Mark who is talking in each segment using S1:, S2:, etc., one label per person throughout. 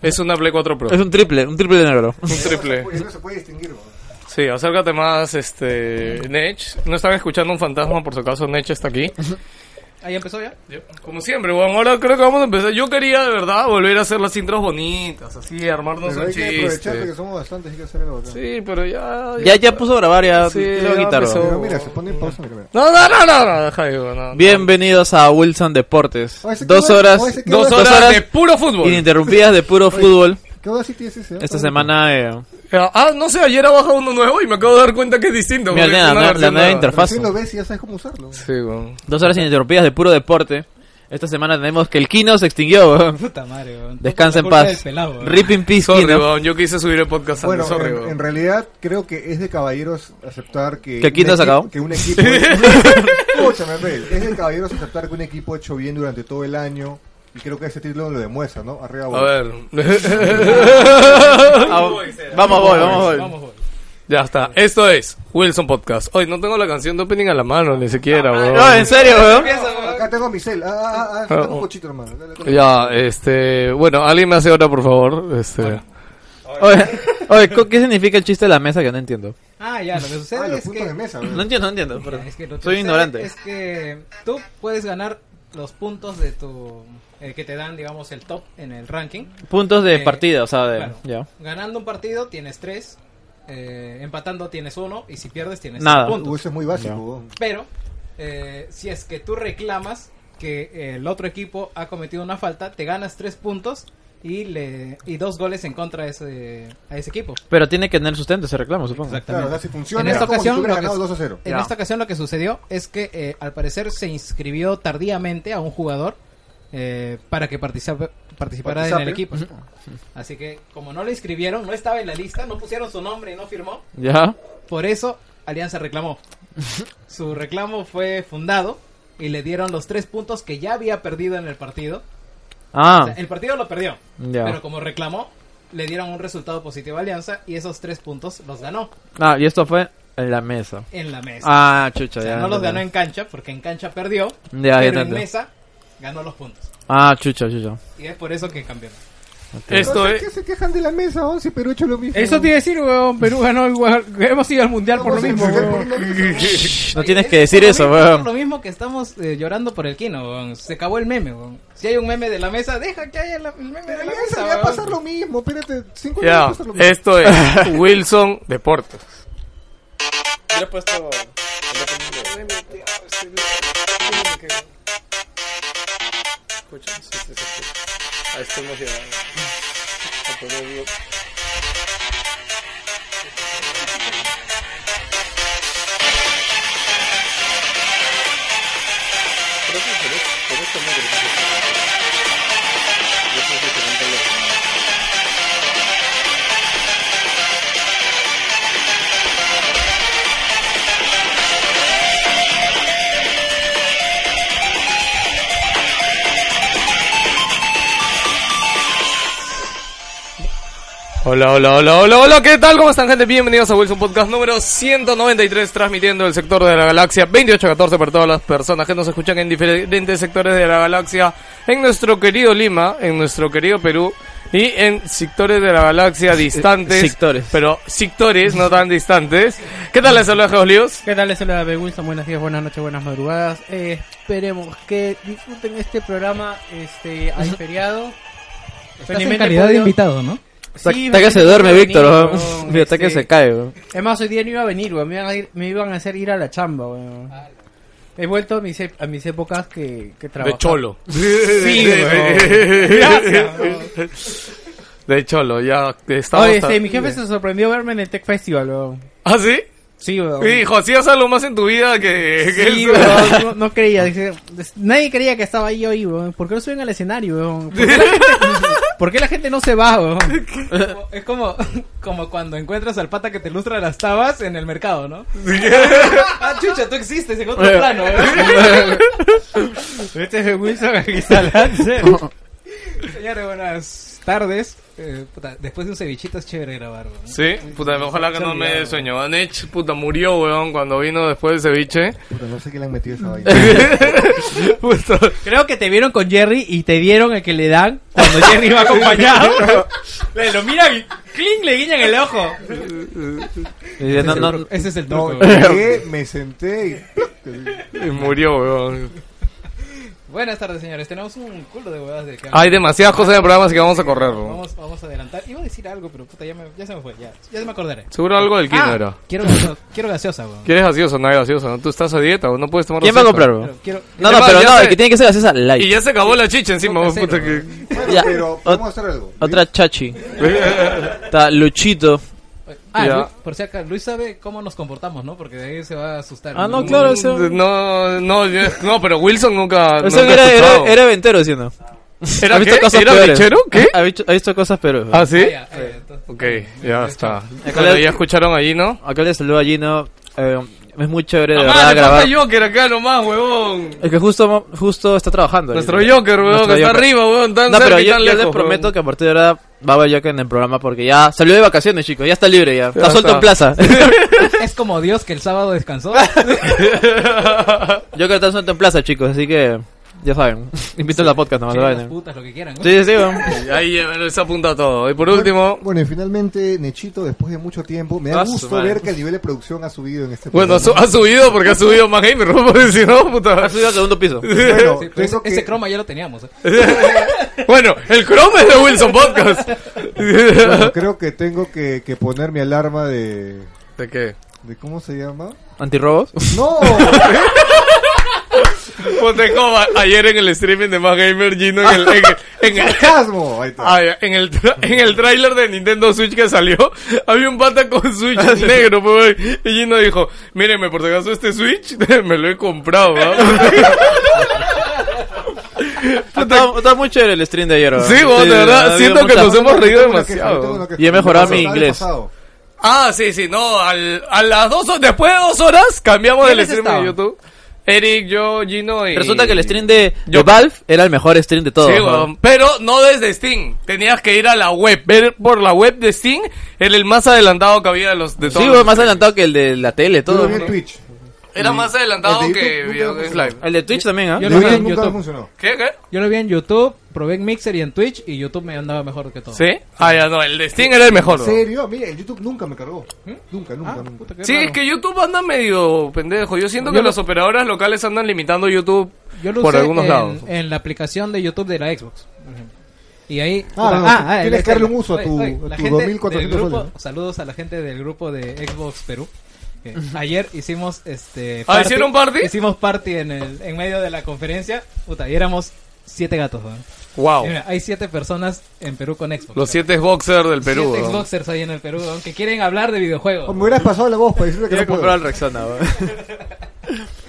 S1: Es un Apple 4 Pro.
S2: Es un triple, un triple de negro.
S1: Un triple.
S3: Porque no se puede distinguir, weón.
S1: Sí, acércate más, este. Nech. No están escuchando un fantasma, por si acaso Nech está aquí.
S4: Ahí empezó ya.
S1: Como siempre, weón. Ahora creo que vamos a empezar. Yo quería, de verdad, volver a hacer las intros bonitas, así, armarnos
S3: Pero
S1: un
S3: hay que aprovechar
S1: chiste.
S3: porque somos bastantes, hay que hacer algo acá.
S1: Sí, pero ya.
S2: Ya, ya puso a grabar, ya
S1: Sí,
S2: lo
S1: ya
S2: quitaron.
S1: empezó.
S3: Pero mira, se pone en pausa, mira, mira.
S1: No, no, no, no, no, deja ahí, weón, no.
S2: Bienvenidos a Wilson Deportes.
S3: Oye, ese
S2: Dos
S3: qué bueno,
S2: horas,
S3: oye, ese qué
S1: Dos
S3: bueno.
S1: horas, de puro fútbol.
S2: ininterrumpidas de puro fútbol.
S3: ¿Qué voz sí tienes ese? ah?
S2: Esta semana, eh,
S1: Ah, no sé, ayer ha bajado uno nuevo y me acabo de dar cuenta que es distinto.
S2: mira,
S1: porque es
S2: la,
S1: una
S2: nueva- la
S1: versión
S2: nueva
S1: nueva.
S2: interfaz.
S3: Recién lo ves y ya sabes cómo usarlo.
S1: Sí, weón.
S2: Dos horas ininterrumpidas de puro deporte. Esta semana tenemos que el Kino se extinguió. weón.
S4: Puta madre, weón.
S2: Descansa en
S4: Por culpa
S2: paz.
S4: del pelado, eh. weón.
S2: Rip in peace,
S1: Sorry,
S2: Kino. Ah,
S1: weón, yo quise subir el podcast
S3: Bueno,
S1: antes, sorry,
S3: en,
S1: weón.
S3: en realidad creo que es de caballeros aceptar que...
S2: Que aquí
S3: un
S2: te has
S3: equi-
S2: sacado.
S3: Que un equipo... Escúchame, Abel, es de caballeros aceptar que un equipo ha hecho bien durante todo el año. Y creo que ese título lo demuestra, ¿no? Arriba,
S1: A
S3: bueno.
S1: ver.
S2: Ah, vamos, voy, vamos, voy.
S4: Vamos, weón.
S1: ya está. Esto es Wilson Podcast. Hoy no tengo la canción de opening a la mano, ni siquiera, weón.
S2: Ah, No, en serio, weón.
S3: Acá tengo mi cel. Ah, ah, ah, ah, tengo un cochito, hermano. Dale, Ah, dale.
S1: Ya, este. Bueno, alguien me hace ahora, por favor. Este.
S2: Oye, oye, co- ¿qué significa el chiste de la mesa que no entiendo?
S4: Ah, ya, lo que sucede
S3: Ah, los
S4: es
S3: puntos
S4: que.
S3: de mesa,
S2: No
S3: Abel.
S2: entiendo, no entiendo. pero
S4: Ya, es que lo que
S2: soy
S4: sucede
S2: ignorante.
S4: Es que tú puedes ganar los puntos de tu. eh, que te dan, digamos, el top en el ranking.
S2: Puntos de
S4: Eh,
S2: partida, o sea, de...
S4: claro.
S2: ya.
S4: Ganando un partido tienes tres. eh, empatando tienes uno. Y si pierdes tienes
S2: Nada.
S4: cero
S3: Uh,
S4: puntos.
S3: eso es muy básico.
S2: Ya.
S3: weón.
S4: Pero, eh, si es que tú reclamas que el otro equipo ha cometido una falta, te ganas tres puntos y le y dos goles en contra a ese, a ese equipo.
S2: Pero tiene que tener sustento ese reclamo, supongo.
S3: Claro, o sea, si funciona,
S4: En esta
S3: es como si
S4: ocasión,
S3: hubiera
S4: lo que
S3: ganado
S4: es-
S3: 2 a 0.
S4: En
S2: Ya.
S4: esta ocasión lo que sucedió es que eh, al parecer se inscribió tardíamente a un jugador eh, para que participe- participara en el
S3: Participe.
S4: equipo. Así que como no lo inscribieron, no estaba en la lista, no pusieron su nombre y no firmó,
S2: Ya.
S4: por eso Alianza reclamó. Su reclamo fue fundado y le dieron los tres puntos que ya había perdido en el partido. O sea,
S2: Ah,
S4: el partido lo perdió,
S2: Ya.
S4: pero como reclamó, le dieron un resultado positivo a Alianza y esos tres puntos los ganó
S2: ah, y esto fue en la mesa.
S4: en la mesa.
S2: Ah, chucha,
S4: O sea,
S2: ya.
S4: no los
S2: ya,
S4: ganó
S2: ya.
S4: en cancha, porque en cancha perdió,
S2: Ya, ya
S4: pero en
S2: entiendo.
S4: mesa ganó los puntos.
S2: Ah, chucha, chucha.
S4: Y es por eso que cambió.
S1: Esto
S3: Entonces,
S1: es.
S3: ¿Qué se quejan de la mesa, weón? Si Perú ha hecho lo mismo.
S5: Eso te iba a decir, weón. Perú ganó igual. Hemos ido al mundial por lo mismo, weón.
S2: No tienes que decir
S4: lo
S2: eso,
S4: mismo-
S2: weón.
S4: es lo mismo que estamos eh, llorando por el Kino, weón. Se acabó el meme, weón. Si hay un meme de la mesa, deja que haya la- el meme
S3: Pero
S4: de la
S3: Alianza
S4: mesa,
S3: le va a
S4: weón.
S3: pasar lo mismo. Espérate, 5 años le va a
S1: Ya,
S3: pasar lo mismo.
S1: esto es Wilson Deportes. Hola, hola, hola, hola, hola, ¿qué tal? ¿Cómo están, gente? Bienvenidos a Wilson Podcast número 193, transmitiendo el sector de la galaxia 2814 para todas las personas que nos escuchan en diferentes sectores de la galaxia, en nuestro querido Lima, en nuestro querido Perú y en sectores de la galaxia distantes.
S2: sectores.
S1: Pero sectores no tan distantes. ¿Qué tal les saluda, Jos Líos?
S5: ¿Qué tal? Les saluda B. Wilson. Buenos días, buenas noches, buenas madrugadas. Eh, esperemos que disfruten este programa este, al feriado.
S4: Estás en calidad de invitado, ¿no?
S2: Hasta
S5: Sí,
S2: hasta que se
S5: no
S2: duerme,
S5: venir,
S2: Víctor. weón.
S5: weón,
S2: Mira, hasta que
S5: este-
S2: se cae, weón.
S5: Es más, hoy día no iba a venir, weón. Me iban a, ir- me iban a hacer ir a la chamba, weón.
S4: Ah.
S5: He vuelto a mis, e- a mis épocas que, que trabajaba.
S1: De cholo.
S5: Sí, weón. Gracias, weón.
S1: De cholo, ya estamos.
S5: Oye, este, mi jefe se sorprendió verme en el Tech Festival, weón.
S1: ¿Ah, sí?
S5: Sí, weón.
S1: Hijo, hacías algo más en tu vida que, que
S5: Sí,
S1: el-
S5: weón, no, no creía. dice, des- nadie creía que estaba ahí hoy, weón. ¿Por qué no suben al escenario, weón? ¿Por qué la gente, por qué la gente no se va, weón?
S4: Es como, como cuando encuentras al pata que te lustra las tabas en el mercado, ¿no? ah, chucha, tú existes en otro plano, weón.
S5: Este es Wilson aquí está
S4: Señores, buenas tardes. Eh, puta, después de un cevichito es chévere grabar, weón.
S1: Sí, puta, ojalá que no me dé sueño. Anech, puta, murió, weón, cuando vino después del ceviche.
S3: Puta, no sé qué le han metido esa vaina.
S1: Puta,
S5: Creo que te vieron con Jerry y te dieron el que le dan cuando Jerry va acompañado. le lo miran y cling le guiñan el ojo.
S2: Y ya no- no-
S4: Ese es el truco.
S3: No,
S4: weón.
S3: llegué, me senté y...
S1: y murió, weón.
S4: Buenas tardes, señores. Tenemos un culo de huevadas de que hablar.
S1: Hay demasiadas cosas en el programa, así que vamos a correr, weón.
S4: Vamos, vamos a adelantar. Iba a decir algo, pero puta, ya, me- ya se me fue. Ya, ya me acordaré.
S1: Seguro algo del Kino
S4: Ah,
S1: era.
S4: Quiero, gaseo- quiero gaseosa, weón.
S1: ¿Quieres gaseoso? No hay gaseoso, ¿no? Tú estás a dieta, weón, no puedes tomar
S2: ¿Quién va a
S1: gaseosa.
S2: comprar, weón?
S4: Pero quiero...
S2: No,
S1: Ya
S2: no,
S1: va,
S2: pero
S1: ya
S2: no,
S1: sé.
S2: el que tiene que ser gaseosa light.
S1: Y ya se acabó la chicha encima, weón,
S4: Casero,
S1: puta que...
S3: Bueno,
S2: Ya.
S3: pero podemos hacer algo.
S2: Otra chachi. Está Luchito.
S4: Ah,
S1: Ya.
S4: Luis- por si acá, Luis sabe cómo nos comportamos, ¿no? Porque de ahí se va a asustar.
S2: Ah, no,
S4: Mm,
S2: claro, ese.
S1: No, no, yo- no, pero Wilson nunca...
S2: Eso
S1: nunca
S2: era,
S1: ha
S2: era,
S1: escuchado.
S2: era ventero, ¿sí o no?
S1: ¿Era
S2: ¿Has
S1: qué? ¿Era
S2: peores.
S1: lechero? ¿Qué?
S2: Ha visto, ha visto cosas peores.
S1: ¿Ah, sí?
S4: ah, ya, ah, ya, entonces.
S1: Ok, ya está. Ah,
S2: Acá
S1: Bueno,
S2: le-
S1: ya escucharon allí, ¿no?
S2: Acá le saludo a Gino. eh, es muy chévere, de
S1: Ah,
S2: verdad,
S1: le falta
S2: grabar.
S1: Joker acá nomás, huevón.
S2: Es que justo, justo está trabajando.
S1: Nuestro
S2: Gino.
S1: Joker, weón,
S2: Nuestro
S1: que está
S2: Joker.
S1: arriba, weón, tan
S2: No,
S1: cerca
S2: pero
S1: y
S2: yo,
S1: tan
S2: yo
S1: lejos.
S2: les prometo
S1: weón.
S2: que a partir de ahora va a haber Joker en el programa porque ya salió de vacaciones, chicos. Ya está libre, ya. Está
S1: Ya
S2: suelto
S1: está.
S2: en plaza.
S4: Es como Dios que el sábado descansó.
S2: Joker está suelto en plaza, chicos. Así que, ya saben. Invítenlo a la podcast nomás.
S4: Las
S2: vayan.
S4: putas, lo que quieran. ¿no?
S2: Sí, sí, sí, weón.
S1: Ahí eh, se apunta todo. Y por último,
S3: Bueno, y finalmente, Nechito, después de mucho tiempo, me da
S2: Ah, su
S3: gusto
S2: madre.
S3: ver que el nivel de producción ha subido en este
S1: bueno, ha, su-
S3: programa.
S1: ha subido porque ha subido más gamer, ¿no? Porque si no, puta.
S2: Ha subido al segundo piso.
S3: Bueno,
S4: Sí, pero ese,
S3: tengo que-
S4: pues, ese croma ya lo teníamos. ¿eh?
S1: Bueno, el Chrome es de Wilson Podcast.
S3: bueno, creo que tengo que, que poner mi alarma de...
S1: ¿De qué?
S3: ¿De cómo se llama?
S2: ¿Antirrobos?
S3: ¡No!
S1: Ponte como a- ayer en el streaming de más gamer, Gino, en el. En el, en el
S3: ¡Casmo! Ahí está.
S1: Ah, ya, en el tra- en el tráiler de Nintendo Switch que salió, había un pata con Switch
S3: Ah,
S1: negro, pues, güey. y Gino dijo, míreme, por si acaso este Switch me lo he comprado, ¿va?"
S2: Ah, Está, está muy chévere el stream de ayer, weón.
S1: Sí, weón, de
S2: ha
S1: verdad,
S2: habido
S1: siento que
S2: mucha-
S1: nos hemos reído
S3: Tengo una queja, tengo
S1: demasiado.
S3: una queja.
S2: Y he mejorado
S3: Me pasó
S2: mi
S3: el
S2: inglés.
S3: pasado.
S1: Ah, sí, sí, no, al, a las dos, ho- después de dos horas cambiamos el
S4: ¿Quiénes
S1: stream de
S4: estaban?
S1: YouTube. Eric, yo, Gino y...
S2: Resulta que el stream de, de
S1: Yo-
S2: Valve era el mejor stream de todos.
S1: Sí,
S2: weón.
S1: weón, pero no desde Steam. Tenías que ir a la web. Ver por la web de Steam, era el más adelantado que había de los de
S2: Sí,
S1: todos.
S2: weón,
S1: los-
S2: más adelantado que el de la tele,
S3: Yo
S2: todo.
S3: lo vi en
S2: weón.
S3: Twitch.
S1: Era más
S2: Mm.
S1: adelantado
S3: El de
S1: que
S3: YouTube
S1: Video
S3: nunca
S1: Games
S3: funcionó.
S1: Live.
S2: El de Twitch también, ¿ah?
S4: Yo
S3: Yo
S4: lo vi en
S3: nunca
S4: YouTube.
S3: funcionó.
S1: ¿Qué? ¿Qué?
S4: Yo lo vi en YouTube, probé en Mixer y en Twitch y YouTube me andaba mejor que todo.
S1: ¿Sí? Ah, ya no, el de Steam era el mejor.
S3: ¿En
S1: ¿no?
S3: serio? Mira, el YouTube nunca me cargó.
S2: ¿Mm?
S3: Nunca, nunca,
S4: Ah,
S3: nunca.
S4: puta, qué
S1: Sí,
S4: raro.
S1: es que YouTube anda medio pendejo. Yo siento que las operadoras locales andan limitando YouTube
S4: Yo lo
S1: por
S4: usé
S1: algunos
S4: en,
S1: lados.
S4: en la aplicación de YouTube de la Xbox. por ejemplo. Y ahí.
S3: Ah, no,
S4: ah,
S3: tú
S4: ah,
S3: tienes
S4: el-
S3: que darle un uso a
S4: oye,
S3: tu-
S4: oye,
S3: a
S4: la
S3: tu
S4: gente
S3: 2400
S4: del grupo-
S3: soles, ¿no?
S4: Saludos a la gente del grupo de Xbox Perú. que ayer hicimos este.
S1: Ah, ¿hicieron party?
S4: Hicimos party en, el, en medio de la conferencia. Puta, y éramos siete gatos, weón.
S1: Wow.
S4: Y mira, hay siete personas en Perú con Xbox.
S1: Los siete boxers del Perú.
S4: Siete
S1: ¿no?
S4: Xboxers ahí en el Perú, weón, que quieren hablar de videojuegos.
S3: Oh, me hubieras pasado la voz para decirte que
S2: Yo
S3: no
S2: he comprado
S3: puedo.
S2: al Rexona, weón.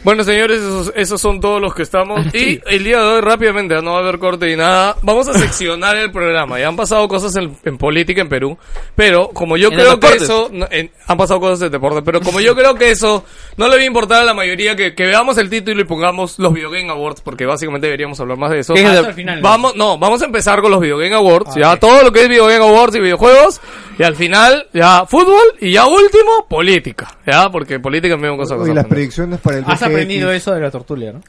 S1: Bueno, señores, esos, esos son todos los que estamos. Y el día de hoy, rápidamente, ya no va a haber corte y nada. Vamos a seccionar el programa. Ya han pasado cosas en, en política en Perú. Pero como yo
S2: En los
S1: creo que
S2: deportes.
S1: eso. no, en- han pasado cosas de deporte. Pero como yo creo que eso no le va a importar a la mayoría que, que veamos el título y pongamos los Video Game Awards. Porque básicamente deberíamos hablar más de eso. Ah,
S2: ¿Qué es
S4: Hasta
S2: el-
S4: el final.
S1: Eh, Vamos, no, vamos a empezar con los Video Game Awards.
S4: Ah,
S1: ya
S4: ok.
S1: todo lo que es Video Game Awards y videojuegos. Y al final, ya fútbol. Y ya último, política. Ya, porque política es medio cosa.
S3: Oye,
S1: cosa
S3: las
S1: pendeja.
S3: predicciones para el
S5: Has
S3: BGX.
S5: aprendido eso de la tortulia, ¿no?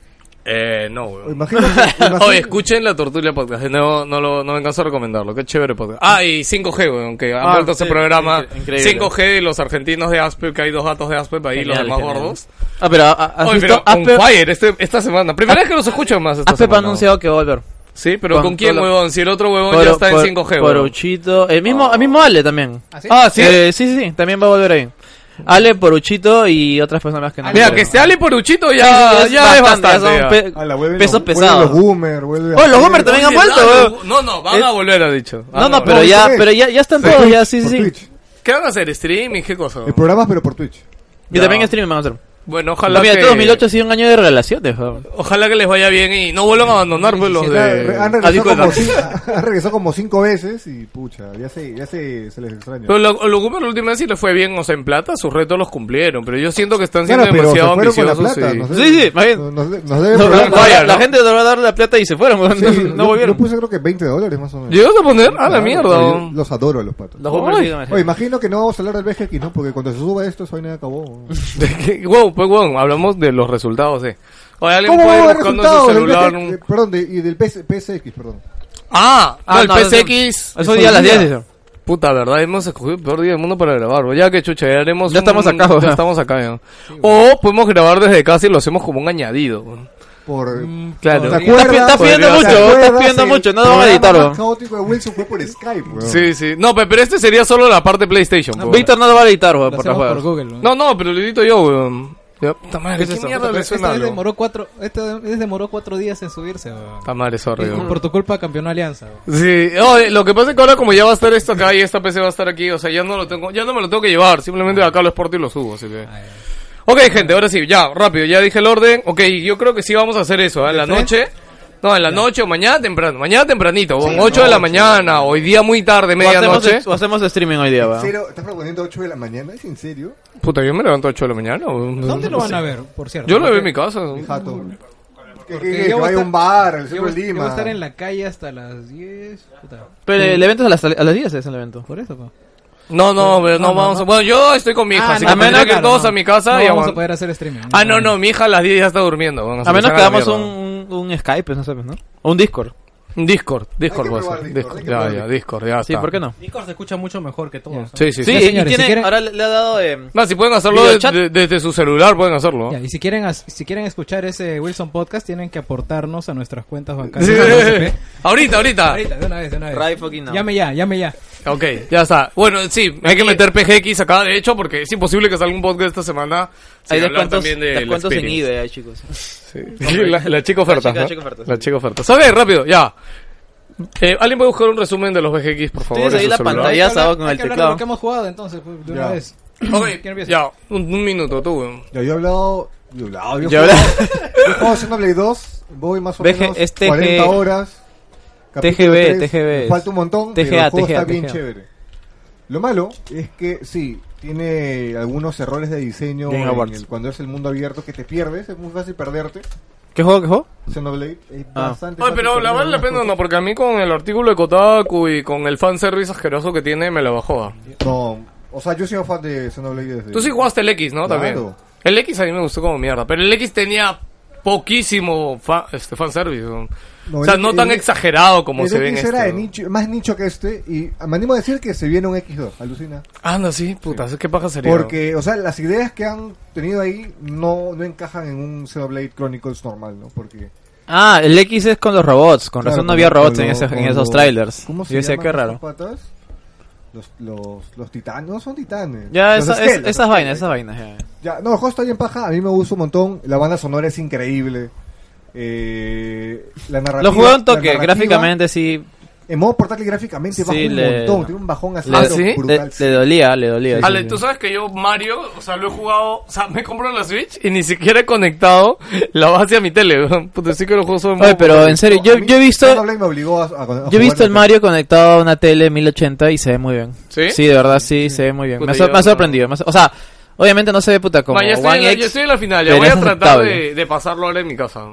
S1: Eh, no, weón.
S3: Imagínate, imagínate-
S1: Oye, escuchen la Tortulia Podcast. No, no, lo, no me canso de recomendarlo. Qué chévere podcast. Ah, y 5G, weón, que han
S2: Ah,
S1: vuelto a ese
S2: sí,
S1: programa.
S2: incre- increíble.
S1: 5G y los argentinos de Aspep, que hay dos gatos de Aspep ahí, los
S2: Genial,
S1: demás
S2: genial.
S1: gordos.
S2: Ah, pero ¿ha- ha- ¿has
S1: Oye, pero
S2: visto?
S1: on
S2: Asper,
S1: fire este- esta semana. Primera vez que los escucho más esta
S2: Asper ha
S1: semana.
S2: anunciado que va a volver.
S1: Sí, pero
S2: Con
S1: ¿con, quién,
S2: todo lo-
S1: weón? Si el otro huevón
S2: Por-
S1: ya está
S2: por-
S1: en 5G,
S2: Por
S1: weón.
S2: Uchito. El mismo,
S5: Oh.
S2: el mismo Ale también.
S4: ¿Ah, sí?
S1: ¿sí?
S2: Eh, sí, sí, sí, también va a volver ahí. Ale, Poruchito y otras personas que no.
S1: Ah, Mira,
S2: creo.
S1: que esté Ali Poruchito ya, ya es bastante.
S2: ya son
S1: ya.
S2: pe-
S3: A Ah, la web
S2: pesos
S3: Los
S2: pesados.
S3: boomer, vuelve
S2: Oh,
S3: a-
S2: los Homer también han
S1: Oye,
S2: vuelto,
S1: dale,
S2: weón.
S1: No, no, van
S2: Eh,
S1: a volver, ha dicho. Ah,
S2: No,
S1: Van a
S2: no, pero
S1: volver.
S2: ya,
S3: Twitch.
S2: pero ya, ya están
S3: Por
S2: todos,
S3: Twitch,
S2: ya, sí,
S3: por
S2: sí.
S3: Twitch.
S2: Eh,
S1: ¿Qué van a hacer? ¿Streaming? ¿Qué cosa?
S3: El programa, pero por Twitch.
S2: Y
S1: Ya.
S2: también streaming van a hacer.
S1: Bueno, ojalá
S2: mira,
S1: que...
S2: todo 2008 ha sido un año de relaciones. weón.
S1: Ojalá que les vaya bien y no vuelvan a abandonar pues, los de...
S3: Han
S1: Ah,
S3: regresado,
S1: digo,
S3: como
S1: la-
S3: cinco, han regresado como cinco veces y pucha, ya se, ya se, se les extraña.
S1: Pero lo, lo Cooper la última vez sí les fue bien, o sea, en plata sus retos los cumplieron, pero yo siento que están siendo
S3: Claro, pero se
S1: demasiado
S3: fueron con la
S1: ambiciosos.
S3: plata.
S1: y-
S3: nos
S2: Sí,
S3: deben-
S2: sí, más bien.
S3: Nos, nos deben
S2: No,
S3: por
S2: la,
S3: ahí.
S1: no, vaya,
S2: la- la
S1: ¿no?
S2: gente deberá dar la plata y se fueron, weón.
S3: Sí,
S2: no,
S3: yo-
S2: no volvieron. ah,
S3: Yo puse creo que 20 dólares más o menos.
S1: ¿Yo a poner? A la
S3: Claro,
S1: mierda.
S3: pero
S1: weón.
S3: yo Los adoro a los patos.
S2: Los hombres
S1: Ay.
S2: siguen haciendo-
S3: Oye, imagino que no vamos a hablar del BGX, ¿no? Porque cuando se suba esto, esa vaina acabó.
S1: Wow, pues wow, hablamos de los resultados, eh. Oye, alguien
S3: ¿Cómo
S1: puede
S3: vamos a
S1: ir
S3: ver
S1: buscando en su
S3: resultados del
S1: celular.
S3: BGX?
S1: un-
S3: Eh, Perdón, de- y del PS PSX, perdón.
S1: Ah,
S2: Ah,
S1: el
S2: no,
S1: PCX.
S2: Eso día a las 10. eso.
S1: Puta, verdad, hemos escogido el peor día del mundo para grabar. weón. Ya que chucha, ya haremos.
S2: Ya estamos
S1: Ya
S2: acá, weón.
S1: estamos acá, ya. O podemos grabar desde casa y lo hacemos como un añadido. weón.
S3: Por...
S4: Mm,
S2: Mm,
S1: Claro.
S3: ¿Te
S2: Estás pi-
S3: acuerdas?
S2: estás pidiendo
S1: Podría
S2: mucho,
S1: ser.
S2: estás pidiendo mucho, no lo van a editar,
S3: El
S2: weón.
S3: caótico de Wilson fue por Skype, weón.
S1: Sí, sí. No, pe- pero este sería solo la parte PlayStation. po.
S2: Ah, Víctor no lo va a editar, weón,
S4: Lo
S2: por las
S4: hacemos por
S2: huevas.
S4: Google. ¿no?
S1: No, no, pero lo edito yo, weón. Ya, puta madre,
S2: ¿Qué es
S1: ¿qué
S2: eso?
S1: mierda le
S4: Este
S1: suena
S4: es
S1: algo?
S4: demoró cuatro, este es demoró cuatro días en subirse. weón.
S1: Puta madre, sorry,
S4: Y
S1: weón.
S4: por tu culpa campeonó Alianza. weón.
S1: Sí, oye, lo que pasa es que ahora como ya va a estar esto acá y esta PC va a estar aquí, o sea, ya no lo tengo, ya no me lo tengo que llevar, simplemente acá lo exporto y lo subo, así que...
S4: Ay, ay.
S1: Ok, gente, ahora sí, ya, rápido, ya dije el orden, ok, yo creo que sí vamos a hacer eso, ¿ah? en
S4: ¿Este?
S1: la noche, no, en la noche o mañana temprano, mañana tempranito, o 8 de la mañana, hoy día muy tarde,
S2: O hacemos,
S1: medianoche.
S2: o hacemos streaming hoy día, weón.
S3: ¿Serio? ¿Estás proponiendo 8 de la mañana? ¿Es en serio?
S1: Puta, yo me levanto a 8 de la mañana. o-
S4: ¿Dónde lo van a ver, por cierto?
S1: Yo lo veo
S4: Porque
S1: en mi casa.
S3: Jato. Que, que,
S4: Porque
S3: que,
S4: yo voy a
S3: vaya a
S4: estar-
S3: un bar, el
S4: Yo
S3: centro
S4: voy,
S3: de Lima.
S4: yo voy a estar en la calle hasta las 10. puta,
S2: Pero el evento es a las, a las 10 es el evento.
S4: Por eso, po.
S1: No, no, pero no, vamos a... Bueno, yo estoy con mi hija,
S4: Ah,
S1: así
S4: no,
S1: que
S2: a menos
S1: tendré que ir
S4: claro,
S1: todos
S4: no.
S1: a mi casa
S4: No
S1: y
S4: vamos
S1: aguant-
S4: a poder hacer streaming.
S1: Ah, no, no, mi hija a las 10 ya está durmiendo. bueno, así
S2: A menos
S1: salga
S2: que
S1: la
S2: hagamos
S1: mierda.
S2: un, un Skype, no sabes, ¿no? O un Discord.
S1: Discord, Discord
S3: Hay que
S1: puede
S3: probar
S1: ser.
S3: Discord,
S1: Discord,
S3: hay que
S1: ya,
S3: probar
S1: ya, Discord, ya
S2: Sí,
S1: está.
S2: ¿por qué no?
S6: Discord se escucha mucho mejor que todo.
S1: Sí, sí, sí.
S2: Sí,
S4: Ya,
S2: y
S4: señores,
S2: tiene-
S4: si quieren-
S2: ahora le, le ha dado... eh,
S1: No, si pueden hacerlo
S2: Video
S1: de-
S2: chat.
S1: de- desde su celular, pueden hacerlo. ¿no?
S4: Ya, y si quieren, as- si quieren escuchar ese Wilson Podcast, tienen que aportarnos a nuestras cuentas bancarias.
S1: Sí. Ah.
S4: a la OCP.
S1: ahorita, ahorita.
S4: Ahorita, de una vez, de una vez.
S2: Right fucking now.
S4: Llame ya, llame ya.
S1: Ok, ya está. Bueno, sí, hay que meter PGX acá, de hecho, porque es imposible que salga un podcast esta semana. sin
S2: Hay
S1: hablar
S2: descuentos,
S1: también del
S2: descuentos en
S1: experience.
S2: eBay, ahí, chicos.
S1: Sí. La, la chica oferta.
S2: La
S1: ¿no?
S2: chica- la chica oferta, sí.
S1: La chica oferta. Ok, rápido, ya. Eh, ¿Alguien puede buscar un resumen de los PGX, por favor?
S2: Tienes
S1: en
S2: ahí
S1: su
S2: la
S1: celular?
S2: pantalla.
S4: Hay que
S2: estaba
S4: hablar-
S2: con
S4: hay
S2: el
S4: que hablar
S2: teclado.
S4: de lo que hemos jugado, entonces, pues, de una
S3: Ya.
S4: vez.
S1: Ok,
S4: ¿Quién empieza?
S1: ya, un, un minuto, tú, weón.
S3: Ya, yo he hablado... Yo he hablado... Yo he
S2: Yo hablaba-
S3: Estamos haciendo Play 2, voy más o
S2: BG,
S3: menos
S2: es TG.
S3: 40 horas. capítulo
S2: TGB,
S3: tres,
S2: TGB.
S3: Falta un montón, pero
S2: TGA,
S3: el juego está
S2: TGA.
S3: bien chévere. Lo malo es que sí, tiene algunos errores de diseño
S2: Game
S3: en
S2: Awards.
S3: el- cuando es el mundo abierto que te pierdes, es muy fácil perderte.
S2: ¿Qué juego, qué juego?
S3: Xenoblade es
S2: Ah.
S3: bastante
S1: Oye,
S3: fácil
S1: pero la
S3: perder
S1: vale la
S3: algunas
S1: pena o
S3: cosas.
S1: no, porque a mí con el artículo de Kotaku y con el fanservice asqueroso que tiene, me lo bajó. ah.
S3: No, o sea, yo soy un fan de Xenoblade desde...
S1: Tú sí jugaste el X, ¿no?
S3: Claro.
S1: También. El X a mí me gustó como mierda, pero el X tenía poquísimo fa este fanservice. ¿no?
S3: No,
S1: o sea,
S3: el-
S1: no tan
S3: el-
S1: exagerado como
S3: el
S1: se ve en
S3: X era
S1: este,
S3: de
S1: ¿no?
S3: nicho- más nicho que este y me animo a decir que se viene un X2, alucina.
S1: Ah, no, sí, puta, ¿qué paja sería?
S3: Porque, o sea, las ideas que han tenido ahí no, no encajan en un Xenoblade Chronicles normal, ¿no? Porque...
S2: Ah, el X es con los robots. Con
S3: Claro,
S2: razón no
S3: con-
S2: había robots
S3: con
S2: en,
S3: los-
S2: ese-
S3: con
S2: en esos
S3: los-
S2: trailers.
S3: ¿Cómo se
S2: Yo decía,
S3: llaman
S2: qué
S3: esas
S2: raro.
S3: patas? Los, los, los titanes, no son titanes.
S2: Ya,
S3: Los
S2: esa- es-
S3: Skell, los
S2: esas
S3: Skell.
S2: vainas, esas vainas. ya.
S3: Ya, no, el juego está bien paja, a mí me gusta un montón, la banda sonora es increíble. Eh, la narrativa...
S2: Lo jugué un
S3: la
S2: toque,
S3: narrativa-
S2: gráficamente sí.
S3: En modo portátil gráficamente baja
S2: Sí,
S3: un
S2: le-
S3: montón, tiene un bajón así
S2: Le,
S1: ¿Ah, sí?
S2: le,
S3: brutal.
S2: le dolía, le dolía. sí,
S1: Ale,
S2: sí.
S1: tú sabes que yo Mario, o sea, lo he jugado, o sea, me compro la Switch y ni siquiera he conectado la base a mi tele. ¿no? Puta, sí que lo juego solo en
S2: Oye,
S1: modo
S2: pero en serio, yo,
S3: A mí
S2: yo he visto...
S3: Xenoblade me obligó a- a- a
S2: Yo he visto
S3: jugar
S2: el Mario conectado a una tele 1080 y se ve muy bien.
S1: ¿Sí?
S2: de verdad, sí, se ve muy bien.
S1: Puta,
S2: me, ha sor-
S1: yo
S2: me ha
S1: no-
S2: sorprendido. me ha sor- o sea, obviamente no se ve puta como
S1: no, ya estoy, en
S2: One
S1: la,
S2: X.
S1: ya estoy en la final, ya
S2: pero
S1: voy
S2: es
S1: a tratar de,
S2: aceptable.
S1: de pasarlo ahora en mi casa.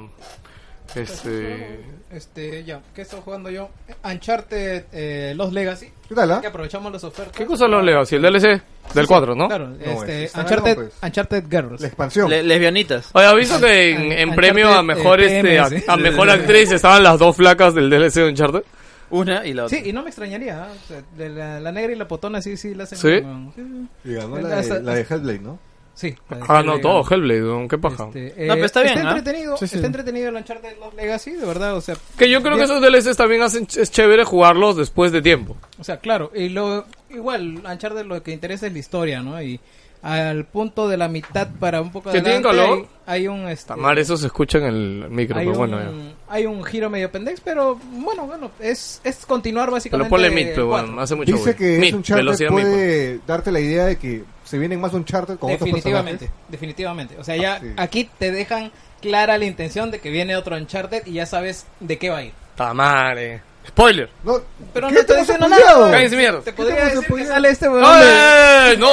S1: Este...
S4: Este, ya, ¿qué estoy jugando yo? Uncharted eh, Los Legacy.
S3: ¿Qué tal, ah?
S4: Que aprovechamos las ofertas.
S1: ¿Qué cosa los leo? Si el DLC del 4, ¿no?
S4: Claro, este,
S3: está
S4: Uncharted,
S3: bueno, pues.
S4: Uncharted Girls.
S3: La expansión.
S2: Le- lesbionitas.
S1: Oye, aviso que en, en
S4: Uncharted,
S1: premio a mejor,
S4: eh,
S1: este,
S4: TMS.
S1: a, a mejor actriz estaban las dos flacas del DLC de Uncharted.
S2: Una y la otra.
S4: Sí, y no me extrañaría. ¿ah? O sea, de la, la negra y la potona sí, sí, la hacen.
S1: ¿Sí?
S4: como- Sí,
S3: Diga, ¿no?
S4: La-
S3: la, de,
S4: esa-
S3: la de Hellblade, ¿no?
S4: sí, la de
S1: Ah,
S4: Hellblade,
S1: no, todo Hellblade, ¿no? qué paja.
S4: Este, eh,
S2: No, pero está bien, ¿ah?
S4: entretenido,
S2: Sí, sí.
S4: está entretenido el Uncharted Los Legacy, de verdad, o sea,
S1: Que yo creo que
S4: ya-
S1: esos DLCs también hacen, es chévere jugarlos después de tiempo.
S4: o sea, claro, y luego igual, Uncharted lo que interesa es la historia, ¿no? Y al punto de la mitad para un poco
S1: ¿Que tienen
S4: adelante
S1: color?
S4: Hay, hay un... Este,
S1: Tamar, eso se escucha en el micro,
S4: hay
S1: pero
S4: un,
S1: bueno. ya.
S4: hay un giro medio pendex, pero bueno, bueno, es, es continuar
S1: Pero
S4: básicamente.
S1: ponle mid, pero bueno,
S4: cuatro.
S1: hace mucho
S3: Dice
S1: güey.
S3: que
S1: Mid,
S3: es un charter
S1: velocidad mid, pues.
S3: puede darte la idea de que se vienen más un charter con otros
S4: definitivamente,
S3: personajes. Ah,
S4: definitivamente. O sea, ya
S3: Sí.
S4: aquí te dejan clara la intención de que viene otro Uncharted y ya sabes de qué va a ir.
S1: Tamare. eh. Spoiler.
S3: No,
S4: Pero
S3: ¿qué
S4: no te
S3: hemos
S4: dicen
S3: apoyado?
S4: nada.
S1: Cállense mierda.
S4: Te podría
S3: hemos
S4: decir que
S3: apoyado?
S4: sale este weón. de-
S1: ¡Ay! No,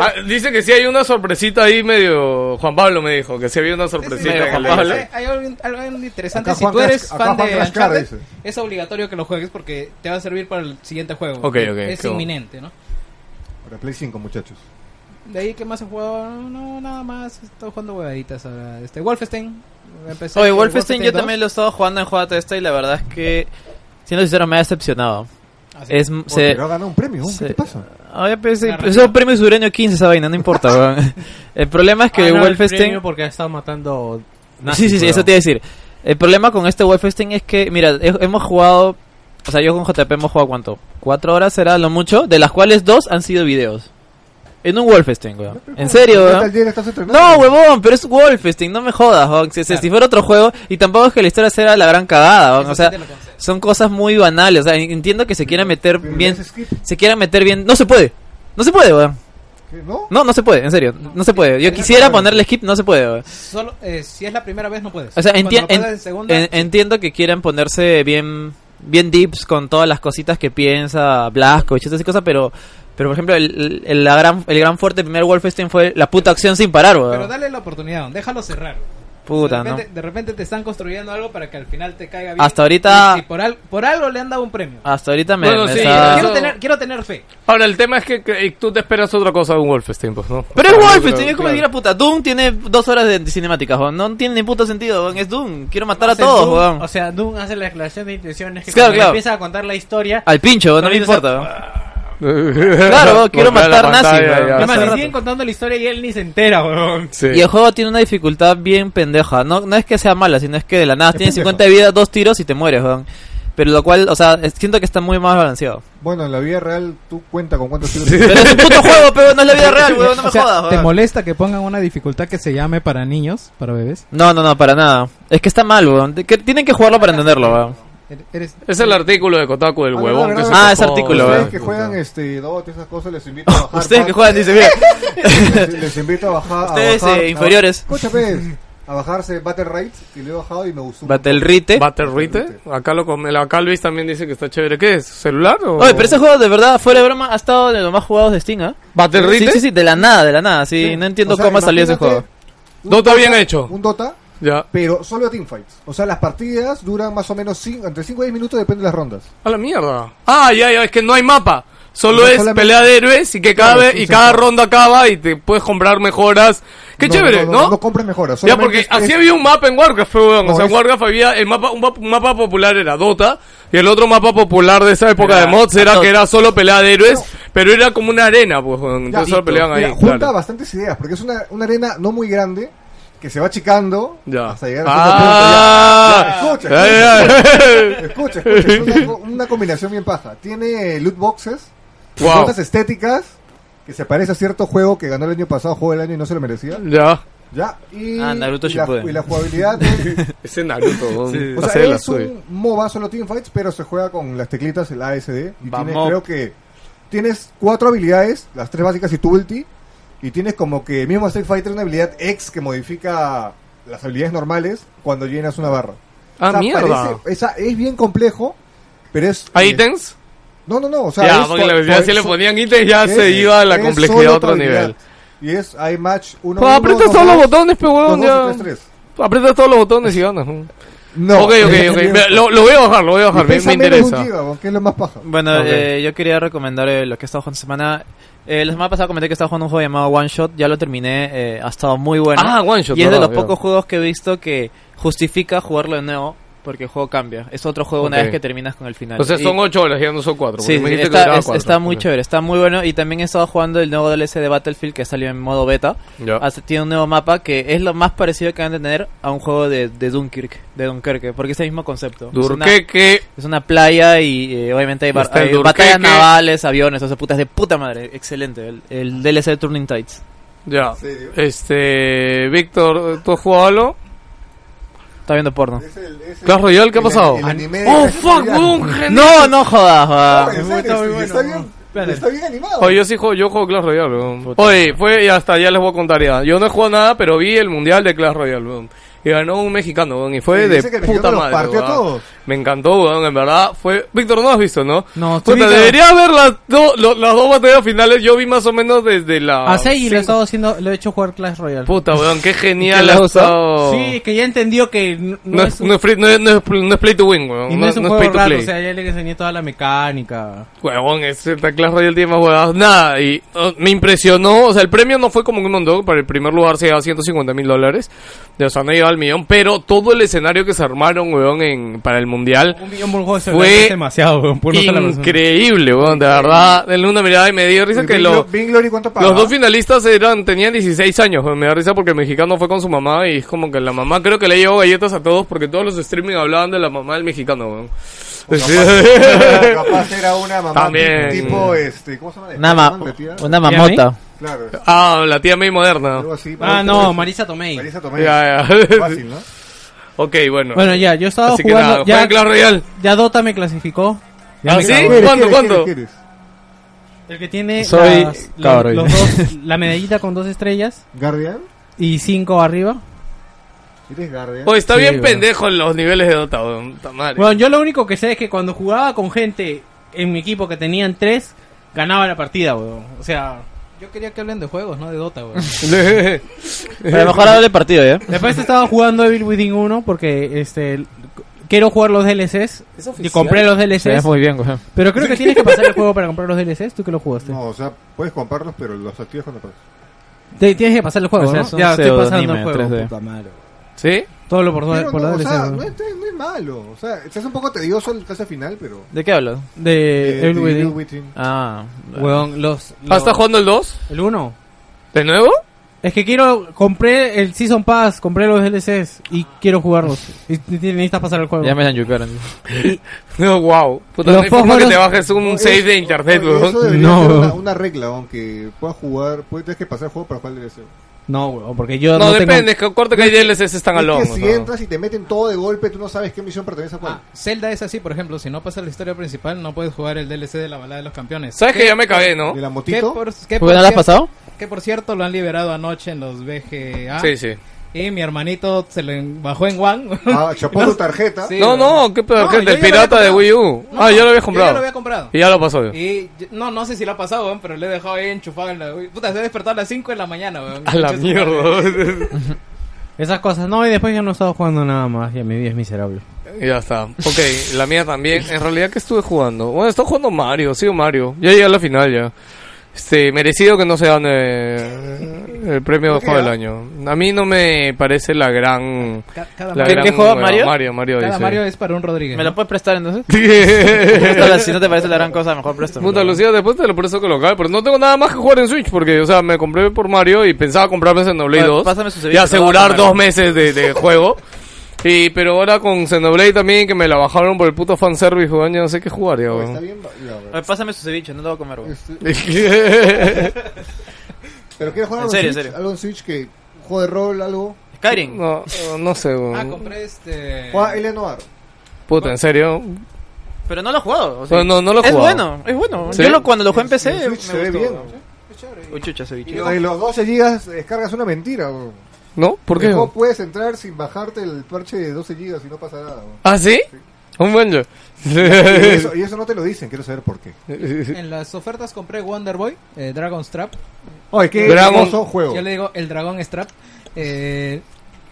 S1: Ah, dice que sí hay una sorpresita ahí medio. Juan Pablo me dijo que sí ¿eh? había una sorpresita.
S2: Medio
S1: que
S2: Juan
S1: le-
S2: Pablo.
S4: Hay, hay algo, algo interesante.
S3: Acá
S4: si
S3: Juan
S4: tú
S3: Crash-
S4: eres
S3: acá Juan
S4: fan de
S3: Crash Car
S4: Uncharted,
S3: dice.
S4: es obligatorio que lo juegues porque te va a servir para el siguiente juego.
S1: Ok, ok,
S4: es
S1: qué bueno.
S4: inminente, ¿no?
S3: Para Play 5, muchachos.
S4: De ahí, ¿qué más he jugado? No, nada más. Estoy jugando huevaditas ahora. Este, Wolfenstein. Empecé
S2: Oye,
S4: el
S2: Wolfenstein yo
S4: 2.
S2: también lo he estado jugando en jugada esta y la verdad es que, siendo sincero, me ha decepcionado.
S4: Ah, sí.
S2: Es,
S3: Oye,
S2: se,
S3: Pero ha ganado un premio, ¿qué
S2: se-
S3: te pasa?
S2: Ah, ya pensé-
S4: Narrativa.
S2: es un premio sureño 15 esa vaina, no importa, weón. El problema es
S1: Ah,
S2: que
S6: Ganó el
S2: Wolfenstein...
S6: premio porque ha estado matando.
S2: sí, sí, sí, eso te iba a decir. El problema con este Wolfenstein es que, mira, he- hemos jugado... O sea, yo con JP hemos jugado cuánto? Cuatro horas será lo mucho, de las cuales dos han sido videos. En un Wolfenstein, weón. En serio,
S3: ¿Qué tal
S2: weón.
S3: día que estás entrenando?
S2: No, huevón, pero es Wolfenstein, no me jodas, weón. Si, si- si fuera otro juego, y tampoco es que la historia sea la gran cagada, weón.
S4: Eso
S2: O
S4: sí
S2: sea,
S4: te lo concedo.
S2: son cosas muy banales. O sea, entiendo que se quiera meter
S3: Pero
S2: bien.
S3: ese script,
S2: Se quiera meter bien. No se puede. No se puede, weón.
S3: ¿qué? ¿No?
S2: No, no se puede, en serio. No se puede. Yo quisiera ponerle skip, no se puede, weón.
S4: Solo, eh, si es la primera vez, no puedes.
S2: O sea,
S4: Cuando
S2: enti-
S4: lo pasas
S2: en-
S4: en segunda,
S2: en- entiendo que quieran ponerse bien bien deeps con todas las cositas que piensa Blasco y esas cosas, pero pero por ejemplo, el, el- la gran, el gran fuerte del primer Wolfenstein fue la puta acción sin parar,
S4: pero
S2: weón.
S4: dale la oportunidad, déjalo cerrar.
S2: Puta,
S4: de,
S2: ¿no?
S4: repente, de repente te están construyendo algo para que al final te caiga bien.
S2: Hasta ahorita-
S4: Y, y por, al- por algo le han dado un premio.
S2: Hasta ahorita me,
S1: Bueno,
S2: me
S1: sí,
S2: está-
S1: eso-
S4: quiero, tener, quiero tener fe.
S1: Ahora, el tema es que, que- y tú te esperas otra cosa de un Wolfenstein, pues, ¿no? O
S2: Pero
S1: sea,
S2: es
S1: yo
S2: Wolfenstein,
S1: creo-
S2: es como
S1: claro.
S2: decir, puta, Doom tiene dos horas de cinemáticas, weón. No tiene ni puto sentido, weón. Es Doom. Quiero matar a
S6: Hace
S2: todos,
S6: Doom,
S2: weón.
S6: O sea, Doom hace la declaración de intenciones que
S2: Claro,
S6: cuando
S2: claro.
S6: empieza a contar la historia.
S2: Al pincho, weón, no me
S6: Solamente
S2: importa,
S6: se-
S2: weón. Claro,
S1: Golpea
S2: quiero
S1: la
S2: matar nazis,
S1: pantalla
S2: weón.
S1: y
S6: Además,
S1: hasta
S6: le
S1: rato.
S6: siguen contando la historia y él ni se entera, weón.
S1: Sí.
S2: Y el juego tiene una dificultad bien pendeja. No, no es que sea mala, sino es que de la nada
S3: Es
S2: tienes
S3: pendeja.
S2: 50 de vida, dos tiros y te mueres, weón. Pero lo cual, o sea, es- siento que está muy mal balanceado.
S3: Bueno, en la vida real tú cuenta con cuántos tiros
S2: Pero es un puto juego, pero no es la vida real, weón, no me
S4: Eh, O sea,
S2: jodas,
S4: ¿Te
S2: weón.
S4: molesta que pongan una dificultad que se llame para niños, para bebés?
S2: No, no, no, para nada. Es que está mal, weón. Te- que- Tienen que jugarlo para entenderlo, weón.
S4: Eres- Er, Eres,
S1: Es el artículo de Kotaku del
S3: Ah,
S1: huevón
S3: no,
S1: que
S3: no,
S1: se
S3: no,
S2: Ah, ese
S1: tocó,
S2: artículo,
S1: güey.
S3: Ustedes que juegan este Dota y esas cosas les invito a bajar.
S2: Ustedes
S3: pa-
S2: que juegan, dice, mira.
S3: les, les invito a bajar.
S2: Ustedes,
S3: a bajar,
S2: eh, inferiores.
S3: A, escucha, pues, a bajarse Battle Rights que lo he bajado y me gustó. un
S2: Battle
S3: montón.
S2: Rite.
S1: Battle Rite. ¿Eh? Acá, lo com- acá Luis también dice que está chévere. ¿Qué es? ¿Celular o...?
S2: Oye, pero ese juego de verdad, fuera de broma, ha estado de los más jugados de Steam, ¿ah?
S1: ¿Battle
S2: Sí,
S1: Rite?
S2: sí, sí, de la nada, de la nada, sí. No entiendo
S3: O sea,
S2: cómo salió ese
S3: imagínate
S2: juego.
S3: un
S1: Dota bien hecho.
S3: Un Dota,
S1: Ya.
S3: pero solo a teamfights. O sea, las partidas duran más o menos cin- entre 5 y 10 minutos, depende de las rondas.
S1: A la mierda. Ah, ya, ya, es que no hay mapa. Solo
S3: No,
S1: es
S3: solamente-
S1: pelea de héroes y que cada,
S3: Claro,
S1: vez-
S3: sí,
S1: y
S3: sí,
S1: cada
S3: sí.
S1: ronda acaba y te puedes comprar mejoras. Qué chévere, ¿no?
S3: No, compres mejoras.
S1: Ya,
S3: solamente
S1: porque
S3: es-
S1: así
S3: es-
S1: había un mapa en Warcraft, fue, weón. o
S3: No,
S1: sea, en
S3: es-
S1: Warcraft había el mapa, un, mapa, un mapa popular era Dota y el otro mapa popular de esa época
S2: Era
S1: de mods era
S2: Dota.
S1: que era solo pelea de héroes, pero era como una arena, pues, weón. entonces solo peleaban ahí.
S3: Mira, junta
S1: claro.
S3: bastantes ideas, porque es una, una arena no muy grande que se va achicando
S1: Ya.
S3: hasta llegar
S1: Ah.
S3: a cierto punto.
S1: Ay,
S3: Ya,
S1: ay,
S3: Escucha,
S1: ay.
S3: escucha, escucha, es una, co- una combinación bien paja. Tiene loot boxes,
S1: Wow.
S3: cosas estéticas, que se parece a cierto juego que ganó el año pasado, juego del año y no se lo merecía.
S1: Ya.
S3: Ya, y,
S2: Ah, Naruto
S3: y, la,
S2: Shippuden.
S3: y la jugabilidad. es-
S1: Ese Naruto, weón.
S3: o sea,
S1: Hace la
S3: es
S1: suya.
S3: un MOBA solo Teamfights, pero se juega con las teclitas, el ASD. Y
S2: Vamos.
S3: tienes, creo que tienes cuatro habilidades, las tres básicas y tu ulti. Y tienes como que mismo Street Fighter una habilidad X que modifica las habilidades normales cuando llenas una barra.
S1: Ah, mierda.
S3: parece- esa, es bien complejo, pero es.
S1: ¿Hay
S3: eh,
S1: ítems?
S3: No, no, no. O sea,
S1: ya,
S3: es
S1: porque
S3: por-
S1: la verdad,
S3: por-
S1: si le
S3: so-
S1: ponían ítems ya
S3: es-
S1: se iba a la
S3: es
S1: complejidad a
S3: solo
S1: otro
S3: tu habilidad.
S1: nivel.
S3: Y es, hay match uno.
S1: Pues
S3: uno,
S1: aprieta
S3: dos,
S1: todos los
S3: dos,
S1: botones, pe,
S3: dos,
S1: weón,
S3: dos,
S1: ya.
S3: tres, tres.
S1: Aprieta todos los botones y ganas. ¿no?
S3: No,
S1: ok, ok,
S3: es
S1: ok.
S3: bien-
S1: Mira, Lo, lo voy a bajar, lo voy a bajar,
S3: y
S1: me,
S3: pesa
S1: me
S3: menos de un
S1: interesa.
S3: giga, weón, que es lo más paja.
S2: Bueno,
S1: Ok.
S2: eh, yo quería recomendar eh, lo que he estado jugando esta semana. Eh, la semana pasada comenté que estaba jugando un juego llamado One Shot, ya lo terminé, eh, ha estado muy bueno.
S1: Ah, One Shot,
S2: Y es de
S1: verdad,
S2: los
S1: verdad.
S2: pocos juegos que he visto que justifica jugarlo de nuevo. porque el juego cambia. Es otro juego una
S1: Ok.
S2: vez que terminas con el final.
S1: O sea, son
S2: Y-
S1: 8 horas, ya no son 4.
S2: Sí, sí, está, es- está muy chévere, está muy bueno. Y también he estado jugando el nuevo DLC de Battlefield que salió en modo beta.
S1: Ya.
S2: Hace- tiene un nuevo mapa que es lo más parecido que van a tener a un juego de, de Dunkirk, de Dunkerque, porque es el mismo concepto. Es una-
S1: Durqueque.
S2: Es una playa y eh, obviamente hay, bar-
S1: Está el
S2: hay
S1: Durqueque.
S2: batallas navales, aviones, o sea, putas de puta madre. Excelente. El, el DLC de Turning Tides.
S1: Ya.
S3: serio?
S1: Este. Víctor, ¿tú has jugado algo?
S2: Está viendo porno.
S3: Es el- es el-
S1: Clash Royale, ¿qué ha
S3: el-
S1: pasado?
S3: el anime-
S1: ¡Oh,
S3: el
S1: fuck,
S3: anime-
S1: weón! gen-
S2: No, no jodas. jodas.
S3: Ah, en serio,
S5: Está muy bueno.
S3: Está bien, está bien animado.
S1: Oye, yo sí juego, yo juego Clash Royale, weón. Oye, fue y hasta ya les voy a contar ya. Yo no he jugado nada, pero vi el mundial de Clash Royale, weón. Y ganó un mexicano, weón. Y fue
S3: Y
S1: de
S3: dice que el
S1: puta
S3: mexicano los
S1: madre.
S3: partió a
S1: weón.
S3: todos.
S1: Me encantó, weón. En verdad, fue. Víctor, no has visto, ¿no?
S5: No, sí,
S6: Pues
S1: Puta,
S5: Víctor.
S1: debería ver las, do- lo- las dos batallas finales. Yo vi más o menos desde la.
S4: Ah,
S6: Ah,
S5: A Sei lo he estado haciendo, lo he hecho jugar Clash Royale.
S1: Puta, weón, qué
S2: ¿Qué
S1: genial
S2: le
S1: ha
S2: ha
S1: estado.
S6: Sí, que ya entendió que n- no,
S1: No es, no, es free- no es- no es- no es play to win, weón.
S6: y no, es un
S1: no
S6: juego
S1: pay to
S6: raro,
S1: play.
S6: o sea, ya le enseñé toda la mecánica.
S1: Huevón, es el Clash Royale tiene más huevadas. Nada, y oh, me impresionó. O sea, el premio no fue como un montón. Para el primer lugar se llevaba 150 mil dólares. O sea, no llegaba al millón. Pero todo el escenario que se armaron, huevón, en, para el mundial.
S6: Un millón por juego de
S1: Fue
S6: celular es demasiado, weón, por una sola persona.
S1: Increíble, huevón. De verdad, denle una mirada y me dio risa
S3: ¿Y
S1: que
S3: Bing
S1: lo.
S3: Glo- Bing Glory cuánto paga?
S1: Los dos finalistas eran tenían 16 años, weón. me da risa porque el mexicano fue con su mamá y es como que la mamá creo que le llevó galletas a todos porque todos los streaming hablaban de la mamá del mexicano. weón.
S3: Pues Capaz era una mamá
S1: También.
S3: tipo este, ¿cómo se llama?
S2: Una, ma-
S3: ¿Cómo se llama?
S2: una mamota.
S3: Claro,
S1: ah, la tía May moderna.
S3: algo así.
S6: Ah, no, Marisa Tomei.
S3: Marisa Tomei.
S1: Ya, Ah, ya.
S3: Fácil, ¿no?
S1: ok, bueno.
S6: Bueno, ya, yo estaba
S1: Así que
S6: jugando.
S1: nada,
S6: ya,
S1: juegan Clash Royale.
S6: ya Dota me clasificó. Ya
S1: ¿Ah,
S6: me
S1: sí?
S6: cagó.
S1: ¿Cuándo, cuándo?
S3: quieres?
S6: El que tiene
S2: Soy
S6: las- los-
S2: cabrón.
S6: los dos- la medallita con dos estrellas
S3: ¿Guardian?
S6: y cinco arriba.
S3: ¿Eres Guardian?
S1: Oye, está
S6: Sí,
S1: bien
S6: weón.
S1: pendejo en los niveles de Dota, weón. Puta madre.
S6: Bueno, yo lo único que sé es que cuando jugaba con gente en mi equipo que tenían tres, ganaba la partida, weón. O sea,
S4: Yo quería que hablen de juegos, no de Dota, weón.
S2: Pero a lo mejor a doble partido, ¿eh?
S6: después estaba jugando Evil Within 1 porque este l- quiero jugar los DLCs. Y compré los
S2: Se ve
S6: DLCs.
S2: muy bien, güey.
S6: Pero creo que tienes que pasar el juego para comprar los DLCs. ¿Tú que lo jugaste?
S3: No, o sea, puedes comprarlos, pero los activas cuando pasas.
S6: Te- tienes que pasar el juego,
S2: O Pues sea,
S6: ¿no?
S2: es un
S6: Ya estoy pasando
S2: pseudonime
S6: el juego.
S2: 3D.
S6: puta madre.
S1: ¿Sí?
S6: Todo lo por,
S3: Pero
S6: por
S3: no,
S6: los
S3: o
S6: DLCs.
S3: sea,
S6: weón.
S3: no es, no es malo. O sea, es un poco tedioso el casi final, pero...
S2: ¿De qué hablas?
S6: De
S3: Eh,
S6: Evil
S3: The
S6: Within.
S3: Evil Within.
S2: Ah,
S6: Weón, los,
S1: ¿Ah, ¿Estás
S6: los-
S1: jugando el 2?
S6: el 1.
S1: ¿De nuevo?
S6: Es que quiero, compré el Season Pass, compré los DLCs y quiero jugarlos. Y te- te- necesitas pasar el juego.
S2: ya me la yucaron.
S1: No, wow. Puta,
S6: Los
S1: no hay forma que
S6: fósforos-
S1: te bajes un save de internet,
S3: Oye,
S1: weón.
S3: Eso debería
S6: No,
S3: ser una,
S6: weón.
S3: una regla, aunque puedas jugar, puedes, tienes que pasar el juego para jugar el DLC.
S6: No, weón, porque yo no,
S1: No,
S6: tengo-
S1: depende, es que acuérdate que hay DLCs están al
S3: Es que
S1: long.
S3: si entras y te meten todo de golpe, tú no sabes qué misión pertenece a cuál.
S4: Ah, Zelda es así, por ejemplo, si no pasas la historia principal, no puedes jugar el DLC de la balada de los campeones.
S1: ¿Sabes que ya me cagué, no?
S3: ¿De la
S4: Que
S3: motito?
S4: Ah, por, que
S2: ¿Por qué no la has
S4: cier-
S2: pasado?
S4: Que por cierto lo han liberado anoche en los BGA.
S1: Sí, sí.
S4: Y mi hermanito se le bajó en One.
S3: Ah, chapó tu tarjeta.
S4: Sí,
S1: no,
S4: weón.
S1: no, qué pedo,
S4: No,
S1: que
S4: yo
S1: del
S4: ya lo
S1: pirata de
S4: había
S1: Wii U. ah, yo lo había
S4: Yo ya
S1: comprado.
S4: lo había comprado.
S1: Y ya lo pasó. yo.
S4: Y yo- no, no sé si lo ha pasado, weón, pero lo he dejado ahí enchufado en la... Puta, se ha despertado a las 5 de la mañana, weón.
S1: A la
S4: Pinche
S1: mierda. weón.
S6: esas cosas. No, y después ya no he estado jugando nada más. Ya mi vida es miserable.
S1: Ya está. Ok, la mía también. En realidad, ¿qué estuve jugando? Bueno, estoy jugando Mario, sigo Mario. Ya llegué a la final ya. Este, merecido que no se gane el premio de juego
S4: ah?
S1: del año. A mí no me parece la gran...
S4: Ca- Cada,
S1: La
S2: ¿Qué-
S1: gran
S2: qué juega
S1: bueno,
S2: Mario?
S1: Mario, Mario
S4: cada
S1: dice.
S4: Mario es para un Rodríguez.
S2: ¿Me la
S4: ¿no?
S2: puedes prestar entonces? Préstala, si no te parece la gran cosa, mejor préstame.
S1: Puta Lucía, después te lo presto colocar, pero no tengo nada más que jugar en Switch, porque, o sea, me compré por Mario y pensaba comprarme Xenoblade
S2: Pa-
S1: 2
S2: pásame su
S1: y
S2: ceviche,
S1: asegurar
S2: no, no, no.
S1: dos meses de, de juego. Y, pero ahora con Xenoblade también, que me la bajaron por el puto fanservice, weón, ya no sé qué jugar, ya,
S3: Oh,
S1: weón.
S3: Está bien, ya, weón.
S2: A ver, Pásame su ceviche, no lo voy a comer, güey.
S3: Este,
S1: no,
S3: Pero quiero jugar
S2: En
S3: algo
S2: serio,
S3: Switch,
S2: en serio.
S3: algo en Switch que juego de rol, algo.
S2: Skyrim.
S1: no sé,
S4: Ah,
S1: weón.
S4: compré este...
S3: Juega Eleanor.
S1: Puta, en serio.
S2: Pero no lo he jugado. o
S1: Pues No, no, no lo he
S2: es
S1: jugado.
S2: bueno, es bueno.
S1: ¿Sí?
S2: Yo lo, cuando lo jugué en
S3: En
S2: PC.
S3: Switch se ve bien.
S2: Uy, chucha, ceviche.
S3: De los 12 gigas descargas una mentira, weón.
S1: ¿No? ¿Por
S3: El
S1: qué?
S3: juego puedes entrar sin bajarte el parche de 12 gigas y no pasa nada, weón.
S1: ¿Ah, sí? Un buen yo.
S3: Y eso, y eso no te lo dicen, quiero saber por qué.
S4: En las ofertas compré Wonder Boy, eh, Dragon's Trap.
S3: Oye, qué
S1: Dragon-
S3: hermoso juego.
S4: Yo le digo el Dragón Strap. Eh,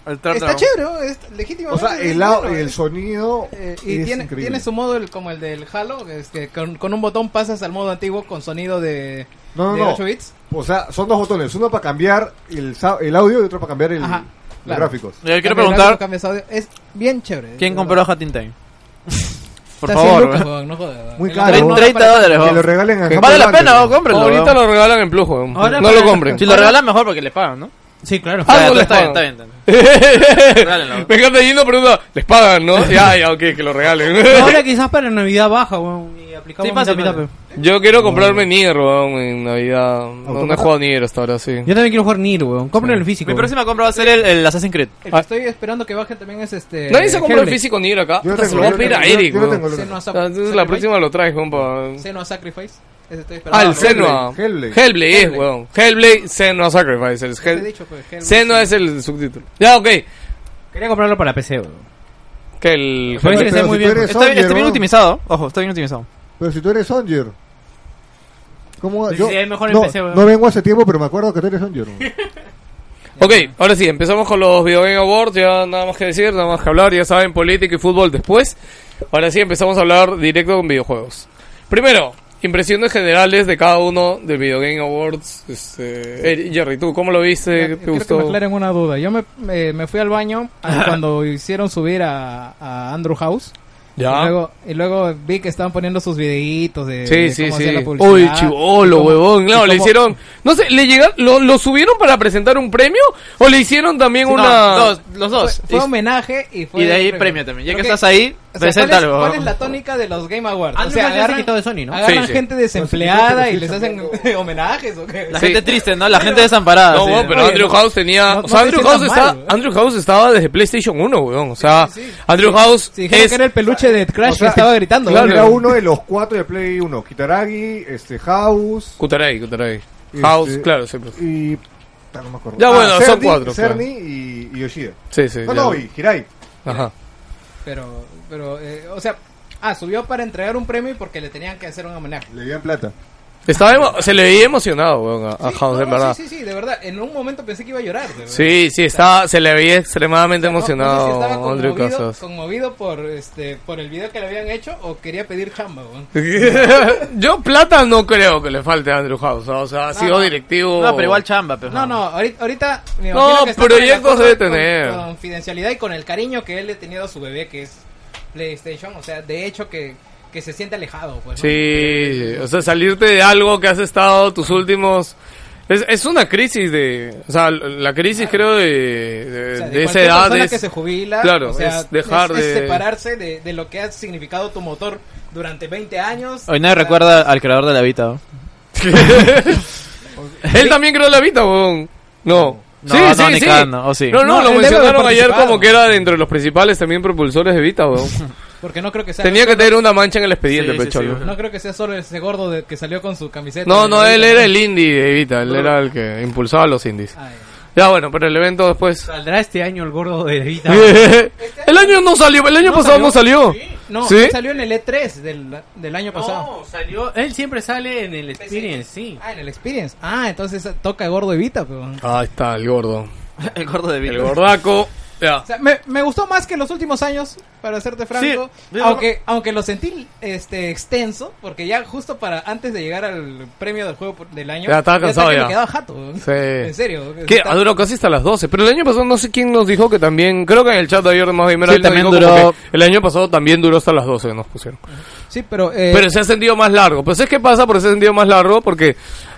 S2: El Trap
S4: está
S2: Dragon.
S4: chévere, ¿no? es legítimo.
S3: O sea, el, lado- el sonido
S4: Eh, y
S3: es
S4: tiene,
S3: increíble.
S4: tiene su modo el- como el del Halo, que es que con, con un botón pasas al modo antiguo con sonido de,
S3: No, no,
S4: de
S3: no.
S4: 8 bits.
S3: O sea, son dos botones, uno para cambiar el, sa- el audio y otro para cambiar el,
S4: Ajá,
S3: los
S4: claro.
S3: gráficos.
S2: Yo quiero
S4: Cambias gráfico,
S2: preguntar,
S4: cambias audio. Es
S5: bien chévere.
S2: ¿Quién
S5: de
S2: compró
S5: verdad.
S2: a Hat in Time? Por
S5: Está cien
S2: favor,
S5: lucas,
S2: weón.
S4: Huevón, Ah, no jodas.
S3: Muy
S4: El
S3: caro.
S4: otro-
S2: Tre- 30 dólares,
S3: Que
S2: weón.
S3: lo regalen a
S2: Vale la
S3: Japón
S2: pena, weón,
S3: Banco.
S2: cómprelo.
S1: Ahorita
S2: weón.
S1: lo regalan en plus, weón.
S6: Ahora
S1: No
S6: para-
S1: lo compren.
S2: Si lo regalan mejor porque les pagan, ¿no?
S6: Sí, claro.
S2: Ah,
S1: Algo
S2: ya,
S1: les
S2: está, bien, está
S1: pagan.
S2: bien, está bien. Regálenlo.
S1: Me encanta Gino pregunta, ¿les pagan, no? Ya, ya, ok, que lo regalen.
S6: Ahora quizás para Navidad baja, weón. Y aplicamos
S2: Sí, pasa,
S6: mitad,
S2: pasa.
S6: pe.
S1: Yo quiero comprarme Nier, weón, en Navidad. No, no he jugado Nier hasta ahora, sí.
S6: Yo también quiero jugar Nier, weón. Compren el físico.
S2: Mi
S6: weón.
S2: próxima compra va a ser el, el Assassin's Creed.
S4: El que estoy esperando que baje también es este.
S1: Ah. Nadie se compró el
S4: Hellblade.
S1: físico Nier acá.
S3: Yo tengo,
S1: Puta, Se lo voy a
S3: yo
S1: pedir
S3: tengo,
S1: a
S3: yo-
S1: Eric,
S3: yo
S1: weón.
S3: tengo el-
S4: Senua Sa-
S1: Entonces la
S4: Sacrifice.
S1: próxima lo traes, compa.
S4: Senua Sacrifice. Ese estoy
S1: Ah,
S4: esperando.
S1: el Senua.
S3: Hellblade.
S1: Hellblade. es, weón. Hellblade, Senua Sacrifice. El
S4: Te he
S1: Hell-
S4: dicho, pues, Hellblade.
S1: Senua es eh, el subtítulo. Ya, ok.
S6: Quería comprarlo para PC, weón.
S1: Que el...
S6: Pero
S3: Pero
S6: que esté
S3: si
S6: muy
S3: tú
S6: bien.
S3: eres
S2: Está bien,
S3: Sonyer,
S2: está bien
S3: weón.
S2: optimizado. Ojo, está bien optimizado.
S3: Pero si tú eres Sonjer. ¿Cómo
S6: Sí, sí, es mejor en
S3: no,
S6: PC, weón.
S3: no vengo hace tiempo, pero me acuerdo que tú eres Sonjer.
S1: Ok, ahora sí, empezamos con los Video Game Awards, ya nada más que decir, nada más que hablar, ya saben, política y fútbol después. Ahora sí, empezamos a hablar directo con videojuegos. Primero, impresiones generales de cada uno del Video Game Awards. Este, Eri- Jerry, ¿tú cómo lo
S4: Ya,
S1: viste? ¿Te
S4: quiero que me
S1: gustó?
S4: aclaren una duda. Yo me, eh, me, me fui al baño cuando hicieron subir a, a Andrew House. Y
S1: ¿Ya?
S4: luego, y luego vi que estaban poniendo sus videitos de,
S1: Sí,
S4: de
S1: sí,
S4: cómo
S1: sí.
S4: hacía la publicidad.
S1: Uy, chivolo,
S4: Y cómo-
S1: huevón.
S4: y
S1: Claro, le
S4: cómo-
S1: hicieron... No sé, ¿le llegaron, lo, lo subieron para presentar un premio? ¿O le hicieron también
S2: No,
S1: una...?
S2: dos, los dos.
S4: Fue homenaje y fue.
S2: y de ahí premio, también. Ya que estás ahí, presenta
S4: ¿cuál, es,
S2: algo.
S4: cuál es la tónica de los Game Awards?
S6: Andrew
S4: o sea,
S6: House es el
S4: agarran,
S6: quitado de Sony, ¿no?
S4: agarran
S1: Sí, sí.
S4: gente desempleada y les hacen homenajes o qué.
S2: La
S1: Sí.
S2: gente triste, ¿no? La gente desamparada.
S1: No,
S2: sí.
S1: weón, pero
S4: Oye,
S1: Andrew
S4: no-
S1: House tenía.
S4: no-
S1: o sea,
S4: no te
S1: Andrew
S4: sientas
S1: House, está,
S4: mal, weón.
S1: Andrew House estaba desde PlayStation 1, weón. O sea,
S4: Sí, sí, sí.
S1: Andrew House
S4: Sí, dijeron
S1: es.
S4: que era el peluche de Crash
S3: o sea,
S4: que estaba gritando.
S1: claro.
S4: ¿no?
S3: Era uno de los cuatro de Play 1. Kitaragi, este, House.
S1: Kutaragi, Kutaragi.
S3: Este-
S1: House, claro, pues. siempre.
S3: Y. puta, No me acuerdo. Ah,
S1: Ya, bueno, son cuatro,
S3: Cerny y, y Yoshida.
S1: Sí, sí.
S3: No,
S1: ya.
S3: no, y Hirai.
S1: Ajá.
S4: Pero, pero eh, o sea, ah, subió para entregar un premio y porque le tenían que hacer un homenaje.
S3: Le dieron plata.
S1: Estaba emo- se le veía emocionado, weón, a, a
S4: Sí,
S1: House,
S4: no,
S1: en
S4: no,
S1: verdad. Sí,
S4: Sí, sí, sí, de verdad. En un momento pensé que iba a llorar. de verdad.
S1: sí, estaba, se le veía extremadamente
S4: No, no sé si
S1: emocionado
S4: estaba
S1: Andrew
S4: conmovido,
S1: Casas.
S4: conmovido por, este, por el video que le habían hecho o quería pedir jamba, weón.
S1: Yo plata no creo que le falte a Andrew House. O sea, ha sido
S4: no.
S1: directivo.
S2: No, pero igual chamba, pero.
S4: No, no, ahorita, ahorita me
S1: No,
S4: imagino que está con el
S1: proyectos
S4: acuerdo
S1: debe
S4: con-
S1: tener.
S4: Con, confidencialidad y con el cariño que él le ha tenido a su bebé, que es PlayStation. O sea, de hecho que, que se siente alejado, pues. ¿no?
S1: Sí, o sea, salirte de algo que has estado tus últimos... Es, es una crisis de... O sea, la crisis creo de, de,
S4: O sea,
S1: de
S4: de
S1: esa
S4: cualquier
S1: edad
S4: persona
S1: es...
S4: que se jubila,
S1: claro,
S4: o sea,
S1: es dejar
S4: es- es
S1: de-
S4: separarse de, de lo que ha significado tu motor durante 20 años.
S2: Hoy nadie
S4: O sea,
S2: recuerda al creador de la Vita. ¿no?
S1: Él también creó la vida, huevón. No.
S2: No, no, ni cagando, o sí.
S1: No, no,
S4: No,
S1: lo
S4: él debe haber
S1: mencionaron ayer
S4: participado.
S1: como que era de entre los principales también propulsores de Vita, huevón.
S4: Porque no creo que sea
S1: Tenía que tener una mancha en el expediente, pues,
S2: Sí, sí,
S1: pecholo.
S2: sí,
S4: No creo que sea solo ese gordo de- que salió con su camiseta.
S1: no, no, él era
S4: el
S1: el indie de Vita, él era el que impulsaba los indies. Ya, bueno, pero el evento después...
S6: Saldrá este año el gordo de Vita.
S1: el año no salió, el año pasado no pues, salió.
S4: No,
S1: ¿Sí?
S4: él salió en el E3 del, del año pasado.
S6: No, salió. Él siempre sale en el Experience, sí.
S4: Ah, en el Experience. Ah, entonces eh, toca gordo Evita, pero... O
S1: Ahí está, el gordo.
S2: El gordo de Vita.
S1: El gordaco. Ya.
S4: sea, me, me gustó más que los últimos años, para serte franco.
S2: Sí.
S4: aunque, aunque lo sentí este extenso, porque ya justo para antes de llegar al premio del juego por- del año.
S1: Ya estaba cansado
S4: sabía que
S1: ya.
S4: Me quedaba jato. weón.
S1: Sí.
S4: En serio.
S1: Que
S4: Está-
S1: ha durado Ah, casi hasta las 12. Pero el año pasado no sé quién nos dijo que también. Creo que en el chat de ayer de más Gamer
S2: Sí,
S1: alguien
S2: también
S1: dijo como
S2: duró-
S1: que El año pasado también duró hasta las 12 que nos pusieron.
S4: Sí, pero. eh,
S1: Pero se ha sentido más largo. Pues es que pasa por ese sentido más largo porque.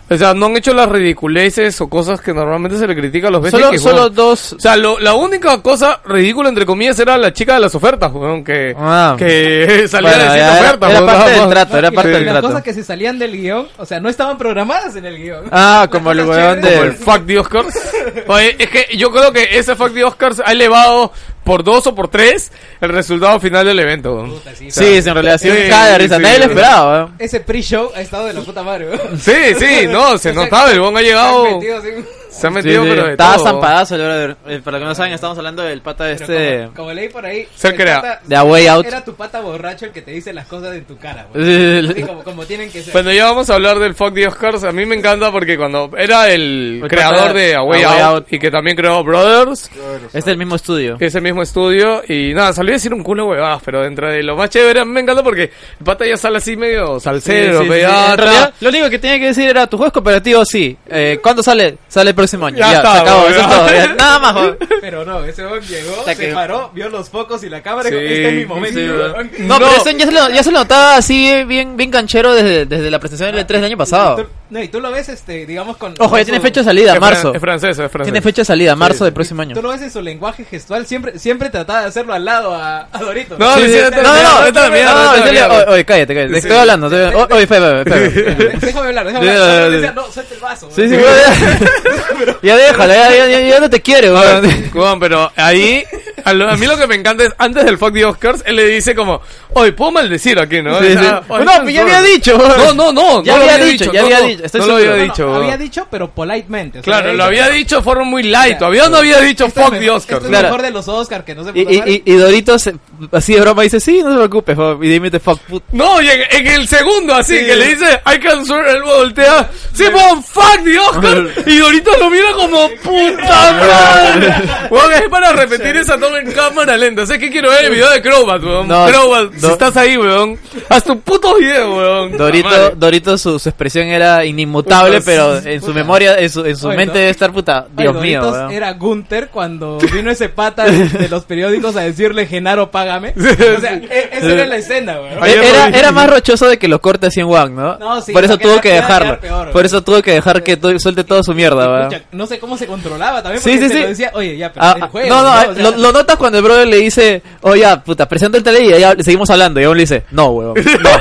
S1: O sea, no han hecho las ridiculeces o cosas que normalmente se le critica a los BTX.
S2: Solo,
S1: weón.
S2: solo dos.
S1: O sea, lo- la única cosa ridícula, entre comillas, era la chica de las ofertas, weón, que,
S2: Ah.
S1: que salía
S2: Bueno,
S1: a decir
S2: ya era-
S1: ofertas.
S2: era
S1: weón,
S2: parte
S1: nada
S2: del
S1: más.
S2: trato, era
S4: y
S2: parte
S4: la-
S2: del
S4: las
S2: trato.
S4: cosas que se salían del guión, o sea, no estaban programadas en el guión.
S2: Ah, como el
S4: Las
S2: weón
S4: chéveres.
S1: Como
S2: de.
S1: el fuck the Oscars. Oye, es que yo creo que ese fuck the Oscars ha elevado por dos o por tres el resultado final del evento. weón.
S4: Puta, sí,
S2: Sí, en realidad sí,
S1: Sí,
S2: me cae de risa.
S1: sí.
S2: Nadie lo esperaba, ¿eh? weón.
S4: Ese pre-show ha estado de la puta madre, weón.
S1: Sí, sí, no, se
S4: O sea,
S1: notaba, el bon ha llegado.
S4: Se han metido así,
S1: Se ha
S2: Sí,
S1: metido,
S2: sí,
S1: pero de
S2: Estaba
S1: todo.
S2: zampadazo el brother. Eh, Para los que no saben, estamos hablando del pata
S4: pero
S2: este.
S4: como, como leí por ahí,
S1: Se
S4: el
S1: crea.
S4: pata-
S2: De A Way Out.
S4: Era tu pata borracho el que te dice las cosas en tu cara, weón. Así
S2: El-
S4: como, como tienen que ser.
S1: Bueno, ya vamos a hablar del fuck the Oscars. A mí me encanta porque cuando era el
S2: Pues
S1: creador
S2: pasa-
S1: de A Way
S2: A Way
S1: Out,
S2: Out.
S1: y que también creó Brothers,
S2: Es del mismo estudio.
S1: que es el mismo estudio, y nada, salió a decir un culo de huevadas, pero dentro de lo más chévere, a mí me encanta porque el pata ya sale así medio
S2: Sí, sí,
S1: salsero,
S2: sí.
S1: pegata.
S2: En realidad, lo único que tenía que decir era: tu juego es cooperativo, sí. Eh, ¿Cuándo sale? Sale el próximo año.
S1: Ya
S2: Ya,
S1: está,
S2: se acabó,
S1: weón.
S2: eso es todo, ya. Nada más, weón.
S4: Pero no, ese weón llegó,
S2: sea
S4: se
S2: que-
S4: paró, vio los focos y la cámara y
S1: Sí,
S4: dijo, este es mi momento.
S1: sí,
S4: weón".
S2: No,
S1: No.
S2: pero ese ya se, lo, ya se lo notaba así eh, bien, bien canchero desde, desde la presentación del E3 del año
S4: Y
S2: pasado.
S4: tú- no, y tú lo ves, este, digamos, con...
S2: Ojo, ya
S4: con
S2: tiene
S4: su-
S2: fecha de salida,
S1: Es
S2: marzo.
S1: fran- Es francés, es francés.
S2: Tiene fecha de salida, marzo del próximo año.
S4: Tú lo ves en su lenguaje gestual, siempre, siempre trataba de hacerlo al lado a, a Dorito.
S1: No,
S2: Sí, sí,
S1: sí,
S2: No,
S1: sí, sí,
S2: no,
S1: sí, sí,
S2: no,
S1: sí,
S2: no,
S1: sí,
S2: no,
S1: sí,
S2: oye,
S1: sí,
S2: oye, oye, cállate, cállate. Estoy hablando, estoy hablando. Oye, oye, espera, espera, espera.
S4: Déjame hablar, déjame
S2: Sí,
S4: hablar.
S2: sí,
S4: Decía,
S2: sí.
S4: No, suelta el vaso.
S2: Sí, sí,
S4: weón".
S2: ya- ya déjalo, ya, ya, ya, ya no te quiere, weón.
S1: Weón, pero ahí, a, lo- a mí lo que me encanta es, antes del fuck the Oscars, él le dice como, oye, puedo maldecir aquí, ¿no?
S2: Sí,
S1: O
S2: sí.
S1: sea, "Ah, oye,
S2: No, pero ya había
S1: weón.
S2: dicho.
S1: No, no, no,
S2: Ya
S1: no lo
S2: había dicho, ya
S1: no,
S2: había
S1: no,
S2: dicho, estoy
S1: No lo
S2: seguro.
S1: había
S4: No, no,
S1: dicho,
S4: había
S1: weón.
S4: dicho, pero politemente. o sea,
S1: Claro,
S4: había
S1: lo
S4: dicho,
S1: había dicho de forma muy light,
S4: Ya.
S1: todavía no había dicho
S4: "Esto es
S1: fuck
S4: mejor-
S1: the
S4: esto es
S1: Oscars.
S2: Claro.
S4: mejor de los Oscars que no se
S2: Y,
S4: pudo
S2: y,
S4: dar".
S2: y, y Doritos, eh, así de broma, dice, sí, no te preocupes, weón, y dime, fuck, put.
S1: No, y en, en el segundo, así que le dice, I can swear, él voltea, sí, weón, fuck the Oscars, y Doritos lo mira como, puta madre. Weón, es para repetir esa toma en cámara lenta, o sea, que quiero ver el video de Crobat, weón.
S2: No,
S1: Crobat, si
S2: no.
S1: estás ahí, weón, haz tu puto video, weón.
S2: Dorito,
S1: Madre.
S2: Dorito su, su expresión era inimutable,
S1: Puta,
S2: pero
S1: sí,
S2: en su
S4: puta.
S2: memoria, en su, en su
S4: Oye,
S2: mente
S4: no.
S2: debe estar puta.
S4: Ay,
S2: Dios mío,
S4: Doritos
S2: weón.
S4: Era Gunther cuando vino ese pata de, de los periódicos a decirle Genaro, págame. O sea, e- esa era la escena, weón.
S1: Ay,
S2: Eh, Era,
S1: Ayer lo-
S2: era más rochoso de que lo corte así en Wang, ¿no?
S4: No, sí,
S2: Por eso
S4: va a quedar-
S2: tuvo que
S4: va a quedar
S2: dejarlo.
S4: peor,
S2: Por
S4: weón.
S2: eso tuvo que dejar que to- suelte toda su mierda, weón.
S4: Pucha, no sé cómo se controlaba también
S2: Sí,
S4: porque
S2: sí,
S4: se
S2: sí.
S4: lo decía, oye, ya, pero
S2: Ah,
S4: el
S2: ah,
S4: juego,
S2: no, no,
S4: ¿no?
S2: ah,
S4: O sea,
S2: lo, lo notas cuando el brother le dice, oh ya, puta, presenta el tele y ya seguimos hablando. Y aún le dice, no, weón. No,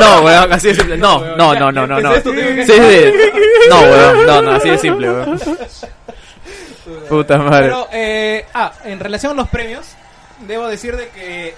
S2: no, weón, así de simple. No,
S4: weón,
S2: no,
S4: ya,
S2: no, no, no.
S4: empecé
S2: no.
S4: esto, tengo que-
S2: Sí, sí. No, weón, no, no, así de simple, weón. Puta madre.
S4: Pero, eh, ah, en relación a los premios, debo decir de que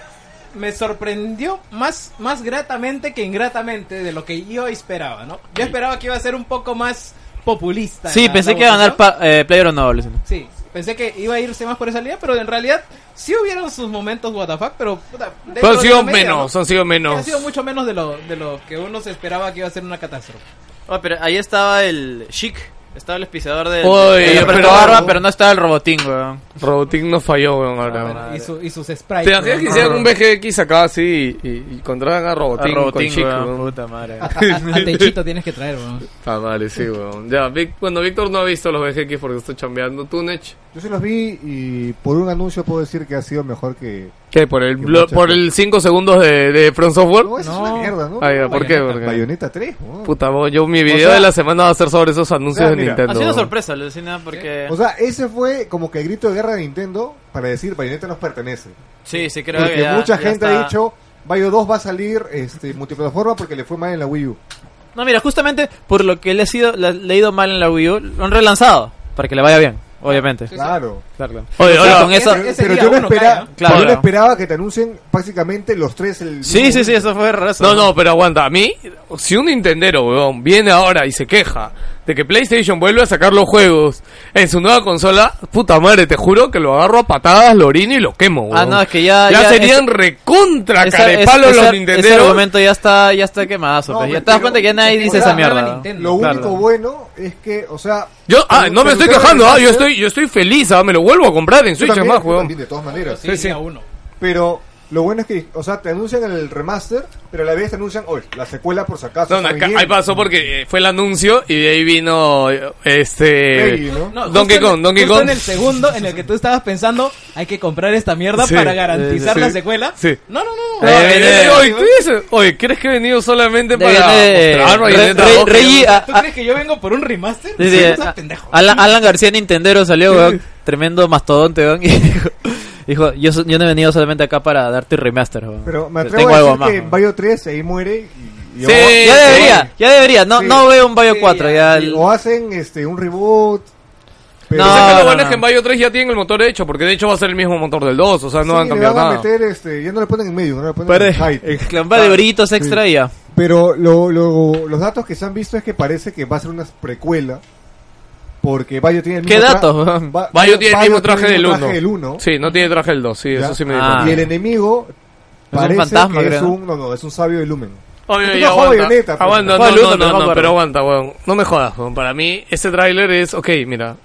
S4: me sorprendió más, más gratamente que ingratamente de lo que yo esperaba, ¿no? Yo esperaba que iba a ser un poco más populista.
S2: Sí,
S4: la-
S2: pensé
S4: la
S2: que iba a ganar
S4: votación.
S2: pa- eh, Player no,
S4: Sí, pensé que iba a irse más por esa línea, pero en realidad sí hubieron sus momentos WTF, pero... Puta,
S1: Pero
S4: dentro
S1: han
S4: de
S1: sido
S4: la media,
S1: menos,
S4: ¿no?
S1: han sido
S4: Ha
S1: menos.
S4: sido mucho menos de lo, de lo que uno se esperaba que iba a ser una catástrofe.
S2: Oh, pero ahí estaba el Chic. Estaba el espisador del.
S1: Uy,
S2: del- del-
S1: pero-
S2: del barba, pero no estaba el robotín, weón.
S1: Robotín no falló, weón, ahora. weón.
S4: y, su- y sus
S1: ¿Te
S4: sprites.
S1: imaginas que
S4: ¿no?
S1: hicieran un BGX acá así y, y, y contratan a
S2: A
S1: Robotín,
S2: robotín,
S1: con Chico,
S2: weón, Ah,
S1: weón?
S2: Puta madre.
S4: A, a Techito tienes que traer, weón.
S1: Ah, vale, sí, weón. Ya, Vic- bueno, Víctor no ha visto los BGX porque está chambeando. ¿Tú, Nech?
S3: Yo sí los vi y por un anuncio puedo decir que ha sido mejor que.
S1: ¿Qué? ¿Por el
S3: Qué
S1: blo-
S3: mucho.
S1: por el 5 segundos de, de Front Software?
S3: No, eso es una mierda, ¿no?
S1: Ah, ya, ¿por qué? Porque-
S3: Bayonetta 3, ¿no?
S1: Puta, vos, yo mi video
S3: O sea-
S1: de la semana va a ser sobre esos anuncios
S3: O sea,
S1: de
S3: mira,
S1: Nintendo.
S2: Ha sido una
S1: weón.
S2: sorpresa, Lucina, porque.
S3: O sea, ese fue como que el grito de guerra de Nintendo para decir Bayonetta nos pertenece.
S2: Sí, sí, creo
S3: Porque
S2: que. ya-
S3: mucha
S2: ya
S3: gente
S2: está.
S3: ha dicho Bayo 2 va a salir este, multiplataforma porque le fue mal en la Wii U.
S2: No, mira, justamente por lo que le ha, sido, le, ha- le ha ido mal en la Wii U, lo han relanzado. Para que le vaya bien, obviamente.
S3: Claro.
S2: Claro.
S1: Oye,
S2: O sea,
S1: hola.
S2: con eso.
S4: Ese-
S3: Pero
S4: día
S3: yo no,
S4: uno
S3: espera-
S4: cae, ¿no?
S2: Claro.
S3: yo no esperaba que te anuncien prácticamente los tres el
S2: Sí,
S3: mismo
S2: sí, sí,
S3: día.
S2: eso fue raso.
S1: No, no, pero aguanta. A mí, si un Nintendero, weón, viene ahora y se queja de que PlayStation vuelve a sacar los juegos en su nueva consola, puta madre, te juro que lo agarro a patadas, lo orino y lo quemo, weón.
S2: Ah, no, es que ya-
S1: Ya,
S2: ya
S1: serían recontra
S2: Esa-
S1: carepalos
S2: ese-
S1: los
S2: ese- Ese
S1: Nintenderos.
S2: argumento ya está, ya está quemadazo.
S3: No,
S2: pues, ya
S3: pero-
S2: te das cuenta que ya nadie dice esa
S3: Ahora,
S2: mierda.
S4: Nintendo.
S3: Lo único
S2: Claro.
S3: bueno es que, o sea...
S1: Yo, ah, no me estoy quejando, ah, yo estoy,
S3: Yo
S1: yo estoy feliz, ah, me lo vuelvo a comprar en Switch
S3: también,
S1: además,
S3: yo también,
S1: weón.
S3: de todas maneras.
S4: Sí,
S1: sí.
S4: día uno.
S3: Pero lo bueno es que, o sea, te anuncian el remaster, pero a la vez te anuncian, hoy la secuela por si acaso.
S1: No, no,
S3: está
S1: acá-
S3: viniendo.
S1: ahí pasó porque eh, fue el anuncio y de ahí vino eh, este
S3: Peggy, ¿no?
S4: No,
S1: Donkey
S4: justo en-
S1: Kong, Donkey
S4: justo
S1: Kong. Eh,
S4: en el segundo en el que tú estabas pensando, hay que comprar esta mierda
S1: Sí,
S4: para garantizar
S1: sí,
S4: la
S1: sí.
S4: secuela.
S1: Sí.
S4: No, no, no.
S1: Eh,
S4: no,
S1: eh,
S4: eh,
S1: eh,
S4: eh,
S1: oye, ¿tú dices? Oye, ¿crees que he venido solamente
S2: De-
S1: para
S2: de-
S1: mostrar
S2: Re-
S1: Bayonetta
S2: Re-
S1: dos?
S2: Reggie, a-
S4: ¿Tú
S2: a-
S4: crees que yo vengo por un remaster?
S2: Sí, sí,
S4: No
S2: eh,
S4: seas
S2: a-
S4: pendejo.
S2: Alan, Alan García Nintendero salió, weón, tremendo mastodonte, weón, y dijo, dijo, yo, so- yo no he venido solamente acá para darte remaster, weón.
S3: Pero me
S2: Te-
S3: atrevo a decir que
S2: weón.
S3: Bayo 3 ahí muere y... y
S1: Sí.
S3: o-
S2: Ya debería, ya debería, no,
S3: Sí.
S2: no veo un Bayo
S4: Sí,
S2: 4,
S4: ya,
S2: ya...
S3: y-
S2: el-
S3: O hacen este un reboot. Pero
S2: No,
S1: O sea, que lo
S2: no,
S1: bueno es
S2: no.
S1: que en Mayo 3 ya tienen el motor hecho, porque de hecho va a ser el mismo motor del 2, o sea, no
S3: sí,
S1: van a
S3: le
S1: cambiar
S3: van a
S1: nada.
S3: meter, este, ya no le ponen en medio, no le ponen en height.
S2: Clampar de gritos extra y ya.
S3: Pero lo- lo- los datos que se han visto es que parece que va a ser una precuela. Porque Bayo tiene el mismo
S2: ¿Qué
S3: tra-
S2: datos, weón?
S3: Ba-
S1: Bayo tiene el mismo traje
S3: tiene el
S1: del
S3: mismo
S1: 1.
S3: uno,
S1: Sí, no tiene traje del 2, sí,
S3: ¿ya?
S1: eso sí me
S2: Ah.
S1: dijo.
S3: Y el enemigo
S2: un
S3: parece
S2: fantasma,
S3: que es
S2: creo.
S3: un, no, no, es un sabio del Lumen.
S1: Oye,
S3: Tú
S1: oye,
S3: no juegas
S1: Oh, aguanta,
S3: Bayonetta, pues.
S1: aguanta,
S2: Juega
S1: no,
S2: el uno,
S1: no,
S2: pero no
S1: no,
S2: me
S1: no,
S2: acuerdo.
S1: pero aguanta, weón. No me jodas, weón. Para mí, ese tráiler es, ok, mira.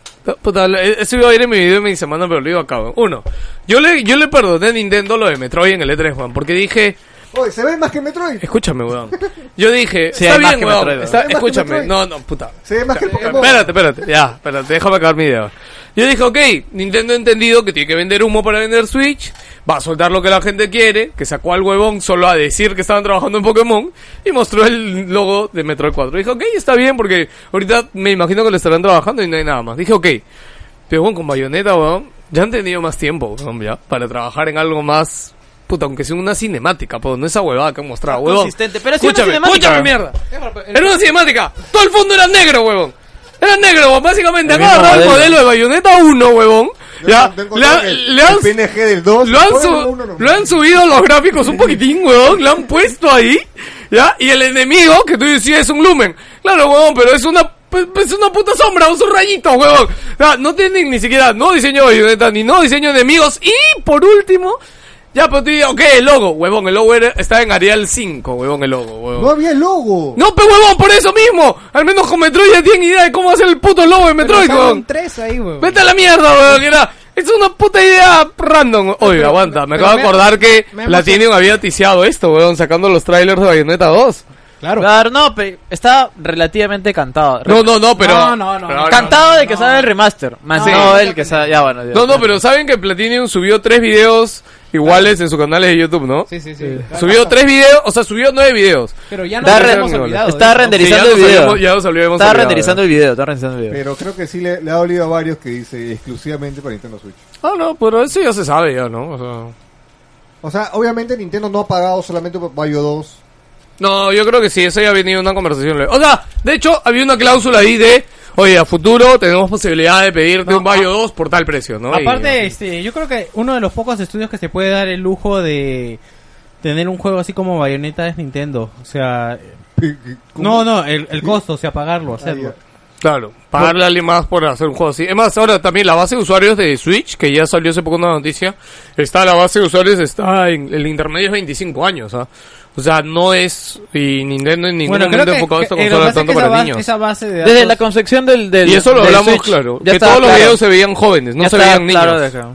S1: Puta, le- eso iba a ir en mi video y me dice, manda, pero lo digo acá, weón. Uno, yo le, yo le perdoné a Nintendo lo de Metroid en el E3, weón, E porque dije,
S3: Oye, se ve más que Metroid.
S1: Escúchame, weón. Yo dije,
S2: Sí,
S1: está
S2: hay más
S1: bien,
S2: que
S1: weón.
S2: Metroid,
S1: está-
S3: weón. Hay más que
S1: escúchame.
S3: Metroid.
S1: No, no, puta.
S3: Se ve más que el Pokémon.
S1: Espérate, espérate, ya, espérate, déjame acabar mi idea. Yo dije, ok, Nintendo ha entendido que tiene que vender humo para vender Switch, va a soltar lo que la gente quiere, que sacó al huevón solo a decir que estaban trabajando en Pokémon, y mostró el logo de Metroid 4. Dije, ok, está bien, porque ahorita me imagino que lo estarán trabajando y no hay nada más. Dije, ok, pero bueno, con Bayonetta, weón, ya han tenido más tiempo, weón, ya, para trabajar en algo más... Puta, aunque sea una cinemática, po, no esa huevada que han mostrado, huevón.
S2: consistente, pero sí una
S1: escúchame,
S2: cinemática.
S1: escúchame, mierda. Era una cinemática. Todo el fondo era negro, huevón. Era negro, huevón. Básicamente,
S2: El
S1: acá
S2: mismo
S1: agarrado el
S2: modelo.
S1: modelo de Bayonetta 1, huevón.
S3: Yo
S1: Ya,
S3: tengo
S1: le, ha-
S3: que el-
S1: le han,
S3: el PNG del 2.
S1: lo, han
S3: Pokémon
S1: su-
S3: uno nomás.
S1: lo han subido los gráficos un poquitín, huevón. Lo han puesto ahí. Ya, y el enemigo que tú decías es un lumen. Claro, huevón, pero es una. Es una puta sombra, un rayito, huevón. Ya, no tienen ni siquiera no diseño de Bayonetta, ni no diseño de enemigos. Y por último, ya, pero tú dices, ok, el logo, huevón, el logo era- estaba en Arial 5, huevón, el logo, huevón.
S3: No había logo.
S1: No, pe huevón, por eso mismo. Al menos con Metroid ya tienen idea de cómo hacer el puto lobo de Metroid,
S4: Sacaron
S1: huevón.
S4: tres ahí, weón.
S1: Vete a la mierda, huevón, que era. Es una puta idea random. Oye, aguanta, me
S4: pero
S1: acabo de
S4: me-
S1: acordar que
S4: me hemos-
S1: Platinum había ticiado esto, huevón, sacando los trailers de Bayonetta 2.
S4: Claro.
S2: Claro, no, pe- está relativamente cantado.
S1: No, no, no, pero.
S4: No, no, no,
S1: pero-
S4: no.
S2: cantado de que sale el remaster. Más
S1: Sí.
S2: no el que sale. Ya, bueno. ya.
S1: No, no, pero saben que Platinum subió tres videos iguales en sus canales de YouTube, ¿no?
S4: Sí, sí, sí.
S1: Subió tres videos, o sea, subió nueve videos.
S4: Pero ya no
S2: Está,
S4: nos
S2: re-
S4: hemos olvidado.
S2: está
S4: ¿eh?
S2: renderizando
S1: Sí, ya
S2: el
S1: nos
S2: video.
S1: habíamos- ya nos habíamos
S2: está
S1: olvidado,
S2: renderizando el video. Está renderizando el video.
S3: Pero creo que sí le, le ha dolido a varios que dice exclusivamente para Nintendo Switch.
S1: Ah, no, pero eso ya se sabe, ya, ¿no? O sea.
S3: O sea, obviamente Nintendo no ha pagado solamente por Mario 2.
S1: No, yo creo que sí, eso ya ha venido una conversación. O sea, de hecho, había una cláusula ahí de, oye, a futuro tenemos posibilidad de pedirte un Bayo 2 por tal precio, ¿no? Y-
S6: Aparte, este, yo creo que uno de los pocos estudios que se puede dar el lujo de tener un juego así como Bayonetta es Nintendo. O sea, no, no, el, el costo, o sea,
S3: Ah,
S6: pagarlo, hacerlo.
S1: claro, pagarle a alguien más por hacer un juego así. Es más, ahora también la base de usuarios de Switch, que ya salió hace poco una noticia, está la base de usuarios, está en el intermedio es 25 años, ¿ah? O sea, no es, y Nintendo en ningún momento ha enfocado esta
S6: eh, lo que
S1: consola
S6: pasa es
S1: tanto
S6: que esa
S1: para
S6: base-
S1: niños.
S6: Esa base de datos,
S2: Desde la concepción del. del
S1: Y eso lo
S2: del
S1: hablamos
S2: Switch,
S1: claro,
S2: ya
S1: que
S2: estaba
S1: todos los
S2: claro.
S1: videos se veían jóvenes, no
S2: Ya
S1: se
S2: estaba
S1: veían niños.
S2: claro de acá.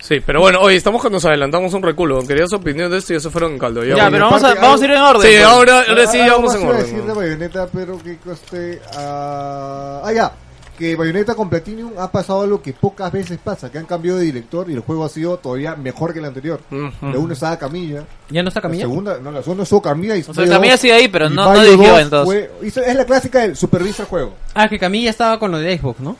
S1: Sí, pero bueno, oye, estamos que nos adelantamos un reculo. Quería su opinión de esto y eso fueron en caldo.
S2: Ya,
S1: bueno.
S2: pero vamos a,
S3: aparte,
S2: vamos a ir
S3: algo-
S2: en orden.
S1: Sí,
S2: pues.
S1: ahora, ahora sí, ya
S3: Algo
S1: vamos
S3: más
S1: en
S3: iba a decir de
S1: orden.
S3: Bayonetta, pero que coste... ah, ah, ya. Que Bayonetta con Platinum ha pasado algo que pocas veces pasa, que han cambiado de director y el juego ha sido todavía mejor que el anterior.
S1: Ujú.
S3: La una estaba Camilla,
S6: ¿Ya no está
S3: la
S6: Camilla?
S3: segunda, no, la segunda estuvo Camilla y
S2: O sea,
S3: Mario
S2: Camilla
S3: 2,
S2: sigue ahí, pero
S3: y
S2: no, no
S3: Mario
S2: dirigió
S3: 2
S2: entonces.
S3: fue- hizo- es la clásica del supervisa el juego.
S6: Ah, que Camilla estaba con lo de Xbox, ¿no?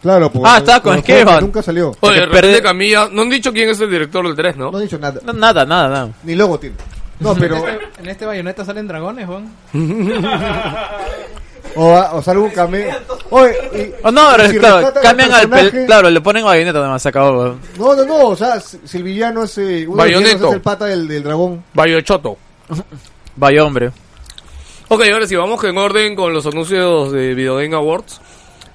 S3: Claro,
S1: pues,
S3: por-
S2: Ah, estaba con
S3: por el juego que
S2: Skybound.
S3: Nunca salió.
S1: Oye,
S2: Porque
S1: de repente
S2: perder-
S1: Camilla, no han dicho quién es el director del 3, ¿no?
S3: No he dicho nada.
S2: No, nada, nada, nada.
S3: Ni logo tiene. No, pero.
S4: En este bayoneta salen dragones, Juan.
S3: o, o salgo un cameo. Oye, y-
S2: Oh, no,
S3: y
S2: pero
S3: si
S2: claro,
S3: rescatan al
S2: cambian al. pel-
S3: personaje-
S2: Claro, le ponen bayoneta, además, se acabó. weón.
S3: No, no, no. O sea, si si el villano es. eh, uno de los
S1: Bayoneto.
S3: villanos es el pata del, del dragón.
S1: Bayochoto.
S2: Vaya hombre.
S1: Ok, ahora sí, vamos en orden con los anuncios de Video Game Awards.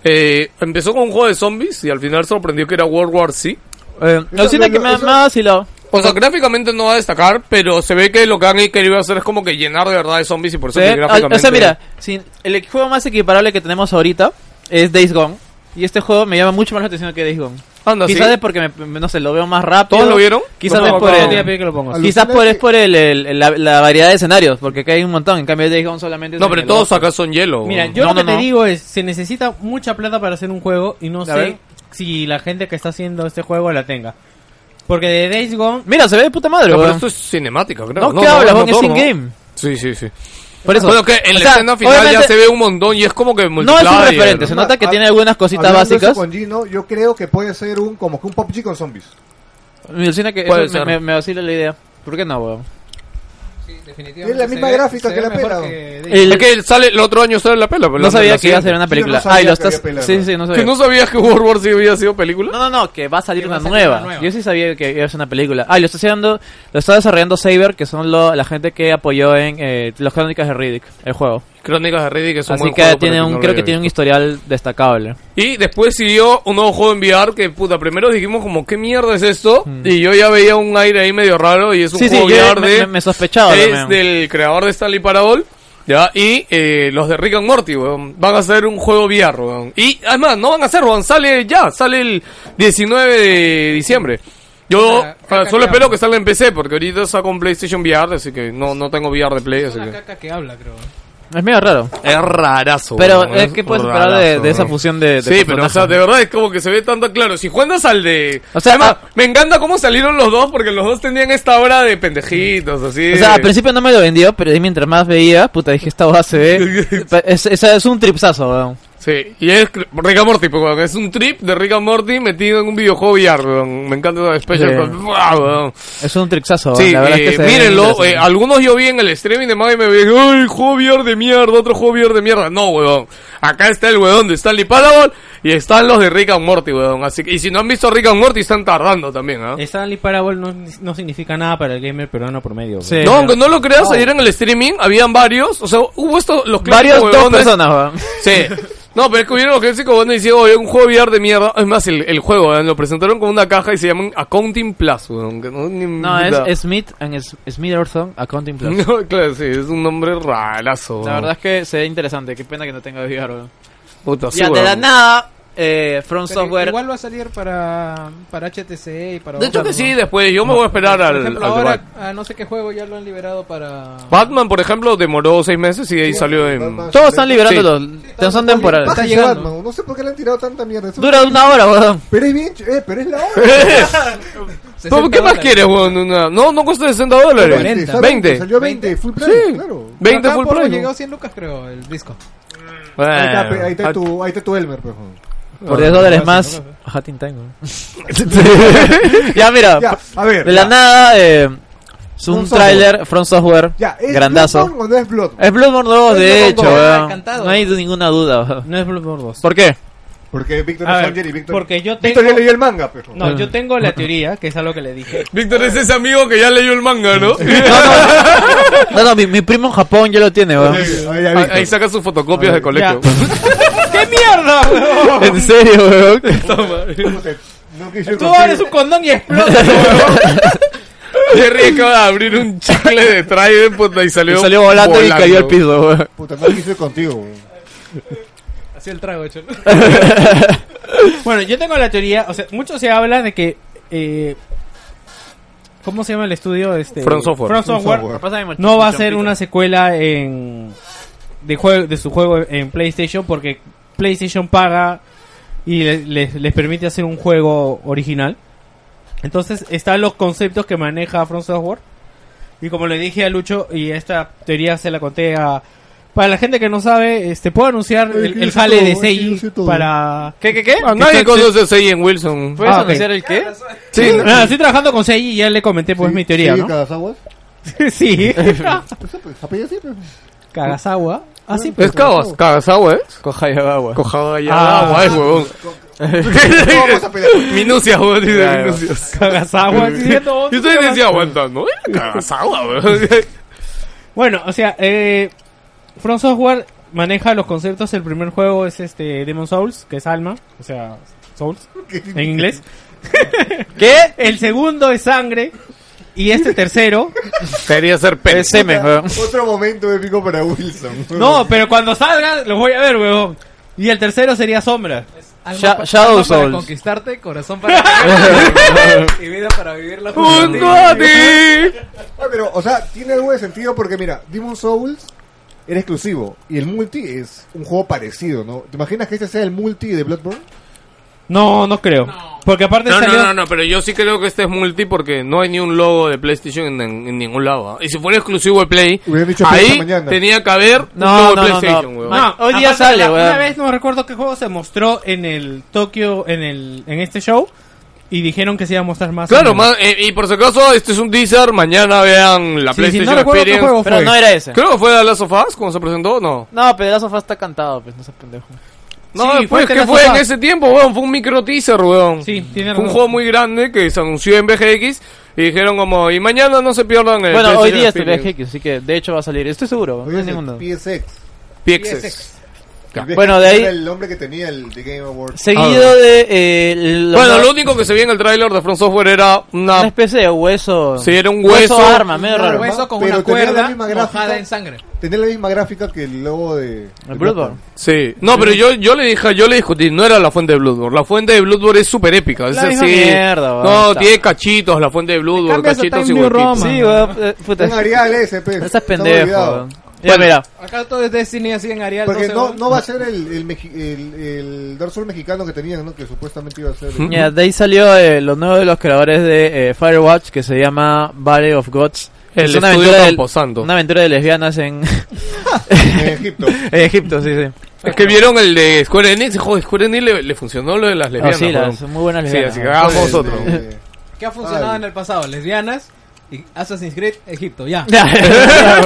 S1: Eh, empezó con un juego de zombies y al final sorprendió que era World War Z.
S2: Eh,
S3: Eso-
S2: alucina
S3: lo-
S2: que
S3: lo-
S2: me,
S3: eso-
S2: me ha vacilado.
S1: O sea, gráficamente no va a destacar, pero se ve que lo que han querido hacer es como que llenar de verdad de zombies y por eso
S2: Sí,
S1: que
S2: al-
S1: gráficamente...
S2: O sea, mira, sin- el juego más equiparable que tenemos ahorita es Days Gone. Y este juego me llama mucho más la atención que Days Gone.
S1: Anda,
S2: Quizás
S1: ¿sí?
S2: es porque, me- me- no sé, lo veo más rápido.
S1: ¿Todos lo vieron?
S2: Quizás
S1: No,
S2: es
S1: no,
S2: por
S1: no.
S2: el-
S6: Te voy a pedir que lo pongas.
S3: Alucina
S2: Quizás por,
S3: que-
S2: es por el, el- la, la variedad de escenarios, porque acá hay un montón. En cambio, Days Gone solamente...
S1: No,
S2: es
S1: pero
S2: el-
S1: todos acá son hielo.
S3: Oh.
S6: Mira, yo
S2: No,
S6: lo que
S2: no,
S6: te
S2: no.
S6: digo es, se necesita mucha plata para hacer un juego y no
S2: A
S6: sé
S2: ver.
S6: si la gente que está haciendo este juego la tenga. Porque de Days Gone,
S2: Mira, se ve de puta madre,
S1: No, pero
S2: weón.
S1: esto es cinemática, creo.
S2: No, ¿qué hablas, weón? Es
S1: motor,
S2: in-game.
S1: Sí, sí, sí.
S2: Por eso.
S1: Bueno, que en la
S2: O sea,
S1: escena final ya
S2: obviamente-
S1: se ve un montón y es como que
S2: No es un
S1: multiplayer.
S2: referente, se nota que
S3: Hab-
S2: tiene algunas cositas
S3: hablando eso
S2: básicas.
S3: Con Gino, yo creo que puede ser un como que un PUBG con zombies.
S2: Me alucina que
S1: Puede
S2: eso me,
S1: ser.
S2: me- me vacila la idea. ¿Por qué no, weón?
S4: Sí, definitivamente.
S3: Es la misma
S4: Se ve-
S3: gráfica
S4: se
S3: que
S4: ve
S3: la
S4: mejor
S3: pera.
S4: que Daisy.
S2: El-
S1: Es que sale, el otro año sale la pela. pero
S2: no
S1: la-
S2: sabía
S1: la
S2: que iba a ser
S1: siguiente.
S2: una
S3: Yo
S2: película.
S3: no sabía
S2: ah, y lo
S3: que había
S2: estás...
S3: pelea,
S2: Sí,
S3: ¿no?
S2: sí, no sabía.
S1: Que no sabías que World War Z había sido película.
S2: No, no, no, que va a salir
S6: Que
S2: una
S6: va a salir
S2: nueva.
S6: una nueva.
S2: Yo sí sabía que iba a ser una película. Ah, y lo está haciendo, lo está desarrollando Saber, que son lo- la gente que apoyó en eh, las crónicas de Riddick, el juego.
S1: Crónicas de Riddick es un
S2: Así
S1: buen
S2: que
S1: juego,
S2: tiene
S1: pero
S2: un,
S1: no lo
S2: creo que
S1: había
S2: tiene un
S1: visto.
S2: historial destacable.
S1: Y después siguió un nuevo juego en VR que, puta, primero dijimos como, ¿qué mierda es esto? Y yo ya veía un aire ahí medio raro y es un
S2: Mm. Sí, sí,
S1: juego
S2: yo
S1: VR
S2: me-
S1: de...
S2: me- me sospechaba
S1: Es
S2: también.
S1: del creador de Stanley Parable. Ya, y eh, los de Rick and Morty, weón, van a hacer un juego VR, weón. Y además, no van a hacer, weón, sale ya, sale el 19 de diciembre. Yo
S7: Una
S1: ah,
S7: caca
S1: solo
S7: que
S1: espero
S7: habla.
S1: que salga en PC, porque ahorita saco un PlayStation VR, así que no, no tengo VR de Play,
S7: Es
S1: así
S7: una
S1: que...
S7: caca que habla, creo.
S2: Es medio raro.
S1: Es rarazo.
S2: Pero
S1: weón,
S2: es que puedes esperar de,
S1: rarazo,
S2: de esa
S1: weón.
S2: fusión de, de
S1: sí, pero o
S2: personajes.
S1: sea, de verdad es como que se ve tanto claro. Si juegas al de...
S2: O sea, ah.
S1: Además,
S2: a-
S1: me encanta cómo salieron los dos, porque los dos tenían esta hora de pendejitos, así...
S2: O sea, al principio no me lo vendió, pero ahí mientras más veía, puta, dije, esta hoja se ve... pa- es, es, es un tripsazo, weón.
S1: Sí, y es Rick and Morty, pues, weón. es un trip de Rick and Morty metido en un videojuego VR, weón. me encanta esa special.
S2: Sí.
S1: weón. Buah, weón.
S2: Es un tripsazo, weón.
S1: Sí,
S2: la verdad
S1: eh,
S2: es que se ve
S1: mírenlo,
S2: interesante.
S1: eh, algunos yo vi en el streaming de Mavi y me vi, ¡ay, juego VR de mierda, otro juego VR de mierda! No, weón, acá está el weón de Stanley Parable y están los de Rick and Morty, weón, así que, y si no han visto Rick and Morty están tardando también, ¿ah?
S4: Stanley Parable no, no significa nada para el gamer peruano promedio.
S2: Sí,
S1: No,
S2: pero-
S1: aunque no lo creas, ayer en el streaming habían varios, o sea, hubo estos, los
S2: Varios
S1: clásicos
S2: dos
S1: huevones-
S2: personas, weón.
S1: Sí. No, pero es que hubieron los clásicos cuando diciendo, oye, un juego VR de mierda. Es más, el, el juego, ¿eh? lo presentaron con una caja y se llaman Accounting Plus. weón, que No, ni-
S2: No, es,
S1: la-
S2: es Smith and S- Smith Orson Accounting Plus.
S1: No, claro, sí, es un nombre rarazo.
S2: La verdad es que se ve interesante. Qué pena que no tenga VR, weón.
S1: Puta, sí,
S2: Ya, de
S1: weón.
S2: la nada, eh, From
S7: Pero
S2: Software...
S7: Igual va a salir para, para HTC y para
S1: De hecho
S7: otros,
S1: que sí,
S7: ¿no?
S1: después yo me voy a esperar
S7: Por
S1: al,
S7: ejemplo,
S1: al de
S7: ahora,
S1: Bat-
S7: a no sé qué juego ya lo han liberado para...
S1: Batman, por ejemplo, demoró seis meses y ahí
S3: Sí,
S1: salió en...
S3: Batman.
S2: Todos están liberando
S1: Sí.
S2: los... son temporales.
S3: Paja
S7: Está
S3: ese
S7: llegando.
S3: Batman, No sé por qué le han tirado tanta mierda. Eso-
S2: Dura una hora, weón.
S3: Pero es bien, ch- eh, pero es la hora.
S1: ¿Tú
S7: 60
S1: ¿Qué más
S7: dólares.
S1: quieres, weón? Una- No, no cuesta 60 dólares.
S7: 40.
S1: 20.
S3: ¿sabes? Salió 20, full price,
S1: Sí.
S3: claro.
S1: 20
S7: Acá
S1: full
S7: por lo
S1: price.
S7: Llegó a
S1: ¿no?
S7: 100 lucas, creo, el disco.
S3: Ahí está,
S1: Bueno,
S3: pe- ahí está
S1: a-
S3: tu, ahí está tu Elmer, pues.
S2: Por 10 dólares más... Hat in time, weón. Ya, mira.
S3: Ya, a ver.
S2: De la
S3: ya.
S2: nada, eh, es
S3: From
S2: un
S3: Software.
S2: tráiler From Software
S3: Ya, ¿es
S2: grandazo.
S3: Bloodborne o no es Bloodborne?
S2: Es Bloodborne 2, de
S3: Bloodborne
S2: hecho,
S3: 2,
S2: weón.
S7: encantado.
S2: no hay ninguna duda. weón.
S4: No es Bloodborne 2.
S2: ¿Por qué?
S3: Porque Víctor
S4: A
S3: es
S4: ver,
S3: Sanger y Víctor...
S4: porque yo
S3: Víctor ya
S4: tengo-
S3: leyó el manga, pues.
S4: No, yo tengo la teoría, que es algo que le dije.
S1: Víctor es ese amigo que ya leyó el manga, ¿no?
S2: No, no, mi, mi primo en Japón ya lo tiene, weón.
S3: Ahí, ahí,
S1: Ahí,
S3: Víctor.
S1: ahí saca sus fotocopias de colegio.
S4: ¡Qué mierda, weón!
S2: En serio, weón.
S1: Toma.
S3: No quise
S4: Tú
S3: conseguir-
S4: abres un condón y explotas.
S1: Jerry acaba de abrir un chicle de Trident puta, y
S2: Y
S1: salió,
S2: salió volando, y cayó al piso, weón.
S3: Puta, no quise contigo, güey.
S7: Así el trago, hecho.
S4: Bueno, yo tengo la teoría, o sea, mucho se habla de que eh, ¿cómo se llama el estudio este?
S1: From Software.
S4: From Software
S3: Software.
S4: no va a ser una secuela en de juego de su juego en PlayStation porque PlayStation paga y le- les, les permite hacer un juego original. Entonces, están los conceptos que maneja From Software. Y como le dije a Lucho, y esta teoría se la conté a... Para la gente que no sabe, este puedo anunciar
S3: Ay,
S4: el,
S3: que yo
S4: el
S3: sé
S4: jale
S3: todo,
S4: de
S3: ay, que yo
S4: Sei
S3: sé todo.
S4: para...
S2: ¿Qué, qué, qué?
S1: A Ah, nadie conoce a Seiyan Wilson.
S2: ¿Puedes
S4: Ah, ok.
S2: anunciar el qué?
S1: Sí,
S4: Ah, estoy trabajando con Seiji y ya le comenté pues mi teoría,
S3: ¿Sí,
S4: ¿no?
S3: Kagasawa?
S4: sí.
S3: Pues, sí, pues, apellido sí, pues.
S4: Kagasawa. Ah, sí.
S1: es Kawas, Kagasawa, ¿eh?
S2: Coja y agua.
S1: Cojada ya,
S4: Ah.
S1: agua, es huevón.
S3: Vamos a pelear.
S1: Minucias, huevón, dice
S2: Claro.
S1: minucias.
S4: Kagasawa. sí, cierto.
S1: Yo estoy decía, aguanta, ¿no? Era Kagasawa, huevón.
S4: Bueno, o sea, eh, From Software maneja los conceptos. El primer juego es este Demon Souls, que es alma, o sea, Souls en inglés.
S2: ¿Qué?
S4: El segundo es sangre y este tercero,
S1: Quería ser pene.
S2: Es semen, weón.
S3: Otro momento épico para Wilson.
S4: no, pero cuando salga los voy a ver, huevón. Y el tercero sería sombra.
S2: Sha- Shadow
S7: Para
S2: Souls.
S7: conquistarte, corazón para... y vida para vivirla junto a
S1: ¡Un
S7: ti.
S1: goti!
S3: Ah, pero, o sea, tiene algo de sentido porque, mira, Demon Souls era exclusivo y el multi es un juego parecido, ¿no? ¿Te imaginas que este sea el multi de Bloodborne?
S4: No, no creo. Porque aparte
S1: No, no,
S4: salió...
S1: no, no, pero yo sí creo que este es multi porque no hay ni un logo de PlayStation en, en- en ningún lado. ¿ah? Y si fuera exclusivo de Play,
S3: Hubieran dicho Play
S1: ahí
S3: esta mañana.
S1: tenía que haber un logo de
S2: No, no, no, no.
S1: PlayStation, weón.
S2: Ma- hoy día
S4: aparte,
S2: sale,
S4: la-
S2: weón.
S4: Una vez no recuerdo qué juego se mostró en el Tokio, en el en este show y dijeron que se iba a mostrar más.
S1: Claro,
S4: más.
S1: ma- eh, y por si acaso, este es un teaser, mañana vean la
S4: Sí, sí,
S1: PlayStation
S4: no recuerdo qué
S1: Experience.
S4: juego
S2: Pero no era ese.
S1: Creo que fue The Last of Us cuando se presentó, no.
S2: No, pero Last of Us está cantado, pues no seas pendejo.
S1: No, pues
S4: Sí, fue
S1: que
S4: The Last
S1: fue
S4: of
S1: en
S4: Us.
S1: ese tiempo, weón, fue un micro teaser, weón.
S4: Sí, tiene
S1: Fue un
S4: razón.
S1: juego muy grande que se anunció en BGX y dijeron como, y mañana no se pierdan el
S2: Bueno, hoy
S1: PlayStation
S2: día este
S1: Experience.
S2: BGX, así que de hecho va a salir, estoy seguro.
S3: Hoy
S2: no hay
S3: es el
S2: ninguna.
S3: PSX.
S1: PXX.
S3: El viejo
S2: Bueno, de ahí-
S3: Este era el hombre que tenía el The Game
S2: Ah,
S3: Awards.
S2: Seguido de... eh, el-
S1: Bueno, lo único que se veía en el tráiler de From Software era
S2: Una
S1: una...
S2: especie de hueso...
S1: Sí, era un hueso.
S2: arma, medio
S3: Claro,
S2: raro.
S3: ma-
S4: Hueso con
S3: pero
S4: una
S3: tenía la
S4: cuerda
S3: misma gráfica.
S4: mojada en sangre.
S3: Tenía la misma gráfica que el logo de. de
S2: El Bloodborne.
S1: Sí. No, pero yo, yo le dije, yo le discutí, no era la fuente de Bloodborne. La fuente de Bloodborne es súper épica. Es
S2: La misma
S1: así-
S2: mierda,
S1: No,
S2: basta.
S1: tiene cachitos, la fuente de Bloodborne,
S5: cambias a
S1: cachitos y
S5: Time New
S1: huequitos.
S5: Roman.
S2: Sí, weón, eh, puta.
S3: Con Arial ese, pe.
S2: Estás
S3: Estamos
S2: pendejo.
S3: olvidados.
S2: weón. Ya, mira.
S4: Acá todo es Destiny así en Arial.
S3: Porque
S4: 12,
S3: no,
S4: weón.
S3: no va a ser el, el, meji- el, el Dark Souls mexicano que tenían, ¿no? Que supuestamente iba a ser. el-
S2: Ya, de ahí salió eh, lo nuevo de los creadores de eh, Firewatch que se llama Valley of Gods.
S1: El
S2: Es
S1: estudio
S2: aventura de-
S1: Camposanto.
S2: Una aventura de lesbianas en,
S3: en Egipto.
S2: en Egipto, sí, sí.
S1: Es que vieron el de Square Enix, joder, Square Enix le, le funcionó lo de las
S2: No,
S1: lesbianas.
S2: sí, las,
S1: weón.
S2: son muy buenas
S1: Sí,
S2: lesbianas.
S1: así que hagamos
S3: El
S1: otro.
S3: de-
S4: ¿Qué ha funcionado
S3: Ay.
S4: en el pasado? Lesbianas, y Assassin's Creed, Egipto, ya.
S2: Ya.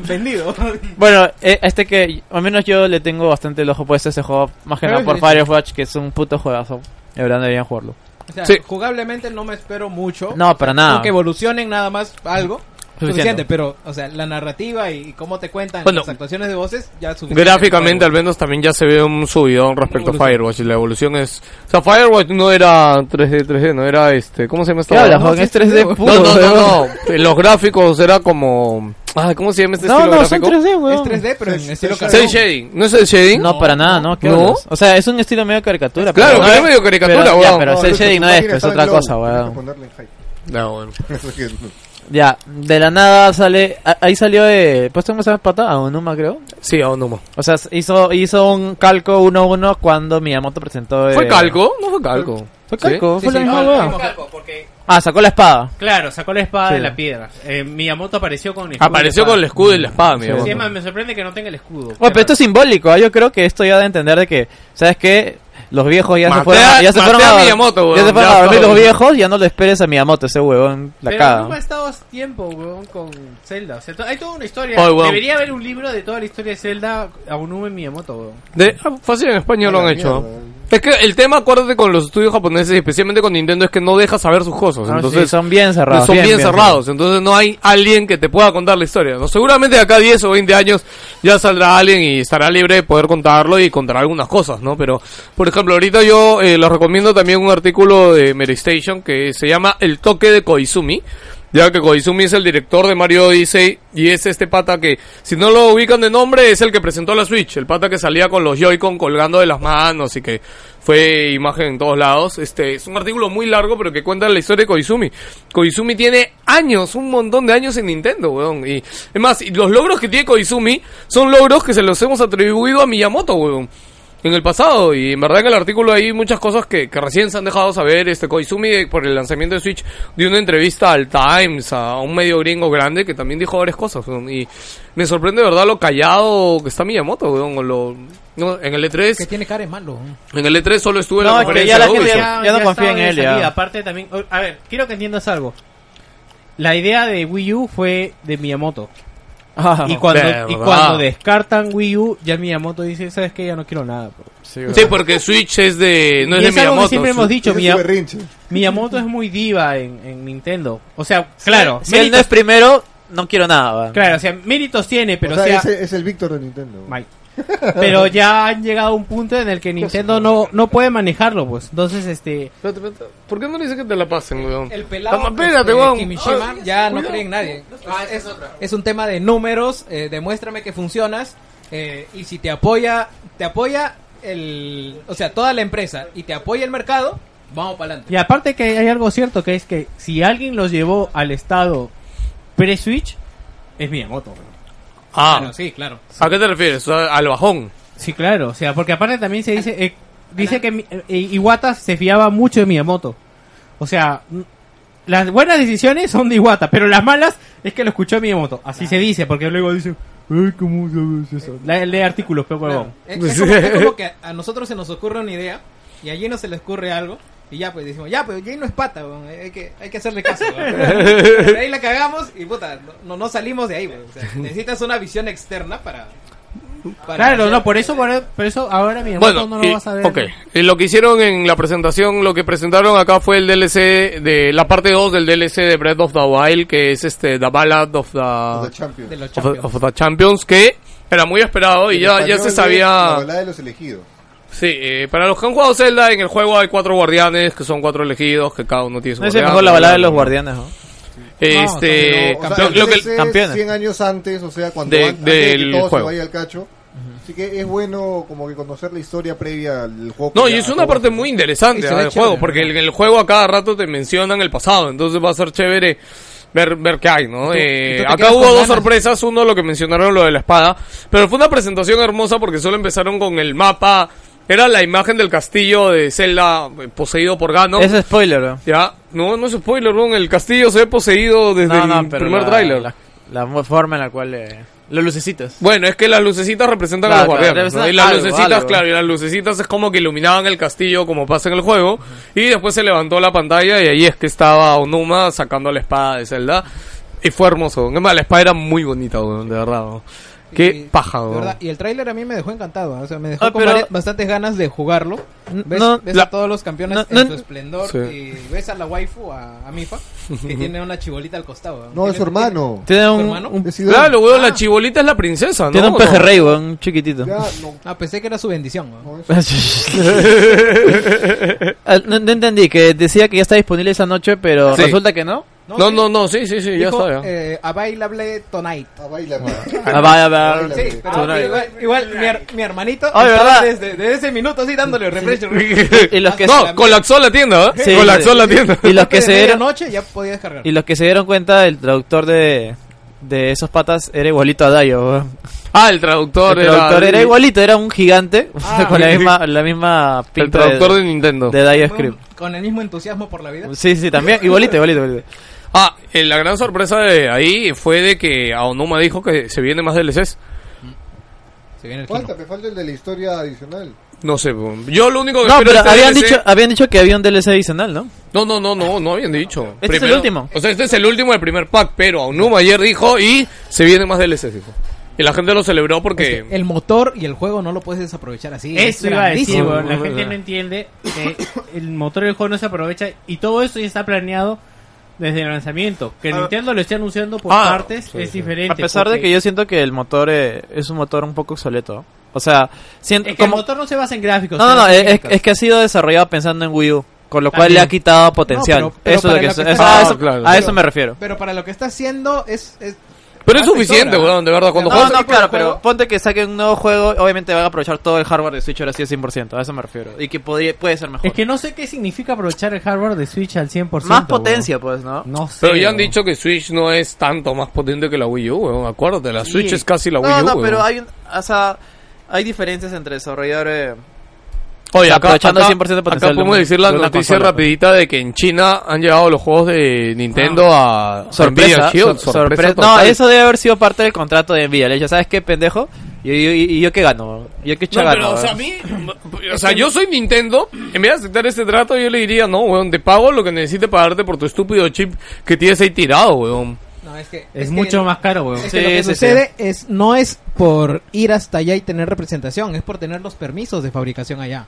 S4: Vendido.
S2: bueno, eh, este que al menos yo le tengo bastante el ojo puesto a ese juego, más que nada por Firewatch, que es un puto juegazo. De verdad deberían jugarlo.
S4: O sea,
S1: Sí.
S4: jugablemente no me espero mucho.
S2: No, para
S4: Creo
S2: nada.
S4: que evolucionen nada más algo.
S2: Suficiente.
S4: Suficiente. pero, o sea, la narrativa y cómo te cuentan
S1: Bueno.
S4: las actuaciones de voces, ya es suficiente.
S1: Gráficamente al menos también ya se ve un subidón respecto
S4: Una
S1: a Firewatch. La evolución es... O sea, Firewatch no era 3D, 3D, no era este... ¿Cómo se llama esta
S2: ¿Qué hablas,
S1: huevada?
S2: Juan? Es 3D puro,
S1: No, no,
S2: weón.
S1: no, no. Los gráficos era como... Ay, ¿Cómo se llama este
S2: No,
S1: estilo
S2: no, son
S1: gráfico?
S2: 3D,
S4: Es
S2: weón.
S4: 3D, pero
S3: Sí,
S4: en estilo
S3: sí,
S4: cartón.
S1: Cel shading. ¿No es el shading?
S2: No, para nada, ¿no? ¿Qué
S1: No.
S2: hablas? O sea, es un estilo medio caricatura.
S1: Claro,
S2: pero no
S1: pero es medio caricatura,
S2: pero, ya,
S1: weón.
S2: pero
S3: No,
S2: cel
S3: su
S2: shading no
S3: página
S2: es, pues, es
S3: estaba en
S2: otra
S3: low,
S2: cosa,
S3: tienes que
S2: weón.
S3: ponerle en hype.
S1: No, bueno.
S3: Eso que-
S2: Ya, de la nada sale. a- Ahí salió eh, de. ¿Puesto cómo se llama pata? A Onuma, creo.
S1: Sí, aún no más.
S2: O sea, hizo, hizo un calco 1-1 cuando Miyamoto presentó. eh,
S1: ¿Fue calco? No fue calco.
S2: ¿Fue calco?
S4: Sí,
S2: ¿Fue
S4: sí,
S2: la misma
S1: Ah,
S4: no,
S2: hueá?
S4: no, no, porque
S2: Ah, sacó la espada.
S6: Claro, sacó la espada
S2: Sí.
S6: de la piedra. Eh, Miyamoto apareció con el
S1: Sí. Apareció con el escudo y la espada, mi
S2: Sí.
S1: amor.
S6: Sí, es más, me sorprende que no tenga el escudo.
S2: Bueno, Oh, pero esto es simbólico. ¿ah? Yo creo que esto ya da a entender de que. ¿Sabes qué? Los viejos ya
S1: Maté
S2: se fueron a,
S1: a-
S2: ya se
S1: maté
S2: fueron
S1: a
S2: a,
S1: Miyamoto,
S2: ya
S1: weón.
S2: se fueron
S1: Ya
S2: a dormir
S1: está,
S2: los
S1: weón.
S2: viejos, ya no le esperes a Miyamoto, ese huevón la
S6: Pero
S2: caga.
S6: no ha estado tiempo, weón, con Zelda. O sea, to- hay toda una historia.
S2: Oh,
S1: Ay, weón.
S6: Debería haber un libro de toda la historia de Zelda a un en Miyamoto, weón.
S1: De, ah, fácil en España
S3: A
S1: lo
S3: la
S1: han hecho.
S3: mierda.
S1: Es que el tema, acuérdate, con los estudios japoneses, y especialmente con Nintendo, es que no deja saber sus cosas.
S2: Ah, sí,
S1: entonces
S2: son bien cerrados.
S1: son bien, cerrados. Entonces no hay alguien que te pueda contar la historia. ¿no? Seguramente de acá a 10 o 20 años ya saldrá alguien y estará libre de poder contarlo y contará algunas cosas, ¿no? Pero, por ejemplo, ahorita yo eh, les recomiendo también un artículo de Mary Station que se llama El toque de Koizumi. Ya que Koizumi es el director de Mario Odyssey y es este pata que, si no lo ubican de nombre, es el que presentó la Switch. El pata que salía con los Joy-Con colgando de las manos y que fue imagen en todos lados. Este es un artículo muy largo, pero que cuenta la historia de Koizumi. Koizumi tiene años, un montón de años en Nintendo, weón. Y es más, y los logros que tiene Koizumi son logros que se los hemos atribuido a Miyamoto, weón. En el pasado, y en verdad en el artículo hay muchas cosas que, que recién se han dejado saber. Este Koizumi, eh, por el lanzamiento de Switch, dio una entrevista al Times, a un medio gringo grande, que también dijo varias cosas. weón. Y me sorprende de verdad lo callado que está Miyamoto, weón. o lo- no, en el E3,
S4: que tiene cara de malo. weón.
S1: en el E3 solo estuve en
S2: No,
S1: la
S2: es que
S1: conferencia
S2: ya la
S1: de
S2: gente
S1: Ubisoft.
S2: ya- no confía
S6: estaba
S2: en
S6: de
S2: él, ya.
S6: salida. Aparte también, o- a ver, quiero que entiendas algo. La idea de Wii U fue de Miyamoto.
S2: Ah,
S6: y,
S1: verdad.
S6: cuando, y cuando descartan Wii U, ya Miyamoto dice, ¿sabes qué? Ya no quiero nada. bro".
S1: Sí, porque Switch es de. No es,
S6: Y
S1: de
S6: es algo que
S1: Miyamoto.
S6: siempre hemos dicho,
S3: Ese
S6: Miya-
S3: pues, berrinche.
S6: Miyamoto es muy diva en, en Nintendo. O sea, claro,
S2: Si él no
S6: méritos,
S2: es primero, no quiero nada, weón.
S6: claro, o sea, méritos tiene, pero
S3: o sea,
S6: o sea,
S3: ese es el Víctor de Nintendo.
S6: Mal. Pero ya han llegado a un punto en el que Nintendo no, no puede manejarlo, pues. Entonces, este...
S1: Espérate, espérate. ¿Por qué no le dices que te la pasen, weón?
S4: El pelado
S1: Toma, espérate,
S4: este,
S1: weón. Ah.
S4: Kimishima
S1: Ay,
S4: ya no
S1: cuidado.
S4: cree en nadie. es, es- es un tema de números, eh, demuéstrame que funcionas eh, y si te apoya, te apoya el, o sea, toda la empresa y te apoya el mercado, vamos para adelante.
S6: Y aparte que hay algo cierto, que es que si alguien los llevó al estado pre-Switch, es Miyamoto.
S1: Ah,
S4: Claro, sí, claro.
S1: ¿a qué te refieres? ¿A- Al bajón.
S6: Sí, claro. O sea, porque aparte también se dice... eh, dice que mi- eh, Iwata se fiaba mucho de Miyamoto. O sea, mm, las buenas decisiones son de Iwata, pero las malas es que lo escuchó Miyamoto. Así se dice, porque luego dice... Ay, ¿cómo sabes eso? Le- Lee artículos, pero huevón.
S4: Es, Eh, es como, es como que a nosotros se nos ocurre una idea y allí no se le ocurre algo y ya pues decimos, ya pues Jay no es pata, weón, hay que, hay que hacerle caso. weón. Pero ahí la cagamos y puta, no, no salimos de ahí. weón. O sea, necesitas una visión externa para... para
S6: Claro,
S4: hacer-
S6: no, por eso, por, por eso ahora Miyamoto
S1: Bueno,
S6: no lo
S1: y-
S6: vas a ver.
S1: ok. Y lo que hicieron en la presentación, lo que presentaron acá fue el DLC de la parte 2 del DLC de Breath of the Wild, que es este The Ballad of the,
S2: Ah.
S3: Of the Champions.
S4: de los
S1: of,
S4: champions.
S1: of the Champions, que Era muy esperado y ya, ya se
S3: La
S1: sabía.
S3: verdad de los elegidos.
S1: Sí, eh, para los que han jugado Zelda, en el juego hay cuatro guardianes, que son cuatro elegidos, que cada uno tiene su
S2: No es
S1: guardián.
S2: mejor la balada de los guardianes, ¿no?
S1: Este,
S3: Pero,
S1: lo- lo que-
S3: el DLC
S2: campeones.
S3: 100 años antes, o sea, cuando
S1: De-
S3: an- antes de
S1: del
S3: que todo
S1: juego.
S3: se vaya al cacho. Así que es bueno como que conocer la historia previa al juego.
S1: no,
S3: que
S1: y
S3: ya
S1: es una
S3: acabó.
S1: parte muy interesante
S5: Y
S1: ah,
S5: se ve
S1: del
S5: chévere,
S1: juego, porque en el, juego a cada rato te mencionan el pasado, entonces va a ser chévere ver, ver qué hay, ¿no?
S5: Y tú-
S1: Eh,
S5: y tú te
S1: acá
S5: quedas
S1: hubo
S5: con
S1: dos
S5: ganas.
S1: sorpresas, uno lo que mencionaron lo de la espada, pero fue una presentación hermosa porque solo empezaron con el mapa, era la imagen del castillo de Zelda eh, poseído por Ganon.
S2: Es spoiler, ¿no?
S1: Ya, no, no es spoiler, weón, el castillo se ve poseído desde
S2: No, no,
S1: el
S2: pero
S1: primer
S2: la-
S1: tráiler.
S2: La, la mo- forma en la cual eh, los lucecitos.
S1: Bueno, es que las lucecitas representan
S2: Claro,
S1: a los
S2: claro,
S1: guardianes, ¿no?
S2: representan
S1: Y las
S2: algo,
S1: lucecitas,
S2: algo.
S1: claro, y las lucecitas es como que iluminaban el castillo como pasa en el juego. Y después se levantó la pantalla y ahí es que estaba Onuma sacando la espada de Zelda. Y fue hermoso, weón. Es más, la espada era muy bonita, weón, de verdad, weón. Qué
S4: Y-
S1: paja,
S4: de
S1: weón.
S4: verdad, Y el tráiler a mí me dejó encantado. O sea, me dejó
S2: Ah,
S4: con
S2: pero-
S4: varias- bastantes ganas de jugarlo. Ves,
S2: No,
S4: ves
S2: la-
S4: a todos los campeones
S2: no,
S4: en
S2: no-
S4: su esplendor.
S1: Sí.
S4: Y ves a la waifu, a, a Mifa, que tiene una chibolita al costado.
S3: No, es
S4: Tiene-
S3: su hermano.
S2: Tiene un,
S4: hermano?
S2: un-
S3: Es idol.
S1: Claro, weón,
S4: Ah.
S1: la chibolita es la princesa, ¿no?
S2: tiene un
S1: ¿O no?
S2: pejerrey, weón, un chiquitito.
S3: Ya, no,
S4: Ah, pensé que era su bendición. ¿no?
S3: no es-
S2: Ah, no, no entendí, que decía que ya está disponible esa noche, pero
S1: Sí.
S2: resulta que no.
S1: No, no, no, sí, sí, sí, ya
S4: Dijo,
S1: está, ya.
S4: eh, available tonight.
S3: Ah, baila, no.
S2: Ah, vaya, vaya.
S3: Baila,
S4: Sí,
S3: güey.
S4: pero
S2: Tonight.
S4: igual, igual mi, her- mi hermanito
S2: Ay,
S4: estaba
S2: ¿verdad?
S4: desde, desde ese minuto así dándole refresh.
S2: Y los que,
S1: No, colapsó la tienda, ¿eh?
S2: Sí,
S1: colapsó
S2: sí.
S1: la tienda.
S2: y los que se dieron,
S4: noche ya podía descargar.
S2: y los que se dieron cuenta, el traductor de, de esos patas era igualito a Dayo. weón.
S1: Ah, el traductor,
S2: El traductor era
S1: el- Ah.
S2: igualito, era un gigante con la misma, la misma
S1: El
S2: pinta
S1: traductor de
S2: de,
S1: Nintendo.
S2: de Dayo
S4: Con-
S2: Script.
S4: Con el mismo entusiasmo por la vida.
S2: Sí, sí, también, igualito, igualito. igualito.
S1: Ah, eh, la gran sorpresa de ahí fue de que Aonuma dijo que se viene más DLCs.
S4: Se viene el
S3: Falta,
S4: kino.
S3: me falta el de la historia adicional.
S1: No sé, po. yo lo único que
S2: No,
S1: espero
S2: pero
S1: de este
S2: habían
S1: DLC
S2: dicho, habían dicho que había un DLC adicional, ¿no?
S1: No, no, no, no, no habían dicho.
S2: es el último.
S1: O sea, este es el último del primer pack, pero Aonuma ayer dijo y se vienen más DLCs, dijo. Y la gente lo celebró porque...
S4: El motor y el juego no lo puedes desaprovechar así. Oh, es
S6: Eso iba a decir,
S4: grandísimo.
S6: weón. La
S1: No,
S6: gente
S1: verdad.
S6: no entiende que el motor del juego no se aprovecha y todo esto ya está planeado desde el lanzamiento. Que
S2: Ah.
S6: Nintendo lo esté anunciando por
S1: Ah,
S6: partes
S1: sí,
S6: es
S1: sí.
S6: diferente.
S2: A pesar de
S6: porque
S2: que yo siento que el motor eh, es un motor un poco obsoleto. O sea, siento
S6: Es que el
S2: como...
S6: motor no se basa en gráficos.
S2: No, no,
S6: se
S2: no, eh,
S6: basa en
S2: es,
S6: mecánicas.
S2: es que ha sido desarrollado pensando en Wii U, con lo cual
S6: También.
S2: le ha quitado potencial.
S4: No, pero- pero
S2: eso es lo
S4: para
S2: que,
S4: lo que
S2: eso-
S4: está-
S2: a
S1: Ah,
S2: eso-
S1: claro.
S2: a eso me refiero.
S4: Pero para lo que está haciendo es... es-
S1: Pero es
S4: basta y
S1: suficiente,
S4: sobra.
S1: weón, de verdad. Cuando
S4: No,
S1: juegas...
S4: no, tipo
S2: ¿eh? claro,
S4: de
S2: pero
S4: juego-
S2: ponte que saquen un nuevo juego, obviamente van a aprovechar todo el hardware de Switch ahora sí al 100%, a eso me refiero. Y que podría, puede ser mejor.
S6: Es que no sé qué significa aprovechar el hardware de Switch al 100%.
S2: Más
S6: weón.
S2: potencia, pues, ¿no?
S6: No sé.
S1: Pero ya han
S6: weón.
S1: dicho que Switch no es tanto más potente que la Wii U, weón. Acuérdate, la
S2: Sí.
S1: Switch es casi la
S2: no,
S1: Wii U,
S2: No,
S1: weón.
S2: pero hay, un, o sea, hay diferencias entre eh, desarrolladores...
S1: Oye,
S2: Está
S1: acá,
S2: aprovechando
S1: acá-
S2: 100% potencial
S1: acá podemos
S2: de un-
S1: decir la
S2: de una
S1: noticia
S2: consola, pues.
S1: rapidita de que en China han llegado los juegos de Nintendo a
S2: Ah. Sorpresa,
S1: Nvidia Shield.
S2: sor-
S1: sorpresa
S2: sorpre- No,
S1: total.
S2: eso debe haber sido parte del contrato de Nvidia. Le dije, ¿sabes qué, pendejo? ¿Y yo, yo, y yo qué gano? ¿Yo qué
S1: No,
S2: gano?
S1: pero, o sea, a mí, o sea, yo soy Nintendo, en vez de aceptar este trato, yo le diría, no, weón, te pago lo que necesite pagarte por tu estúpido chip que tienes ahí tirado, weón.
S4: no, es que-
S6: Es,
S4: que-
S6: mucho más caro, weón.
S4: es
S2: Sí,
S4: que lo que
S2: sí, sí.
S4: sucede es no es por ir hasta allá y tener representación, es por tener los permisos de fabricación allá.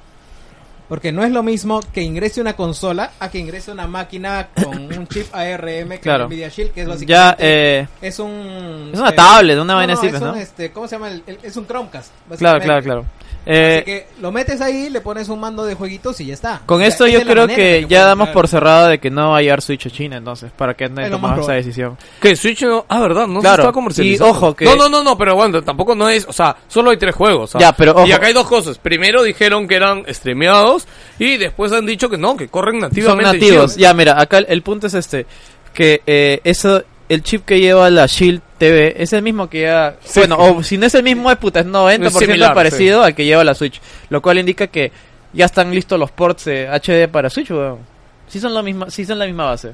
S4: Porque no es lo mismo que ingrese una consola a que ingrese una máquina con un chip ARM que
S2: Claro.
S4: es Nvidia Shield, que es
S2: ya,
S4: básicamente
S2: eh,
S4: es un este,
S2: Es una tablet, una vaina así,
S4: vaina
S2: pues, ¿no?
S4: Este, ¿cómo se llama? El- el- es un Chromecast.
S2: claro,
S4: básicamente.
S2: claro, claro.
S4: Así
S2: Eh,
S4: que lo metes ahí, le pones un mando de jueguitos y ya está.
S2: con
S4: O sea,
S2: esto
S4: esa
S2: yo
S4: es la
S2: creo
S4: manera en
S2: que
S4: la
S2: ya
S4: puedes
S2: damos
S4: entrar.
S2: por cerrado de que no va a llegar Switch a China, entonces, para que
S4: Es
S2: nadie
S4: lo
S2: tomado
S4: más
S2: esa
S4: probable.
S2: decisión.
S1: Que Switch no, ah, verdad, no
S2: Claro,
S1: se está comercializando.
S2: y ojo que-
S1: No, no, no, no, pero bueno, tampoco no es, o sea, solo hay tres juegos. o sea,
S2: Ya, pero ojo.
S1: Y acá hay dos cosas. Primero dijeron que eran streameados y después han dicho que no, que corren
S2: Son
S1: nativamente. en
S2: nativos.
S1: Shield.
S2: Ya, mira, acá el, el punto es este. Que eh, eso, el chip que lleva la Shield TV es el mismo que ya...
S1: Sí.
S2: Bueno, o si no es el mismo, es puta, es 90%
S1: Es similar,
S2: parecido al que lleva la Switch. Lo cual indica que ya están listos los ports eh, HD para Switch, weón. Sí son, la misma, sí son la misma base.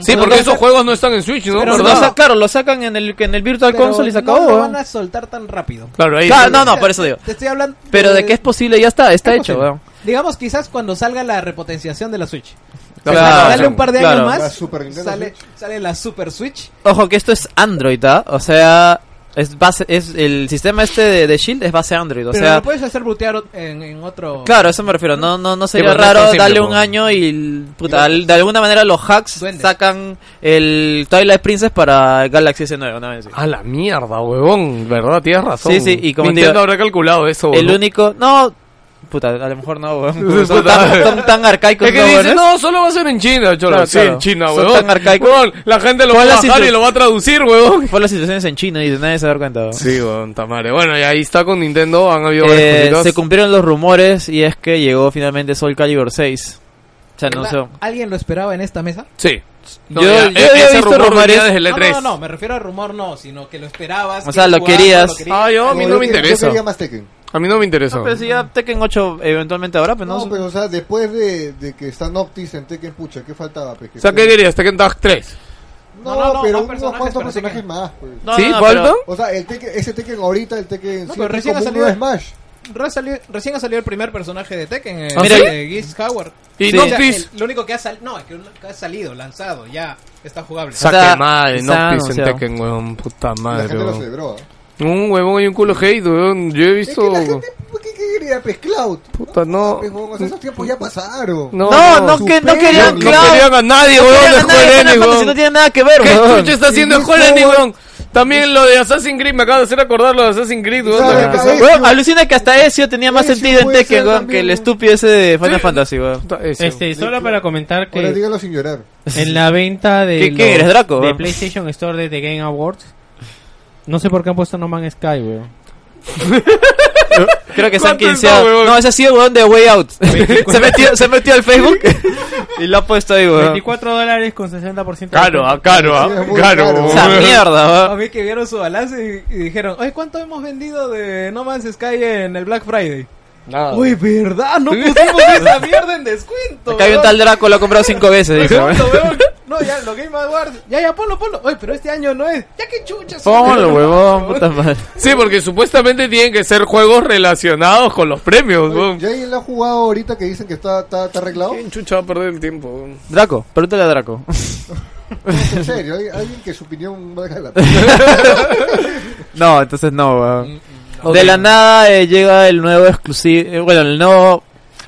S1: Sí, porque esos juegos no están en Switch, ¿no?
S2: Pero
S1: ¿Verdad?
S2: lo sa- claro, lo sacan en el, en el Virtual
S4: Pero
S2: Console y se
S4: No
S2: acabó,
S4: lo
S2: weón.
S4: van a soltar tan rápido.
S1: Claro, ahí.
S2: Claro, no, no, por eso digo.
S4: Te estoy hablando.
S2: Pero de que es posible, ya está, está
S4: es
S2: hecho,
S4: posible.
S2: weón.
S4: Digamos, quizás cuando salga la repotenciación de la Switch.
S2: Claro,
S4: Dale- dale un par de
S2: claro.
S4: años más.
S3: La Super Nintendo
S4: sale,
S3: Switch.
S4: sale la Super Switch.
S2: Ojo que esto es Android, ¿ah? O sea, Es base, es el sistema este de, de Shield es base Android, o
S4: Pero
S2: sea,
S4: lo puedes hacer bootear en, en otro.
S2: claro, a eso me refiero. No, no, no sería
S1: pero pues, no es tan
S2: raro
S1: simple,
S2: darle
S1: po.
S2: un año y puta, al- de alguna manera los hacks
S4: Duendes.
S2: sacan el Twilight Princess para Galaxy S9, una vez así.
S1: A la mierda, huevón. ¿Verdad? Tienes razón.
S2: Sí, sí, y como te
S1: Nintendo
S2: digo,
S1: habrá calculado eso.
S2: El
S1: huevón.
S2: único, no, puta, a lo mejor no, weón,
S1: Sí,
S2: son
S1: puta.
S2: tan, son tan arcaicos
S1: Es que
S2: no,
S1: dice,
S2: weón, ¿eh?
S1: no, solo va a ser en China, cholo.
S2: Claro,
S1: sí,
S2: claro.
S1: en China,
S2: Son
S1: huevón.
S2: tan arcaicos.
S1: Huevón, la gente lo va a
S2: Todas las
S1: bajar y
S2: instru-
S1: lo va a traducir, huevón.
S2: Fue las situaciones en China y nadie se ha dado cuenta. weón.
S1: Sí, huevón, tamare. Bueno, y ahí está con Nintendo. Han habido varias
S2: Eh,
S1: cositas.
S2: se cumplieron los rumores y es que llegó finalmente Soul Calibur 6. O sea, no sé.
S4: ¿Verdad? ¿Alguien lo esperaba en esta mesa?
S1: Sí. No,
S2: Yo-
S1: ya,
S2: yo
S1: e-
S2: había
S1: ese
S2: visto
S1: rumor
S2: rumores-
S1: venía desde el E
S4: No,
S1: E3.
S4: no, no, me refiero a rumor no, sino que lo esperabas.
S2: E O sea,
S4: que
S2: lo
S4: jugabas,
S2: querías.
S1: Ah, yo, a mí
S3: Yo-
S1: no me
S3: yo- Yo
S1: interesa.
S3: quería más Tekken.
S1: A mí no me interesa.
S2: No, pero si ya
S1: Mm.
S2: Tekken 8 eventualmente ahora, pero no.
S3: No, pero o sea, después de, de que están Optis en Tekken, pucha, ¿qué faltaba? Pues, que
S1: O sea, ¿qué
S3: estén-
S1: querías? Tekken Tag 3.
S3: No,
S4: No, no,
S3: pero
S4: no, más
S3: unos
S4: personajes,
S3: cuantos
S4: pero
S3: personajes
S4: Tekken.
S3: más. pues.
S2: No,
S1: ¿Sí?
S2: no, no,
S1: ¿Faltan?
S2: pero-
S3: O sea, el Tekken- ese Tekken ahorita, el Tekken
S4: No,
S3: sí,
S4: pero
S3: es
S4: recién
S3: como
S4: ha
S3: un
S4: salido-
S3: Smash.
S4: Re- salió- recién ha salido el primer personaje de Tekken, eh,
S1: Ah,
S2: Mira,
S4: de-
S2: yo-
S4: de Geese Howard.
S1: Y
S2: Sí.
S1: no,
S2: O sea,
S1: Chris.
S4: Este, el- lo único que ha salido, no, es que lo único que ha salido, lanzado, ya está jugable.
S2: Sa-
S1: Saque madre,
S2: está
S1: no Chris en
S2: anunciado.
S1: Tekken, huevón. Puta
S3: Y la
S1: madre,
S3: gente lo
S1: huevón.
S3: celebró. ¿eh?
S1: Un huevón y un culo hate, huevón. Yo he
S3: Es
S1: visto.
S3: que la gente, ¿por ¿qué qué quería? Pues Cloud.
S1: Puta, no.
S3: Pues, huevón, o sea, esos tiempos ya pasaron.
S1: No,
S2: No, no,
S3: no,
S2: que no
S3: superior,
S2: querían,
S1: No
S2: claro.
S1: querían a nadie,
S2: No
S1: huevón,
S2: querían
S1: de
S2: a nadie,
S1: Square
S2: Final
S1: Enix,
S2: Fantasy
S1: huevón.
S2: no tiene nada que ver,
S1: ¿Qué
S2: weón.
S1: chucha está haciendo
S3: Y
S1: Square Enix,
S3: Discord.
S1: weón? También lo de Assassin's Creed me acaba de hacer acordar lo de Assassin's Creed, weón.
S3: Claro,
S1: también
S3: claro.
S1: empezó-
S3: Ezio.
S2: Weón, alucina que hasta Ezio tenía más
S3: Ezio
S2: sentido en
S3: puede
S2: Tekken,
S3: ser
S2: weón,
S3: también.
S2: que el estúpido ese de Final Fantasy, weón.
S1: Puta, Ezio.
S6: Este, solo para comentar
S4: eh.
S3: Ahora
S6: que
S3: dígalo sin llorar.
S6: en la venta de,
S2: ¿Qué- qué eres, Draco?
S6: de PlayStation Store de The Game Awards, no sé por qué han puesto No Man's Sky, weón.
S2: Creo que se han
S1: ¿Cuánto está,
S2: 15
S1: weón?
S2: No, ese ha sido weón de Way Out. se, metió, se metió al Facebook y lo ha puesto ahí, weón.
S6: 24 dólares con 60% de
S1: Caro, ah, caro, ah,
S3: Sí, es muy
S1: caro.
S3: caro.
S1: weón.
S2: Esa mierda,
S4: A
S2: weón.
S4: mí que vieron su balance y, y dijeron, oye, ¿cuánto hemos vendido de No Man's Sky en el Black Friday?
S1: Nada.
S4: Uy, ¿verdad? No pusimos esa mierda en descuento.
S2: Acá hay un
S4: weón.
S2: tal Draco, lo ha comprado 5 veces, dice, weón.
S4: Puta, weón. No, ya, lo Game Awards. Ya, ya, ponlo, ponlo. Oye, pero este año no es. Ya que chuchas.
S2: Póngalo, huevón, puta madre.
S1: Sí, porque supuestamente tienen que ser juegos relacionados con los premios, weón.
S3: ¿Ya él ha jugado ahorita que dicen que está, está, está arreglado?
S1: ¿Quién chucha va a perder el tiempo, weón?
S2: Draco, pregúntale a Draco.
S3: En serio, hay alguien que su opinión valga la pena.
S2: No, entonces no,
S3: Mm,
S2: weón.
S1: Ok.
S2: De la nada eh, llega el nuevo exclusivo, eh, bueno, el nuevo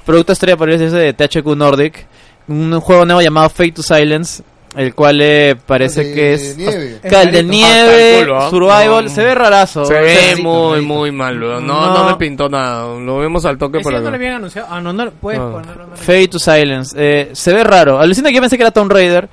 S2: producto estrella por ese de THQ Nordic, un juego nuevo llamado Fate to Silence, el cual eh, parece
S3: De-
S2: que es
S3: de nieve.
S2: Claro, el de
S1: Marito. Hasta
S2: nieve,
S1: el culo, ¿ah?
S2: survival,
S1: No.
S2: se ve rarazo.
S1: Se
S2: o sea,
S1: ve
S2: sí.
S1: muy, muy mal, weón. No, no,
S2: No.
S1: me pintó nada. Lo vemos al toque por
S6: ¿Ese no
S1: acá.
S6: lo habían anunciado? Ah, no, no, puedes
S1: No.
S6: ponerlo. no, no.
S2: Fate to Silence, eh, se ve raro. Alucina que yo pensé que era Tomb Raider,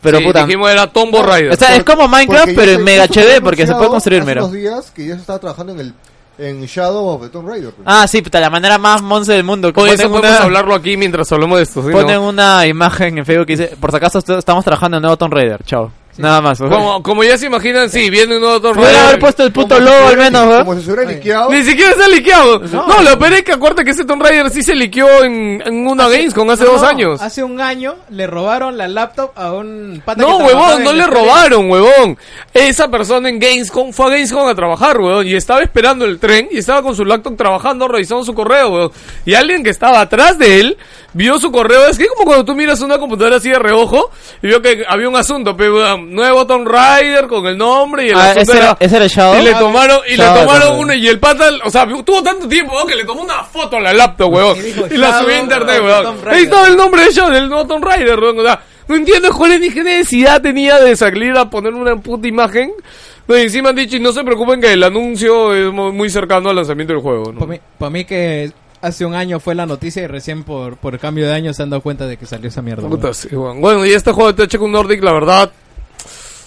S2: pero
S1: Sí,
S2: puta.
S1: Dijimos era Tombo Raider.
S2: O sea, es como Minecraft,
S3: Porque ya
S2: pero
S3: se-
S2: en mega
S3: eso fue
S2: HD, porque se puede
S3: anunciado
S2: construir,
S3: hace
S2: mira.
S3: unos días que ya se estaba trabajando en el en Shadow of the Tomb Raider. pues.
S2: Ah, sí, puta, la manera más monce del mundo. que
S1: Oye,
S2: ponen
S1: eso podemos
S2: una-
S1: hablarlo aquí mientras hablamos de esto. ¿sí, no?
S2: Ponen una imagen en Facebook que dice, por si acaso est- estamos trabajando en nuevo Tomb Raider, chao. Nada más. weón.
S1: Como, como ya se imaginan, sí, viene un nuevo Tomb
S2: Podrían haber
S1: Raider.
S2: puesto el puto
S3: Como si
S2: logo al
S3: hubiera-
S2: menos,
S3: Como
S2: weón.
S3: si se hubiera liqueado.
S1: Ni siquiera está liqueado. No, lo peor es que acuérdate que ese Tomb Raider sí se liqueó en, en una
S2: Ah,
S1: Gamescom hace
S4: No,
S1: dos años.
S4: Hace un año le robaron la laptop a un pata
S1: No,
S4: que trabajaba
S1: huevón,
S4: en
S1: no
S4: el
S1: le
S4: estudio.
S1: robaron, huevón. Esa persona en Gamescom fue a Gamescom a trabajar, huevón, y estaba esperando el tren y estaba con su laptop trabajando, revisando su correo, huevón. Y alguien que estaba atrás de él vio su correo. Es que como cuando tú miras una computadora así de reojo y vio que había un asunto, pe, huevón, nuevo Tomb Raider con el nombre y el
S2: Ah,
S1: asunto
S2: ese era- ese era el Shadow.
S1: Y le tomaron, y
S2: Shadow
S1: le tomaron
S2: también.
S1: una, y el pata, o sea, tuvo tanto tiempo, huevón, que le tomó una foto a la laptop, huevón.
S4: Y dijo,
S1: Y la subió a
S4: Shadow
S1: internet,
S4: of
S1: huevón.
S4: Tomb
S1: Ahí
S4: Raider.
S1: estaba el nombre de John, el nuevo Tomb Raider, weón. O sea, no entiendo cuál es ni qué necesidad tenía de salir a poner una puta imagen. No, y encima han dicho, y no se preocupen que el anuncio es mo- muy cercano al lanzamiento del juego, ¿no?
S4: Para mí, pa' mí que hace un año fue la noticia y recién por, por cambio de año se han dado cuenta de que salió esa mierda.
S1: Puta,
S4: weón.
S1: sí, weón. Bueno, y este juego de THQ Nordic, la verdad,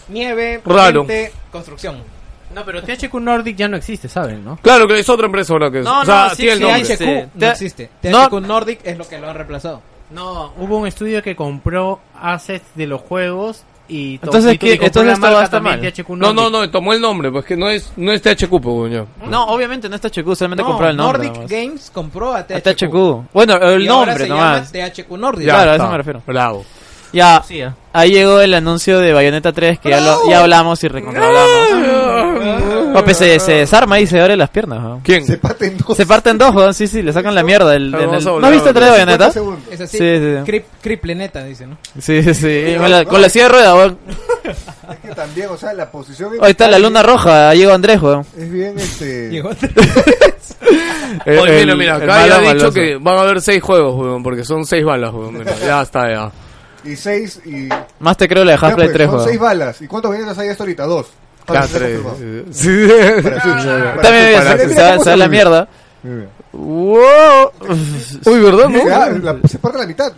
S4: Nieve,
S1: Raro.
S4: gente, construcción.
S6: No, pero THQ Nordic ya no existe, ¿saben, no?
S1: claro que es otra empresa ahora que es.
S2: No,
S1: o sea,
S2: no, sí,
S1: tiene el
S2: sí,
S1: nombre.
S2: ahí se-
S4: THQ
S2: Te-
S4: no existe.
S2: No.
S4: THQ Nordic es lo que lo han reemplazado.
S6: No, hubo un estudio que compró assets de los juegos y... to-
S2: Entonces,
S6: y to-
S2: ¿qué?
S6: y compró
S2: Entonces
S6: la
S2: esto
S6: marca
S2: va a estar
S6: también,
S2: mal.
S6: THQ
S1: No, no,
S6: Nordic.
S1: no, tomó el nombre, pues que no es, no es THQ, pues, weón, ya.
S2: No, obviamente no está HQ, solamente
S4: No,
S2: compró el nombre.
S4: Nordic
S2: nomás.
S4: Games compró a THQ.
S2: Está HQ. Bueno, el
S4: Y ahora
S2: nombre
S4: se llama este.
S2: nomás.
S4: THQ Nordic.
S1: Ya
S2: Claro, a
S1: está.
S2: eso me refiero.
S1: Bravo.
S2: Ya,
S6: Sí, ah.
S2: ahí llegó el anuncio de Bayonetta 3 que ya, lo, ya hablamos y recontrolamos. Papi Oh, pues se, se desarma y se abre las piernas. weón.
S1: ¿Quién?
S3: Se paten dos.
S2: Se parten dos, weón, sí, sí, le sacan la mierda. el-
S1: Claro,
S2: en
S1: vamos
S2: el-
S1: a
S2: ¿No
S1: volver
S2: has visto
S1: a
S2: el trailer de
S3: 50
S2: Bayonetta?
S3: segundos.
S4: Es así.
S2: Sí, sí, sí.
S4: Crip- Cripleneta, dice, ¿no?
S2: Sí, sí, sí. Con la, con la silla de rueda, weón.
S3: Es que también, o sea, la posición. en
S2: Ahí está la
S3: Italia
S2: luna roja, ha llegado Andrés, weón.
S3: Es bien, este.
S2: El-
S1: Oye, mira,
S2: el-
S1: mira,
S2: el
S1: acá ya
S2: malo
S1: ha dicho
S2: maloso.
S1: que van a haber seis juegos, weón, porque son seis balas, weón. mira, ya está, ya.
S3: Y seis. Y.
S2: Más te creo la de
S3: ya, pues,
S2: Half-Life 3,
S3: son seis
S2: weón.
S3: balas. ¿Y cuántos venenos hay hasta ahorita? Dos.
S1: Ya,
S3: Para-
S1: tres.
S3: para-
S1: Sí.
S3: para- para-
S2: También se-
S3: Mira
S2: se va-
S3: cómo
S2: se va la
S3: sobrevive.
S2: mierda.
S3: Muy bien.
S2: Wow.
S1: Uy, ¿verdad,
S3: Ya,
S1: no?
S3: la- se parte la mitad.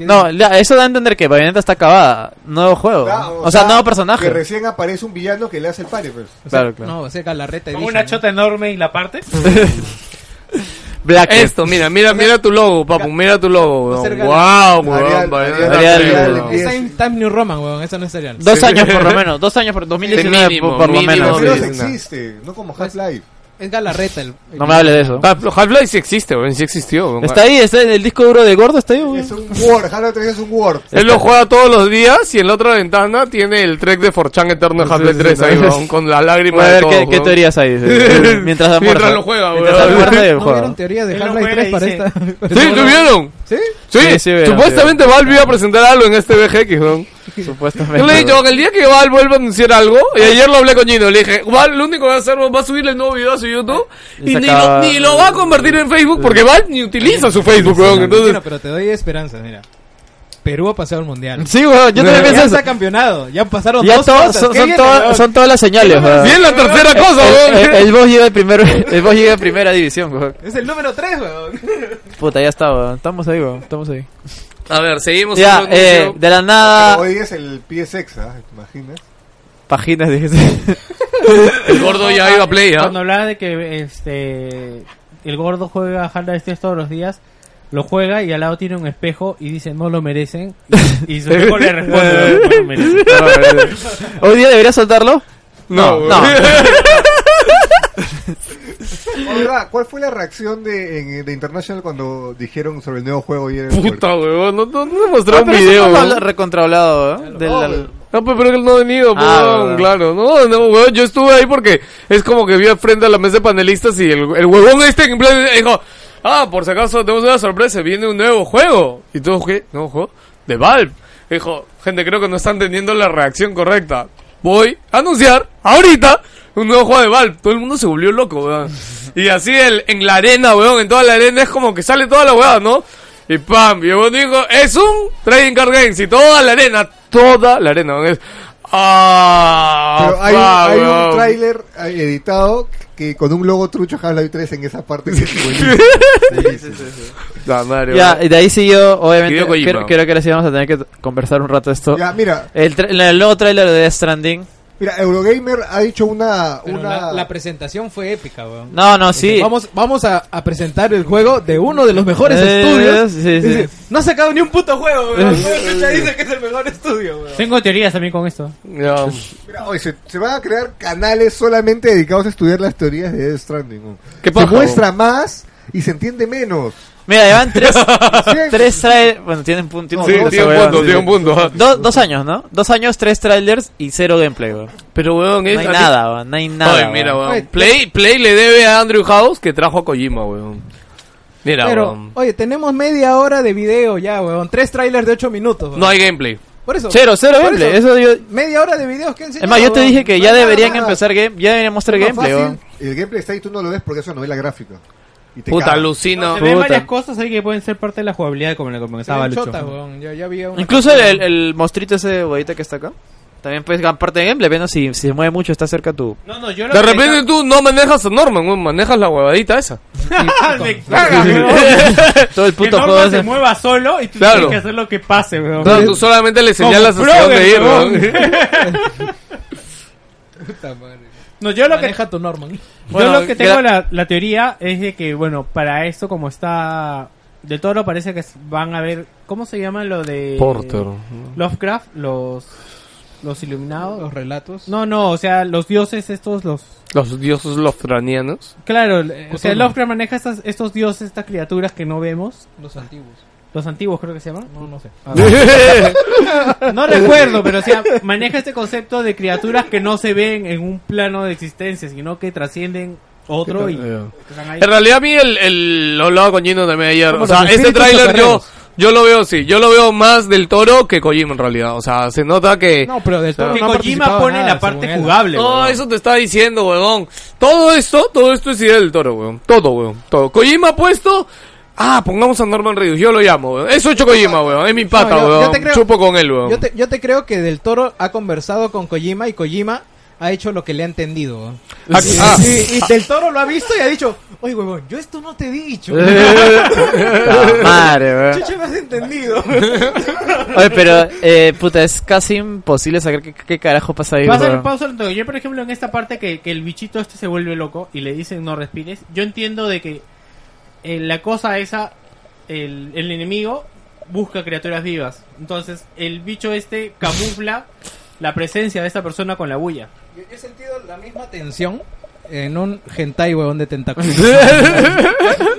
S2: No, la- eso da a entender que Bayonetta está acabada. Nuevo juego.
S3: Claro,
S2: o, sea, nuevo personaje.
S3: Que recién aparece un villano que le hace el pari, pues.
S2: Claro, claro.
S4: No, o sea, Galarreta.
S6: Con
S4: Edition,
S6: una
S4: ¿no?
S6: chota enorme y la parte.
S2: Black
S1: Esto, mira, mira, mira tu logo, papu, mira tu logo,
S4: Va a ser
S1: weón.
S4: ganado.
S1: Wow, weón,
S3: Arial,
S1: Bayonetta
S2: Arial,
S1: tres,
S2: Arial,
S1: weón.
S3: Arial.
S4: Es Time, Time New Roman, weón. Eso no es serial.
S2: Dos
S1: Sí.
S2: años por lo menos. Dos años por 2019
S1: mínimo,
S2: por lo
S1: mínimo,
S2: menos.
S3: Pero
S1: sí.
S3: existe, no como
S4: Pues-
S3: Half-Life.
S4: Es Galarreta. El,
S2: No me hables de eso.
S1: Half- Half-Life sí existe, weón, sí existió, weón.
S2: Está ahí, está en el disco duro de gordo, está ahí, weón.
S3: Es un Word, Half-Life 3 es un Word.
S1: Él lo juega todos los días y en la otra ventana tiene el track de Forchan Eterno de Half-Life 3 ahí, weón, con la lágrima
S2: Voy a
S1: de
S2: ver
S1: todo,
S2: qué, qué
S1: weón.
S2: teorías hay. sí. Mientras almuerza.
S1: Mientras lo juega,
S2: Mientras
S1: weón.
S2: almuerza y el
S4: ¿No
S2: juego.
S4: vieron teorías de
S6: Él no
S4: Half-Life
S6: juega
S4: 3
S6: y
S4: para
S6: se-
S4: esta?
S1: ¿Sí? ¿Lo vieron?
S4: ¿Sí?
S1: Sí,
S2: Sí, sí, vieron,
S1: supuestamente Valve iba a presentar algo en este VGX, weón.
S2: Supuestamente.
S1: Yo le he dicho, el día que Valve vuelva a anunciar algo,
S2: Ah.
S1: y ayer lo hablé con Gino, le dije, Valve lo único que va a hacer va a subirle el nuevo video a su YouTube,
S2: Y
S1: y,
S2: se
S1: ni,
S2: acaba-
S1: lo, ni lo va a convertir en Facebook, porque Valve ni utiliza su Facebook, weón. Entonces,
S4: Bueno, pero te doy esperanzas, mira. Perú ha pasado el mundial.
S2: Sí, weón, yo
S4: Ya
S2: también pienso eso.
S4: está campeonado. Ya pasaron
S2: Ya
S4: dos
S2: todos,
S4: cosas.
S2: son,
S4: ¿Qué
S2: son
S4: viene,
S2: todas-
S4: weón?
S2: son todas las señales, weón.
S1: bien la
S2: Eh,
S1: tercera cosa,
S2: El, el,
S1: weón.
S2: el boss llega de primero, el boss llega de primera división, weón.
S4: Es el número 3, weón.
S2: Puta, ya está, weón. Estamos ahí, weón. Estamos ahí.
S1: A ver, seguimos.
S2: Ya,
S1: con el
S2: eh,
S1: anuncio.
S2: de la nada.
S3: Hoy es el PSX, ¿ah? ¿Te imaginas?
S2: Páginas, dije.
S1: el gordo ya iba a play, ¿ah?
S6: Cuando hablaba de que este el gordo juega Half-Life 3 todos los días, lo juega y al lado tiene un espejo y dice no lo merecen. Y su espejo le responde no lo merecen.
S2: Hoy día debería soltarlo.
S1: No,
S2: No,
S1: weón.
S3: Oiga, ¿cuál fue la reacción de, en- de International cuando dijeron sobre el nuevo juego y era el
S1: Puta, weón, no, no, no
S2: Ah,
S1: mostró un
S2: pero eso
S1: video,
S2: no lo
S1: weón.
S2: habla- recontrahablado, ¿eh? Del-
S3: No,
S2: al-
S3: weón.
S1: No, pues, pero él no ha venido, pues,
S2: Ah,
S1: weón,
S2: verdad.
S1: claro. No, no, weón, yo estuve ahí porque es como que vi al frente a la mesa de panelistas y el, el huevón este en plan dijo, ah, por si acaso tenemos una sorpresa, viene un nuevo juego. Y todos, ¿qué? ¿Nuevo juego? De Valve. Dijo, gente, creo que no están teniendo la reacción correcta. Voy a anunciar, ahorita, un nuevo juego de Valve. Todo el mundo se volvió loco, weón. Y así el, en la arena, weón, en toda la arena es como que sale toda la weá, ¿no? Y pam, y vos dijo, es un trading card games y toda la arena, toda la arena. weón, Es, ah,
S3: Pero hay,
S1: pa,
S3: hay
S1: weón.
S3: un tráiler eh, editado que con un logo trucho Half-Life 3 en esa parte. Que es buenísimo.
S1: La madre,
S2: Ya,
S1: weón.
S2: y de ahí siguió, obviamente.
S1: Hideo Kojima.
S2: Creo, creo que ahora sí vamos a tener que t- conversar un rato esto.
S3: Ya, mira,
S2: El, tra- el nuevo trailer de Death Stranding.
S3: mira, Eurogamer ha hecho una...
S4: Pero
S3: una...
S4: la, la presentación fue épica, weón.
S2: No, no, sí.
S4: Vamos, vamos a, a presentar el juego de uno de los mejores
S2: Eh,
S4: estudios.
S2: sí, Eh. sí.
S4: Dice, No ha sacado ni un puto juego, weón. ¿Cómo chucha dice que es el mejor estudio, weón?
S6: Tengo teorías también con esto.
S1: Ya.
S3: Mira, oye, se, se van a crear canales solamente dedicados a estudiar las teorías de Death Stranding. ¿no?
S1: ¿Qué
S3: Se
S1: paja,
S3: muestra más y se entiende menos.
S2: Mira, llevan tres,
S3: Sí.
S2: tres trailers. Bueno, tienen pun- tiene un
S1: Sí,
S2: punto.
S1: tiene un
S2: esa
S1: punto,
S2: huevada,
S1: tiene
S2: sí,
S1: un punto.
S2: sí. Do- dos años, ¿no? Dos años, tres trailers y cero gameplay, weón.
S1: Pero, weón, es
S2: No hay
S1: a ti-
S2: nada, weón. No hay nada.
S1: Ay, mira,
S2: weón.
S1: weón. Play, Play le debe a Andrew House que trajo a Kojima, weón. Mira,
S4: Pero,
S1: weón.
S4: oye, tenemos media hora de video ya, weón. Tres trailers de 8 minutos. weón.
S1: No hay gameplay.
S4: Por eso.
S2: Cero, cero
S4: Por
S2: gameplay.
S4: eso.
S2: Eso yo.
S4: Media hora de videos que enseñan.
S2: Es más, yo te dije que ya deberían
S3: nada.
S2: empezar game. Ya deberían mostrar
S3: Más
S2: gameplay,
S3: fácil,
S2: weón.
S3: el gameplay está ahí, tú no lo ves porque es una novela gráfica. Y te
S1: Puta,
S3: cagas.
S1: alucino.
S6: Se ven
S2: Puta.
S6: varias cosas ahí que pueden ser parte de la jugabilidad, como la que comenzaba Lucho.
S4: chotas, weón. Yo ya vi una-
S2: Incluso el, el mostrito ese huevita que está acá. También puedes ganar parte de gameplay, viendo si, si se mueve mucho, está cerca tu.
S6: No, no, yo lo
S1: De
S6: que
S1: repente tú no manejas a Norman, weón, manejas la huevadita esa.
S6: Me caga, weón.
S2: Todo el
S6: Que
S2: puto
S6: Norman
S2: juego
S6: se
S2: ese.
S6: mueva solo y tú
S1: Claro.
S6: tienes que hacer lo que pase, weón.
S1: No, tú solamente le señalas
S6: Como
S1: hacia dónde
S6: Frogger,
S1: ir,
S6: weón.
S1: weón.
S4: Puta madre.
S6: No, yo lo que
S4: Maneja tu Norman.
S2: Bueno,
S6: Yo lo que tengo
S2: gra-
S6: la, la teoría es de que, bueno, para esto, como está del toro, parece que s- van a ver. ¿Cómo se llama lo de. Lovecraft, los. Los
S5: Ah,
S6: iluminados.
S4: Los relatos.
S6: No, no, o sea, los dioses estos, los.
S1: Los dioses loftranianos.
S6: Claro, eh, o sea,
S4: Cthulhu.
S6: Lovecraft maneja estas, estos dioses, estas criaturas que no vemos.
S4: Los antiguos.
S6: Los antiguos, creo que se llaman.
S4: No, no sé.
S5: Ah.
S6: No recuerdo, pero o sea, maneja este concepto de criaturas que no se ven en un plano de existencia, sino que trascienden otro y.
S1: En
S6: están ahí.
S5: Eh.
S1: realidad a mí el, el, lo hablaba con Gino también ayer.
S4: Como
S1: O sea,
S4: los
S1: este
S4: espíritus
S1: tráiler yo,
S4: soterranos.
S1: Yo lo veo, sí. Yo lo veo más del toro que Kojima en realidad. O sea, se nota que.
S5: No, pero del todo
S6: Que
S5: no ha
S6: Kojima
S5: participado
S6: pone
S5: nada,
S6: la parte
S5: según él. Oh,
S6: jugable.
S1: No,
S6: weón.
S1: eso te está diciendo, weón. Todo esto, todo esto es idea del toro, weón. Todo, weón. Todo. Kojima ha puesto. Ah, pongamos a Norman Reedus. Yo lo llamo, weón. Eso es Kojima, weón. Es mi pata,
S4: yo- yo
S1: weón.
S4: te creo.
S1: Chupo con él, weón.
S4: Yo te, yo te creo que Del Toro ha conversado con Kojima y Kojima ha hecho lo que le ha entendido.
S1: Ah, ah.
S4: Y, y Del Toro lo ha visto y ha dicho, oye, huevón, yo esto no te he dicho.
S2: Puta madre, weón.
S4: Chucha, me has entendido.
S2: Oye, pero, eh, puta, es casi imposible saber qué, qué carajo pasa ahí,
S6: Pasa-
S2: weón.
S6: pasa lo- Yo, por ejemplo, en esta parte que, que el bichito este se vuelve loco y le dicen no respires, yo entiendo de que eh, la cosa esa, el, el enemigo busca criaturas vivas. Entonces, el bicho este camufla la presencia de esta persona con la bulla.
S4: Yo, yo he sentido la misma tensión en un hentai, huevón, de tentáculos.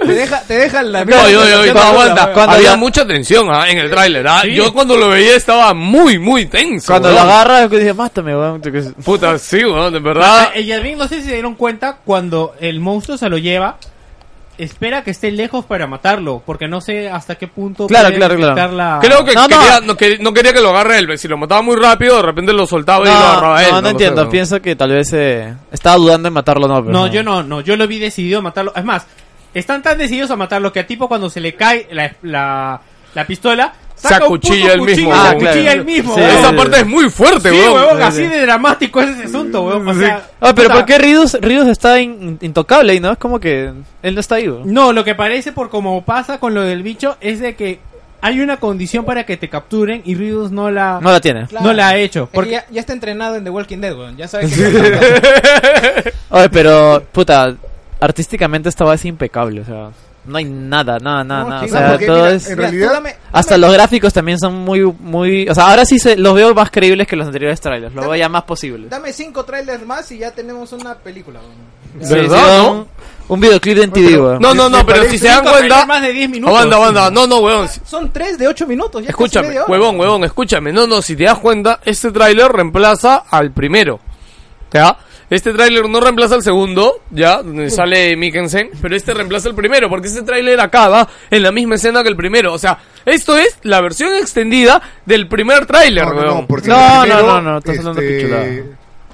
S4: te, deja, te deja la misma
S1: No, yo, yo,
S4: sensación
S1: yo,
S4: de
S1: aguanta.
S4: puta,
S2: Cuando
S1: Había
S2: la-
S1: mucha tensión ah, en el
S2: eh,
S1: tráiler. ah. Yo cuando lo veía estaba muy, muy tenso.
S2: Cuando lo
S1: weón.
S2: agarra, dice, mátame, weón. Yo qué sé.
S1: Puta, sí, weón, de verdad.
S2: eh,
S6: Ah, y al fin, no sé si se dieron cuenta, cuando el monstruo se lo lleva, espera que esté lejos para matarlo, porque no sé hasta qué punto
S2: Claro,
S6: puede
S2: claro, claro.
S6: detectar la-
S1: Creo que
S2: No, no.
S1: quería, no. que- no quería que lo agarre él. Si lo mataba muy rápido, de repente lo soltaba y lo
S2: No,
S1: agarraba él.
S2: no, no
S1: lo sé,
S2: entiendo.
S1: weón.
S2: Pienso que tal vez eh, estaba dudando en matarlo, no. Pero
S6: No, yo no, no, yo lo vi decidido a matarlo. Es más, están tan decididos a matarlo que a tipo cuando se le cae la, la, la pistola, saca
S1: Saca
S6: un puto
S1: cuchilla él
S6: cuchillo
S1: mismo,
S6: y la
S1: weón.
S6: cuchilla
S2: Ah, claro.
S6: él mismo.
S2: Sí,
S6: weón.
S1: Esa parte es muy fuerte,
S6: Sí,
S1: weón.
S6: weón, así de dramático es ese asunto, weón. O sea,
S2: Ah, pero
S6: puta,
S2: ¿por qué Ridus, Ridus está in- intocable ahí, no? Es como que él no está ahí, weón.
S6: No, lo que parece por como pasa con lo del bicho es de que hay una condición para que te capturen y Ridus no la
S2: No la tiene.
S4: Claro.
S6: no la ha hecho.
S4: Es que
S6: Porque
S4: ya, ya está entrenado en The Walking Dead, weón. Ya sabes que...
S2: Oye, pero, puta, artísticamente esta base es impecable, o sea, no hay nada, nada, nada,
S3: No,
S2: nada. O
S3: chicos,
S2: sea,
S3: porque,
S2: todo
S3: mira,
S2: es...
S3: en realidad-
S4: tú dame-
S2: Hasta los gráficos también son muy, muy... O sea, ahora sí se, los veo más creíbles que los anteriores trailers, los veo ya más posibles.
S4: Dame cinco trailers más y ya tenemos una película, weón.
S2: Sí,
S1: ¿Verdad,
S2: sí,
S1: no?
S2: un, un videoclip de MTV, weón.
S1: No, no,
S3: Me
S1: no, pero
S3: parece
S1: si se dan
S6: nunca pelear
S1: cuenta.
S6: más de 10 minutos.
S1: Aguanta, aguanta. No, no, weón. si-
S4: Son tres de ocho minutos. Ya casi
S1: Escúchame,
S4: media hora.
S1: huevón, huevón, escúchame. No, no, si te das cuenta, este tráiler reemplaza al primero. ¿Ya? Este tráiler no reemplaza al segundo, ¿ya? Donde sale Mikkelsen, pero este reemplaza al primero, porque este tráiler acaba en la misma escena que el primero. O sea, esto es la versión extendida del primer tráiler,
S3: No, no,
S1: huevón.
S3: no, porque
S2: No,
S3: el
S2: no,
S3: primero,
S2: no, no, estás hablando pichulada.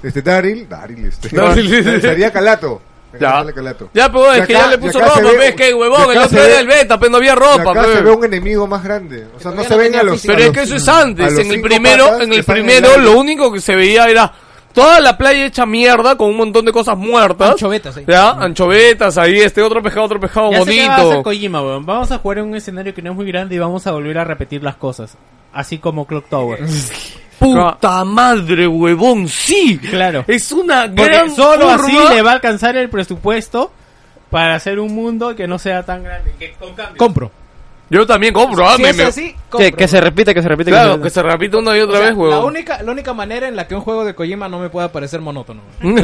S3: Este Daryl, Daryl, este.
S1: Daryl.
S3: Sería Calato.
S1: Ya,
S3: Sale Calato.
S1: ya, pero
S3: Y
S1: es que
S3: acá-
S1: ya le
S3: y
S1: puso
S3: acá se
S1: ropa,
S3: ve-
S1: ves que,
S3: y
S1: huevón,
S3: acá
S1: el otro
S3: se ve-
S1: era el beta, pero no había
S3: Y
S1: ropa, pues.
S3: acá
S1: pe.
S3: se ve un enemigo más grande. O sea, no
S4: todavía
S3: se
S4: no
S3: ven
S4: tenía
S3: a los.
S4: física.
S3: a
S1: Pero es
S3: los-
S1: que eso es
S3: a
S1: antes.
S3: los
S1: En el
S3: cinco
S1: primero,
S3: patas
S1: en
S3: que
S1: el
S3: están
S1: primero,
S3: el aire.
S1: lo único que se veía era toda la playa hecha mierda con un montón de cosas muertas.
S4: Anchovetas, ahí.
S1: Ya, anchovetas ahí, este otro pescado, otro pescado
S6: Ya sé qué va a hacer
S1: bonito.
S6: Kojima, weón. Vamos a jugar en un escenario que no es muy grande y vamos a volver a repetir las cosas. Así como Clock Tower.
S1: Puta madre, huevón, sí.
S6: Claro.
S1: Es una
S6: Porque
S1: gran
S6: solo
S1: curva.
S6: así le va a alcanzar el presupuesto para hacer un mundo que no sea tan grande. Que con cambios.
S4: Compro.
S1: Yo también compro, ah,
S4: Si
S1: me-
S4: es
S1: me-
S4: así,
S2: Que,
S4: compro.
S2: que se repita, que se repita.
S1: Claro, que
S2: que se
S1: se repite una y
S4: O
S1: otra
S4: sea,
S1: vez,
S4: la
S1: huevón.
S4: única, la única manera en la que un juego de Kojima no me pueda parecer monótono. weón.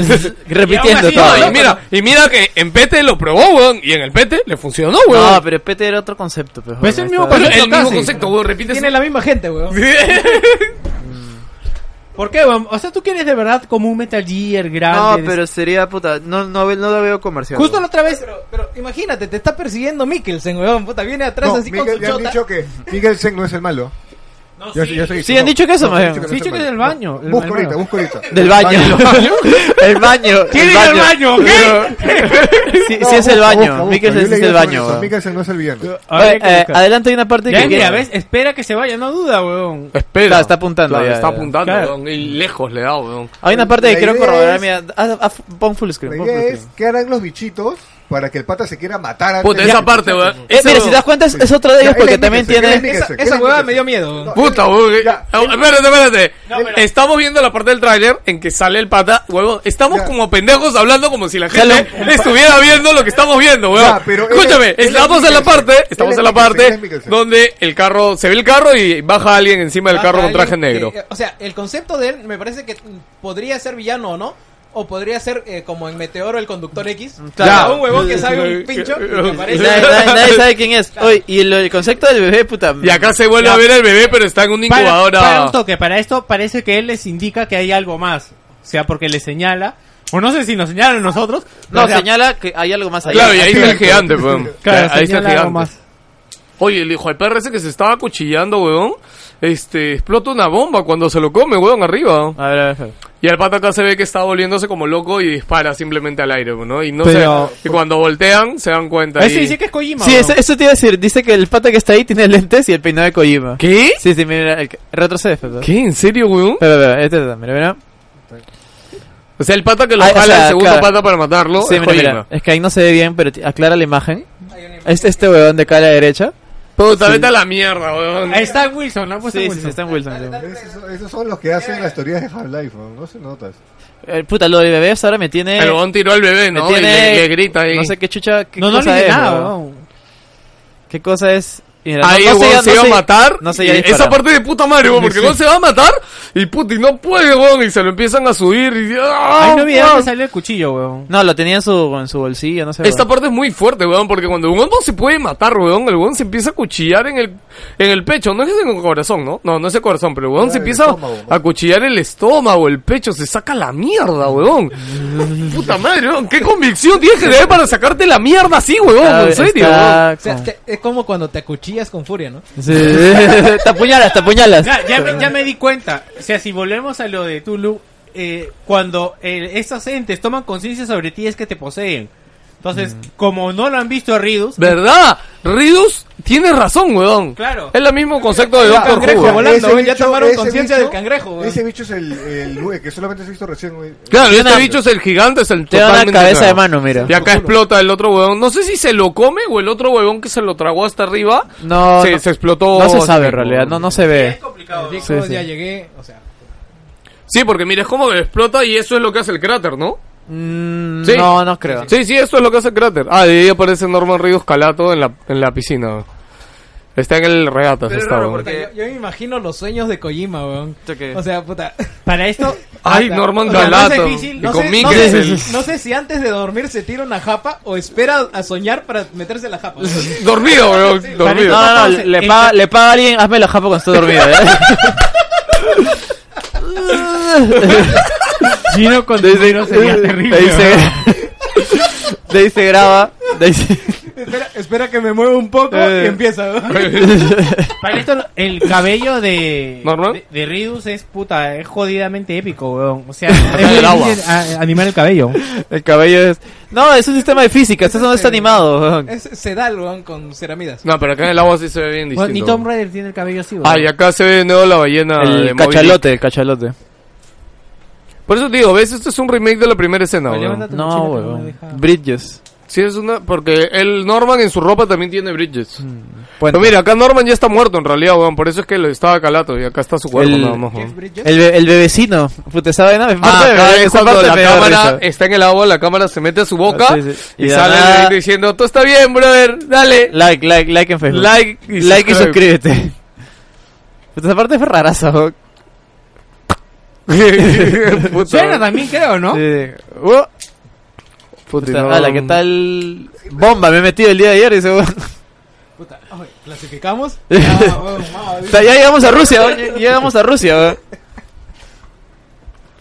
S2: Repitiendo
S6: Y aún
S2: todo.
S6: así,
S1: No, y mira, y mira que en Pete lo probó, huevón, y en el Pete le funcionó, huevón.
S2: No, pero PT era otro concepto, pero...
S6: Ah, Pero es el
S2: weón,
S6: mismo
S2: esta-
S1: Pero
S6: concepto
S1: el mismo
S6: casi.
S1: concepto, huevón, repites.
S4: Tiene la misma gente, weón.
S6: ¿Por qué, weón? O sea, tú quieres de verdad como un Metal Gear grande.
S2: No, pero sería, puta, no, no, ve- no la veo comercial.
S4: Justo la
S2: weón.
S4: otra vez, pero, pero imagínate, te está persiguiendo Mikkelsen, weón. Puta, viene atrás
S3: No,
S4: así
S3: Miguel,
S4: con
S3: ya
S4: su
S3: han
S4: chota.
S3: dicho que Miguel Sen no es el malo.
S6: No,
S3: Ya-
S6: sí.
S3: ya se dijo,
S2: Sí, han
S3: no.
S2: dicho que eso, más bien.
S3: han dicho
S6: Sí,
S3: no es
S6: dicho que es
S3: el
S6: del
S3: malo.
S6: baño. el-
S3: Busca
S6: el
S3: ahorita,
S6: baño.
S3: busca ahorita.
S2: Del baño. el baño.
S6: ¿Quién es el baño? ¿Qué?
S2: Sí, sí es el baño.
S3: Miguel
S2: Mikkelsen sí es el baño. weón.
S3: Miguel Sen no es el villano.
S6: Habría
S2: Oye,
S6: que
S2: eh,
S6: buscar.
S2: adelante hay una parte
S6: Ya,
S2: que...
S6: mira, ves, espera que se vaya, no duda, weón.
S1: Espera.
S2: Claro, está apuntando,
S1: Claro,
S2: ya,
S1: está
S2: ya.
S1: apuntando,
S6: Claro.
S1: weón, y lejos le da, weón.
S3: Ah,
S2: Hay una parte que
S3: La
S2: quiero
S3: idea
S2: corroborar,
S3: es-
S2: mira, haz- haz- pon full
S3: La
S2: screen, pon full
S3: idea es
S2: screen.
S3: que harán los bichitos para que el pata se quiera matar. antes
S1: Puta,
S3: de-
S1: esa parte, weón.
S2: Eh, mira, si te das cuenta es, es otro de
S3: Ya,
S2: ellos
S3: él
S2: porque
S3: es
S2: también
S3: Mikkelsen, él es
S2: tiene...
S3: Mikkelsen,
S4: Esa,
S3: él es
S4: esa huevada
S3: Mikkelsen.
S4: me dio miedo.
S3: No,
S1: Puta, weón.
S3: Ya.
S1: Ah, Espérate, espérate.
S6: No, pero-
S1: Estamos viendo la parte del tráiler en que sale el pata, huevón. Estamos
S3: Ya.
S1: como pendejos hablando como si la
S2: Ya
S1: gente estuviera viendo lo que estamos viendo, huevón.
S3: Ya, pero él es-
S1: Escúchame,
S3: él es
S1: estamos en la
S3: Mikkelsen.
S1: parte,
S3: Él es
S1: estamos en la
S3: Mikkelsen, él
S1: parte
S3: es Mikkelsen.
S1: donde el carro, se ve el carro y baja alguien encima del
S3: Ah,
S4: Baja
S1: carro con
S4: alguien
S1: traje
S4: que-
S1: negro.
S4: eh, o sea, el concepto de él me parece que mm, podría ser villano o no. O podría ser eh, como en Meteoro el conductor X.
S2: Claro.
S4: O sea, un huevón que sabe un pincho y que
S2: Nadie,
S4: aparece.
S2: nadie- nadie sabe quién es. Oye, y lo- el concepto del bebé, puta...
S1: Y acá se vuelve
S6: Ya.
S1: a ver el bebé, pero está en una
S6: Para,
S1: incubadora.
S6: para un toque, para esto parece que él les indica que hay algo más. O sea, porque le señala, o no sé si nos señalan nosotros.
S2: No,
S6: o sea,
S2: señala que hay algo más allá.
S1: Claro, y ahí está el
S3: Activa.
S1: gigante, weón.
S6: claro,
S1: ahí está el
S6: señala algo
S1: gigante.
S6: más.
S1: Oye, el hijo de perra ese que se estaba cuchillando, weón, este, explota una bomba cuando se lo come, weón, arriba.
S2: A ver, a ver, a ver.
S1: Y el pata acá se ve que está volviéndose como loco y dispara simplemente al aire, ¿no? Y no
S6: Pero-
S1: se- y cuando voltean se dan cuenta.
S6: Ese
S1: y-
S6: dice que es Kojima.
S2: Sí,
S6: ¿no?
S2: eso, eso te iba a decir. Dice que el pata que está ahí tiene lentes y el peinado de Kojima.
S1: ¿Qué?
S2: Sí, sí, mira, el... retrocede. Pero,
S1: ¿Qué? ¿En serio, weón?
S2: pero, pero, este también, mira, mira.
S1: O sea, el pata que lo
S2: Ay, o
S1: jala
S2: sea,
S1: el segundo
S2: claro.
S1: pata para matarlo
S2: Sí,
S1: es
S2: mira, mira.
S1: Kojima.
S2: Es que ahí no se ve bien, pero t- aclara la imagen.
S4: Hay una imagen.
S2: Este, este huevón de acá a la derecha.
S1: Puta, vete a la mierda, weón.
S6: Ahí está Wilson, la han puesto
S2: Sí, sí,
S6: Wilson.
S2: sí, está en Wilson. sí.
S3: Esos, esos son los que hacen las teorías de Half-Life, ¿no? No se notas.
S2: Eh, puta, lo de bebés ahora me tiene...
S1: El weón tiró al bebé,
S2: me
S1: ¿no?
S2: tiene-
S1: Y le, le grita ahí.
S2: No sé qué chucha... Qué
S6: No, no
S2: cosa
S6: le dice
S2: es,
S6: nada,
S2: huevón.
S6: weón.
S2: ¿Qué cosa es? Mira, no-
S1: Ahí
S2: no
S1: el
S2: sé
S1: weón
S2: ya-
S1: se
S2: no
S1: iba a
S2: sé-
S1: matar.
S2: No sé
S1: y
S2: ya
S1: esa
S2: disparar.
S1: parte de puta madre, weón, porque el weón se va a matar y puta, y no puede, weón, y se lo empiezan a subir y... ¡Ah,
S6: Ahí no vi de
S1: weón!
S6: dónde salió el cuchillo, weón.
S2: No, lo tenía en su, en su bolsillo, no sé.
S1: Esta
S2: huevón.
S1: parte es muy fuerte, weón, porque cuando un no se puede matar, weón, el weón se empieza a cuchillar en el, en el pecho, no es en el corazón, ¿no? No, no es el corazón, pero el weón
S3: Ah,
S1: se
S3: el
S1: empieza
S3: estómago, ¿no?
S1: a cuchillar el estómago, el pecho, se saca la mierda, weón. Puta madre, weón, qué convicción tienes que tener para sacarte la mierda así, weón,
S2: Está-
S1: en serio.
S2: está
S4: O sea,
S2: con-
S4: te- es como cuando te acuchillas con furia, ¿no?
S2: Sí. te apuñalas, te apuñalas.
S6: Ya, ya, me, ya me di cuenta. O sea, si volvemos a lo de Tulu, eh, cuando eh, estas entes toman conciencia sobre ti es que te poseen. Entonces, como no lo han visto a Ridus,
S1: ¿Verdad? Ridus tiene razón, weón.
S6: Claro.
S1: Es el mismo concepto de
S4: Un
S1: Doctor
S4: cangrejo
S1: Who.
S4: volando,
S3: Ese
S4: ya
S3: bicho-
S4: tomaron
S3: ese
S4: conciencia
S3: bicho-
S4: del cangrejo, weón.
S3: Ese bicho es el, el nue- que solamente se ha visto recién, güey.
S1: Claro,
S2: Tiene
S1: este
S2: una-
S1: bicho es el gigante, es el
S2: Te da una
S1: totalmente
S2: cabeza de
S1: nuevo.
S2: mano, mira.
S1: Y acá explota el otro huevón. No sé si se lo come o el otro huevón que se lo tragó hasta arriba.
S2: No,
S1: se,
S2: no,
S1: se explotó.
S2: no se sabe en realidad, no, no se ve.
S6: es complicado.
S4: Chicos,
S2: Sí, sí.
S4: ya llegué, o sea,
S1: Sí, porque mira, es como que explota y eso es lo que hace el cráter, ¿no?
S2: Mm,
S1: Sí.
S2: No, no creo.
S1: Sí, sí, eso es lo que hace el cráter. Ah, y ahí aparece Norman Ríos Calato en la, en la piscina. Está en el regatas.
S2: Pero es
S1: está,
S2: raro,
S1: huevón.
S4: puta, yo, yo me imagino los sueños de Kojima, weón. O sea, puta.
S6: Para esto,
S1: Ay, Norman
S4: O sea, no es
S1: Galato.
S4: difícil,
S1: y
S4: no
S1: con
S4: sé- no sé-
S1: Mikkelsen.
S4: no sé si antes de dormir se tira una japa o espera a soñar para meterse la japa.
S1: Dormido, huevón,
S2: No,
S1: dormido.
S2: no, no, le, le paga, le paga a alguien, hazme la japa cuando esté dormido. ¿eh?
S6: Gino con
S2: De ahí se-
S6: dinero sería terrible.
S2: de ahí se-
S6: weón.
S2: de ahí se graba. de ahí se-
S4: espera, espera que me mueva un poco
S2: Eh.
S4: y empieza. weón.
S6: Para esto, el cabello de,
S1: ¿Normal?
S6: de, de Ridus es puta, es jodidamente épico, weón. O sea,
S1: en el
S6: es
S1: agua.
S6: difícil a- animar el cabello.
S2: El cabello es. No, es un sistema de física, esto no está animado. weón.
S4: Es sedal, weón, con ceramidas.
S1: No, pero acá en el agua sí se ve bien distinto.
S6: Bueno, ni Tom Raider tiene el cabello así, weón.
S1: Ah, y acá se ve de nuevo la ballena de
S2: El
S1: Moby Dick.
S2: cachalote, el cachalote.
S1: Por eso te digo, ¿ves? Esto es un remake de la primera escena,
S4: Oye,
S1: weón.
S4: levanta tu
S2: No,
S4: mochila que no me
S2: weón.
S4: deja.
S2: Bridges.
S1: Sí, es una... Porque el Norman en su ropa también tiene bridges.
S2: Puente.
S1: Pero mira, acá Norman ya está muerto en realidad, weón. Por eso es que lo estaba calato y acá está su cuerpo
S2: El-
S1: nada más,
S4: ¿Qué es
S1: weón.
S4: Bridget?
S2: El, be- el bebecino. Puta, ¿sabe? No, es
S1: Ah,
S2: parte de-
S1: acá es
S2: esa
S1: cuando
S2: parte
S1: la
S2: me da
S1: cámara
S2: risa.
S1: está en el agua, la cámara se mete a su boca
S2: Ah, sí, sí.
S1: y,
S2: Y de
S1: sale
S2: nada-
S1: directo diciendo, todo está bien, brother, dale.
S2: Like, like, like en Facebook.
S1: Like y
S2: y, like y
S1: subscribe.
S2: suscríbete. Puta, esa parte fue raraza, weón.
S1: Puta,
S6: Suena
S1: weón.
S6: también, creo, ¿no?
S2: Sí. Uh,
S1: Puta,
S2: puta,
S1: no.
S2: ala, ¿qué tal? Bomba, me he metido el día de ayer y se
S4: Puta, ay, ¿Clasificamos? Ah,
S2: O
S4: weón, wow,
S2: sea, ya llegamos a Rusia, weón. Ya llegamos a Rusia, weón.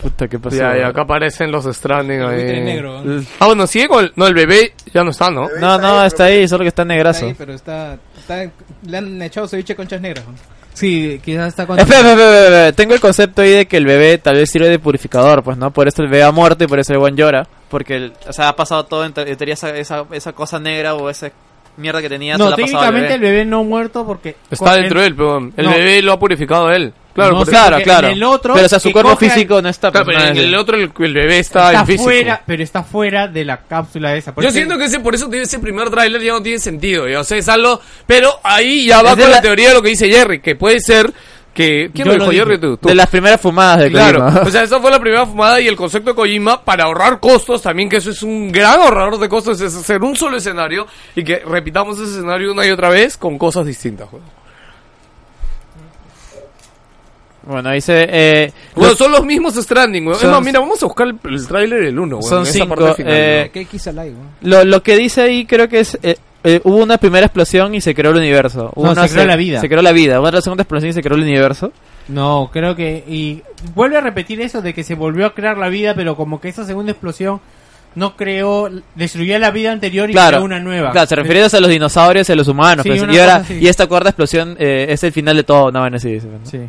S2: Puta, ¿qué pasó?
S1: Ya, ya,
S2: weón?
S1: acá aparecen los Stranding
S4: El buitre
S1: ahí.
S4: negro, weón.
S1: Ah, bueno, sigue con... el- No, el bebé ya no está, ¿no?
S2: No, no, está ahí, solo que está negrazo.
S4: Está ahí, pero está, está- Le han echado ceviche de conchas negras. weón.
S6: Sí, quizás está con...
S2: Espera, espera, espera, espera, espera. Tengo el concepto ahí de que el bebé tal vez sirve de purificador, pues, ¿no? Por eso el bebé ha muerto y por eso el buen llora. Porque, el- o sea, ha pasado todo, en te- en teoría, esa, esa, esa cosa negra o esa mierda que tenía. se
S6: No,
S2: la ha pasado al
S6: técnicamente el
S2: bebé.
S6: bebé no ha muerto porque...
S1: Está dentro de él, pero el
S6: No.
S1: bebé lo ha purificado a él. Claro,
S6: No,
S1: por-
S6: sí,
S2: claro,
S6: porque
S2: claro.
S6: en el otro
S2: pero, o sea, su
S6: que
S2: cuerpo
S6: coge al-
S2: físico no está.
S1: Claro,
S2: pues,
S1: pero
S2: nada
S1: en
S2: de-
S1: el otro el, el bebé está,
S6: Está
S1: en físico.
S6: fuera, pero está fuera de la cápsula esa. por
S1: Yo
S6: eso-
S1: siento que ese, por eso ese primer tráiler ya no tiene sentido, ya, o sea, es algo, pero ahí ya va
S2: Es de
S1: con la...
S2: la-
S1: teoría de lo que dice Jerry, que puede ser que... ¿Quién
S6: Yo
S1: lo dijo
S6: lo dije.
S1: Jerry tú? Tú.
S2: De las primeras fumadas de
S1: Claro,
S2: Kojima.
S1: o sea, esa fue la primera fumada y el concepto de Kojima para ahorrar costos también, que eso es un gran ahorrador de costos, es hacer un solo escenario y que repitamos ese escenario una y otra vez con cosas distintas. güey.
S2: Bueno, ahí se ve, eh,
S1: Bueno,
S2: los-
S1: son los mismos Stranding, güey. Es
S2: son-
S1: más, mira, vamos a buscar el, el tráiler del 1, güey.
S2: Son
S1: esa
S2: cinco,
S1: parte final,
S2: eh,
S1: güey.
S4: ¿Qué quiso el live, weón?
S2: lo, lo que dice ahí creo que es... eh, eh, hubo una primera explosión y se creó el universo.
S6: No,
S2: Una
S6: se creó la vida.
S2: Se creó la vida. Hubo Una segunda explosión y se creó el universo.
S6: No, creo que... Y vuelve a repetir eso de que se volvió a crear la vida, pero como que esa segunda explosión no creó, destruyó la vida anterior y
S2: Claro.
S6: creó una nueva.
S2: Claro, se refiere a los dinosaurios y a los humanos.
S6: Sí,
S2: pues,
S6: una
S2: y ahora,
S6: cosa así.
S2: y esta cuarta explosión eh, es el final de todo. No, bueno, sí, sí, ¿no?
S6: Sí.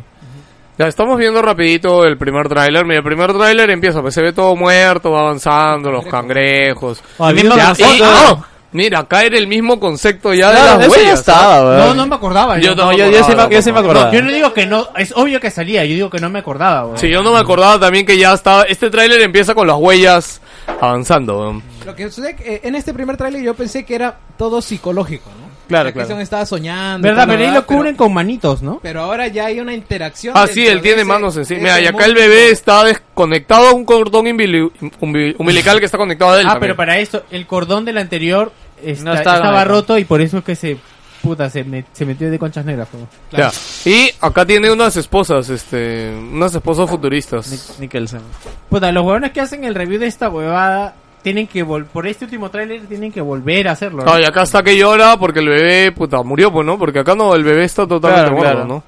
S1: Ya estamos viendo rapidito el primer tráiler. Mira, el primer tráiler empieza, pues se ve todo muerto, va avanzando, los cangrejos.
S6: Ah,
S1: Y
S6: viendo
S1: ya-
S6: las
S1: y-
S6: fotos.
S1: ah, mira, cae el mismo concepto ya
S2: Claro,
S1: de las
S2: Ah, eso ya
S1: huellas.
S2: estaba,
S6: No,
S2: weón.
S6: no me acordaba.
S1: Yo
S2: No, yo, yo sí me, yo sí me acordaba.
S6: No, yo no digo que no, es obvio que salía, yo digo que no me acordaba. weón.
S1: Sí, yo no me acordaba también que ya estaba. Este tráiler empieza con las huellas avanzando. weón.
S4: Lo que sucede que, eh, en este primer tráiler yo pensé que era todo psicológico, ¿no?
S1: Claro,
S4: O sea, que
S1: claro.
S4: Jason estaba soñando.
S6: ¿Verdad?
S4: tal,
S6: Pero ahí
S4: ¿verdad?
S6: lo cubren
S4: ah, Pero,
S6: con manitos, ¿no?
S4: pero ahora ya hay una interacción.
S1: Ah, sí,
S4: dentro
S1: él
S4: de
S1: tiene
S4: ese-
S1: manos encima.
S4: ese
S1: Mira, y acá el
S4: mundo.
S1: bebé está desconectado a un cordón umbili- umbi- umbilical que está conectado a él.
S6: Ah,
S1: también.
S6: pero para esto, el cordón del anterior está-
S2: No estaba,
S6: estaba
S2: no.
S6: roto y por eso es que se puta se, me- se metió de conchas negras. weón.
S1: Ya. Y acá tiene unas esposas, este, unas esposas futuristas.
S2: Nic- Nicholson.
S6: Puta, los huevones que hacen el review de esta huevada tienen que vol por este último tráiler tienen que volver a hacerlo. ¿no?
S1: Ah, y acá está que llora porque el bebé, puta, murió, pues, ¿no? Porque acá no, el bebé está totalmente
S2: Claro,
S1: muerto,
S2: claro.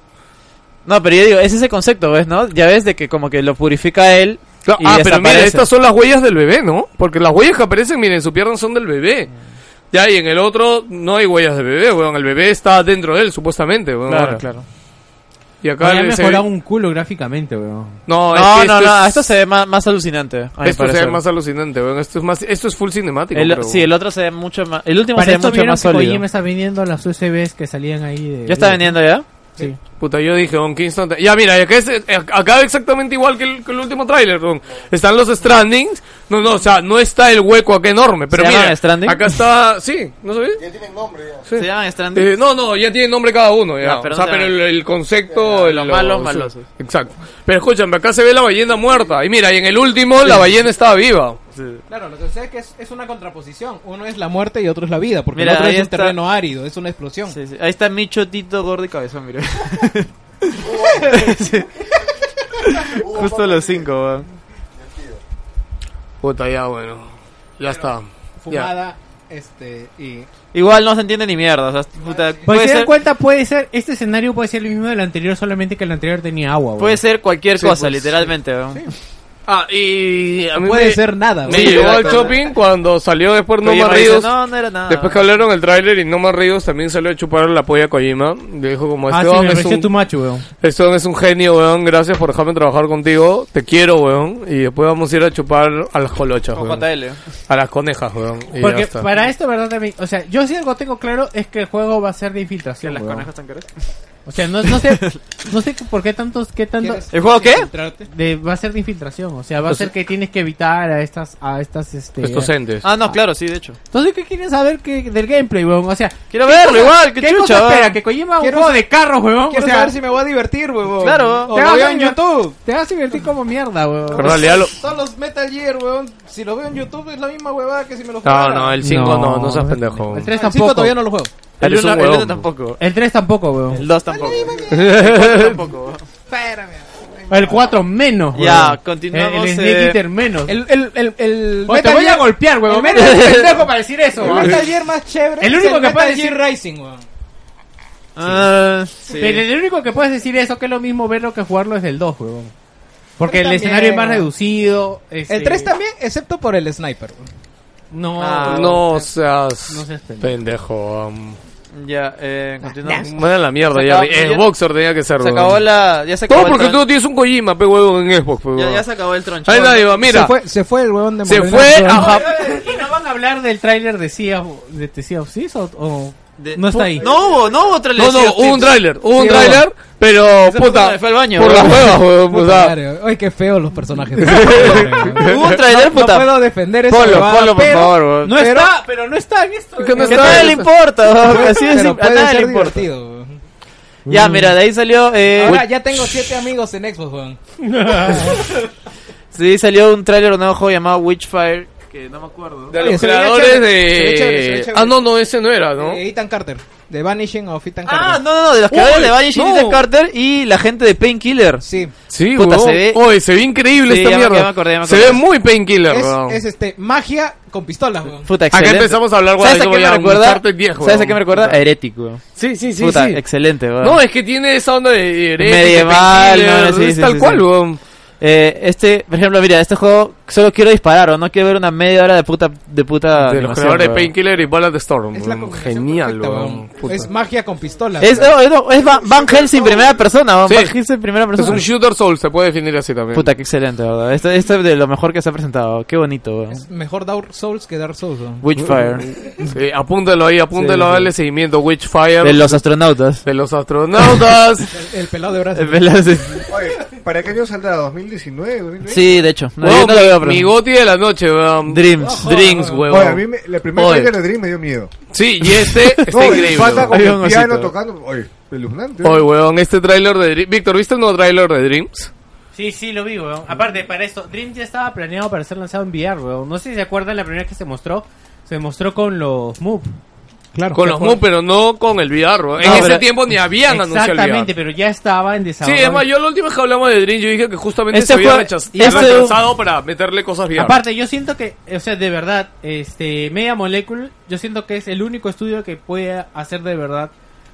S1: ¿no?
S2: No, pero yo digo, es ese concepto, ¿ves? ¿No? Ya ves de que como que lo purifica él. y
S1: ah, pero mira,
S2: desaparece.
S1: estas son las huellas del bebé, ¿no? Porque las huellas que aparecen, miren, en su pierna son del bebé.
S2: Mm.
S1: Ya, y en el otro no hay huellas del bebé, weón. El bebé está dentro de él, supuestamente, weón.
S2: Claro,
S1: ahora.
S2: claro.
S1: Y acá
S6: Me ha
S1: le- se-
S6: mejorado un culo gráficamente, weón.
S1: No, es
S2: No,
S1: que
S2: no,
S1: esto
S2: no,
S1: es-
S2: esto se ve más, más alucinante. a mi
S1: Esto se ve
S2: parecer.
S1: más alucinante, weón. Esto es, más, esto es full cinemático.
S2: El-
S1: creo.
S2: sí, el otro se ve mucho más. El último
S6: Para
S2: se ve
S6: esto
S2: mucho
S6: vieron
S2: más
S6: que
S2: sólido.
S6: Kojima está vendiendo las USBs que salían ahí de...
S2: ¿Ya está vendiendo ya?
S6: Sí.
S1: Puta, yo dije, Don Kingston. Ya, mira, y acá, es, eh, acá exactamente igual que el, que el último tráiler, weón. Están los strandings. No, no, o sea, no está el hueco acá enorme. Pero
S2: ¿Se
S1: mira,
S2: llaman Stranding?
S1: acá está. Sí, ¿no sabías?
S8: Ya tienen nombre ya.
S1: Sí.
S2: Se llaman Stranding.
S1: Eh, no, no, ya tiene nombre cada uno. Ya.
S2: Ah, pero
S1: o sea,
S2: no se
S1: pero el,
S2: llama.
S1: el concepto. el-
S2: los malos, malosos.
S1: Exacto. Pero escúchame, acá se ve la ballena muerta. Y mira, y en el último la ballena estaba viva.
S4: Claro, lo que sucede es que es, es una contraposición. Uno es la muerte y otro es la vida, porque
S2: Mira,
S4: el otro
S2: ahí
S4: es un
S2: está.
S4: terreno árido, es una explosión.
S2: Sí, sí. Ahí está Micho, Tito, Gordo y Cabezón, mire. Sí. Justo los cinco, weón.
S1: Puta, ya, bueno. Ya está. Ya.
S4: Fumada, este, y...
S2: Igual no se entiende ni mierda. O sea, puta,
S6: Pues
S2: puede,
S6: si se dan
S2: ser,
S6: cuenta, puede ser, este escenario puede ser el mismo del anterior, solamente que el anterior tenía agua, weón.
S2: puede ser cualquier
S1: Sí,
S2: cosa,
S1: pues,
S2: literalmente, weón.
S1: Ah, y. a mí
S4: Puede
S1: me-
S4: ser nada,
S1: Me
S4: güey.
S1: llegó al
S2: exacto.
S1: shopping cuando salió después No
S2: Kojima
S1: Más
S2: dice,
S1: Ríos.
S2: no, no era nada.
S1: Después que hablaron el tráiler y No Más Ríos también salió a chupar la polla a Kojima. Le dijo como, este
S6: Ah, sí,
S1: don
S6: me
S1: es,
S6: pareció tu
S1: un,
S6: macho, weón.
S1: este don es un genio, weón. Gracias por dejarme trabajar contigo. Te quiero, weón. Y después vamos a ir a chupar a las colochas,
S2: Con
S1: weón.
S2: JL.
S1: A las conejas, weón. Y ya
S6: Porque
S1: está.
S6: para este esto, verdad, también, o sea, yo sí algo tengo claro es que el juego va a ser de infiltración,
S2: Las
S6: weón.
S2: conejas tan caras.
S6: O sea, no, no sé, no sé por qué tantos, qué tanto
S4: ¿Quieres
S2: ¿El juego qué?
S4: infiltrarte?
S6: de- va a ser de infiltración, o sea, va a ser que tienes que evitar a estas, a estas, este.
S1: Estos entes.
S2: Ah, no, claro, sí, de hecho.
S6: Entonces, ¿qué quieren saber que, del gameplay, weón? O sea,
S2: Quiero verlo igual, qué,
S6: ¿qué
S2: chucha,
S6: cosa
S2: weón.
S6: espera? Que Kojima un
S4: Quiero
S6: juego de carros, weón. O
S4: Quiero
S6: sea,
S4: saber si me voy a divertir, huevón.
S2: Claro.
S4: O
S6: Te
S4: lo
S6: vas
S4: veo
S6: a
S4: en
S6: divertir.
S4: YouTube.
S6: te vas a divertir como mierda,
S1: En
S6: weón.
S1: realidad lo...
S4: Todos los Metal Gear, weón. Si lo veo en YouTube es la misma huevada que si me
S1: No,
S4: lo jugara.
S1: no, el 5 no, no, seas pendejo.
S6: El
S1: El
S6: 3
S4: El cinco
S6: tampoco.
S4: todavía no lo juego.
S2: El
S1: Eres un
S2: uno- el
S1: huevón.
S2: uno tampoco.
S6: El 3 tampoco, weón.
S2: El 2 tampoco. tampoco.
S4: Espérame.
S6: El 4 menos, weón.
S2: Ya, continuamos,
S6: El, el Snake
S2: eh,
S6: Eater menos.
S4: El, el, el, el
S6: Oye, te voy a
S4: Gear-
S6: golpear, weón.
S4: el
S6: Ven
S4: Metal-
S6: pendejo para decir eso,
S4: El
S6: weón.
S4: Metal Gear más chévere.
S6: El único
S4: es
S6: que
S4: Metal
S6: puede
S4: Gear
S6: decir-
S4: Rising, weón.
S2: Ah, sí.
S6: Pero el único que puedes decir eso que es lo mismo verlo que jugarlo es el 2, weón. Porque
S4: Pero también,
S6: el escenario es más
S4: weón.
S6: reducido. este,
S4: El 3 también, excepto por el sniper. weón.
S6: No,
S2: Ah,
S1: No seas...
S6: No seas pendejo.
S1: Pendejo. um.
S2: Ya, eh, continuamos.
S1: Manda la mierda,
S2: Se
S1: ya.
S2: acabó- ya-
S1: Xboxer tenía que ser,
S2: Se
S1: weón.
S2: acabó la. Ya se acabó.
S1: Todo
S2: el
S1: porque
S2: tron-
S1: tú tienes un Kojima, pe huevo, en Xbox, pe
S2: Ya,
S1: huevo.
S2: ya se acabó el troncho.
S1: Ahí nadie va,
S4: Se
S1: mira.
S4: fue, se fue el weón de
S1: Se
S4: Molina.
S1: fue a
S6: Oye,
S1: Japón.
S6: oye, ¿Y no van a hablar del tráiler de Sea of, de, de Sea of Thieves o, o
S2: De-
S6: no está ahí?
S2: No hubo, no hubo trailer.
S1: No, no, hubo un tráiler, hubo un
S4: Sí,
S1: tráiler, pero
S2: Esa persona
S1: puta,
S2: se fue al baño,
S1: por
S2: bro.
S1: las huevas, weón,
S4: Puta
S1: o sea,
S4: madre, weón. Ay, qué feo los personajes.
S2: Hubo un
S4: No,
S2: trailer,
S4: no
S2: puta.
S4: puedo defender eso.
S1: Ponlo, ponlo, por favor, weón.
S6: No está, pero no está en esto.
S1: Que no
S2: Que a
S1: está-
S2: nadie le importa, weón, así es,
S4: Pero
S2: a
S4: puede
S2: nadie
S4: ser
S2: le importa.
S4: divertido. weón.
S2: Ya, mira, de ahí salió, eh,
S4: Ahora ya tengo siete amigos en Xbox, weón.
S2: sí, salió un tráiler de un nuevo juego llamado Witchfire, que no me acuerdo.
S1: De los
S4: se veía
S1: creadores
S4: chévere, se veía chévere, se veía
S1: de...
S4: chévere.
S1: Ah, no, no, ese no era, ¿no?
S4: Eh, Ethan Carter. The Vanishing of Ethan Carter.
S2: Ah, no, no, no, de los creadores de Vanishing
S1: no.
S2: Ethan Carter y la gente de Painkiller.
S4: Sí.
S1: Sí,
S2: Puta,
S1: weón.
S2: se ve-
S1: Oye, se ve increíble
S2: Sí,
S1: esta
S2: ya me- ya
S1: mierda.
S2: me acordé, ya me
S1: se
S2: acordé.
S1: ve muy painkiller,
S4: Es,
S1: weón.
S4: es, este, magia con pistolas, weón.
S2: Puta,
S1: Acá
S2: excelente.
S1: empezamos a hablar, weón,
S2: ¿Sabes a
S1: yo
S2: qué
S1: voy
S2: me
S1: a
S2: recuerda?
S1: montarte 10,
S2: ¿Sabes a
S1: weón.
S2: qué me recuerda?
S1: Puta.
S2: A Heretic, weón.
S1: Sí, sí, sí,
S2: Puta,
S1: sí.
S2: excelente, weón.
S1: No, es que tiene esa onda de... hereje,
S2: Medieval,
S1: de
S2: no,
S1: Painkiller,
S2: sí,
S1: es
S2: sí,
S1: tal
S2: sí,
S1: cual,
S2: sí.
S1: weón.
S2: Eh, este, por ejemplo, mira, este juego solo quiero disparar o no quiero ver una media hora de puta de puta
S1: de los
S2: animación,
S1: creadores de
S2: weón.
S1: Painkiller y Ballad Storm.
S4: Es la
S1: weón.
S4: combinación
S1: Mm, Genial,
S4: perfecta,
S1: weón.
S4: weón.
S1: Puta.
S4: Es magia con pistolas.
S2: es,
S4: weón.
S2: no, es, no, es Van, Van Helsing primera persona, weón,
S1: Sí.
S2: Van Helsing primera
S1: Es
S2: persona.
S1: un shooter soul, se puede definir así también.
S2: Puta, qué excelente, ¿verdad? Esto, esto es de lo mejor que se ha presentado. Qué bonito, weón.
S4: Es mejor Dark Souls que Dark Souls. weón.
S2: Witchfire.
S1: Sí, apúntalo ahí, apúntalo,
S2: Sí, sí.
S1: dale seguimiento. Witchfire.
S2: De los astronautas.
S1: de los astronautas.
S4: El, el pelado de brazos.
S3: Oye, ¿para qué año saldrá? ¿2019? 2020?
S2: Sí, de hecho. No,
S1: Weón,
S2: yo no lo veo, pero-
S1: mi goti de la noche, weón.
S2: Dreams.
S1: Dreams,
S4: Ojo,
S1: weón.
S3: Oye, a mí me- la primera
S1: Oye.
S3: vez que le Dream me dio miedo.
S1: Sí, y este
S3: No,
S1: está increíble.
S3: El pata
S1: weón.
S3: con
S2: Hay
S3: el
S2: un
S3: piano
S2: osito.
S3: tocando. Oye, espeluznante.
S1: Oye, weón, este tráiler de Dreams... Víctor, ¿viste el nuevo tráiler de Dreams?
S6: Sí, sí, lo vi, weón. Aparte, para esto, Dream ya estaba planeado para ser lanzado en VR, weón. No sé si se acuerdan la primera vez que se mostró. Se mostró con los Move.
S4: Claro.
S1: Con los Mu, pero no con el VR, weón. En
S2: No,
S1: ese
S2: pero-
S1: tiempo ni habían anunciado el
S6: Exactamente,
S1: VR.
S6: pero ya estaba en
S1: Sí,
S6: desarrollo.
S1: es más, yo la última vez que hablamos de Dreams, yo dije que justamente
S2: Este
S1: se había
S2: fue-
S1: rechaz-
S2: este-
S1: retrasado para meterle cosas VR.
S6: Aparte, yo siento que, o sea, de verdad, este Media Molecule, yo siento que es el único estudio que puede hacer de verdad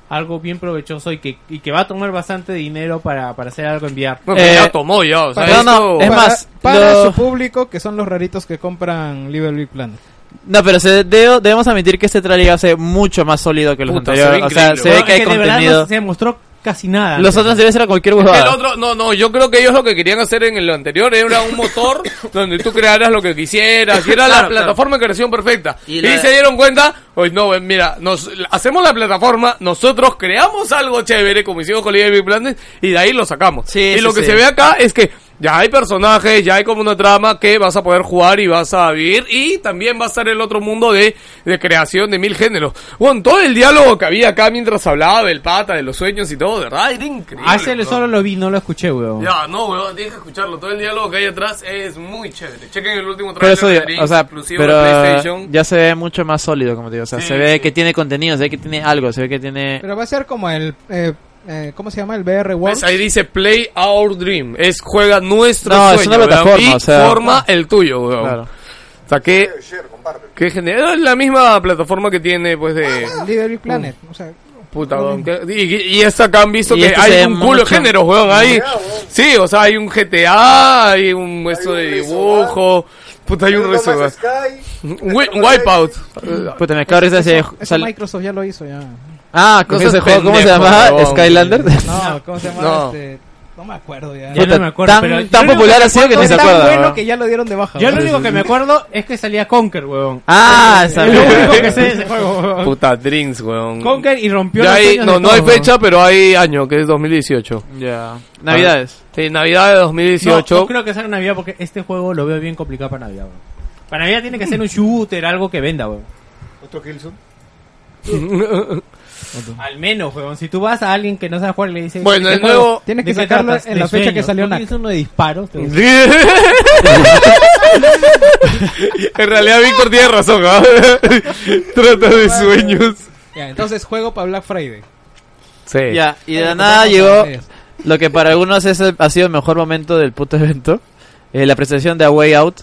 S6: algo bien provechoso y que, y que va a tomar bastante dinero para, para hacer algo en VR.
S1: Bueno, pero
S2: eh,
S1: ya tomó ya, o sea,
S2: no, no,
S1: esto-
S2: es
S4: Para-
S2: más,
S4: para
S2: lo-
S4: su público, que son los raritos que compran Little Big Planet.
S2: No, pero se, debo- debemos admitir que este trailer ya se ve mucho más sólido que los
S1: Puta,
S2: anteriores.
S1: se ve
S2: o sea,
S1: increíble, weón.
S2: se ve
S6: Bueno,
S2: que
S6: es
S2: hay
S6: de verdad
S2: contenido.
S6: no se mostró casi nada.
S2: Los otros debes ser cualquier huevada.
S1: El otro, no, no, yo creo que ellos lo que querían hacer en lo anterior era un motor donde tú crearas lo que quisieras y era la
S2: Claro, claro.
S1: plataforma de creación perfecta. Y,
S2: Y la-
S1: se dieron cuenta, hoy no, ven, mira, nos hacemos la plataforma, nosotros creamos algo chévere como hicimos con Lidia Big Planet y de ahí lo sacamos.
S2: Sí,
S1: y
S2: sí,
S1: lo que
S2: sí.
S1: se ve acá es que ya hay personajes, ya hay como una trama que vas a poder jugar y vas a vivir y también va a estar el otro mundo de, de creación de mil géneros. Bueno, todo el diálogo que había acá mientras hablaba del pata, de los sueños y todo, de verdad, era increíble.
S6: A ese le-
S1: ¿no?
S6: solo lo vi, no lo escuché, weón.
S1: Ah, Ya, no, weón, tienes que escucharlo. Todo el diálogo que hay atrás es muy chévere. Chequen el último
S2: Pero
S1: trailer
S2: eso,
S1: de Dream,
S2: o sea,
S1: exclusivo
S2: pero eh,
S1: de PlayStation.
S2: ya se ve mucho más sólido, como te digo. O sea,
S1: Sí,
S2: se ve
S1: sí.
S2: que tiene contenido, se ve que tiene algo, se ve que tiene...
S4: Pero va a ser como el. eh, eh, ¿Cómo se llama? El BR World.
S1: ¿Ves?
S2: Pues
S1: Ahí dice Play Our Dream. Es juega nuestro
S2: No,
S1: sueño.
S2: es una
S1: weón,
S2: plataforma,
S1: y
S2: o sea- ah.
S1: forma el tuyo, weón.
S2: Claro.
S1: O sea, que,
S3: Share, comparte.
S1: que genial. Es la misma plataforma que tiene, pues, de...
S4: Little Big Planet. O sea,
S1: Puta, weón. que- Y, y esta acá han visto
S2: Y
S1: que
S2: este se
S1: hay
S2: ve
S1: un culo de
S2: mucho.
S1: géneros, weón. Hay,
S3: Ya, weón.
S1: sí, o sea, hay un GTA, hay un esto
S3: un
S1: de
S3: Rezo,
S1: dibujo. Puta, hay un
S3: Thomas
S1: resto, weón.
S3: Sky.
S1: Un wi- un Wipeout.
S2: Puta, me cago de risa si-
S4: eso- eso
S2: sal-
S4: Microsoft ya lo hizo ya.
S2: Ah, con
S1: No
S2: ese
S1: seas
S2: juego, ¿cómo se
S1: pendejo,
S2: llamaba?
S1: huevón.
S2: Skylander.
S4: No, ¿cómo se llama?
S1: No.
S4: Este? no me acuerdo ya.
S6: Ya
S2: Puta,
S6: no me acuerdo,
S2: tan-
S6: pero yo
S2: tan
S6: creo
S2: popular ha sido que ni
S4: Fue
S2: se
S4: tan
S2: acuerda.
S4: bueno
S2: weón.
S4: que ya lo dieron de baja.
S6: Yo
S4: weón.
S6: lo único que me acuerdo es que salía Conker, weón.
S2: Ah, esa
S6: Es lo
S2: mierda.
S6: único que sé de ese juego, weón.
S1: Puta, Dreams, weón.
S6: Conker y rompió
S1: Ya
S6: los
S1: hay-
S6: sueños
S1: no,
S6: de
S1: no hay
S6: todos,
S1: fecha, pero hay año, que es 2018.
S2: Ya. Navidades.
S1: Sí, Navidad de
S6: weón. No,
S1: 2018.
S6: no creo que salga en Navidad porque este juego lo veo bien complicado para Navidad, weón. Para Navidad tiene que ser un shooter, algo que venda, weón.
S3: Otro Killzone.
S6: Al menos, weón. Si tú vas a alguien que no sabe jugar y le dices...
S1: Bueno,
S6: ¿de
S1: el
S6: qué juego?
S1: nuevo-
S4: Tienes
S6: ¿De
S4: que
S6: qué
S4: sacarlo
S6: tratas?
S4: en
S6: De
S4: la fecha que
S6: sueños.
S4: salió
S6: ¿No
S4: Nak.
S6: tienes uno de disparos? Te gusta?
S1: en realidad, Víctor tiene razón. ¿ah? Trata de sueños.
S4: Ya, entonces juego para Black Friday.
S1: Sí.
S2: Ya, y de
S4: Oye,
S2: la nada
S4: pues,
S2: llegó
S4: vamos
S2: lo que para algunos es el- ha sido el mejor momento del puto evento. eh, la presentación de A Way Out.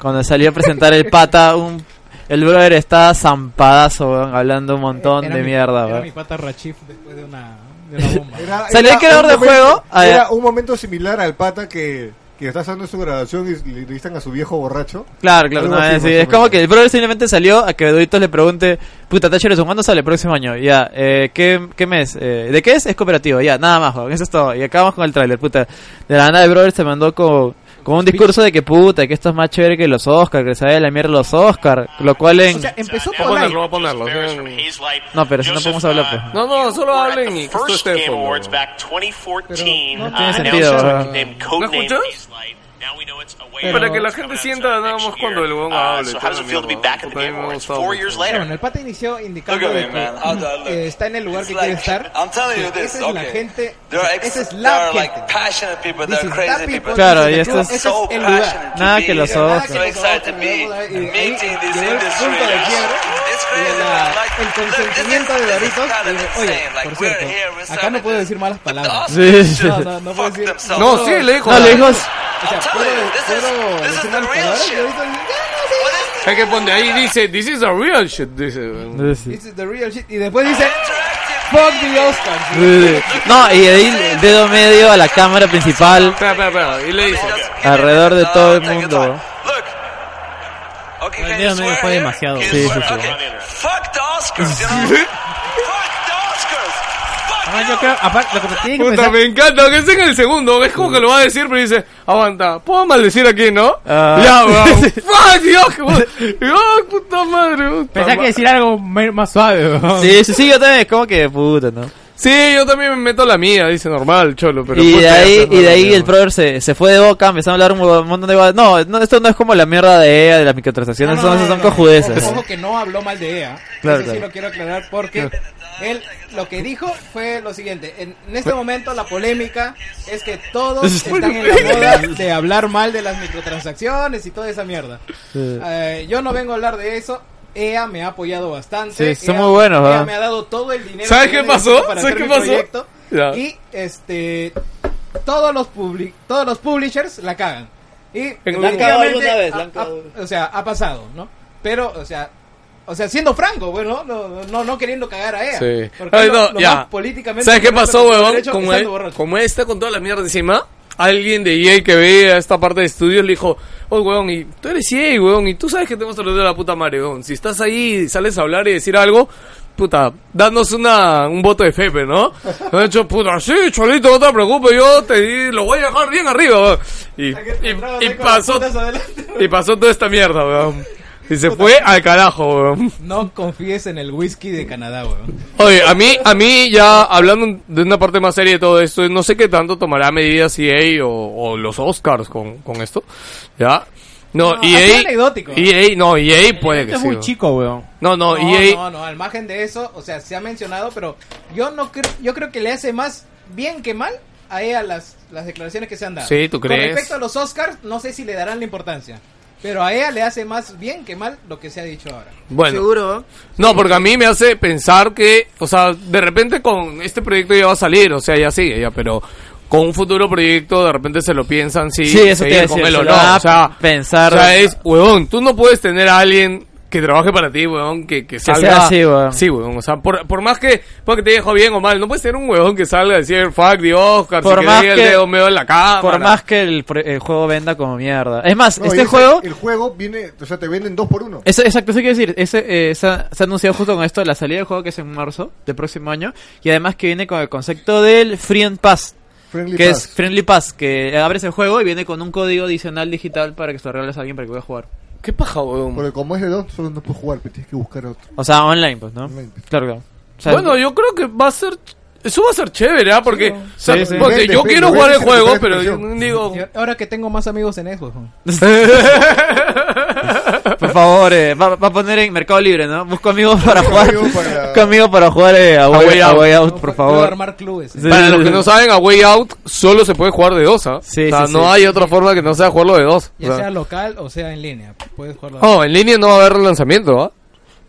S2: Cuando salió a presentar el pata, un, el brother estaba zampadazo, weón, hablando un montón
S4: Era
S2: de
S4: mi-
S2: mierda.
S4: Era
S2: weón.
S4: mi pata Rachif después de una, de una bomba.
S3: Era-
S2: Salió
S3: era
S2: el creador
S3: un
S2: de
S3: momento-
S2: juego, ah,
S3: Era
S2: ya.
S3: un momento similar al pata que, que está haciendo su graduación y le dicen a su viejo borracho.
S2: Claro, claro,
S3: Algo
S2: no,
S3: así,
S2: es,
S3: más o
S2: es como
S3: menos.
S2: que el brother simplemente salió a que Beduitos le pregunte, puta, Tachereson, ¿cuándo sale el próximo año? Ya, eh, ¿qué, ¿qué mes? Eh, ¿De qué es? Es cooperativo, ya, nada más, joven, eso es todo. Y acabamos con el tráiler, puta. De la nada el brother se mandó con, con un discurso de que puta, que esto es más chévere que los Oscars, que sabe la mierda los Oscars, lo cual en...
S4: O sea, empezó
S1: Voy a
S4: por ahí.
S1: ponerlo, voy a ponerlo. sí.
S2: No, pero si no podemos
S8: uh,
S2: hablar, pues.
S1: No, no, solo hablen y que esto esté de fondo.
S4: Pero
S8: uh,
S4: no
S2: tiene sentido, ¿verdad?
S1: ¿No escuchas? Para que la gente sienta nada más cuando el huevón hable,
S8: Uh, So
S1: toda
S8: how does
S1: la
S8: it feel to be
S1: mierda.
S8: back in the
S1: Puta, a mí
S8: Game
S1: me
S8: Awards
S1: gustaba
S8: four
S1: mucho.
S8: years
S4: Pero
S8: later?
S4: bueno, el pata inició indicando
S8: Look at
S4: de
S8: me,
S4: que
S8: man. How do I look?
S4: eh, está en el lugar
S8: It's
S4: que
S8: like-
S4: quiere estar.
S8: I'm telling you
S4: que
S8: this,
S4: esa es la
S8: okay.
S4: gente,
S8: There are ex-
S4: esa es
S8: there
S4: la
S8: are, like,
S4: gente.
S8: passionate people, there are
S4: Dices,
S8: crazy
S4: that
S8: people.
S4: people,
S2: Claro,
S4: dices,
S2: y esto
S4: "No,
S2: es-
S4: ese
S8: So
S4: el lugar.
S8: passionate to
S2: Nada
S8: be
S2: que los
S8: here.
S2: ojos.
S8: So excited to be meeting this
S4: Llegó el
S8: industry.
S4: punto de quiebre
S8: It's
S4: y
S8: crazy,
S4: la-
S8: man. Like,
S4: el
S8: this is-
S4: consentimiento de
S8: this is
S4: Doritos.
S8: kind of
S4: Dice,
S8: insane.
S4: Oye,
S8: Like,
S4: por
S8: we're
S4: cierto,
S8: here,
S4: acá no
S8: we're celebrating
S4: puedo decir malas palabras.
S2: Sí, sí, sí.
S4: No, no, no puedo
S8: Fuck
S4: decir.
S8: themselves.
S1: No, sí, le dijo.
S2: No, le dijo, "S-
S8: I'm
S4: O sea,
S8: telling
S4: puedo,
S8: you, this is-
S4: puedo
S8: this is
S4: decir
S8: the
S4: malas
S8: real
S4: palabras. Y
S8: shit.
S4: ahorita dice, "Ah,
S8: What is this?
S1: Es que ponte ahí dice, this is a real shit, dice. weón.
S2: sí, sí.
S4: This is the real shit. Y después dice,
S8: Interactive
S4: fuck the Oscars.
S2: No, y de ahí el dedo medio a la cámara principal,
S1: Espera, espera, espera. Y le dice,
S2: alrededor de todo el mundo.
S8: Look, can
S6: Dios mío,
S8: swear
S6: fue
S8: here?
S6: demasiado.
S8: Can
S2: Sí,
S8: swear?
S2: sí, sí.
S8: Okay. Fuck the Oscars, you know? Fuck the Oscars. Fuck
S6: Además, Ah, yo creo, aparte, lo que tiene que
S1: Puta,
S6: pensar,
S1: me encanta, que esté en el segundo. Es como que lo va a decir, pero dice, aguanta, puedo maldecir aquí, ¿no?
S2: Ah.
S1: Ya, weón. ¡Fuck, Dios! que- ¡Ah, puta madre! puta
S6: pensaba que
S1: ma-
S6: decir algo me- más suave, weón.
S2: Sí, sí, sí, yo también, como que puta, ¿no?
S1: Sí, yo también me meto la mía, dice normal, cholo, pero...
S2: y de
S1: puta, ya
S2: ahí,
S1: se
S2: y de
S1: fue la
S2: ahí el
S1: mierda.
S2: brother se, se fue de boca, empezaron a hablar un montón de huevadas. No, no, esto no es como la mierda de EA, de las microtransacciones,
S4: No,
S2: son,
S4: no, no,
S2: son
S4: no.
S2: cojudeces.
S4: Ojo, ojo que no habló mal de EA.
S2: Claro,
S4: Eso sí
S2: claro.
S4: lo quiero aclarar porque él lo que dijo fue lo siguiente. En, en este momento la polémica es que todos están en la moda de hablar mal de las microtransacciones y toda esa mierda. Eh, yo no vengo a hablar de eso. EA me ha apoyado bastante.
S2: Sí, son
S4: EA
S2: muy buenos,
S4: EA
S2: ¿ah?
S4: me ha dado todo el dinero.
S1: ¿Sabes
S4: que
S1: qué
S4: yo necesito
S1: pasó?
S4: para
S1: ¿Sabes
S4: hacer
S1: qué
S4: mi
S1: pasó?
S4: proyecto.
S1: Ya.
S4: Y este todos los public, todos los publishers la cagan. Y
S1: algún- La han
S2: cagado
S4: definitivamente,
S2: alguna vez, la
S4: ha-
S2: han cagado.
S4: ha- o sea, ha pasado, ¿no? Pero, o sea, o sea, siendo franco, bueno, no, no, no queriendo cagar a ella.
S1: Sí.
S4: Porque
S1: Ay,
S4: lo-
S1: no,
S4: lo
S1: ya.
S4: más políticamente
S1: ¿Sabes qué
S4: correcto
S1: pasó,
S4: que se
S1: huevón?
S4: hubiera hecho
S1: Como,
S4: estando
S1: él-
S4: borracho.
S1: como él está con toda la mierda encima, alguien de EA que veía esta parte de estudios le dijo, oh, huevón, y tú eres EA, huevón, y tú sabes que te hemos tratado de la puta madre, huevón. Si estás ahí y sales a hablar y decir algo, puta, danos una, un voto de Fepe, ¿no? Me han dicho, puta, sí, cholito, no te preocupes, yo te di- lo voy a dejar bien arriba, huevón. Y, y, y pasó, y pasó toda esta mierda, huevón. Y se fue al carajo, huevón.
S4: No confíes en el whisky de Canadá, weón.
S1: Oye, a mí, a mí ya hablando de una parte más seria de todo esto, no sé qué tanto tomará medidas EA o, o los Oscars con, con esto, ¿ya? No, E
S4: No, Ah, así
S1: EA,
S4: anecdótico.
S1: EA, no, EA puede que
S6: es
S1: sí.
S6: muy chico, weón.
S1: No, no, E
S4: No,
S1: EA,
S4: no, no, al margen de eso, o sea, se ha mencionado, pero yo no creo, yo creo que le hace más bien que mal a ella las, las declaraciones que se han dado.
S1: Sí, ¿tú
S4: Con
S1: crees?
S4: respecto a los Oscars, no sé si le darán la importancia, pero a ella le hace más bien que mal lo que se ha dicho ahora.
S1: bueno. No, porque a mí me hace pensar que, o sea, de repente con este proyecto ya va a salir, o sea, ya sigue, ya, pero con un futuro proyecto de repente se lo piensan si
S2: Sí, eso te
S1: seguir
S2: iba a
S1: con
S2: decir,
S1: él o
S2: se lo
S1: no,
S2: va a
S1: o sea,
S2: pensar.
S1: o sea, es, huevón, tú no puedes tener a alguien que trabaje para ti, huevón, que, que salga.
S2: sea así, huevón.
S1: Sí, huevón, o sea, por, por más que, porque te dejo bien o mal, no puedes tener un huevón que salga a decir, fuck the Oscar,
S2: Por
S1: si
S2: más
S1: quería
S2: que-
S1: el dedo medio en la cámara.
S2: Por más que el, pro- el juego venda como mierda. Es más,
S3: No, y
S2: este
S3: ese-
S2: juego...
S3: El juego viene, o sea, te venden dos por uno.
S2: Eso, exacto, eso quiero decir. Ese, eh, esa- se ha anunciado justo con esto de la salida del juego que es en marzo del próximo año. Y además que viene con el concepto del Free and Pass.
S3: Friendly
S2: que
S3: Pass.
S2: es Friendly Pass, que abres el juego y viene con un código adicional digital para que se lo regales a alguien para que pueda jugar.
S1: ¿Qué paja, huevón?
S3: Porque como es de dos, solo no puedes jugar, pero tienes que buscar otro.
S2: O sea, online, pues, ¿no?
S3: Online.
S2: Claro, claro. O sea,
S1: bueno, yo creo que va a ser. Eso va a ser chévere, ¿ah? Porque, o sea,
S2: Sí, sí.
S1: porque
S3: Vende,
S1: yo
S3: vende,
S1: quiero
S3: vende,
S1: jugar el
S3: vende,
S1: juego,
S3: vende,
S1: pero yo
S3: vende.
S1: digo.
S4: Y ahora que tengo más amigos en Xbox, weón.
S2: Por favor, eh, va, va a poner en Mercado Libre, ¿no? Busco amigos para jugar.
S3: Amigo para-
S2: Conmigo para jugar eh, a, Way, a Way Out, por
S4: Puedo
S2: favor.
S4: armar clubes. eh.
S2: Sí,
S1: Para
S2: sí,
S1: los que
S2: sí.
S1: no saben, a Way Out solo se puede jugar de dos, ¿ah?
S2: Sí,
S1: o sea,
S2: sí,
S1: no
S2: sí.
S1: hay otra forma que no sea jugarlo de dos. O
S4: Ya sea
S1: sea,
S4: local o sea en línea. Puedes jugarlo.
S1: oh, en línea no va a haber lanzamiento, ¿ah?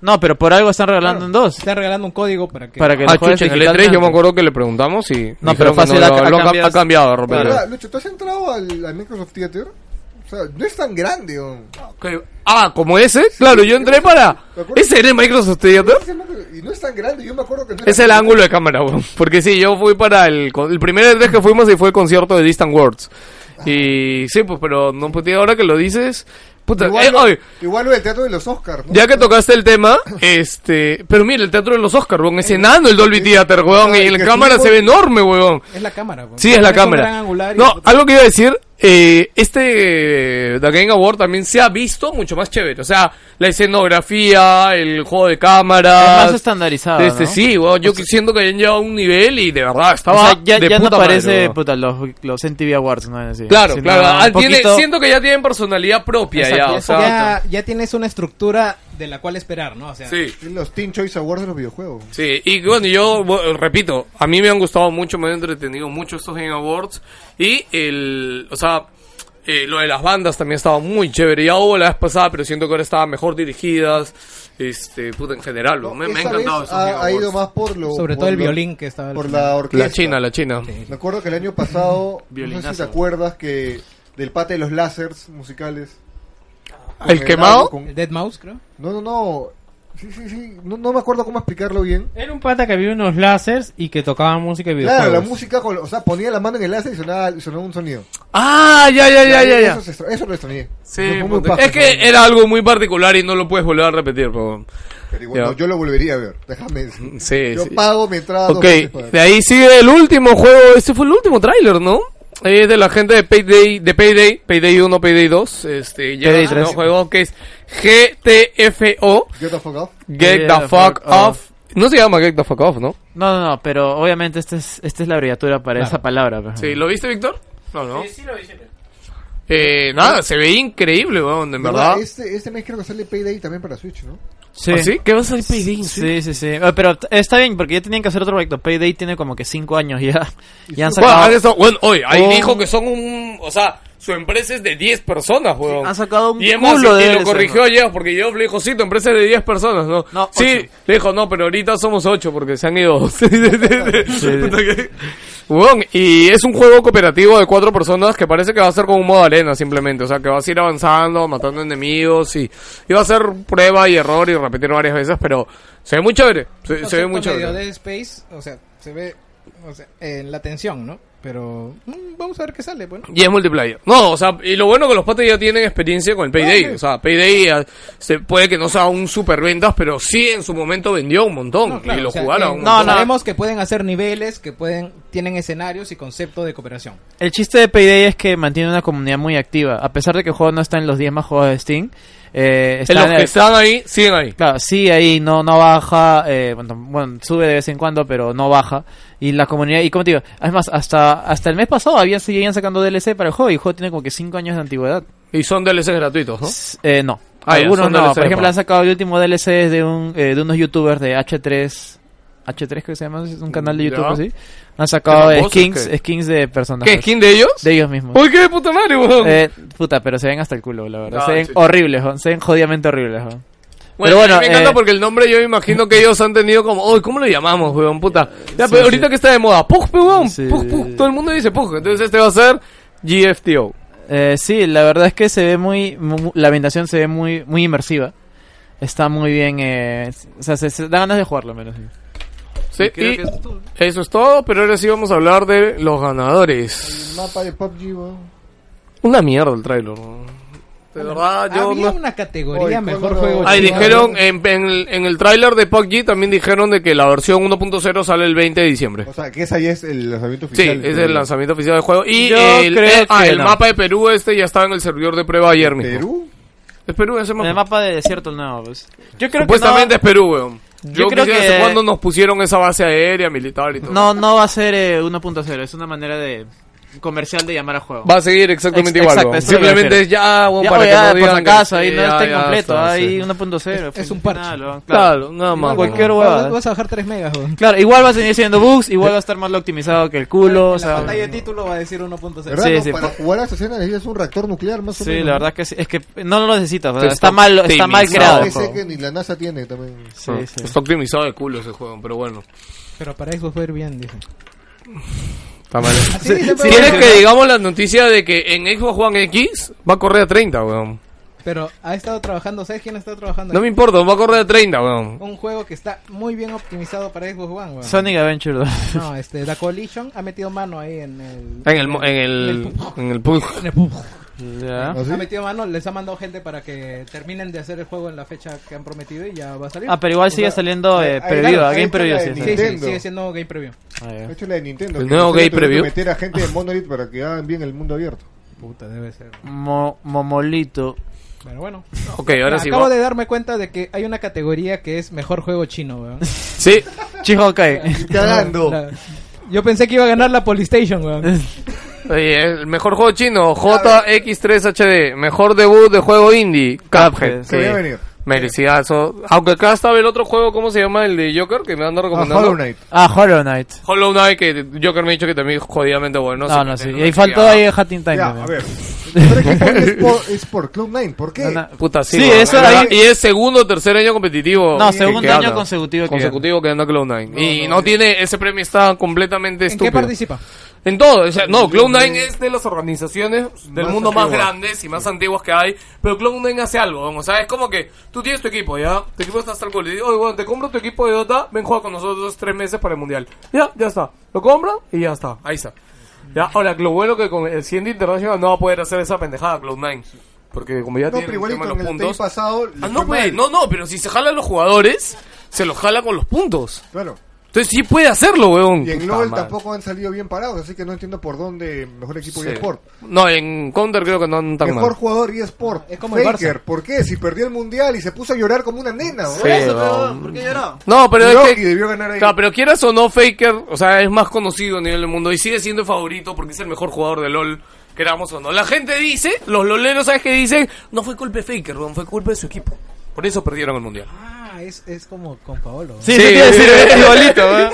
S2: No, pero por algo están regalando
S4: Claro,
S2: en dos.
S4: Está regalando un código para que.
S2: Para que
S1: Ah,
S2: lo juegues
S1: chucha, en el E3 yo
S2: digitalmente.
S1: me acuerdo que le preguntamos y.
S2: No,
S1: dijeron
S2: pero
S1: que
S2: fácil,
S1: lo-
S2: ha-
S1: lo
S2: ha
S1: han-
S2: cambiado.
S1: ha cambiado de repente.
S3: ¿Verdad, Lucho? ¿Tú has entrado al, al Microsoft Theater? O sea, no es tan grande, weón.
S1: Ok. Ah, como ese, claro, yo entré para.
S3: ¿Te acuerdas?
S1: ¿Ese era el Microsoft Theater?
S3: Y no es tan grande, yo me acuerdo que no era
S1: Es el
S3: tan-
S1: ángulo de cámara, weón. Porque sí, yo fui para el, con- el primer E3 que fuimos y fue el concierto de Distant Worlds. Y sí, pues, pero no, pues, tío, ahora que lo dices. Puta, eh,
S3: Igual, lo,
S1: oye,
S3: igual lo del teatro de los Oscars. ¿no?
S1: ya que tocaste el tema, este. Pero mira, el teatro de los Oscars, weón. Es enano el Dolby Theater, weón. Y la cámara se ve enorme, weón.
S4: Es la cámara. weón.
S1: Sí, es la
S4: un gran
S1: cámara.
S4: angular y-
S1: No, algo que iba a decir, eh, este eh, The Game Award también se ha visto mucho más chévere. O sea, la escenografía, el juego de
S2: Es más
S1: cámara.
S2: estandarizado.
S1: Este,
S2: Ah, ¿no?
S1: sí, weón, yo que siento que hayan llegado a un nivel y de verdad
S2: O
S1: estaba.
S2: sea, ya,
S1: de
S2: ya no
S1: puta madre,
S2: parece
S1: weón.
S2: puta, los, los MTV Awards, ¿no? Así,
S1: Claro,
S2: sino
S1: claro. ah,
S2: un
S1: tiene-
S2: poquito-
S1: siento que ya tienen personalidad propia
S2: Exacto,
S1: ya. O
S2: ya
S1: sea,
S4: ya, ya tienes una estructura de la cual esperar, ¿no? O sea,
S1: sí.
S3: Los Teen Choice Awards de los videojuegos.
S1: Sí, y bueno, yo bueno, repito, a mí me han gustado mucho, me han entretenido mucho estos Game Awards y el, o sea, eh, lo de las bandas también estaba muy chévere, ya hubo la vez pasada, pero siento que ahora estaban mejor dirigidas, este, puta, en general,
S3: No,
S1: me, me ha
S3: esta vez
S1: encantado estos Game
S3: ha, ha
S1: Awards.
S3: ido más por lo.
S4: Sobre
S3: por
S4: todo el
S3: lo-
S4: violín que estaba. al
S3: Por
S4: final.
S3: la orquesta.
S1: La China, la China.
S3: Me acuerdo que el año pasado. no sé si
S2: Violinazo.
S3: te acuerdas que. Del pate de los lásers musicales.
S1: ¿El
S3: Con-
S1: quemado?
S3: con-
S4: El Dead Mouse, creo.
S3: No, no, no. Sí, sí, sí. No, no me acuerdo cómo explicarlo bien.
S6: Era un pata que había unos láseres y que tocaba música y videojuegos.
S3: Claro, la música, con- o sea, ponía la mano en el láser y sonaba, y sonaba un sonido.
S1: Ah, ya, ya, ya, ya, ya.
S3: Eso, se extra- eso lo extrañé.
S1: Sí,
S3: Eso fue muy
S1: ponte-
S3: paja,
S1: es que
S3: pero-
S1: era algo muy particular y no lo puedes volver a repetir. Pero...
S3: pero igual,
S1: ya.
S3: no, yo lo volvería a ver, déjame decir.
S1: Mm, Sí,
S3: yo
S1: sí.
S3: pago mi entrada dos
S1: Ok,
S3: veces para ver.
S1: de ahí sigue el último juego. Este fue el último tráiler, ¿no? Es de la gente de Payday, de Payday, Payday 1, Payday 2, este, ya
S2: Payday
S1: el
S2: 3.
S1: juego que es GTFO,
S3: Get the fuck off.
S1: Get the, Fuck Off. No se llama Get the Fuck Off, ¿no?
S2: No, no, no, pero obviamente esta es, esta es la abreviatura para esa palabra. pues.
S1: Sí, ¿lo viste, Víctor? No, no. Eh, nada, se veía increíble, weón, en verdad.
S3: Este, este mes creo que sale Payday también para Switch, ¿no?
S2: Sí.
S1: ¿Ah, sí? ¿Qué va a salir Payday? en Switch?
S2: Sí, sí, sí. Ah, Pero t- está bien, porque ya tenían que hacer otro proyecto. Payday tiene como que 5 años ya. Ya
S1: Bueno,
S2: han sacado,
S1: han estado- bueno, oye, ahí
S2: Oh.
S1: dijo que son un... O sea, su empresa es de 10 personas, weón.
S2: han sacado un
S1: y es más,
S2: culo
S1: y-
S2: de
S1: y lo
S2: DLC,
S1: corrigió
S2: ¿no?
S1: Jeff, porque Jeff le dijo, sí, tu empresa es de 10 personas, ¿no?
S2: No,
S1: sí,
S2: ocho.
S1: le dijo, no, pero ahorita somos 8 porque se han ido dos. Weón, y es un juego cooperativo de 4 personas que parece que va a ser como un modo arena simplemente, o sea, que vas a ir avanzando, matando enemigos y, y va a ser prueba y error y repetir varias veces, pero se ve muy chévere, se, se ve muy
S4: medio
S1: chévere.
S4: de Space, o sea, se ve o sea, en la tensión, ¿no? Pero mm, vamos a ver qué sale, bueno.
S1: Y es multiplayer. No, o sea, y lo bueno que los patas ya tienen experiencia con el Payday. O sea, Payday ah, se puede que no sea un super ventas, pero sí en su momento vendió un montón. y lo jugaron. un
S2: No,
S1: montón.
S2: no.
S4: Sabemos que pueden hacer niveles, que pueden tienen escenarios y concepto de cooperación.
S2: El chiste de Payday es que mantiene una comunidad muy activa. A pesar de que el juego no está en los 10 más juegos de Steam, eh, está
S1: En los
S2: en
S1: que
S2: el-
S1: están ahí, siguen ahí.
S2: Claro, sí, ahí no, no baja, eh, bueno, bueno, sube de vez en cuando, pero no baja. Y la comunidad, y como te digo, además, hasta, hasta el mes pasado habían, seguían sacando DLC para el juego y el juego tiene como que 5 años de antigüedad.
S1: Y son DLCs gratuitos, ¿no?
S2: S- Eh, no,
S1: Ah, ya,
S2: algunos
S1: son
S2: no.
S1: DLC
S2: Por ejemplo,
S1: pago.
S2: han sacado el último DLC de, un, eh, de unos youtubers de H3, H3 que se llama, es un canal de YouTube
S1: Ya.
S2: así. Han sacado
S1: ¿Eran
S2: eh,
S1: bosses
S2: skins,
S1: qué?
S2: skins de personajes.
S1: ¿Qué skin de ellos?
S2: De ellos mismos.
S1: Uy, qué de puta madre, weón.
S2: Eh, puta, pero se ven hasta el culo, la verdad.
S1: Ah,
S2: se ven
S1: sí.
S2: horribles, jo, se ven jodidamente horribles. jo.
S1: bueno,
S2: pero bueno,
S1: a mí me encanta
S2: eh,
S1: porque el nombre yo me imagino que ellos han tenido como, uy, ¿cómo lo llamamos, weón? Puta. Ya, pero ahorita que está de moda, Pug, pe, weón.
S2: Sí.
S1: Pug, Pug. Todo el mundo dice Pug. Entonces este va a ser GFTO.
S2: Eh, sí, la verdad es que se ve muy, mu- la ambientación se ve muy, muy inmersiva. Está muy bien, eh, o sea, se, se da ganas de jugarlo al menos.
S1: Sí, y eso es todo, pero ahora sí vamos a hablar de los ganadores.
S3: El mapa de PUBG, weón.
S1: Una mierda el trailer. ¿no? De verdad, yo
S4: Había
S1: no-
S4: una categoría
S3: Oy,
S4: mejor
S3: ¿cómo no?
S4: juego.
S1: Ahí
S3: Sí,
S4: chino.
S1: dijeron, en, en el, en el trailer de PUBG también dijeron de que la versión 1.0 sale el 20 de diciembre.
S3: O sea, que ese ahí es el lanzamiento
S1: Sí,
S3: oficial.
S1: es el lanzamiento oficial del juego. Y
S2: Yo
S1: el,
S2: creo
S1: eh, ah,
S2: que
S1: el
S2: no.
S1: mapa de Perú este ya estaba en el servidor de prueba ayer mismo.
S3: Perú.
S1: ¿Es Perú ese mapa?
S2: el mapa de desierto nuevo, pues. Yo creo
S1: Supuestamente
S2: que
S1: es Perú, weón. Yo,
S2: Yo creo
S1: quisiera
S2: que-
S1: saber cuándo nos pusieron esa base aérea, militar y todo.
S2: no, no, no va a ser eh, 1.0, es una manera de comercial de llamar a juego.
S1: Va a seguir exactamente
S2: Ex-
S1: igual.
S2: exacto,
S1: weón.
S2: eso es lo que
S1: Simplemente
S2: me
S1: es ya, weón,
S2: Ya,
S1: para
S2: oye,
S1: que no
S2: ah, por
S1: digan
S2: si
S1: que-
S2: acaso, ahí
S1: Sí,
S2: no
S1: ya,
S2: está
S1: ya
S2: incompleto,
S1: está,
S2: hay
S1: sí.
S2: 1.0.
S4: Es- es un
S2: final,
S4: parche.
S2: weón, claro.
S1: Claro, nada más.
S2: cualquier
S1: weón.
S2: huevada.
S4: Vas, vas a bajar 3 megas, weón.
S2: Claro, igual va a seguir siendo bugs, igual va a estar más lo optimizado que el culo, o
S4: en la
S2: sea...
S4: pantalla de título va a decir 1.0.
S3: ¿Verdad?
S2: Sí,
S3: No,
S2: sí,
S3: para
S2: por-
S3: jugar a esa escena necesitas un reactor nuclear más o menos.
S2: Sí, la verdad que sí. Es que no lo necesitas, o sea,
S1: Está
S2: está mal, está mal
S1: optimizado,
S2: creado.
S3: No,
S2: el
S3: ese
S2: juego.
S3: que ni la NASA tiene también.
S2: Sí,
S1: Ah,
S2: sí.
S1: Está optimizado de culo ese juego, pero bueno.
S4: Pero para eso fue bien, dije.
S1: Está mal.
S4: Así dice, pero-
S1: Tienes que digamos la noticia de que en Xbox One X va a correr a 30, weón.
S4: Pero ha estado trabajando, ¿sabes quién ha estado trabajando?
S1: No me importa, va a correr a 30, weón.
S4: Un juego que está muy bien optimizado para Xbox One, weón.
S2: Sonic Adventure 2.
S4: No, este, la Coalition ha metido mano ahí en el...
S1: En el, mo- en el, en el pug.
S2: Ya.
S3: ¿Ah, sí?
S4: Ha metido mano, les ha mandado gente para que terminen de hacer el juego en la fecha que han prometido y ya va a salir.
S2: Ah, pero igual sigue saliendo eh,
S3: ahí
S2: preview,
S3: está,
S2: a
S3: ahí
S2: Game
S3: está
S2: Preview.
S3: la
S2: sí,
S3: de
S2: sí.
S4: Sí, sí,
S3: Nintendo.
S4: sigue siendo game preview.
S2: Ah, ya.
S3: Ha hecho la de Nintendo.
S1: El
S3: que
S1: nuevo
S3: no sé,
S1: Gay
S3: tuvieron que
S1: Preview.
S3: Meter a gente de Monolith para que hagan bien el mundo abierto.
S4: Puta, debe ser.
S2: Mo- Momolito.
S4: Pero bueno. Ah,
S1: Ok, ahora sí.
S4: Acabo
S1: va-
S4: de darme cuenta de que hay una categoría que es mejor juego chino, weón.
S1: Sí,
S2: Chihokai.
S3: Cagando.
S4: La- Yo pensé que iba a ganar la Polystation, weón.
S1: Oye, el mejor juego chino, JX3 HD. Mejor debut de juego indie, Cuphead.
S2: Cuphead,
S1: Sí.
S3: Se veía venir.
S1: Merecidazo. Aunque acá estaba el otro juego, ¿cómo se llama? El de Joker, que me andan
S3: Ah,
S1: recomendando.
S3: Hollow Knight.
S2: Ah, Horror Knight.
S1: Hollow Knight, que Joker me ha dicho que también es jodidamente bueno.
S2: No,
S1: así
S2: no,
S1: que
S2: sí.
S1: tengo
S2: Y
S1: que
S2: faltó
S1: chequear.
S2: ahí el Hat in Time.
S3: Ya,
S2: también.
S3: a ver. Pero es que Fortnite es por, es por Club 9, ¿por qué?
S2: No, no.
S1: Puta, sí.
S2: Sí,
S1: weón.
S2: eso
S1: Es verdad.
S2: ahí-
S1: Y es segundo o tercer año competitivo.
S2: No,
S1: que-
S2: segundo
S1: que
S2: año
S1: gana.
S2: consecutivo que
S1: consecutivo que gana Cloud9. y no tiene, ese premio está completamente
S4: ¿En qué
S1: estúpido.
S4: participa?
S1: En todo, o sea, no, Cloud9 es de las organizaciones del
S3: Más
S1: mundo más
S3: antiguas.
S1: grandes y más antiguas que hay, pero Cloud9 hace algo, ¿no? o sea, es como que tú tienes tu equipo, ¿ya? Tu equipo está hasta el culo, y dices, oye, bueno, te compro tu equipo de Dota, ven juega con nosotros tres meses para el Mundial. Ya, ya está, lo compro y ya está, ahí está. Ya, ahora, lo bueno que con el 100 International no va a poder hacer esa pendejada Cloud9, porque como ya
S3: No,
S1: tiene
S3: pero
S1: el
S3: igualito
S1: tema de
S3: en
S1: los
S3: el país
S1: puntos...
S3: pasado.
S1: Ah,
S3: le
S1: no,
S3: fue
S1: pues,
S3: mal.
S1: no, no, pero si se jala a los jugadores, se los jala con los puntos.
S3: Claro.
S1: Entonces sí puede hacerlo, weón.
S3: Y en
S1: Puta
S3: LOL
S1: madre.
S3: tampoco han salido bien parados, así que no entiendo por dónde mejor equipo
S1: Sí.
S3: de eSport.
S1: No, en Counter creo que no han tan
S3: Mejor
S1: mal.
S3: jugador eSport. Es
S4: como el
S3: Faker. ¿Por qué? Si perdió el mundial y se puso a llorar como una nena, ¿no?
S1: Sí,
S5: pero,
S1: no.
S5: ¿Por qué lloró?
S1: No, pero
S3: Lloró
S1: es
S3: y
S1: que...
S3: debió ganar ahí.
S1: Claro, pero quieras o no, Faker, o sea, es más conocido a nivel del mundo y sigue siendo el favorito porque es el mejor jugador de LOL, queramos o no. La gente dice, los loleros, ¿sabes qué dicen? No fue culpa de Faker, weón, fue culpa de su equipo. Por eso perdieron el mundial.
S4: Ah, es, es como con Paolo.
S2: Sí, sí, quiere decir, es igualito, ¿eh?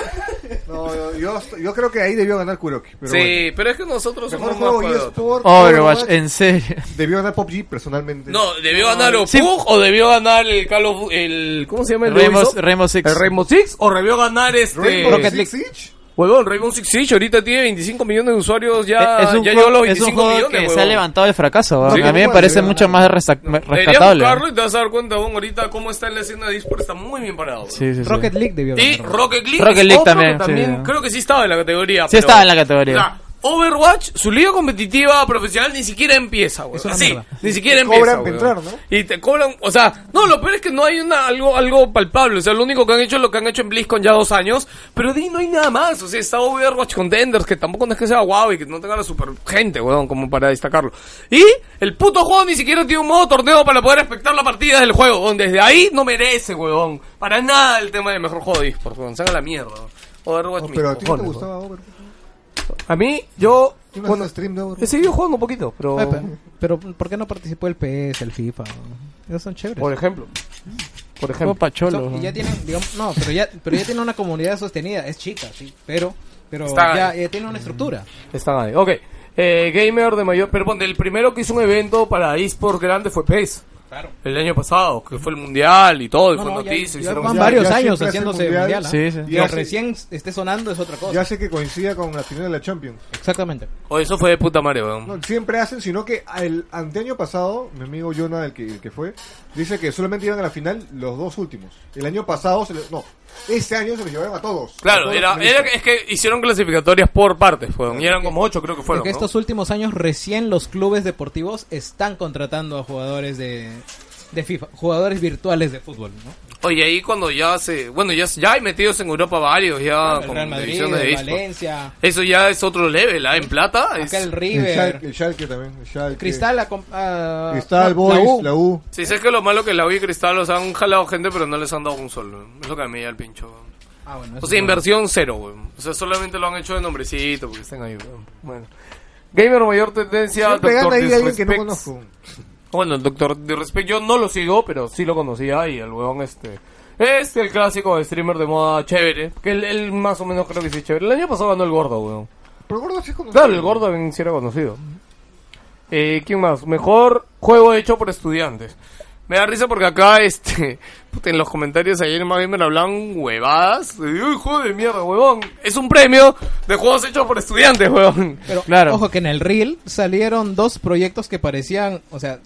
S3: No, yo, yo- yo creo que ahí debió ganar Kuroki. Pero
S1: sí, pero es que nosotros
S3: bueno.
S1: somos
S3: Mejor
S1: más
S3: juego
S1: jugadores.
S3: eSport.
S2: Overwatch, en serio.
S3: Debió ganar PUBG personalmente.
S1: No, debió
S3: Ah,
S1: ganar o
S2: Sí.
S1: Pug, o debió ganar el Call of- el ¿cómo se llama el de
S2: Rainbow,
S1: Ubisoft?
S2: Rainbow Six.
S1: El Rainbow Six o debió ganar este
S3: Rainbow
S1: Rocket
S3: Six Siege.
S1: Huevón, Rainbow Six Siege ahorita tiene 25 millones de usuarios, ya,
S2: Eh, es un
S1: ya llegó
S2: juego,
S1: a los
S2: es un
S1: 25
S2: juego
S1: millones,
S2: que se ha
S1: huevón.
S2: levantado del fracaso. ¿no?
S3: Sí.
S2: a mí me parece mucho más resa-
S1: Deberías
S2: rescatable. ¿eh?
S1: buscarlo y te vas a dar cuenta, huevón, ahorita cómo está en la escena de eSports, está muy bien parado. huevón.
S2: Sí, sí, sí.
S4: Rocket League debió
S1: Y
S4: ganar.
S1: Rocket League,
S2: Rocket
S1: es
S2: League
S1: otro que
S2: también, sí.
S1: creo que sí estaba en la categoría.
S2: Sí estaba en la categoría.
S1: O sea, Overwatch, su liga competitiva profesional ni siquiera empieza, güey.
S4: una
S1: Sí,
S4: mierda.
S1: ni siquiera
S3: Te cobran
S1: empieza.
S3: para
S1: güey.
S3: entrar, ¿no?
S1: Y te cobran, o sea, no, lo peor es que no hay una, algo, algo palpable. O sea, lo único que han hecho es lo que han hecho en BlizzCon ya dos años, pero de ahí no hay nada más. O sea, está Overwatch Contenders, que tampoco no es que sea guau y que no tenga la super gente, weón, como para destacarlo. Y el puto juego ni siquiera tiene un modo torneo para poder espectar la partida del juego, weón. Desde ahí no merece, weón. Para nada el tema de mejor juego de eSports, weón. Se haga la mierda. Overwatch,
S3: No,
S1: mis
S3: pero a ti no te
S1: cojones,
S3: gustaba Overwatch.
S1: weón. A mí, yo,
S3: ¿Tú no
S1: bueno,
S3: haces stream de Overwatch?
S1: he seguido jugando un poquito, pero...
S4: Oye, pe- pero, ¿por qué no participó el PS, el FIFA? Esos son chéveres.
S1: Por ejemplo. Por ejemplo.
S2: Juego pacholo.
S4: Son- y ya tienen, digamos, no, pero ya, pero ya tiene una comunidad sostenida, es chica, sí, pero, pero
S1: Está-
S4: ya, ya tiene una estructura.
S1: Están ahí. Ok. Eh, gamer de mayor. Pero ponte, el primero que hizo un evento para eSport grande fue PES.
S4: Claro.
S1: El año pasado, que fue el mundial y todo, y
S4: No,
S1: fue
S4: no, ya-
S1: noticia.
S4: ya
S1: hicieron-
S4: van
S3: ya-
S4: varios
S3: ya
S4: años
S3: siempre hacen
S4: haciéndose mundial.
S3: mundial.
S4: ¿ah?
S2: Sí, sí.
S4: Que
S3: Ya se-
S4: recién esté sonando es otra cosa.
S3: Ya sé que coincida con la final de la Champions.
S4: Exactamente.
S1: O eso fue de puta madre, weón.
S3: No, siempre hacen, sino que el anteaño pasado, mi amigo Jonah, el que, el que fue, dice que solamente iban a la final los dos últimos. El año pasado, se les- no, este año se los llevaron a todos. A
S1: Claro,
S3: todos
S1: era,
S3: los
S1: era que-
S3: finalistas.
S1: es que hicieron clasificatorias por partes, weón. Y eran como ocho, creo que fueron.
S4: Porque
S1: ¿no?
S4: estos últimos años recién los clubes deportivos están contratando a jugadores de, de FIFA, jugadores virtuales de fútbol, ¿no?
S1: Oye, ahí cuando ya se. Bueno, ya, ya hay metidos en Europa varios, ya
S4: El
S1: Ah, con
S4: Real Madrid,
S1: divisiones de
S4: el
S1: eSport.
S4: Valencia,
S1: Eso ya es otro level, ¿ah? En plata. Es...
S4: acá el
S3: El Schalke,
S4: River,
S3: el Schalke también. El Schalke.
S4: Cristal, la com- ah,
S3: Cristal,
S4: la-
S3: Boys,
S4: la U.
S3: la U.
S1: Sí, sé que lo malo que la U y Cristal los han jalado gente, pero no les han dado un solo. Es lo que me lleva el pincho, weón.
S4: Ah, bueno,
S1: O
S4: eso
S1: sea,
S4: es bueno.
S1: inversión cero, güey. O sea, solamente lo han hecho de nombrecito porque están ahí, güey. Bueno. Gamer mayor tendencia,
S3: Siempre
S1: doctor
S3: gana ahí alguien que no
S1: Disrespect.
S3: conozco.
S1: Bueno, el doctor Disrespect yo no lo sigo, pero sí lo conocía y el weón este... Este, el clásico streamer de moda chévere, que él, él más o menos creo que sí es chévere. El año pasado ganó el gordo, weón.
S3: Pero gordo sí es conocido.
S1: Claro, el gordo también sí era conocido. Eh, ¿Quién más? Mejor juego hecho por estudiantes. Me da risa porque acá, este, puta, en los comentarios ayer más bien me hablaban huevadas. De, Uy, juego de mierda, huevón. Es un premio de juegos hechos por estudiantes, huevón.
S4: Pero
S2: Claro.
S4: ojo que en el reel salieron dos proyectos que parecían, o sea,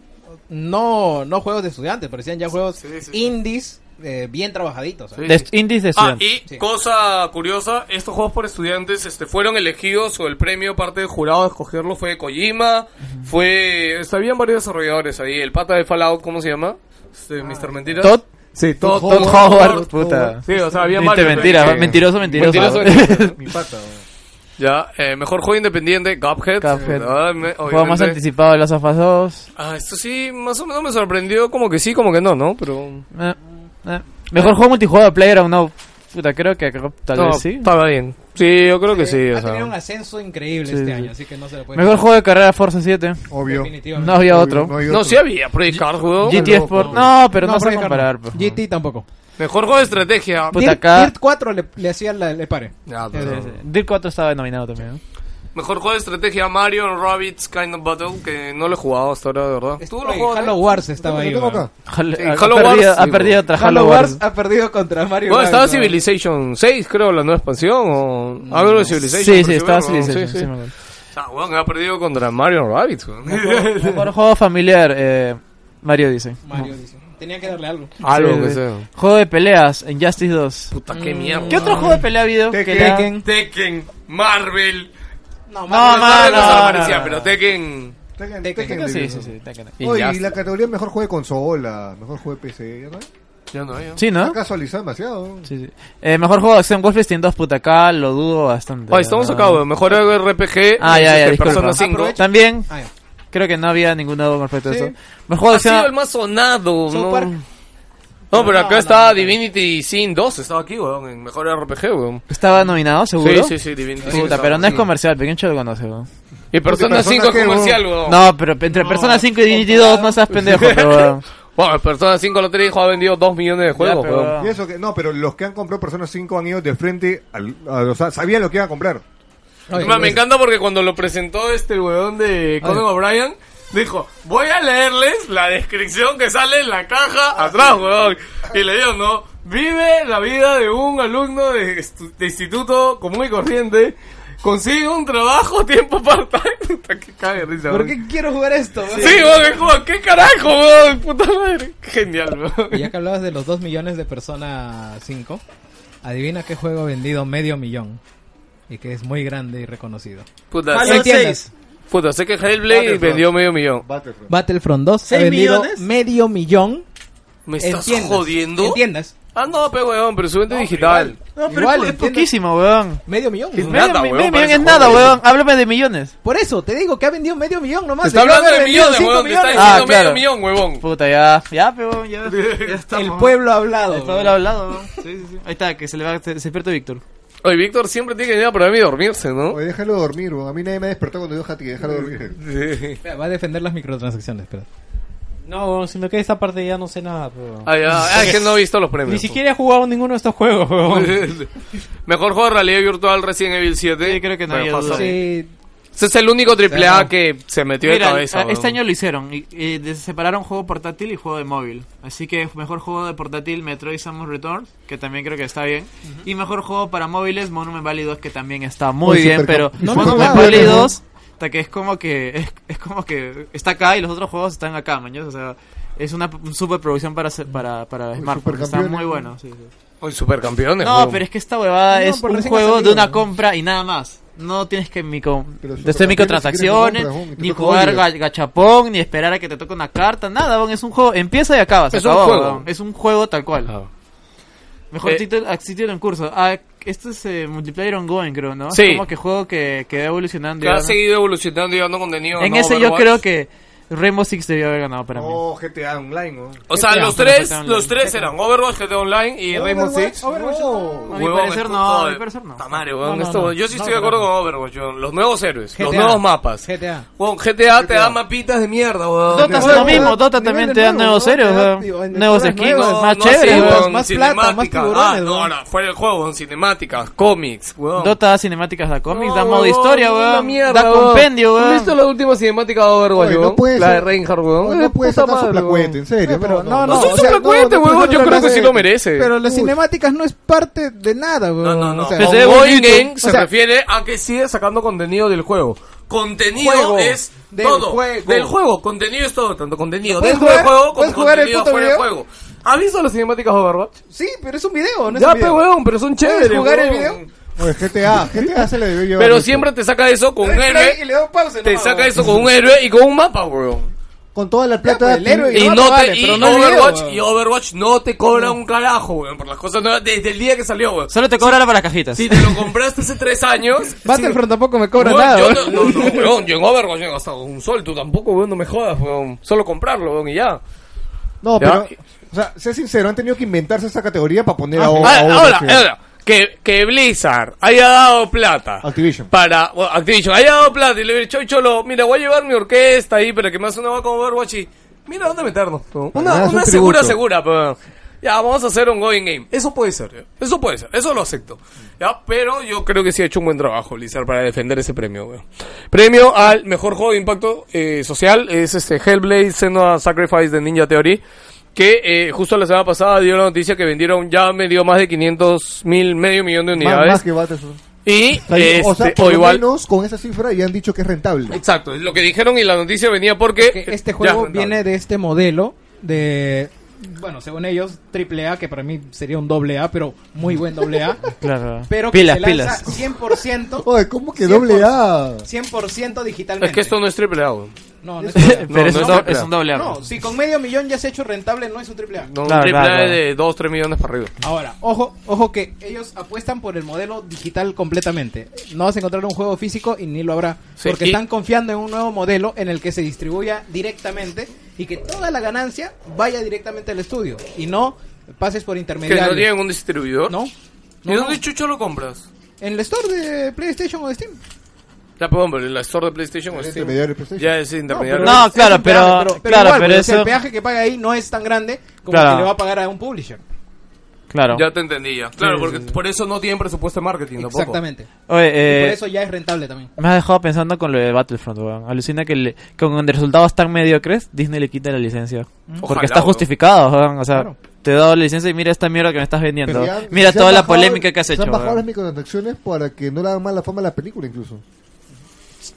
S4: no, no juegos de estudiantes, parecían ya juegos
S1: Sí, sí, sí.
S4: indies eh, bien trabajaditos. ¿eh?
S1: Sí.
S2: De est- indies de
S1: Ah,
S2: estudiante.
S1: y
S4: Sí.
S1: cosa curiosa, estos juegos por estudiantes este, fueron elegidos o el premio parte del jurado a escogerlo fue de Kojima, fue... este, Habían varios desarrolladores ahí, el pata de Fallout, ¿cómo se llama? Este, Mr.
S4: Ah,
S1: Mentiras.
S2: Todd,
S1: sí,
S2: Todd,
S1: Todd
S2: Howard, puta.
S1: Sí, o sea, había
S2: Dijiste
S1: varios.
S2: mentira,
S1: Sí.
S2: mentiroso, mentiroso.
S1: Mentiroso.
S3: Mi pata. ¿no?
S1: Ya, eh, mejor juego independiente, Cuphead.
S2: Cuphead.
S1: Ah, me-
S2: Juego más
S1: obviamente.
S2: anticipado de las of 2.
S1: Ah, esto sí, más o menos me sorprendió, como que sí, como que no, ¿no? Pero...
S2: Eh, eh. Mejor juego multijugador, Playground, no. Puta, creo que acá tal
S1: No,
S2: vez sí.
S1: Estaba bien. Sí, yo creo que sí.
S4: Eh,
S1: o
S4: ha
S1: sea.
S4: tenido un ascenso increíble
S2: Sí,
S4: este
S2: sí.
S4: año, así que no se lo puede
S2: Mejor
S4: quitar,
S2: juego de carrera Forza 7.
S3: Obvio.
S4: definitivamente.
S2: No había
S3: Obvio,
S2: otro.
S3: no hay
S1: No,
S3: otro.
S1: sí había Project Card, weón.
S2: GT
S3: loco,
S2: Sport.
S3: bro.
S2: No, pero no,
S4: No,
S2: se va a
S4: Frank,
S2: comparar.
S4: no.
S2: pues.
S4: GT tampoco.
S1: Mejor juego de estrategia.
S2: Puta,
S4: Dirt,
S2: acá-
S4: Dirt 4 le, le hacía la- le pare.
S1: Ah.
S4: Eh,
S1: Ya,
S2: Sí,
S1: pero-
S2: sí. Dirt 4 estaba nominado también. ¿no?
S1: Mejor juego de estrategia Mario and Rabbids Kind of Battle, que no lo he jugado hasta ahora, de verdad. ¿Tú lo
S4: Oye,
S1: jugaste?
S4: Halo Wars estaba
S3: Lo
S4: ahí.
S3: tengo
S4: weón.
S3: acá.
S2: Hal-
S1: Sí,
S2: ha,
S1: Halo
S2: perdido,
S1: Wars,
S2: ha
S1: sí,
S2: perdido
S1: bueno.
S2: otra Halo
S4: Halo Wars
S2: Wars.
S4: ha perdido contra Mario.
S1: Bueno, estaba
S4: Kart, weón.
S1: Civilization 6, creo, la nueva expansión, o algo de Civilization.
S2: Sí,
S1: por
S2: sí,
S1: si
S2: estaba
S1: veo, weón.
S2: Civilization.
S1: Sí, sí.
S2: sí me acuerdo.
S1: O sea, Ah, weón, ha perdido contra Mario and Rabbids, weón.
S2: Mejor juego familiar, eh, Mario dice.
S4: Mario dice. Tenía que darle algo.
S1: Algo
S2: Sí,
S1: que
S2: sí.
S1: sea.
S2: Juego de peleas, Injustice 2.
S1: Puta, qué mierda.
S2: ¿Qué otro juego de pelea ha habido?
S3: Tekken.
S2: Que era-
S6: Tekken.
S1: Tekken, Marvel.
S4: No,
S2: No,
S4: Mario-
S1: Marvel
S2: Ah, no,
S1: no se
S2: no,
S1: aparecía,
S2: no.
S1: pero Tekken.
S3: Tekken,
S4: Tekken,
S3: Tekken,
S2: Tekken, sí, sí,
S3: Tekken.
S2: sí, Tekken.
S3: Oye, y
S1: Injustice.
S3: la categoría mejor juego de consola, mejor juego de PC, ¿ya no hay?
S1: Ya no, ya.
S2: Sí, ¿no?
S3: Ha casualizado demasiado.
S2: Sí, sí. Eh, mejor juego de acción Wolfenstein 2, puta, acá lo dudo bastante.
S1: Oye, Oh, estamos
S2: Ah.
S1: acá, weón. Mejor RPG.
S2: Ah, ya, ya,
S1: este,
S2: disculpa.
S1: Persona 5.
S4: Aprovecha.
S2: También,
S4: Ah, ya.
S2: creo que no había ningún nuevo respecto a
S4: Sí.
S2: eso. Mejor juego de
S1: Ha sido el
S2: acción...
S1: más sonado,
S4: South
S1: ¿no?
S4: Park.
S1: No, pero acá
S4: no,
S1: está
S4: no, no.
S1: Divinity Sin 2, estaba aquí, weón, en mejor RPG, weón.
S2: ¿Estaba nominado, seguro?
S1: Sí, sí, sí, Divinity Sin.
S2: Puta,
S1: estaba,
S2: pero no es
S1: sí.
S2: comercial, Pequencho lo conoce, weón.
S1: Y Persona
S3: Persona
S1: 5 es
S3: qué,
S1: comercial, weón.
S2: No, pero entre Persona 5 y Divinity 2 no seas pendejo, pero weón.
S1: Bueno, Persona 5 la dijo ha vendido 2 millones de juegos,
S2: pero-
S1: weón.
S3: Y eso que, no, pero los que han comprado Persona 5 han ido de frente, al, a- o sea, sabían lo que iban a comprar.
S1: Además, me encanta porque cuando lo presentó este weón de Conan O'Brien, dijo, voy a leerles la descripción que sale en la caja atrás, weón. Y le digo, no, vive la vida de un alumno de, estu- de instituto común y corriente, consigue un trabajo a tiempo part-time. Puta, qué cague de risa,
S4: ¿Por
S1: weón.
S4: qué quiero jugar esto? weón?
S1: Sí, weón, es como, qué carajo, weón, puta madre. Genial,
S4: Y
S1: weón.
S4: ya que hablabas de los 2 millones de Persona 5, adivina qué juego ha vendido medio millón y que es muy grande y reconocido.
S1: Puta,
S4: Halo
S1: sé-
S4: seis.
S1: puta, sé que Hellblade vendió medio millón.
S3: Battlefront.
S4: Battlefront 2 ha
S6: ¿Seis
S4: vendido
S6: millones?
S4: medio millón.
S1: ¿Me
S4: en
S1: estás
S4: tiendas.
S1: jodiendo?
S4: En tiendas.
S1: Ah, no, pero weón, pero su venta digital.
S2: No, pero
S4: Igual,
S2: es,
S4: entiendo.
S2: poquísimo, weón.
S4: Medio millón.
S1: Sí.
S4: weón.
S1: Nada,
S2: Medio-
S1: weón,
S2: medio
S1: para
S2: millón
S1: ese
S2: es nada,
S1: juego,
S2: weón. Háblame de millones.
S4: Por eso te digo que ha vendido medio millón nomás.
S1: Te está
S4: Debió
S1: hablando
S4: haber
S1: de
S4: vendido
S1: millones,
S4: cinco
S1: weón. Te está
S4: millones.
S1: diciendo
S2: Ah,
S1: medio
S2: claro.
S1: millón, huevón.
S2: Puta, ya, ya, pero weón, ya. ya estamos,
S4: El pueblo ha hablado.
S2: El
S4: weón.
S2: pueblo hablado, weón. Sí, sí, sí. Ahí está, que se le va, se, se despierta Víctor.
S1: Oye, Víctor siempre tiene que venir a programa y dormirse, ¿no?
S3: Oye, déjalo dormir, weón. a mí nadie me despertó cuando yo jati, déjalo dormir.
S1: Sí.
S4: Espera, Va a defender las microtransacciones, espera.
S6: No, sino que esta parte ya no sé nada, pero...
S1: Ay, ah, ah, es que no he visto los premios.
S6: Ni siquiera he jugado ninguno de estos juegos, weón.
S1: Mejor juego de realidad virtual Resident Evil 7.
S2: Sí, creo que no
S1: Bueno,
S2: había
S1: pasó.
S2: duda.
S4: Sí,
S1: Ese es el único triple
S4: Sí,
S1: A
S4: no.
S1: que se metió de
S2: Mira,
S1: cabeza.
S2: a-
S1: huevón.
S2: este año lo hicieron. Y, y des- separaron juego portátil y juego de móvil. Así que mejor juego de portátil Metroid Samus Returns, que también creo que está bien. Y mejor juego para móviles Monument Valley 2, que también está muy
S3: Oye,
S2: bien.
S3: super-
S2: Pero
S3: no, no,
S2: Monument
S3: no, no,
S2: Valley
S3: no, no.
S2: 2, hasta que es como que es, es como que está acá y los otros juegos están acá, mañana. O sea, es una super producción para hacer- para para smartphones. Está
S3: supercampeones.
S2: muy bueno. sí, sí.
S1: Uy, supercampeones.
S2: No,
S1: huevón.
S2: pero es que esta huevada
S4: No,
S2: es
S4: por
S2: un
S4: recién
S2: juego
S4: salido,
S2: de una
S4: ¿no?
S2: compra y nada más. No tienes que micro,
S3: Pero
S2: de hacer
S3: Supercampeones
S2: microtransacciones,
S3: si quieres lo compras, huevón, y
S2: ni
S3: te toca
S2: jugar
S3: Oliver.
S2: ga- gachapón, ni esperar a que te toque una carta, nada, huevón, es un juego, empieza y acaba, se
S1: Es un
S2: acabó,
S1: juego.
S2: huevón. es un juego tal cual.
S1: Ah.
S2: Mejor
S1: Eh.
S2: título, ah, título en curso. Ah, este es eh, multiplayer ongoing, creo, ¿no?
S1: Sí.
S2: Es como que juego que, que va evolucionando.
S1: Que ha
S2: digamos.
S1: seguido evolucionando y dando contenido.
S2: En
S1: ¿no?
S2: ese yo
S1: Overwatch.
S2: creo que Rainbow Six debió haber ganado para mí.
S3: Oh, GTA Online, weón.
S1: O sea, los
S2: Pero no
S1: tres,
S2: está online.
S1: los tres eran Overwatch, GTA Online y Rainbow Six.
S3: Overwatch,
S2: A
S3: no.
S2: mi
S1: Huevón,
S2: parecer
S1: es-
S2: no, a mi
S1: joder.
S2: parecer no.
S1: Puta madre, huevón,
S6: No, no,
S1: esto-
S6: no.
S1: yo sí
S6: No,
S1: estoy de
S6: no,
S1: acuerdo
S6: no.
S1: con Overwatch, huevón. los nuevos héroes, los
S4: GTA.
S1: nuevos mapas.
S4: GTA.
S1: Huevón, GTA, te da mapitas de mierda, huevón.
S2: Dota es
S1: Huevón,
S2: lo mismo,
S3: Dota,
S2: Dota también te da nuevos
S4: nivel
S2: héroes,
S4: nuevo,
S2: ¿no?
S4: ¿no? Te da, tío,
S2: nuevos
S4: mejoras
S2: skins,
S4: nuevas,
S2: más
S1: no
S2: chéveres,
S1: así,
S4: weón.
S1: huevón,
S4: Más plata,
S1: cinemáticas.
S4: más tiburones,
S1: Ah, no,
S4: huevón.
S1: no, fuera el juego, huevón, cinemáticas, cómics, huevón.
S2: Dota cinemáticas da cómics,
S1: No,
S2: da modo
S1: huevón,
S2: historia,
S1: una
S2: weón.
S1: mierda,
S2: da
S1: huevón.
S2: compendio,
S1: ¿Has
S2: weón.
S1: visto la última cinemática de Overwatch,
S3: Oye, no
S1: huevón?
S3: puede
S1: la de
S3: ser.
S1: Reinhardt, huevón.
S3: No
S1: Es
S3: puede
S1: puta
S3: ser tan
S1: madre,
S3: soplacuete, en
S1: huevón.
S3: serio.
S4: No, pero
S3: no, no,
S4: no,
S1: No,
S4: no,
S1: soy
S4: o sea,
S1: soplacuete,
S3: no, no,
S1: huevón,
S3: no,
S1: yo
S3: no,
S1: creo que
S3: no,
S1: sí
S3: no,
S1: lo
S3: no,
S1: merece.
S4: Pero las
S3: Uy.
S4: cinemáticas no es parte de nada, weón.
S1: No, no, no.
S4: O sea,
S2: Pero se ve
S1: Ongoing
S2: bonito.
S1: game se
S4: O sea-
S1: refiere a que sigue sacando contenido del juego. Contenido
S4: Juego.
S1: es
S4: Del
S1: todo.
S4: juego.
S1: Del juego. Contenido es todo. Tanto contenido
S4: ¿Puedes
S1: dentro del
S4: jugar?
S1: juego como
S4: ¿Puedes jugar el
S1: contenido
S4: puto
S1: fuera del
S4: video?
S1: juego. ¿Has visto las cinemáticas de Overwatch?
S4: Sí, pero es un video, no es
S1: ya,
S4: un
S1: pe,
S4: video.
S1: huevón, pero son
S4: ¿Puedes
S1: chéveres.
S4: jugar el
S1: huevón.
S4: video?
S3: Oye, GTA, GTA se le debió llevar.
S1: Pero
S3: mucho.
S1: siempre te saca eso con un
S4: Play Y
S1: héroe.
S4: le doy pausa.
S1: Te
S4: nomás,
S1: saca
S4: weón.
S1: eso con un héroe y con un mapa, weón.
S3: Con toda la plata.
S4: pues, el héroe
S1: Y
S4: no,
S1: no
S4: vale,
S1: te, y
S4: pero no el video,
S1: Overwatch,
S4: weón.
S1: y Overwatch no te cobra un carajo, weón, por las cosas nuevas desde el día que salió, weón.
S2: Solo te cobran para las cajitas.
S1: Si te lo compraste hace tres años,
S4: Battlefront tampoco me cobra
S1: Weón,
S4: nada, ¿eh?
S1: yo
S4: weón.
S1: no, no, no, weón, yo en Overwatch no he gastado un sol, tú tampoco, weón, no me jodas, weón. Solo comprarlo, weón, y ya.
S3: No,
S1: Ya.
S3: pero. O sea, sé sincero, han tenido que inventarse esa categoría para poner a, a,
S1: Ah,
S3: a-
S1: ahora,
S3: a-
S1: ahora, que, que Blizzard haya dado plata
S3: Activision.
S1: para bueno, Activision, haya dado plata y le hubiera dicho, "Oye, cholo, mira, voy a llevar mi orquesta ahí para que me hace una vaca con Overwatch y mira dónde meternos. weón. Una,
S3: nada, es
S1: una
S3: un
S1: segura,
S3: tributo.
S1: segura, weón. ya, vamos a hacer un going game. Eso puede ser, ya. eso puede ser, eso lo acepto. Ya, pero yo creo que sí ha hecho un buen trabajo Blizzard para defender ese premio. weón. Premio al mejor juego de impacto eh, social es este Hellblade Senua Sacrifice de Ninja Theory. Que eh, justo la semana pasada dio la noticia que vendieron ya medio más de 500 mil, medio millón de
S3: Más,
S1: unidades.
S3: más que Battlefield.
S1: Y este,
S3: o sea, por
S1: o
S3: lo
S1: igual.
S3: menos con esa cifra ya han dicho que es rentable.
S1: Exacto, es lo que dijeron y la noticia venía porque.
S4: que este
S1: Ya,
S4: juego
S1: no.
S4: viene de este modelo de bueno, según ellos, triple A, que para mí sería un doble A, pero muy buen doble A,
S6: Claro.
S4: pero que
S2: Pilas,
S4: se lanza
S2: pilas.
S4: 100%,
S3: Oye, ¿cómo que doble
S1: pues.
S3: A?
S4: 100% digitalmente.
S1: Es que esto no es triple A. weón.
S4: no, no es doble A.
S1: No, no
S2: Pero es, un
S1: es
S2: do-
S1: doble A.
S2: es un doble A.
S4: No, si con medio millón ya se ha hecho rentable, no es un triple A.
S1: No,
S6: Claro,
S1: un triple
S6: claro,
S1: A
S6: claro.
S1: de 2, 3 millones para arriba.
S4: Ahora, ojo, ojo que ellos apuestan por el modelo digital completamente. No vas a encontrar un juego físico y ni lo habrá.
S1: Sí,
S4: porque
S1: y-
S4: están confiando en un nuevo modelo en el que se distribuya directamente y que toda la ganancia vaya directamente al estudio y no pases por
S1: Que no
S4: intermediarios.
S1: tienen un distribuidor.
S4: no,
S1: ¿Y
S4: no, no.
S1: dónde chucho lo compras?
S4: En el store de PlayStation o de Steam.
S1: Ya, pues, hombre, en la store de PlayStation o
S3: El
S1: Steam.
S3: Este intermediario de PlayStation.
S1: Ya es intermediario.
S2: No,
S4: pero es- es
S2: Ah, claro,
S4: un peaje,
S2: pero- claro,
S4: igual,
S2: pero
S4: pues, o sea,
S2: eso-
S4: el peaje que paga ahí no es tan grande como
S6: Claro.
S4: el que le va a pagar a un publisher.
S6: Claro.
S1: Ya te entendí, ya. Claro, porque por eso no tienen presupuesto de marketing tampoco.
S4: Exactamente. Y
S2: Oye,
S4: por
S2: eh,
S4: eso ya es rentable también.
S2: me has dejado pensando con lo de Battlefront, weón. Alucina que le- con resultados tan mediocres, Disney le quita la licencia.
S1: Mm. Ojalá,
S2: Porque está
S1: weón.
S2: justificado, weón. O sea,
S4: Claro.
S2: te he dado la licencia y mira esta mierda que me estás vendiendo.
S3: Pero ya-
S2: mira
S3: se
S2: toda
S3: han
S2: la
S3: bajado-
S2: polémica que has
S3: se
S2: hecho.
S3: han bajado
S2: weón.
S3: las microtransacciones para que no le hagan mala fama a la película incluso.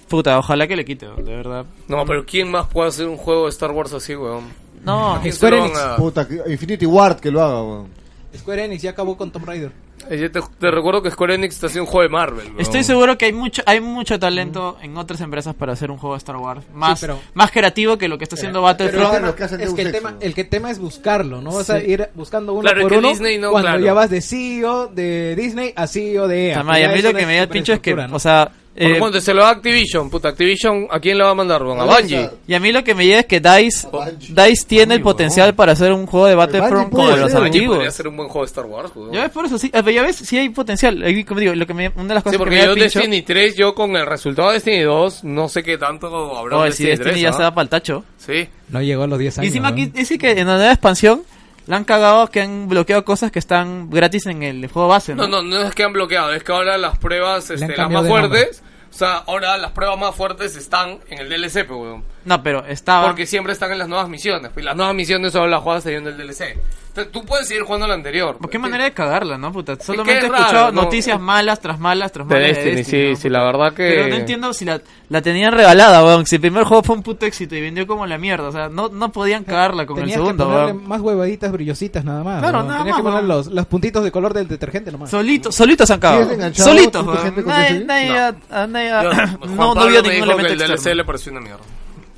S2: Puta, ojalá que le quite, weón, de verdad.
S1: No, pero ¿quién más puede hacer un juego de Star Wars así, weón?
S2: No,
S1: ¿A quién se
S4: Square
S1: lo
S4: Enix.
S1: van a-
S3: Puta, que- Infinity Ward que lo haga, weón.
S4: Square Enix ya acabó con Tomb Raider.
S1: Eh, yo te, te recuerdo que Square Enix está haciendo un juego de Marvel, weón.
S2: Estoy seguro que hay mucho, hay mucho talento en otras empresas para hacer un juego de Star Wars más,
S4: Sí, pero-
S2: más creativo que lo que está haciendo
S4: Pero
S2: Battlefront.
S4: el
S3: Pero
S4: tema-
S3: lo que hacen
S4: es
S3: Deus
S4: que el
S3: Ex,
S4: tema,
S3: ¿no?
S4: el que tema es buscarlo, no vas a ir buscando uno
S1: Claro, es
S4: por
S1: que
S4: uno
S1: Disney no,
S4: cuando
S1: claro.
S4: ya vas de CEO de Disney a CEO de EA.
S2: O sea, Maya, a mí
S4: Ya
S2: lo
S4: eso
S2: que
S4: no
S2: me da el pincho es que,
S4: superestructura, ¿no?
S2: o sea,
S1: Por
S2: eh,
S1: cuanto se lo da Activision, puta, Activision, ¿a quién le va a mandar, weón? A
S3: Ahora,
S1: Bungie.
S3: o sea,
S2: y a mí lo que me llega es que DICE,
S3: Bungie.
S2: DICE tiene el potencial para hacer un juego de
S3: Bungie
S2: Battlefront
S3: puede
S2: como los
S3: hacer,
S1: Bungie podría
S2: antiguos.
S1: hacer un buen juego de Star Wars, weón.
S2: Ya ves, por eso sí, eh, pero ya ves, sí hay potencial. Eh, Como digo, lo que me, una de las cosas
S1: Sí,
S2: que
S1: porque
S2: me da
S1: yo
S2: el pincho...
S1: Destiny 3, yo con el resultado de Destiny 2, no sé qué tanto habrá
S2: No,
S1: de
S2: si Oh, Destiny
S1: 3,
S2: ya
S1: ¿ah?
S2: se va para el tacho.
S1: Sí.
S4: no llegó a los 10
S2: Y
S4: años.
S2: encima
S4: ¿no?
S2: aquí dice que en la nueva expansión la han cagado que han bloqueado cosas que están gratis en el juego base, ¿no?
S1: No, no, no es que han bloqueado, es que ahora las pruebas,
S4: han
S1: este, las más
S4: cambiado de nombre.
S1: fuertes, o sea, ahora las pruebas más fuertes están en el DLC, pues, weón.
S2: No, pero estaba...
S1: Porque siempre están en las nuevas misiones, pues, y las nuevas misiones solo las juegas saliendo del DLC. Entonces, tú puedes seguir jugando la anterior.
S2: ¿Por qué
S1: pues.
S2: manera de cagarla, no, puta?
S1: que
S2: Solamente he
S1: es
S2: escuchado
S1: raro, ¿no?
S2: noticias malas tras malas tras malas. ¿no?
S1: la verdad
S2: Pero no entiendo si la, la tenían regalada, weón. Si el primer juego fue un puto éxito y vendió como la mierda. O sea, no, no podían cagarla con
S4: Tenías
S2: el
S4: que
S2: segundo,
S4: ponerle
S2: weón.
S4: más huevaditas brillositas nada más.
S2: Claro,
S4: ¿no?
S2: nada
S4: Tenías que
S2: más,
S4: poner
S2: ¿no?
S4: los, los puntitos de color del detergente nomás.
S2: Solitos, solitos han cagado.
S3: ¿Sigues enganchado
S2: Solitos,
S3: tú, tu gente,
S2: weón.
S3: con
S2: Nadie,
S3: ese?
S2: nadie,
S1: No.
S2: ha- a- nadie ha-
S1: Yo- Juan
S2: no, no
S1: Pablo
S2: había
S1: me
S2: ningún
S1: dijo que
S2: elemento
S1: el DLC le
S2: externo.
S1: pareció una mierda.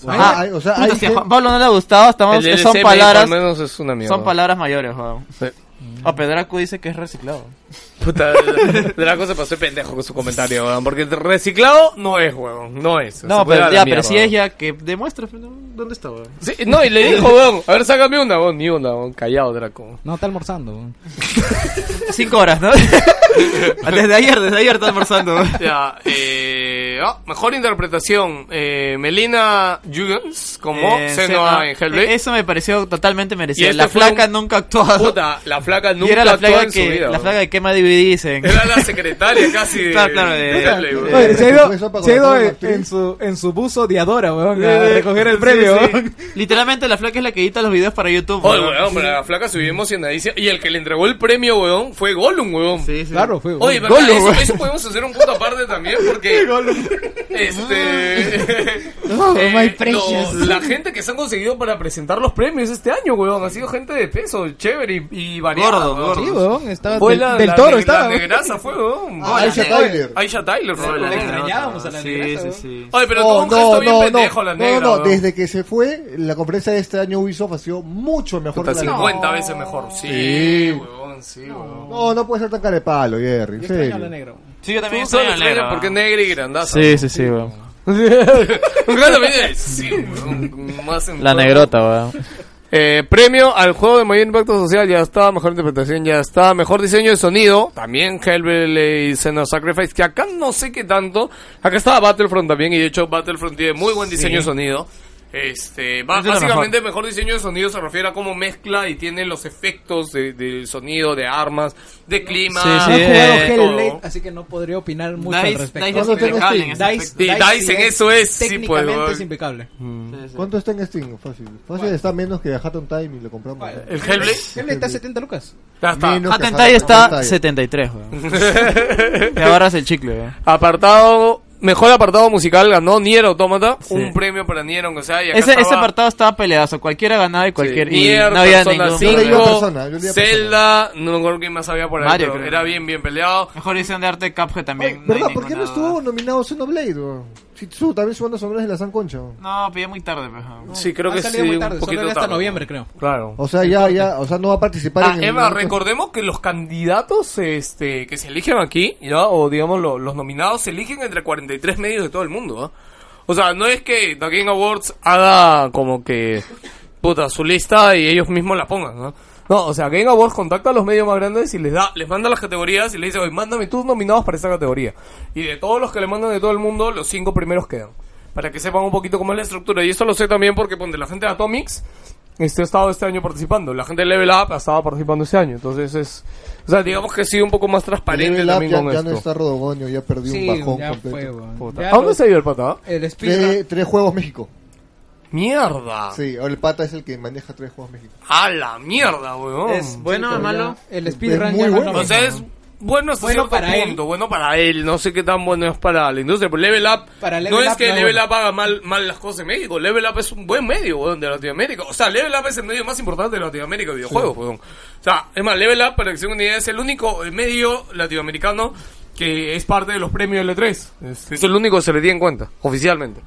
S3: Ah, hay- o sea,
S2: Puta,
S3: hay
S2: si a
S3: gen-
S2: Juan Pablo no le ha gustado, estamos,
S1: El
S2: son
S1: DLC
S2: palabras,
S1: me dijo, al menos es una mierda.
S2: son palabras mayores, weón.
S1: Sí.
S2: O Pedraco dice que es reciclado.
S1: Puta, Draco se pasó de pendejo con su comentario, weón. Porque reciclado no es, weón. No es. Se
S2: No,
S1: puede dar
S2: pero
S1: la
S2: ya,
S1: mierda,
S2: pero si es ya que demuestra, pero ¿dónde está, weón?
S1: Sí, no, y le dijo, weón, a ver, sácame una, weón, ni una, weón, callado, Draco.
S4: No, está almorzando. ¿no?
S2: Cinco horas, ¿no? desde ayer, desde ayer está almorzando.
S1: Ya, eh, ah, mejor interpretación, eh, Melina Jugans como
S2: Eh,
S1: Senua
S2: Senua.
S1: en Hellblade.
S2: Eh, Eso me pareció totalmente merecido.
S1: Y este
S2: la
S1: fue
S2: flaca
S1: un-
S2: nunca actuaba.
S1: Puta, la flaca
S2: y
S1: nunca
S2: era la
S1: actuó
S2: flaca
S1: en su
S2: que,
S1: vida.
S2: la
S1: weón.
S2: flaca que quema DVD, dicen.
S1: Era la secretaria casi de,
S2: Claro, claro, de-
S1: de Hellblade, weón.
S4: Oye, se ha
S3: Eso
S4: ido,
S3: para
S4: se ha
S3: contratar
S4: ido
S3: a una
S4: en,
S3: actriz.
S4: en su, en su buzo de Adora, weón, a
S2: Sí,
S4: recoger el
S2: Eh, sí,
S4: premio.
S2: sí. Eh,
S4: weón.
S2: Literalmente la flaca es la que edita los videos para YouTube.
S1: Oye,
S2: weón.
S1: weón, pero la flaca subió emocionadísima. Y el que le entregó el premio, weón, fue Gollum, weón.
S2: Sí, sí.
S4: Claro, fue.
S1: Oye,
S4: weón.
S1: ¿verdad? eso, eso podemos hacer un punto aparte también porque este
S5: Oh, my
S1: eh,
S5: precious.
S1: lo- la gente que se han conseguido para presentar los premios este año, weón, ha sido gente de peso, chévere y, y variada,
S2: Gordo,
S1: weón.
S2: gordo.
S4: Sí, weón, estaba
S1: Fue
S4: del,
S1: la-
S4: del
S1: la
S4: toro,
S1: neg-
S4: estaba.
S1: La
S4: weón.
S1: negraza fue, weón.
S3: Ah, Aisha Tyler.
S1: Aisha Tyler,
S2: Sí,
S1: fue,
S2: Ah, la
S1: weón.
S2: extrañábamos a la
S4: Sí,
S2: negra,
S4: sí,
S2: weón.
S4: sí.
S1: Oye, pero todo
S3: Oh,
S1: un gesto bien
S3: no,
S1: pendejo la
S3: no,
S1: negra.
S3: no,
S1: weón.
S3: desde que se fue, la conferencia de este año Ubisoft ha sido mucho mejor
S1: Puta,
S3: que la
S1: 50 veces mejor. Sí, weón, sí, weón.
S3: No, no puede ser tan carepalo, Jerry. En
S4: Yo extraño a la
S3: serio.
S4: negra, weón.
S2: Sí, yo también
S1: Tú solo
S2: extraño a la
S1: extrañas
S2: negra,
S1: porque es
S2: weón.
S1: negra y grandaza.
S2: Sí, sí, sí, weón.
S1: Un gran amigo, sí, weón, más en
S2: La
S1: todo.
S2: negrota, weón.
S1: Eh, premio al juego de mayor impacto social, ya está. Mejor interpretación, ya está. Mejor diseño de sonido, también Hellblade y Senua Sacrifice, que acá no sé qué tanto. Acá estaba Battlefront también, y de hecho Battlefront tiene muy buen diseño de sonido. Este, ba-
S6: Es de lo
S1: básicamente, mejor diseño de sonido se refiere a cómo mezcla y tiene los efectos de- del sonido, de armas, de clima.
S2: Sí, sí,
S1: de
S2: he jugado
S1: todo.
S4: Hellblade, así que no podría opinar mucho al respecto.
S2: Dice es
S3: No, no tengo
S2: impecable
S3: Steam.
S2: en ese
S4: Dice, eh.
S2: aspecto.
S1: Sí, Dice en eso es, sí,
S4: técnicamente
S1: pues,
S4: es impecable.
S3: ¿Cuánto está en Steam? Fácil. Fácil está menos que Hatton Time y lo compramos.
S4: ¿Cuál?
S1: ¿El Hellblade?
S4: Hellblade está a 70 lucas.
S1: Ya está.
S3: Menos que Hatton
S2: Atentay está
S3: Time.
S2: 73, weón. Te agarras el chicle, weón.
S1: Apartado, mejor apartado musical ganó Nier Automata.
S2: Sí.
S1: Un premio para Nier, aunque sea. y acá
S2: Ese, ese
S1: estaba-
S2: partido estaba peleazo. Cualquiera ganaba y
S1: Sí,
S2: cualquier. y
S1: Nier,
S2: no había
S1: Persona
S2: ningún.
S3: Yo leí
S1: 5,
S3: Persona, yo leí Persona.
S1: Zelda, no me acuerdo quién más había por ahí.
S2: Mario,
S1: pero
S2: creo.
S1: era bien, bien peleado.
S2: Mejor edición de arte Cuphead
S3: Oye,
S2: también. no hay
S3: ¿Verdad? ¿Por qué no
S2: ninguna
S3: estuvo
S2: duda.
S3: nominado Xenoblade? bro? Si tú también subando sombras de la San Concha. bro.
S2: No, Eh, pillé muy tarde, weón.
S1: Sí, creo
S4: Ha
S1: que sí.
S4: salido muy tarde,
S1: un
S4: solo
S1: poquito
S4: era hasta
S1: tarde.
S4: noviembre, creo.
S1: Claro.
S3: O sea, ya, ya, o sea, no va a participar
S1: Ah,
S3: en el-
S1: Eva, recordemos que los candidatos este, que se eligen aquí, ya o digamos lo- los nominados, se eligen entre 43 medios de todo el mundo. ¿ah? O sea, no es que The Game Awards haga como que puta su lista y ellos mismos la pongan. ¿no? No, o sea, Game Awards contacta a los medios más grandes y les da, les manda las categorías y les dice, oye, mándame tus nominados para esa categoría. Y de todos los que le mandan de todo el mundo, los cinco primeros quedan. Para que sepan un poquito cómo es la estructura. Y esto lo sé también porque ponte la gente de Atomics este, ha estado este año participando. La gente de Level Up ha estado participando este año. Entonces es. O sea, digamos que ha sido un poco más transparente
S3: Level Up
S1: también
S3: ya,
S1: con
S3: ya
S1: esto.
S3: no está Rodogonio, ya perdió
S4: Sí,
S3: un bajón
S4: ya fue,
S3: completo.
S4: weón.
S1: Puta.
S4: Ya
S1: ¿A dónde
S4: lo-
S1: se ha ido el pata? ah?
S4: El speedrun.
S3: Tres, tres juegos México.
S1: ¡Mierda!
S3: Sí, ahora el pata es el que maneja tres juegos México.
S1: ¡A la mierda,
S2: Oh,
S1: weón!
S4: Es bueno o malo. El
S3: Es
S4: speedrun
S3: muy
S4: ya no
S3: bueno.
S4: lo
S1: o sea,
S4: mismo.
S1: es bueno hasta
S4: Bueno
S1: cierto
S4: para él.
S1: punto. Bueno para él. No sé qué tan bueno es para la industria. Pero Level Up.
S4: Para Level
S1: no es
S4: Up
S1: que
S4: no es
S1: Level
S4: bueno.
S1: Up haga mal, mal las cosas en México. Level Up es un buen medio, weón, de Latinoamérica. O sea, Level Up es el medio más importante de Latinoamérica de videojuegos, weón. O sea, es más, Level Up, para que se den una idea, es el único eh, medio latinoamericano que es parte de los premios L3. Es, es el único que se le tiene en cuenta, oficialmente.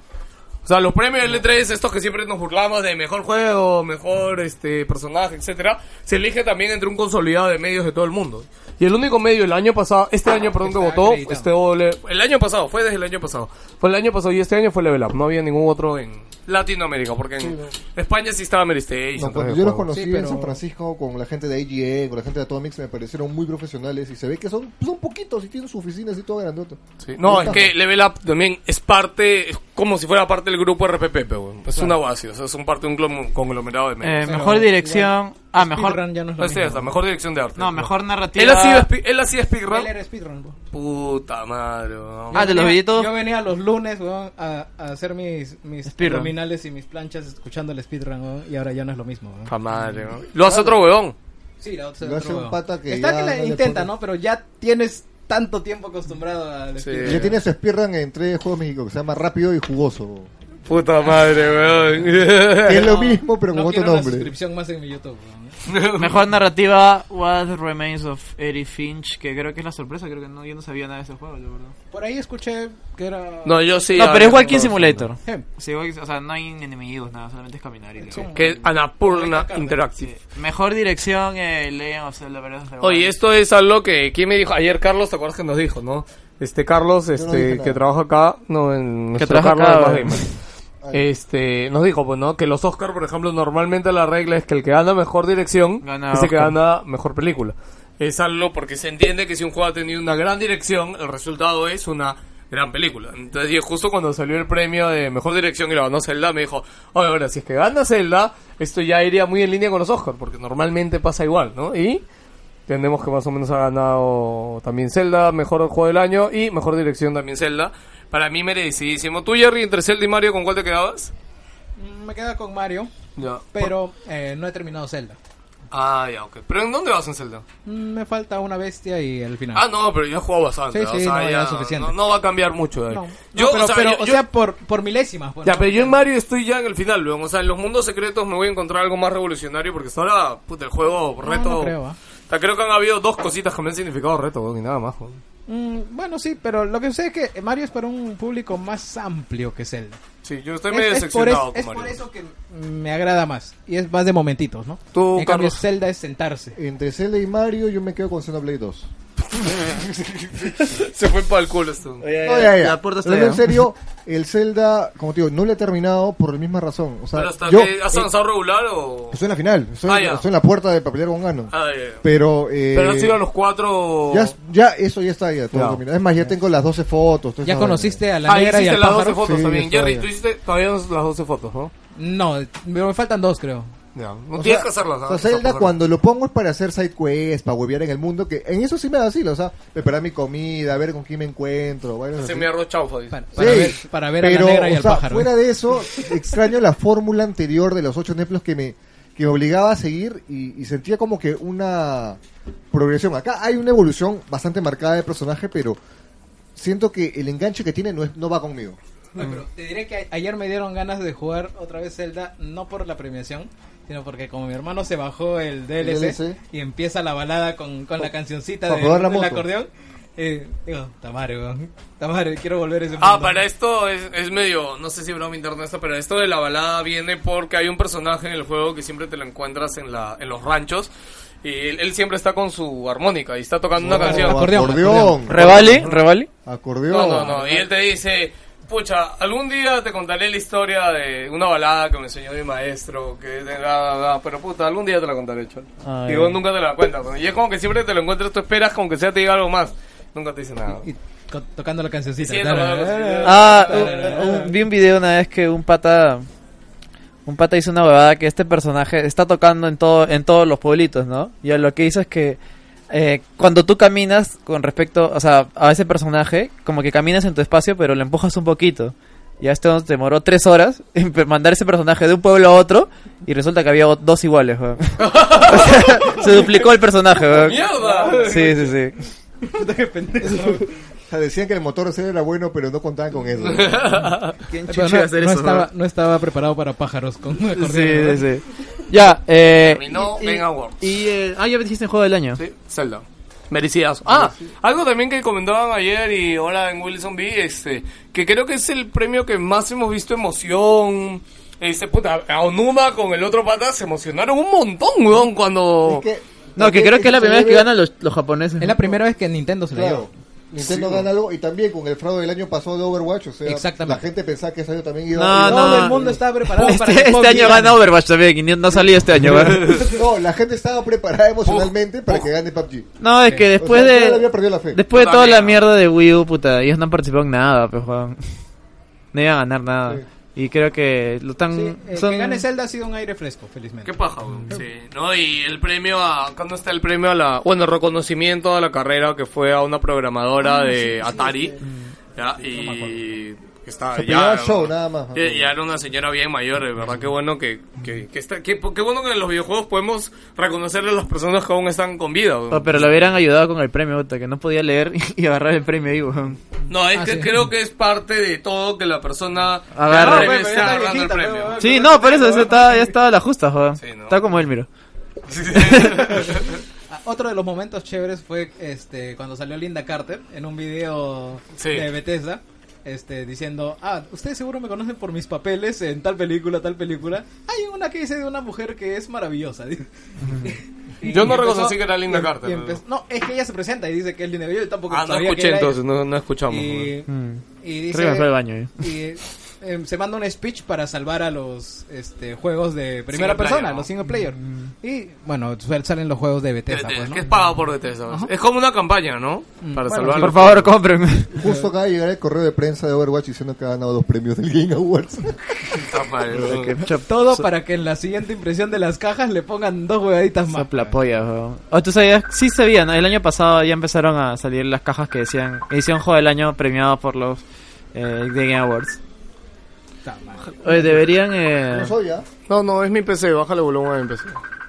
S1: O sea, los premios L3, estos que siempre nos burlamos de mejor juego, mejor este personaje, etcétera, se elige también entre un consolidado de medios de todo el mundo. Y el único medio el año pasado, este año, perdón, que
S4: Ah, Está
S1: votó,
S4: acreditado.
S1: este ole- el año pasado, fue desde el año pasado. Fue el año pasado y este año fue Level Up, no había ningún otro en Latinoamérica, porque en España sí estaba Mary Station,
S3: No,
S1: todo
S3: cuando
S1: ese
S3: yo los
S1: juego.
S3: conocí
S4: Sí, pero-
S3: en San Francisco con la gente de IGN, con la gente de Atomics, me parecieron muy profesionales y se ve que son, son poquitos y tienen su oficina así toda grandota.
S1: Sí. No, es que Level Up también es parte, es como si fuera parte del grupo RPP, pe, weón. pues, es una base, o sea, es un parte de un clon- conglomerado de medios.
S2: Eh, mejor dirección. Ah, mejor.
S4: Speedrun ya no es lo
S1: Pues sí,
S4: mismo.
S1: hasta mejor dirección de arte.
S2: No, mejor narrativa.
S1: Él ha sido, spe- él ha sido
S4: Él
S1: speedrun.
S4: era speedrun. weón.
S1: Puta madre, weón.
S2: Ah, de los
S4: Yo venía-
S2: billetos.
S4: Yo venía los lunes, weón, a, a hacer mis, mis
S2: Speedrun.
S4: abdominales y mis planchas escuchando el speedrun, weón, y ahora ya no es lo mismo, weón.
S1: Puta madre, weón. Lo hace otro weón.
S4: Sí, la otra
S3: Lo hace
S4: otro,
S3: un
S4: weón.
S3: pata que
S4: Está
S3: ya
S4: que la
S3: no le
S4: intenta,
S3: pone-
S4: ¿no? Pero ya tienes tanto tiempo acostumbrado al
S1: Sí.
S4: speedrun.
S3: Ya tiene su speedrun en tres juegos México que se llama Rápido y Jugoso.
S1: Puta madre,
S3: Que
S1: weón.
S3: es lo mismo, pero con
S4: No
S3: otro
S4: quiero una
S3: nombre.
S4: suscripción más en mi YouTube, weón.
S2: Mejor narrativa. What Remains of Eddie Finch. Que creo que es la sorpresa. Creo que no, yo no sabía nada de ese juego, la verdad.
S4: Por ahí escuché que era...
S1: No, yo sí.
S2: No, pero es
S1: igual
S2: Walking Simulator.
S4: Hem.
S2: Sí, Walking- o sea, no hay enemigos, nada. Solamente es caminar y
S4: Sí.
S1: Que es Anapurna Interactive.
S2: Sí. Mejor dirección, eh, Legend of Zelda Breath of the Wild.
S1: Oye, esto es algo que. ¿Quién me dijo? Ayer Carlos, ¿te acuerdas que nos dijo, no? Este Carlos,
S3: no dije
S1: este,
S3: nada.
S1: que trabaja acá. No, en. nuestro
S2: trabaja
S1: Carlos
S2: acá,
S1: de Más
S2: weón.
S1: Gamer. Este, nos dijo, pues, ¿no? Que los Oscar, por ejemplo, normalmente la regla es que el que gana mejor dirección
S2: Gana
S1: es el que
S2: Oscar.
S1: gana mejor película. Es algo porque se entiende que si un juego ha tenido una gran dirección, el resultado es una gran película. Entonces, yo justo cuando salió el premio de mejor dirección y lo ganó Zelda, me dijo, oye, ahora, si es que gana Zelda, esto ya iría muy en línea con los Oscar, porque normalmente pasa igual, ¿no? Y Entendemos que más o menos ha ganado también Zelda, mejor juego del año y mejor dirección también Zelda. Para mí merecidísimo. Tú, Jerry, entre Zelda y Mario, ¿con cuál te quedabas?
S4: Mm, Me queda con Mario,
S1: Ya.
S4: pero eh, no he terminado Zelda.
S1: Ah, ya, ok. ¿Pero en dónde vas en Zelda?
S4: Mm, Me falta una bestia y el final.
S1: Ah, no, pero ya he jugado bastante.
S4: Sí,
S1: o
S4: sí,
S1: sea,
S4: no, ya
S1: ya
S4: es suficiente.
S1: No, no va a cambiar mucho de ahí.
S4: No,
S1: Yo,
S4: No, pero,
S1: o sea,
S4: pero,
S1: yo-
S4: o
S1: yo-
S4: sea, por, por pues. milésimas. bueno.
S1: Ya, pero yo en Mario estoy ya en el final, weón. O sea, en los mundos secretos me voy a encontrar algo más revolucionario porque hasta ahora, puta, el juego reto.
S4: no creo, ah.
S1: O sea, creo que han habido dos cositas que me han significado reto, weón, y nada más, weón.
S4: Mm, bueno, sí, pero lo que sé es que Mario es para un público más amplio que Zelda.
S1: Sí, yo estoy
S4: Es-
S1: medio
S4: es, por
S1: decepcionado
S4: es- es
S1: con
S4: por
S1: Mario.
S4: eso que me agrada más. Y es más de momentitos, ¿no?
S1: Tú,
S4: en cambio,
S1: Carlos.
S4: Zelda es sentarse.
S3: Entre Zelda y Mario, yo me quedo con Xenoblade 2.
S1: Se fue para el culo esto.
S3: No, ya, ya.
S2: Eh, La puerta está
S3: Pero
S2: allá.
S3: en serio, el Zelda, como te digo, no lo he terminado por la misma razón. O sea,
S1: ¿Pero hasta
S3: yo eh,
S1: que has avanzado regular o...?
S3: estoy en la final, estoy,
S1: Ah, ya.
S3: estoy en la puerta de papelero con Ganon.
S1: Ah, ya, ya.
S3: Pero, eh,
S1: Pero han sido los cuatro...
S3: ya, ya, eso ya está ya, todo
S1: Ya.
S3: terminado. Es más, ya tengo las 12 fotos. toda
S4: Ya
S3: esa vaina.
S4: conociste a la
S1: Ah,
S4: negra y
S1: hiciste
S4: al
S1: las 12
S4: pájaro.
S1: fotos
S3: Sí,
S1: también.
S3: está
S1: Jerry,
S3: bien.
S1: tú hiciste todavía las 12 fotos, ¿no?
S4: No, me faltan dos, creo.
S1: Ya, no
S3: O
S1: Pues tienes
S3: sea,
S1: que hacerlo. ¿sabes?
S3: O sea, Zelda cuando lo pongo es para hacer side quests, para huevear en el mundo, que en eso sí me vacilo, o sea, preparar mi comida, ver con quién me encuentro, vainas
S1: Se
S3: así.
S1: me arroz chaufa, dice.
S4: Para, para
S3: Sí,
S4: ver, para ver
S3: pero,
S4: a la negra y
S3: o
S4: al
S3: sea,
S4: pájaro. ¿eh?
S3: Fuera de eso, extraño la fórmula anterior de los ocho templos que me, que me obligaba a seguir y, y sentía como que una progresión. Acá hay una evolución bastante marcada de personaje, pero siento que el enganche que tiene no, es- no va conmigo.
S4: Ay, pero te diré que a- ayer me dieron ganas de jugar otra vez Zelda, no por la premiación, sino porque como mi hermano se bajó el DLC,
S3: DLC.
S4: y empieza la balada con, con la cancioncita
S3: pa
S4: de-
S3: Oh, probar la
S4: del
S3: moto.
S4: acordeón, eh, digo, tamare, weón, tamare, quiero volver a ese
S1: Ah,
S4: mundo".
S1: para esto es, es medio, no sé si broma interna esta, pero esto de la balada viene porque hay un personaje en el juego que siempre te lo encuentras en, la, en los ranchos y él, él siempre está con su armónica y está tocando una canción.
S3: acordeón. Acordeón.
S2: ¿Revali? ¿Revali?
S1: No, no, no.
S4: eh.
S1: Y él te dice, pucha, algún día te contaré la historia de una balada que me enseñó mi maestro, que es de la- la- la", pero puta, algún día te la contaré, chol.
S2: Ay.
S1: Y vos nunca te la cuentas. ¿no? Y es como que siempre te lo encuentras, tú esperas como que sea te diga algo más. Nunca te dice nada.
S4: Y co- tocando la cancioncita.
S1: Sí,
S4: claro.
S1: tocando la cancioncita.
S2: Ah, un- un- vi un video una vez que un pata un pata hizo una huevada que este personaje está tocando en todo en todos los pueblitos, ¿no? Y lo que hizo es que eh, cuando tú caminas con respecto, o sea, a ese personaje, como que caminas en tu espacio, pero lo empujas un poquito. Y a este hombre se demoró tres horas en pe- mandar ese personaje de un pueblo a otro y resulta que había o- dos iguales, weón. O sea, se duplicó el personaje, weón.
S1: ¡Mierda!
S2: Sí, sí, sí.
S3: O sea, decían que el motor de Zelda era bueno, pero no contaban con eso.
S2: ¿Quién
S4: Pero no, no estaba, no estaba preparado para pájaros con un acordeón.
S2: Sí, sí,
S4: ¿verdad?
S2: sí. Ya, eh.
S1: Terminó
S2: y- y-
S1: Mega World.
S2: Y, eh, ah, ya dijiste en juego del año.
S1: Sí, Zelda. Merecidas. Ah, algo también que comentaban ayer y ahora en Wilson B, este, que creo que es el premio que más hemos visto emoción. Este, puta, a Onuma con el otro pata se emocionaron un montón, weón, cuando...
S3: Es que-
S2: No, que creo que es la
S3: se
S2: primera vez que
S3: debe-
S2: ganan los, los japoneses.
S4: Es la primera vez que Nintendo se la
S3: Claro.
S4: lleva.
S3: Nintendo gana algo y también con el fraude del año pasado de Overwatch, o sea,
S4: Exactamente.
S3: la gente pensaba que ese año también iba
S2: No,
S3: iba-
S2: no.
S4: Todo el mundo estaba preparado para
S2: Este,
S4: que
S2: este
S4: Pop
S2: año
S4: gane.
S2: gana Overwatch también y ni- no ha salido este año. weón.
S3: No, la gente estaba preparada emocionalmente para que gane PUBG.
S2: No, es que Oh. después
S3: O sea, ya le
S2: de.
S3: había perdido la fe.
S2: Después de toda la
S1: También, ¿no?
S2: mierda de Wii U, puta, ellos no han participado en nada, pues, weón. No iban a ganar nada.
S3: Sí.
S2: Y creo que lo están.
S4: Sí, eh,
S2: son-
S4: Que gane Zelda ha sido un aire fresco, felizmente.
S1: Qué paja, weón. Sí, ¿no? Y el premio a... ¿Cuándo está el premio a la... Bueno, el reconocimiento a la carrera que fue a una programadora
S4: Ah,
S1: de Atari. ya, y... que Está,
S3: Se pegaba show, nada más.
S5: Eh.
S1: Ya, ya era una señora bien mayor, de verdad. Qué bueno que, que, que está, que- qué bueno que en los videojuegos podemos reconocer a las personas que aún están con vida. weón.
S4: Ah,
S2: Oh, pero lo hubieran ayudado con el premio, puta, que no podía leer y agarrar el premio ahí, weón.
S1: No, es
S4: Ah,
S1: que
S4: sí.
S1: creo que es parte de todo que la persona
S2: Agarra.
S1: que
S2: No,
S1: el premio
S4: pues, pero
S1: esté
S4: ya está
S1: agarrando el
S4: viejita,
S1: premio.
S4: pero-
S2: Sí, no, por eso, eso está, ya estaba la justa, joder.
S1: Sí, ¿no?
S2: Está como él, miro.
S4: Ah, Otro de los momentos chéveres fue este cuando salió Linda Carter en un video
S1: Sí.
S4: de Bethesda este, diciendo, ah, ustedes seguro me conocen por mis papeles en tal película, tal película. Hay una que hice de una mujer que es maravillosa. dice. Y-
S1: Yo no
S4: y empezó-
S1: reconocí que era Linda
S4: y- em-
S1: Carter,
S4: y
S1: ¿no?
S4: empe- no, es que ella se presenta y dice que es Linda Yo tampoco
S1: Ah, no
S4: sabía
S1: escuché
S4: que era ella.
S1: entonces, no, no escuchamos. weón.
S4: Y, y
S2: Mm.
S4: dice...
S2: Creo que me fue al baño, eh.
S4: y eh, se manda un speech para salvar a los este, juegos de primera
S1: Single player,
S4: persona,
S1: ¿no?
S4: los single player.
S2: Mm.
S4: Y bueno, sal- salen los juegos de Bethesda.
S1: Bethesda,
S4: pues, ¿no?
S1: que es pago por Bethesda. pues. Es como una campaña, ¿no? Para salvar.
S2: Por favor, cómprenme.
S3: Justo acaba de llegar el correo de prensa de Overwatch diciendo que ha ganado dos premios del Game Awards.
S1: Puta madre, weón.
S2: Que chop-
S4: Todo para que en la siguiente impresión de las cajas le pongan dos huevaditas más.
S2: Sopla polla, weón. O Oh, tú sabías, sí sabía, ¿no? El año pasado ya empezaron a salir las cajas que decían edición juego del año premiado por los eh, The Game Awards.
S4: Puta madre.
S2: Oye, deberían. Eh,
S3: No soy ¿ah? ya.
S1: No, no, es mi PC, bájale volumen a mi PC.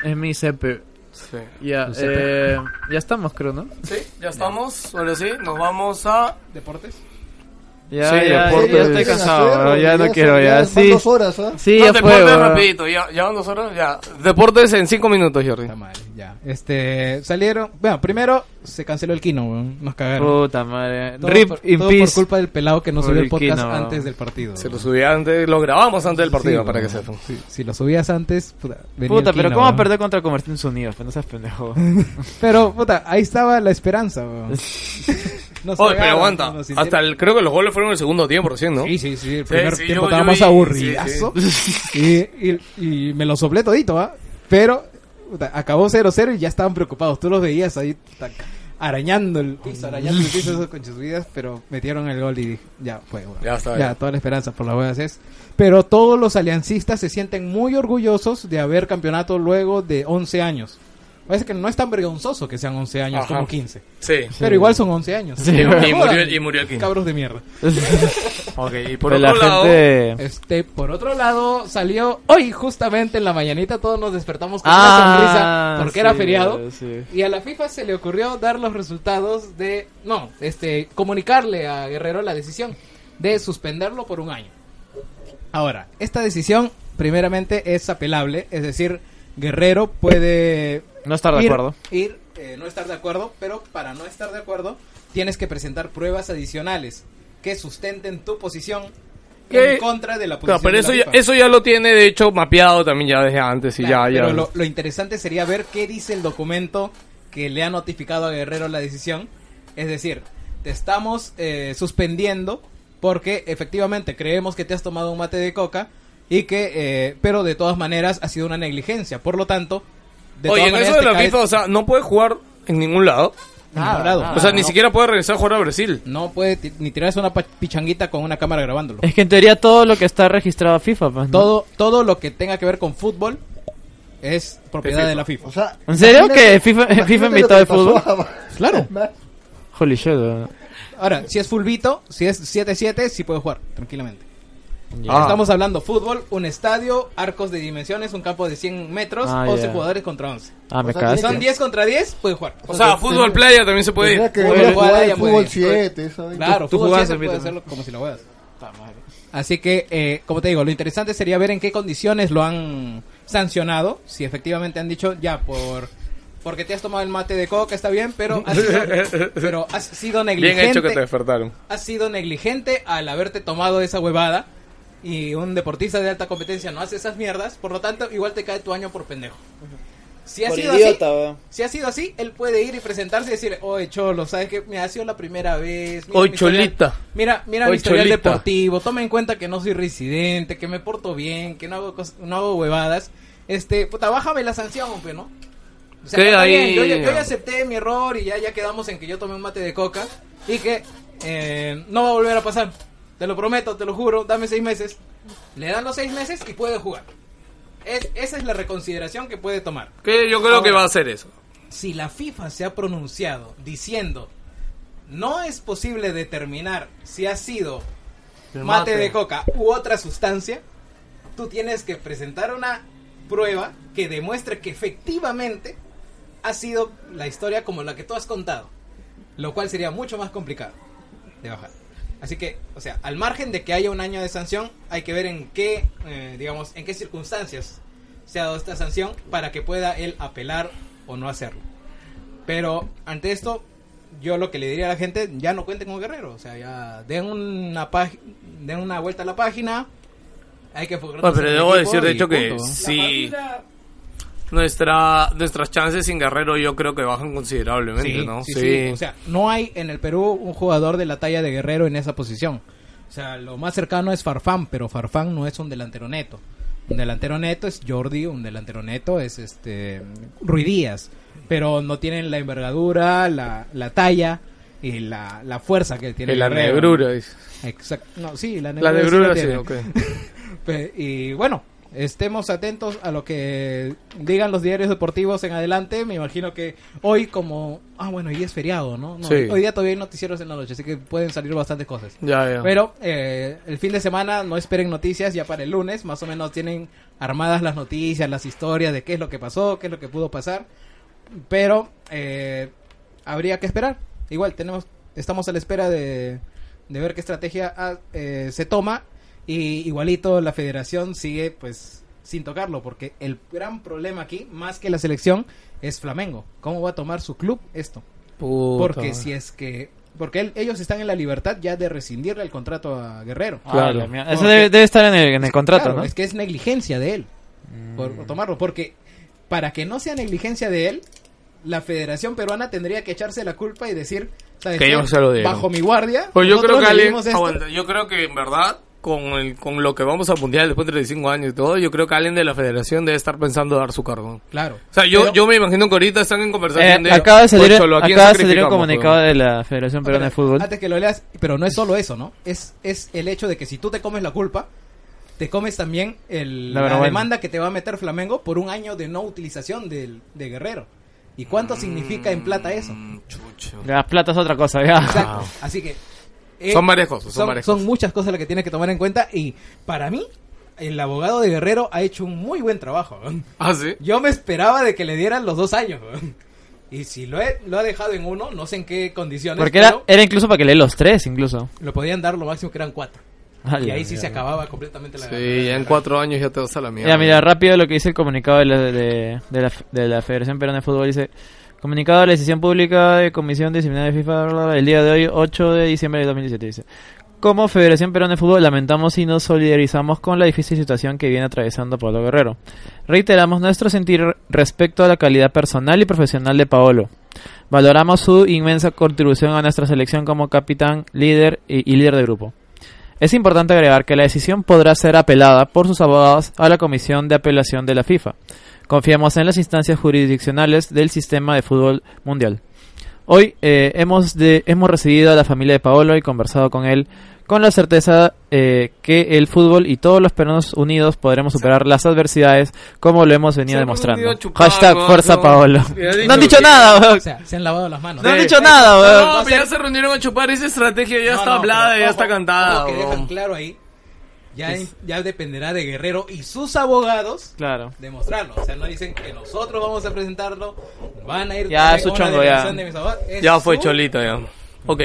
S2: es mi CP.
S1: Sí.
S2: Ya, eh, ya estamos, creo, ¿no?
S1: Sí, ya estamos. Ahora sí, nos vamos a.
S4: ¿Deportes?
S2: Ya,
S1: Sí,
S2: ya,
S1: deportes.
S2: ya estoy cansado, weón, ya no quiero, ya.
S3: Son
S2: Sí,
S3: dos horas, ¿ah?
S2: sí,
S1: no,
S2: ya fue,
S1: deportes
S2: weón.
S1: rapidito, ya, ya van dos horas, ya. Deportes en cinco minutos, Jordi.
S4: Puta madre, ya. Este, salieron. Bueno, primero se canceló el Kino, weón. nos cagaron.
S2: Puta madre.
S4: Todo
S2: Oh, Rip
S4: por,
S2: in
S4: todo por
S2: peace.
S4: culpa del pelado que no
S2: Por
S4: subió el
S2: el
S4: podcast
S2: Kino.
S4: antes del partido.
S1: Se lo
S4: weón.
S1: subí antes, lo grabamos antes del partido para que sepan.
S4: Sí, si lo subías antes, puta, venía
S2: Puta,
S4: el
S2: pero
S4: Kino,
S2: ¿cómo
S4: weón.
S2: perder contra Comerciantes Unidos? Pues no seas pendejo.
S4: Pero, puta, ahí estaba la esperanza, weón. Nos
S1: Oye, pero
S4: cagaron,
S1: aguanta.
S4: nos hicieron-
S1: Hasta el, creo que los goles fueron el segundo tiempo recién, ¿no?
S4: Sí, sí, sí, el primer
S1: sí,
S4: tiempo
S1: yo-
S4: estaba
S1: yo
S4: más
S1: vi-
S4: aburridazo. Y, y- y me lo soplé todito, ¿ah? Pero puta, acabó 0-0 y ya estaban preocupados. Tú los veías ahí. puta, arañando el piso, arañando el piso esos con sus vidas, pero metieron el gol y dije, ya fue, bueno.
S1: Ya está, ya.
S4: Ya, toda la esperanza por las huevas es. Pero todos los aliancistas se sienten muy orgullosos de haber campeonato luego de 11 años. Parece que no es tan vergonzoso que sean 11 años
S1: Ajá.
S4: como 15.
S1: Sí.
S4: Pero igual son 11 años.
S1: Y,
S4: No me
S1: y
S4: jodan,
S1: murió, y murió el King.
S4: Cabros de mierda.
S1: Ok, y por
S2: De la
S1: otro lado.
S2: gente...
S4: Este, por otro lado, salió hoy justamente en la mañanita, todos nos despertamos con una sonrisa porque era
S2: Ah, sí,
S4: feriado.
S2: sí.
S4: Y a la FIFA se le ocurrió dar los resultados de, no, este, comunicarle a Guerrero la decisión de suspenderlo por un año. Ahora, esta decisión primeramente es apelable, es decir, Guerrero puede
S2: No estar de
S4: ir-
S2: acuerdo.
S4: Ir, eh, no estar de acuerdo, pero para no estar de acuerdo tienes que presentar pruebas adicionales que sustenten tu posición
S1: ¿Qué?
S4: en contra de la posición.
S1: Claro, pero
S4: de
S1: eso
S4: la
S1: ya,
S4: FIFA.
S1: eso ya lo tiene, de hecho, mapeado también ya desde antes y
S4: Claro,
S1: ya, ya.
S4: Pero lo, lo interesante sería ver qué dice el documento que le ha notificado a Guerrero la decisión. Es decir, te estamos eh, suspendiendo porque efectivamente creemos que te has tomado un mate de coca y que, eh, pero de todas maneras ha sido una negligencia. Por lo tanto, de
S1: Oye,
S4: todas
S1: en
S4: maneras
S1: eso de
S4: te
S1: la
S4: caes
S1: FIFA, o sea, no puede jugar en ningún lado.
S4: en ningún lado.
S1: o sea, ni siquiera puede regresar a jugar a Brasil.
S4: No puede ti- ni tirarse una pa- pichanguita con una cámara grabándolo.
S2: Es que en teoría todo lo que está registrado a FIFA, pues, ¿no?
S4: Todo, todo lo que tenga que ver con fútbol es propiedad de la FIFA.
S3: O sea,
S2: ¿En serio
S3: imagínate-
S2: que FIFA
S3: imagínate
S2: FIFA
S3: lo
S2: invitó
S3: que
S2: de
S3: pasó
S2: fútbol?
S3: a-
S4: Claro.
S2: Holy shit. weón.
S4: Ahora, si es fulbito, si es 7-7, sí puede jugar tranquilamente.
S1: Ah.
S4: Estamos hablando fútbol, un estadio, arcos de dimensiones, un campo de 100 metros,
S2: Ah,
S4: 11
S2: ya.
S4: jugadores contra 11.
S2: Ah, me
S3: sea,
S2: cagas.
S3: tiene
S4: Son 10 contra 10, puede jugar.
S1: O sea, fútbol playa también se puede ir.
S3: Tendría que
S4: Fútbol
S3: venir a
S4: jugar
S3: jugar
S4: ya
S3: al fútbol
S4: puede.
S3: 7, ¿sabes?
S4: pues, Claro,
S1: Tú- tú
S4: fútbol
S1: jugabas,
S4: 7 puede
S1: Vito,
S4: hacerlo como si lo juegas. Así que, eh, como te digo, lo interesante sería ver en qué condiciones lo han sancionado. Si efectivamente han dicho, ya, por porque te has tomado el mate de coca, está bien, pero has sido, pero has sido
S1: Bien
S4: negligente.
S1: hecho que te despertaron.
S4: has sido negligente al haberte tomado esa huevada y un deportista de alta competencia no hace esas mierdas, por lo tanto igual te cae tu año por pendejo. Si ha
S2: Por
S4: sido
S2: idiota,
S4: así,
S2: weón.
S4: si ha sido así, él puede ir y presentarse y decir, "Oye, cholo, sabes que me ha sido la primera vez."
S1: Oye,
S4: mi historial-
S1: cholita.
S4: Mira, mira
S1: Oye,
S4: mi historial
S1: cholita.
S4: deportivo, toma en cuenta que no soy residente, que me porto bien, que no hago cos- no hago huevadas. Este, puta, bájame la sanción, pues, ¿no? O sea,
S1: Que
S4: está
S1: ahí-
S4: bien, yo, ya, yo ya acepté mi error y ya, ya quedamos en que yo tomé un mate de coca y que eh, no va a volver a pasar. Te lo prometo, te lo juro, dame seis meses. Le dan los seis meses y puede jugar. Es- esa es la reconsideración que puede tomar.
S1: Que yo creo que va a hacer eso.
S4: Si la FIFA se ha pronunciado diciendo no es posible determinar si ha sido mate, de coca u otra sustancia, tú tienes que presentar una prueba que demuestre que efectivamente ha sido la historia como la que tú has contado, lo cual sería mucho más complicado de bajar. Así que, o sea, al margen de que haya un año de sanción, hay que ver en qué, eh, digamos, en qué circunstancias se ha dado esta sanción para que pueda él apelar o no hacerlo. Pero ante esto, yo lo que le diría a la gente, ya no cuenten con Guerrero, o sea, ya den una pag- den una vuelta a la página. Hay que enfocarnos
S1: Bueno, pero
S4: en el
S1: debo
S4: equipo
S1: decir, de
S4: y
S1: hecho, que
S4: punto.
S1: si nuestra, nuestras chances sin Guerrero yo creo que bajan considerablemente,
S4: Sí,
S1: ¿no?
S4: sí, sí. O sea, no hay en el Perú un jugador de la talla de Guerrero en esa posición. O sea, lo más cercano es Farfán, pero Farfán no es un delantero neto. Un delantero neto es Jordi, un delantero neto es este Ruidías, pero no tienen la envergadura, la, la talla y la, la fuerza que tiene
S1: Y la
S4: Guerrero.
S1: negrura, dice.
S4: Exacto. No, sí, la
S1: La
S4: negrura, sí
S1: negrura,
S4: la
S1: sí,
S4: tiene.
S1: ok.
S4: Pe- Y bueno, estemos atentos a lo que digan los diarios deportivos en adelante. Me imagino que hoy como... Ah, bueno, hoy día es feriado, ¿no? No,
S1: Sí.
S4: Hoy día todavía hay noticieros en la noche, así que pueden salir bastantes cosas.
S1: Ya, ya.
S4: Pero eh, el fin de semana no esperen noticias, ya para el lunes más o menos tienen armadas las noticias, las historias de qué es lo que pasó, qué es lo que pudo pasar. Pero eh, habría que esperar. Igual tenemos, estamos a la espera de, de ver qué estrategia ah, eh, se toma y igualito la federación sigue pues sin tocarlo porque el gran problema aquí, más que la selección, es Flamengo. ¿Cómo va a tomar su club esto? Porque si es que... Porque él- ellos están en la libertad ya de rescindirle el contrato a Guerrero.
S2: Claro. Ah, la mierda. Eso
S4: Porque-
S2: debe, debe estar en el, en el contrato,
S4: Claro,
S2: ¿no?
S4: Es que es negligencia de él
S1: Mm.
S4: por, por tomarlo. Porque para que no sea negligencia de él, la Federación Peruana tendría que echarse la culpa y decir, ¿sabes
S1: Que
S4: qué?
S1: ellos se lo dieron.
S4: bajo mi guardia,
S1: Pues yo creo
S4: nosotros
S1: que
S4: le
S1: alguien,
S4: dimos esto.
S1: aguanta, yo creo que en verdad con, el- con lo que vamos a mundial después de 35 años y todo, yo creo que alguien de la federación debe estar pensando dar su cargo.
S4: Claro.
S1: O sea, yo,
S4: Pero-
S1: yo me imagino que ahorita están en
S2: Eh,
S1: conversación de...
S2: acaba de salir,
S1: "Oye, Cholo, ¿a quién
S2: acaba de salir un
S1: sacrificamos,
S2: comunicado
S4: pues.
S1: weón?"
S2: de la Federación Peruana de
S4: Espera,
S2: Fútbol.
S4: Antes que lo leas, pero no es solo eso, ¿no? Es, es el hecho de que si tú te comes la culpa, te comes también el-
S2: La
S4: la,
S2: vergüenza.
S4: demanda que te va a meter Flamengo por un año de no utilización del, de Guerrero. ¿Y
S2: Mm.
S4: cuánto significa en plata eso?
S1: Mm, chucho.
S2: Las platas otra cosa, ya.
S4: Exacto. Así que... eh,
S1: Son varias cosas, son
S4: son,
S1: varias
S4: son
S1: cosas.
S4: muchas cosas las que tienes que tomar en cuenta y para mí, el abogado de Guerrero ha hecho un muy buen trabajo. ¿no?
S1: Ah, sí.
S4: Yo me esperaba de que le dieran los dos años. weón. Y si lo, he- lo ha dejado en uno, no sé en qué condiciones.
S2: Porque era,
S4: pero
S2: era incluso para que lee los tres, incluso.
S4: Lo podían dar lo máximo que eran cuatro.
S2: Ay,
S4: Y ahí sí
S2: mira.
S4: se acababa completamente la
S1: Sí, ya en cuatro años ya te vas a la mierda.
S2: Ya, mira, rápido lo que dice el comunicado de la, de, de la, de la Federación Peruana de Fútbol. Dice, comunicado de la decisión pública de Comisión Disciplinaria de FIFA bla, bla, bla, el día de hoy, 8 de diciembre de 2017. Dice, como Federación Peruana de Fútbol lamentamos y nos solidarizamos con la difícil situación que viene atravesando Pablo Guerrero. Reiteramos nuestro sentir respecto a la calidad personal y profesional de Paolo. Valoramos su inmensa contribución a nuestra selección como capitán, líder y- y líder de grupo. Es importante agregar que la decisión podrá ser apelada por sus abogados a la Comisión de Apelación de la FIFA. Confiamos en las instancias jurisdiccionales del sistema de fútbol mundial. Hoy eh, hemos, de- hemos recibido a la familia de Paolo y conversado con él con la certeza eh, que el fútbol y todos los peruanos unidos podremos superar las adversidades como lo hemos venido
S1: Se han
S2: demostrando.
S1: unido a chupar,
S2: Hashtag
S1: weón,
S2: Fuerza
S1: no.
S2: Paolo.
S1: Le han dicho
S2: No han dicho
S1: que-
S2: nada,
S4: O
S2: weón.
S4: sea, se han lavado las manos.
S2: No han
S1: Sí.
S2: dicho nada, weón.
S1: No, pero ya se reunieron a chupar esa estrategia, ya
S4: No,
S1: está
S4: no,
S1: hablada,
S4: pero
S1: ya
S4: ojo,
S1: está cantada.
S4: ojo que dejan
S1: weón.
S4: claro ahí. Ya, ya dependerá de Guerrero y sus abogados
S2: Claro.
S4: demostrarlo. O sea, no dicen que nosotros vamos a presentarlo. Van a ir
S2: Ya,
S4: también
S2: su
S4: una
S2: chongo, ya.
S4: delegación de mis abogados. Es
S1: Ya fue
S4: su-
S1: cholita, ya. Ok.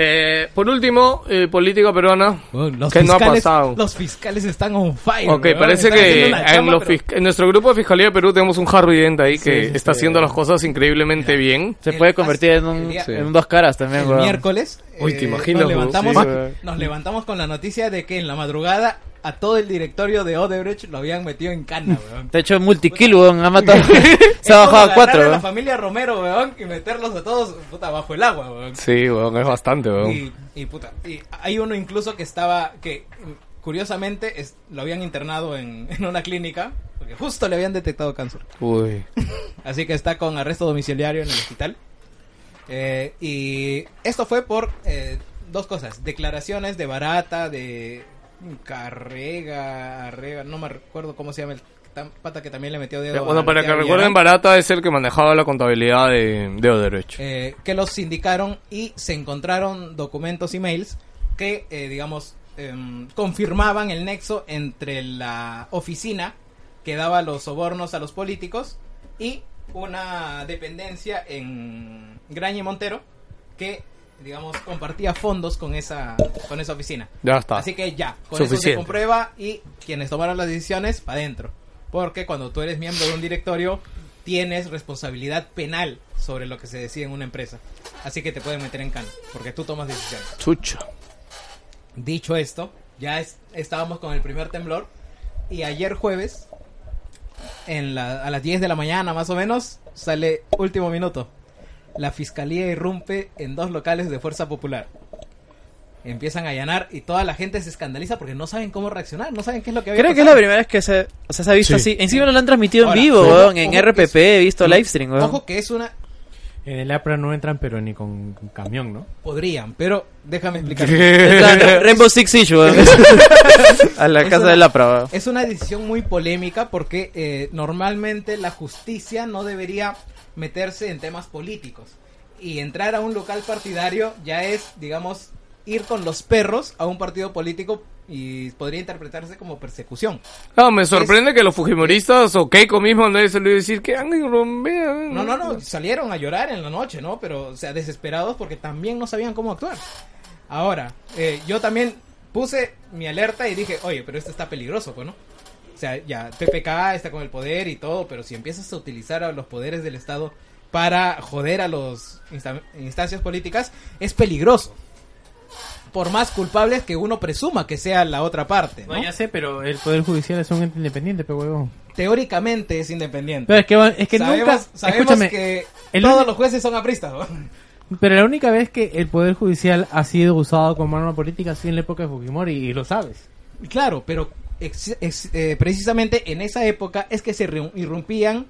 S1: Eh, por último, eh, política peruana.
S4: Weón, los
S1: ¿Qué no ha
S4: fiscales-
S1: pasado?
S4: Los fiscales están on fire.
S1: Ok,
S4: weón.
S1: parece
S4: Están
S1: que
S4: haciendo una
S1: en,
S4: chamba,
S1: los
S4: pero-
S1: fisc- en nuestro grupo de Fiscalía de Perú tenemos un Harry Dent ahí que está haciendo las cosas increíblemente bien.
S2: Se
S4: El
S2: puede
S4: pas-
S2: convertir en un,
S4: el día-
S2: en un dos caras también,
S4: el
S2: weón.
S4: miércoles. eh,
S1: Uy, te imaginas,
S4: nos,
S1: weón.
S4: levantamos,
S1: Sí,
S2: weón.
S4: nos levantamos con la noticia de que en la madrugada a todo el directorio de Odebrecht lo habían metido en cana, weón.
S2: Te ha hecho multikill, weón. Ha matado.
S4: Es
S2: Se ha
S4: como
S2: bajado a
S4: agarrar
S2: cuatro,
S4: la
S2: weón.
S4: familia Romero, weón, y meterlos a todos, puta, bajo el agua, weón.
S1: Sí, weón, es bastante, weón.
S4: Y, y puta, y hay uno incluso que estaba, que mm, curiosamente es- lo habían internado en, en una clínica, porque justo le habían detectado cáncer.
S1: Uy.
S4: Así que está con arresto domiciliario en el hospital. Eh, y esto fue por eh, dos cosas. Declaraciones de Barata, de Carrega, Arrega, no me recuerdo cómo se llama el tam- pata que también le metió dedo.
S1: Bueno,
S4: a
S1: para que
S4: Arteaga
S1: recuerden,
S4: Villarán.
S1: Barata es el que manejaba la contabilidad de, de Odebrecht.
S4: Eh, que los sindicaron y se encontraron documentos y mails que, eh, digamos, em, confirmaban el nexo entre la oficina que daba los sobornos a los políticos y una dependencia en Graña y Montero que, digamos, compartía fondos con esa, con esa oficina.
S1: Ya está.
S4: Así que ya, con eso se
S1: Suficiente.
S4: comprueba y quienes tomaron las decisiones, para adentro. Porque cuando tú eres miembro de un directorio, tienes responsabilidad penal sobre lo que se decide en una empresa. Así que te pueden meter en cana, porque tú tomas decisiones.
S1: Chucha.
S4: Dicho esto, ya es- estábamos con el primer temblor y ayer jueves, en la- a las 10 de la mañana más o menos, sale último minuto. La fiscalía irrumpe en dos locales de Fuerza Popular. Empiezan a allanar y toda la gente se escandaliza porque no saben cómo reaccionar, no saben qué es lo que había
S2: Creo que es la
S4: pasado.
S2: primera vez que se, o sea, se ha visto
S6: Sí.
S2: así. Encima lo han transmitido en
S4: Ahora,
S2: vivo,
S4: ojo,
S2: weón. En
S4: ojo que
S2: RPP he visto live stream, weón.
S4: Ojo que es una...
S6: En el APRA no entran, pero ni con, con camión, ¿no?
S4: Podrían, pero déjame explicar.
S2: Claro, Rainbow Six Siege, weón. a la
S4: Es
S2: casa
S4: una-
S2: de la prueba.
S4: Es una decisión muy polémica porque eh, normalmente la justicia no debería meterse en temas políticos. Y entrar a un local partidario ya es, digamos, ir con los perros a un partido político y podría interpretarse como persecución.
S1: No, me sorprende que los fujimoristas o Keiko mismo no se lo decir que anden y rompean.
S4: No, no, no, salieron a llorar en la noche, ¿no? Pero, o sea, desesperados porque también no sabían cómo actuar. Ahora, eh, yo también puse mi alerta y dije, oye, pero esto está peligroso, pues, ¿no? O sea, ya, PPK está con el poder y todo, pero si empiezas a utilizar a los poderes del Estado para joder a las instancias políticas, es peligroso. Por más culpables que uno presuma que sea la otra parte, ¿no?
S6: No, ya sé, pero el Poder Judicial es un ente independiente, pero huevón.
S4: Teóricamente es independiente.
S6: Pero es que, va- es que
S4: sabemos
S6: nunca.
S4: sabemos
S6: escúchame,
S4: que
S6: el
S4: todos
S6: uni-
S4: los jueces son apristas, ¿no?
S6: Pero la única vez que el Poder Judicial ha sido usado como arma política ha sido en la época de Fujimori, y lo sabes.
S4: Claro, pero ex- ex- eh, precisamente en esa época es que se ru- irrumpían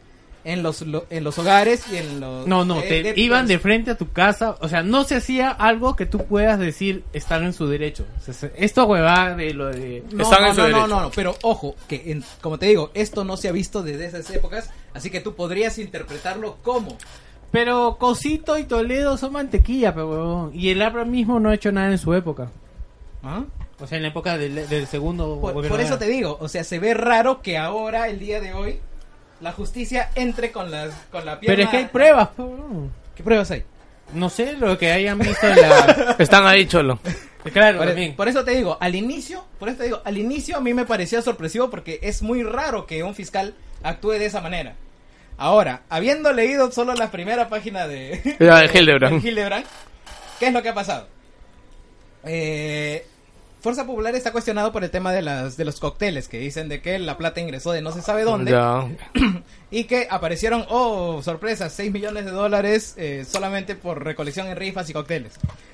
S4: en los lo- en los hogares y en los
S6: No, no,
S4: eh,
S6: te iban de frente a tu casa. O sea, no se hacía algo que tú puedas decir están en su derecho. O sea, se- esta huevada de lo de.
S4: No,
S1: Están
S4: no,
S1: en su
S4: no, no,
S1: derecho.
S4: no, no, pero ojo, que en- como te digo, esto no se ha visto desde esas épocas, así que tú podrías interpretarlo como.
S6: Pero Cosito y Toledo son mantequilla, pe huevón. Y el Abra mismo no ha hecho nada en su época.
S4: ¿ah?
S6: O sea, en la época del, del segundo
S4: Por,
S6: gobierno
S4: por eso
S6: de-
S4: te digo, o sea, se ve raro que ahora, el día de hoy, la justicia entre con, las, con la pierna.
S6: Pero es que hay pruebas, pe huevón.
S4: ¿Qué pruebas hay?
S6: No sé lo que hayan visto en la.
S1: Están ahí, cholo.
S6: claro,
S4: Por, e-
S6: también.
S4: por eso te digo, al inicio, por eso te digo, al inicio a mí me parecía sorpresivo porque es muy raro que un fiscal actúe de esa manera. Ahora, habiendo leído solo la primera página de,
S1: La de Hildebrand.
S4: de Hildebrand, ¿qué es lo que ha pasado? Eh, Fuerza Popular está cuestionado por el tema de, las, de los cócteles que dicen de que la plata ingresó de no se sabe dónde
S1: Ya.
S4: y que aparecieron, oh, sorpresa, 6 millones de dólares eh, solamente por recolección en rifas y cócteles.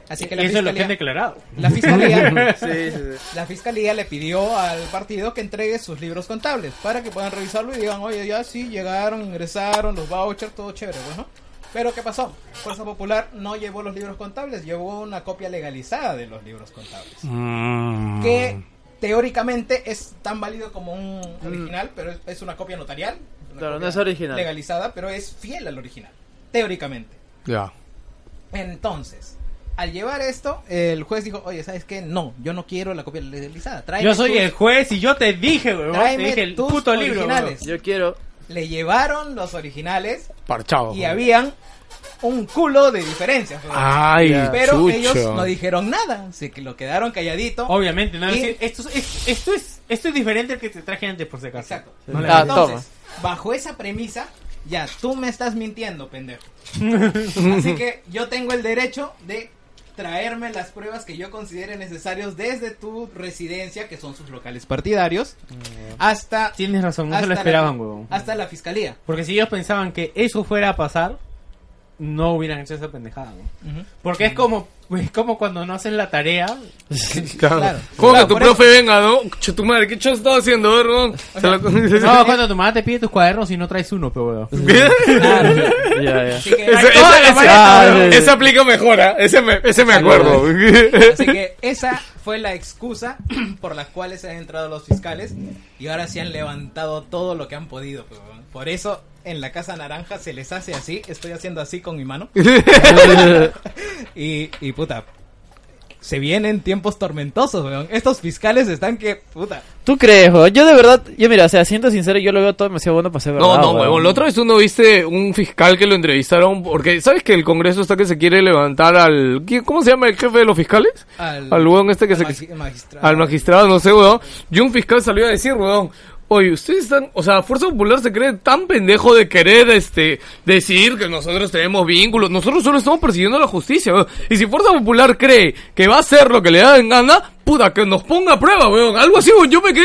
S4: Así que la
S6: E- eso es lo que
S4: fiscalía-
S6: han declarado.
S4: la fiscalía,
S5: Sí, sí, sí.
S4: la fiscalía le pidió al partido que entregue sus libros contables para que puedan revisarlo y digan, oye, ya sí, llegaron, ingresaron, los vouchers, todo chévere, bueno. Pero ¿qué pasó? Fuerza Popular no llevó los libros contables, llevó una copia legalizada de los libros contables.
S1: Mm.
S4: Que teóricamente es tan válido como un original, pero es, es una copia notarial. una
S2: Mm. Claro, no
S4: copia
S2: es original.
S4: Legalizada, pero es fiel al original, teóricamente.
S1: Ya.
S4: Entonces, al llevar esto, el juez dijo, oye, ¿sabes qué? No, yo no quiero la copia legalizada. Tráeme
S6: Yo soy
S4: tus-
S6: el juez y yo te dije, huevón. Te
S4: Tráeme
S6: dije el
S4: tus
S6: puto libro. huevón.
S4: originales.
S2: Yo quiero.
S4: Le llevaron los originales
S1: Parchado.
S4: y habían un culo de diferencias. pues.
S1: Ay,
S4: pero
S1: chucha.
S4: ellos no dijeron nada, se que lo quedaron calladito.
S6: Obviamente, no
S4: Y-
S6: decir, esto es, esto es esto es diferente al que te traje antes por si acaso.
S4: Exacto.
S6: No le-
S2: Ah,
S4: Entonces, bajo esa premisa, ya tú me estás mintiendo, pendejo. Así que yo tengo el derecho de traerme las pruebas que yo considere necesarios desde tu residencia, que son sus locales partidarios, hasta
S6: Tienes razón, Mm. no se
S4: hasta
S6: lo esperaban,
S4: la,
S6: huevón.
S4: Hasta la fiscalía.
S6: Porque si ellos pensaban que eso fuera a pasar, no hubieran hecho esa pendejada, huevón. Porque es como es como cuando no hacen la tarea.
S1: Claro.
S4: Claro.
S1: ¿Cómo
S4: Claro,
S1: que tu
S4: por
S1: profe venga, no? Che, tu madre, ¿qué chas estaba haciendo, a ver, weón? Se la-
S6: No, cuando tu mamá te pide tus cuadernos y no traes uno, pero huevón.
S1: ¿Qué?
S2: Ya, ya.
S4: Así que,
S1: Ese, ese-
S6: toda la
S1: ese-
S6: pared,
S1: ah,
S2: weón.
S1: ese aplica mejor, ¿ah? ese me, ese me acuerdo.
S4: así que esa fue la excusa por las cuales han entrado los fiscales y ahora sí han levantado todo lo que han podido. pues, huevón. Por eso en la Casa Naranja se les hace así, estoy haciendo así con mi mano. Y, y puta, se vienen tiempos tormentosos, weón. Estos fiscales están que, puta.
S2: ¿Tú crees, weón? Yo de verdad, yo mira, o sea, siento sincero, yo lo veo todo demasiado bueno para ser verdad.
S1: No, no,
S2: weón.
S1: huevón. La otra vez tú no viste un fiscal que lo entrevistaron porque, ¿sabes que el Congreso está que se quiere levantar al... ¿qué- ¿Cómo se llama el jefe de los fiscales?
S4: Al-
S1: al huevón este que se...
S4: magi- magistrado.
S1: al magistrado, no sé, weón. Y un fiscal salió a decir, weón. Oye, ustedes están, o sea, Fuerza Popular se cree tan pendejo de querer, este, decir que nosotros tenemos vínculos. Nosotros solo estamos persiguiendo la justicia, weón. Y si Fuerza Popular cree que va a hacer lo que le da en gana, puta, que nos ponga a prueba, weón. Algo así, weón. Yo me quedé,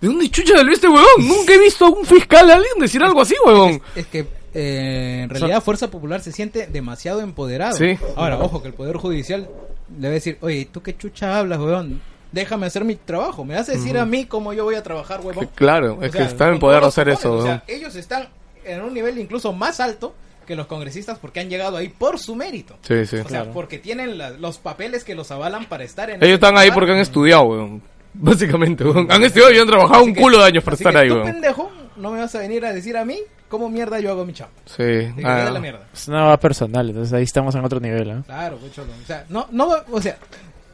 S1: ¿de dónde chucha salió este weón? Nunca he visto a un fiscal, a alguien decir algo así, weón.
S4: Es que eh, en realidad Fuerza Popular se siente demasiado empoderado.
S1: Sí.
S4: Ahora, ojo, que el Poder Judicial le va a decir, oye, ¿tú qué chucha hablas, weón? Déjame hacer mi trabajo. Me vas a decir a mí cómo yo voy a trabajar, weón.
S1: Claro, es que están empoderados a hacer eso,
S4: O
S1: weón.
S4: sea, ellos están en un nivel incluso más alto que los congresistas porque han llegado ahí por su mérito.
S1: Sí, sí.
S4: O sea, porque tienen la- los papeles que los avalan para estar en
S1: Ellos
S4: ese
S1: están ahí
S4: lugar.
S1: porque han estudiado, weón. Básicamente, weón. Han estudiado y han trabajado un
S4: Así que-
S1: culo de años para
S4: así
S1: estar
S4: que
S1: ahí,
S4: tú,
S1: weón.
S4: pendejo, no me vas a venir a decir a mí cómo mierda yo hago mi chamba.
S1: Sí.
S4: Así que
S1: ah.
S4: vete a la mierda.
S2: Es una va personal, entonces ahí estamos en otro nivel, ¿eh?
S4: Claro, pues, cholo. O sea, no, no, o sea,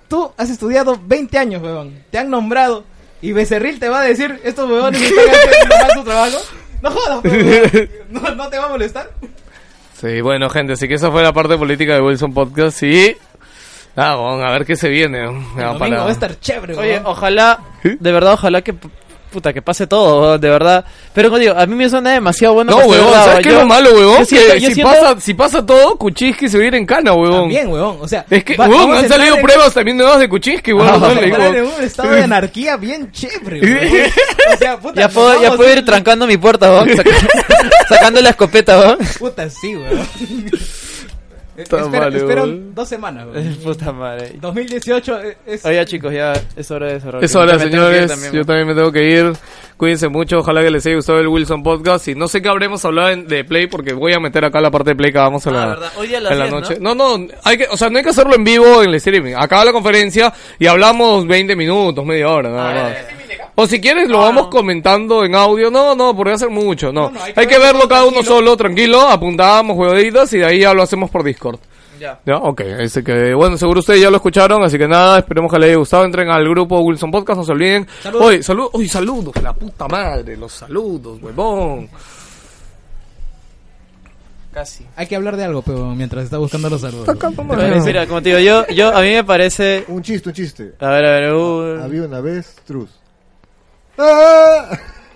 S4: tú has estudiado 20 años, weón. Te han nombrado y Becerril te va a decir, estos weones están haciendo mal su trabajo. No jodas, pues, weón. no, no te va a molestar.
S1: Sí, bueno, gente, así que esa fue la parte política de Wilson Podcast y... Ah, weón, a ver qué se viene. weón.
S4: El
S1: Ah,
S4: domingo
S1: para-
S4: va a estar chévere,
S2: Oye,
S4: weón.
S2: ojalá, de verdad, ojalá que p- puta que pase todo, weón, de verdad. Pero como digo, a mí me suena demasiado bueno.
S1: No,
S2: para ser
S1: weón,
S2: verdad,
S1: ¿sabes qué es
S2: yo-
S1: lo malo,
S2: yo
S1: weón?
S2: siento-
S1: Que
S2: yo
S1: si,
S2: siento-
S1: pasa, si pasa todo, Kuczynski se viene en cana, weón.
S4: También, weón. O sea,
S1: Es que,
S4: va-
S1: weón,
S4: vamos a
S1: han
S4: entrar
S1: salido
S4: en-
S1: pruebas también nuevas de Kuczynski, weón.
S2: Ah,
S1: no
S4: Vamos a
S1: le digo.
S4: entrar en un estado de anarquía bien chévere, weón. O sea, puta,
S2: Ya
S4: nos
S2: puedo, ya
S4: vamos
S2: puedo
S4: a-
S2: ir trancando mi puerta, weón, saca- sacando la escopeta, weón.
S4: Puta, sí, weón.
S1: Está
S4: Espera-
S1: mal,
S4: Esperan
S1: weón.
S4: dos semanas, weón.
S2: Puta madre.
S4: 2018 eh, es...
S2: Oye, chicos, ya es hora de cerrar.
S1: Es hora,
S2: Me tengo que ir
S1: señores.
S2: también,
S1: Yo también me tengo que ir. Cuídense mucho. Ojalá que les haya gustado el Wilson Podcast. Y no sé qué habremos hablado en- de Play, porque voy a meter acá la parte de Play que vamos a la,
S2: verdad. Hoy día a las
S1: en la
S2: 10,
S1: noche. ¿no? no, hay que, o sea, no hay que hacerlo en vivo en el streaming. Acaba la conferencia y hablamos 20 minutos, media hora, nada más. O si quieres lo vamos comentando en audio. No, no, porque hacer mucho, Ah. no. hay, que verlo cada uno solo, tranquilo. Apuntamos jueguitas y de ahí ya lo hacemos por Discord.
S2: Ya.
S1: Ya, ok. Así que, bueno, seguro ustedes ya lo escucharon, así que nada, esperemos que les haya gustado. Entren al grupo Wilson Podcast, no se olviden. Oye, saludos, oye, saludos, la puta madre, los saludos, huevón.
S2: Casi.
S4: Hay que hablar de algo, pero mientras está buscando los saludos.
S2: Pero, Mira, como te digo, yo, yo, a mí me parece.
S3: Un chiste, un chiste.
S2: A ver, a ver, un-
S3: Había una vez Truz. ¡Ah!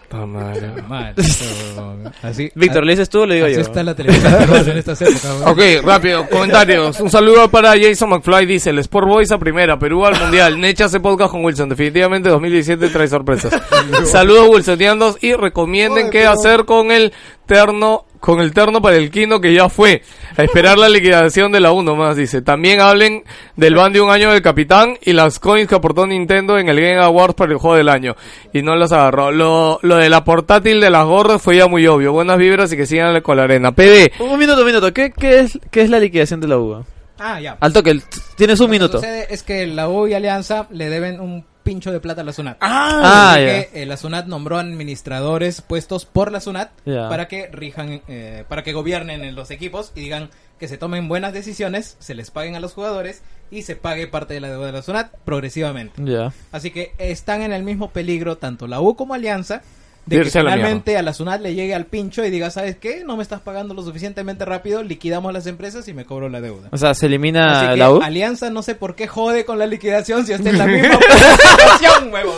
S1: Puta madre.
S4: Así,
S2: Víctor, ¿le dices tú o lo digo
S4: así
S2: yo?
S4: está la televisión peruana en estas épocas, weón.
S1: Ok, rápido, comentarios. Un saludo para Jason McFly, dice, el Sport Boys a primera, Perú al Mundial. Necha hace podcast con Wilson, definitivamente 2017 trae sorpresas. Saludos Wilsonianos y recomienden
S3: Ay,
S1: qué
S3: pero-
S1: hacer con el terno, con el terno para el Quino que ya fue. A esperar la liquidación de la 1 más, dice. También hablen del ban de un año del Capitán y las coins que aportó Nintendo en el Game Awards para el juego del año. Y no las agarró. Lo, lo de la portátil de las gorras fue ya muy obvio. Buenas vibras y que sigan con la arena. PD.
S2: Un minuto, un minuto. ¿Qué, qué, es, ¿Qué es la liquidación de la UBA?
S4: Ah, ya.
S2: Al toque, el- tienes un
S4: Lo
S2: minuto.
S4: que sucede es que la U y Alianza le deben un pincho de plata a la SUNAT.
S2: Ah,
S4: Así
S2: ya.
S4: que, eh, la SUNAT nombró administradores puestos por la SUNAT
S2: Ya.
S4: para que rijan, eh, para que gobiernen en los equipos y digan que se tomen buenas decisiones, se les paguen a los jugadores y se pague parte de la deuda de la SUNAT progresivamente.
S2: Ya.
S4: Así que están en el mismo peligro tanto la U como Alianza de que
S1: Irse a la
S4: finalmente a la SUNAT le llegue al pincho y diga, ¿sabes qué? No me estás pagando lo suficientemente rápido, liquidamos las empresas y me cobro la deuda.
S2: O sea, se
S4: Así
S2: elimina
S4: que,
S2: Ah, la U.
S4: Alianza no sé por qué jode con la liquidación si está en la misma situación, huevón.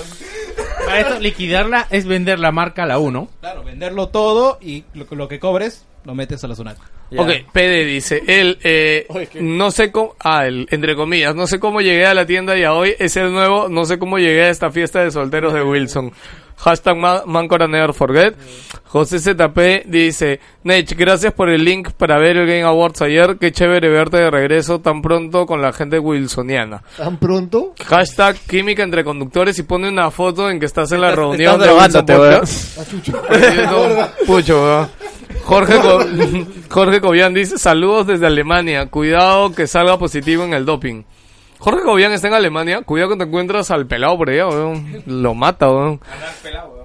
S6: Para esto, liquidarla es vender la marca a la 1.
S4: Claro, venderlo todo y lo, lo que cobres lo metes a la SUNAT.
S2: Ya.
S1: Ok, PD dice, él, eh, no sé cómo, ah, el, entre comillas, no sé cómo llegué a la tienda y a hoy es el nuevo, no sé cómo llegué a esta fiesta de solteros de Wilson. Hashtag ma- Mancora Never Forget. José ZP dice, Nech, gracias por el link para ver el Game Awards ayer, qué chévere verte de regreso tan pronto con la gente wilsoniana.
S3: ¿Tan pronto?
S1: Hashtag química entre conductores y pone una foto en que estás en la reunión
S2: estás
S1: de Wilson
S2: drogándote,
S1: Podcast.
S2: weón.
S3: Ah, chucha.
S1: Perdiendo un Pucho, weón. Jorge, Co- Jorge Cobian dice, saludos desde Alemania, cuidado que salga positivo en el doping. Jorge Cobian está en Alemania, cuidado que te encuentras al pelado por allá, weón. Lo mata, weón.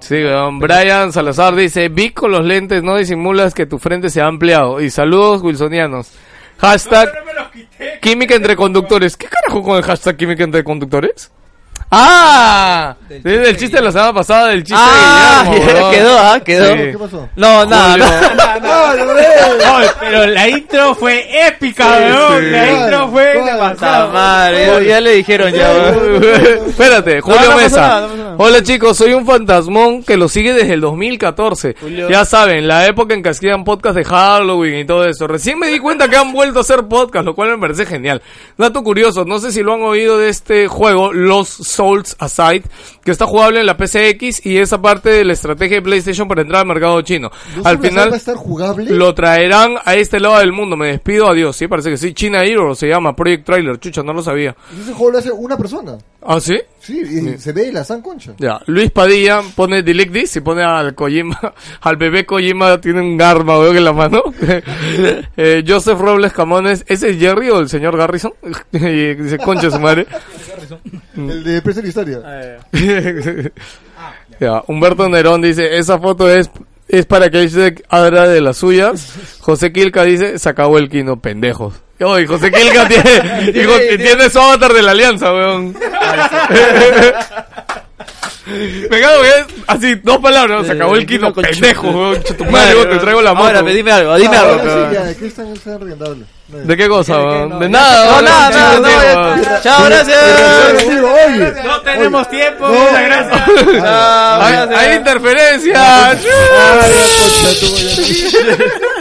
S1: Sí, weón. Brian Salazar dice, vi con los lentes, no disimulas que tu frente se ha ampliado. Y saludos wilsonianos. Hashtag química entre conductores. ¿Qué carajo con el hashtag química entre conductores? ¡Ah!
S4: Del
S1: Desde el
S4: chiste
S1: chiste de la semana pasada, del chiste
S2: Ah,
S1: de Guillermo,
S2: ya
S1: weón.
S2: quedó, ah, quedó.
S1: Sí.
S3: ¿Qué pasó?
S2: No, nada,
S1: Julio.
S2: no.
S6: pero la intro fue épica, weón. La
S3: ¿Cuál?
S6: intro fue
S3: ¿Cuál?
S2: Puta
S6: demasiado.
S2: madre, ya, ya le dijeron ya, weón.
S1: Espérate, Julio
S2: no pasa
S1: Mesa.
S2: nada, no pasa nada.
S1: Hola chicos, soy un fantasmón que lo sigue desde el 2014. Ya saben, la época en que hacían podcast de Halloween y todo eso. Recién me di cuenta que han vuelto a hacer podcast, lo cual me parece genial. Dato curioso, no sé si lo han oído de este juego, Los Souls Aside, que está jugable en la PCX y esa parte de la estrategia de PlayStation para entrar al mercado chino.
S3: ¿No
S1: Al
S3: Super Saiyan
S1: final...
S3: va
S2: este
S3: a estar jugable?
S1: Lo traerán a este lado del mundo. Me despido, adiós. Sí, parece que sí. China Hero se llama Project Trailer. Chucha, no lo sabía.
S3: Ese juego lo hace una persona.
S1: ¿Ah, sí?
S3: Sí, y se ve y la san concha.
S1: Ya. Luis Padilla pone Delete This y pone al Kojima. Al bebé Kojima tiene un arma, veo que en la mano. Eh, Joseph Robles Camones. ¿Ese es Jerry o el señor Garrison? y dice, concha su madre.
S3: El de Presa la Historia.
S1: Ya, Humberto Nerón dice, esa foto es, es para que se abra de las suyas. José Quilca dice, se acabó el quino, pendejos. Oye, José Quilca tiene, y José- tiene su avatar de la alianza, weón. Me cago que es así, dos palabras, se acabó el quino,
S2: Con
S1: pendejos,
S2: chu-
S1: weón. Chuta tu madre, weón, te traigo la moto.
S2: Ahora, dime algo, dime algo.
S3: Ah, Ahora
S2: pero-
S3: sí, ya, este ¿de qué están están riéndole? No,
S1: ¿De qué cosa, weón? De
S2: No,
S1: nada, weón,
S2: nada,
S1: chico,
S2: nada, no,
S1: chico,
S2: ya
S1: weón.
S2: está. Chao,
S3: Pero,
S2: gracias.
S3: digo, oye,
S6: No tenemos tiempo,
S3: No.
S6: muchas gracias.
S2: Chao,
S1: Hay,
S2: gracias.
S1: hay interferencias.
S3: ah, la concha tuya.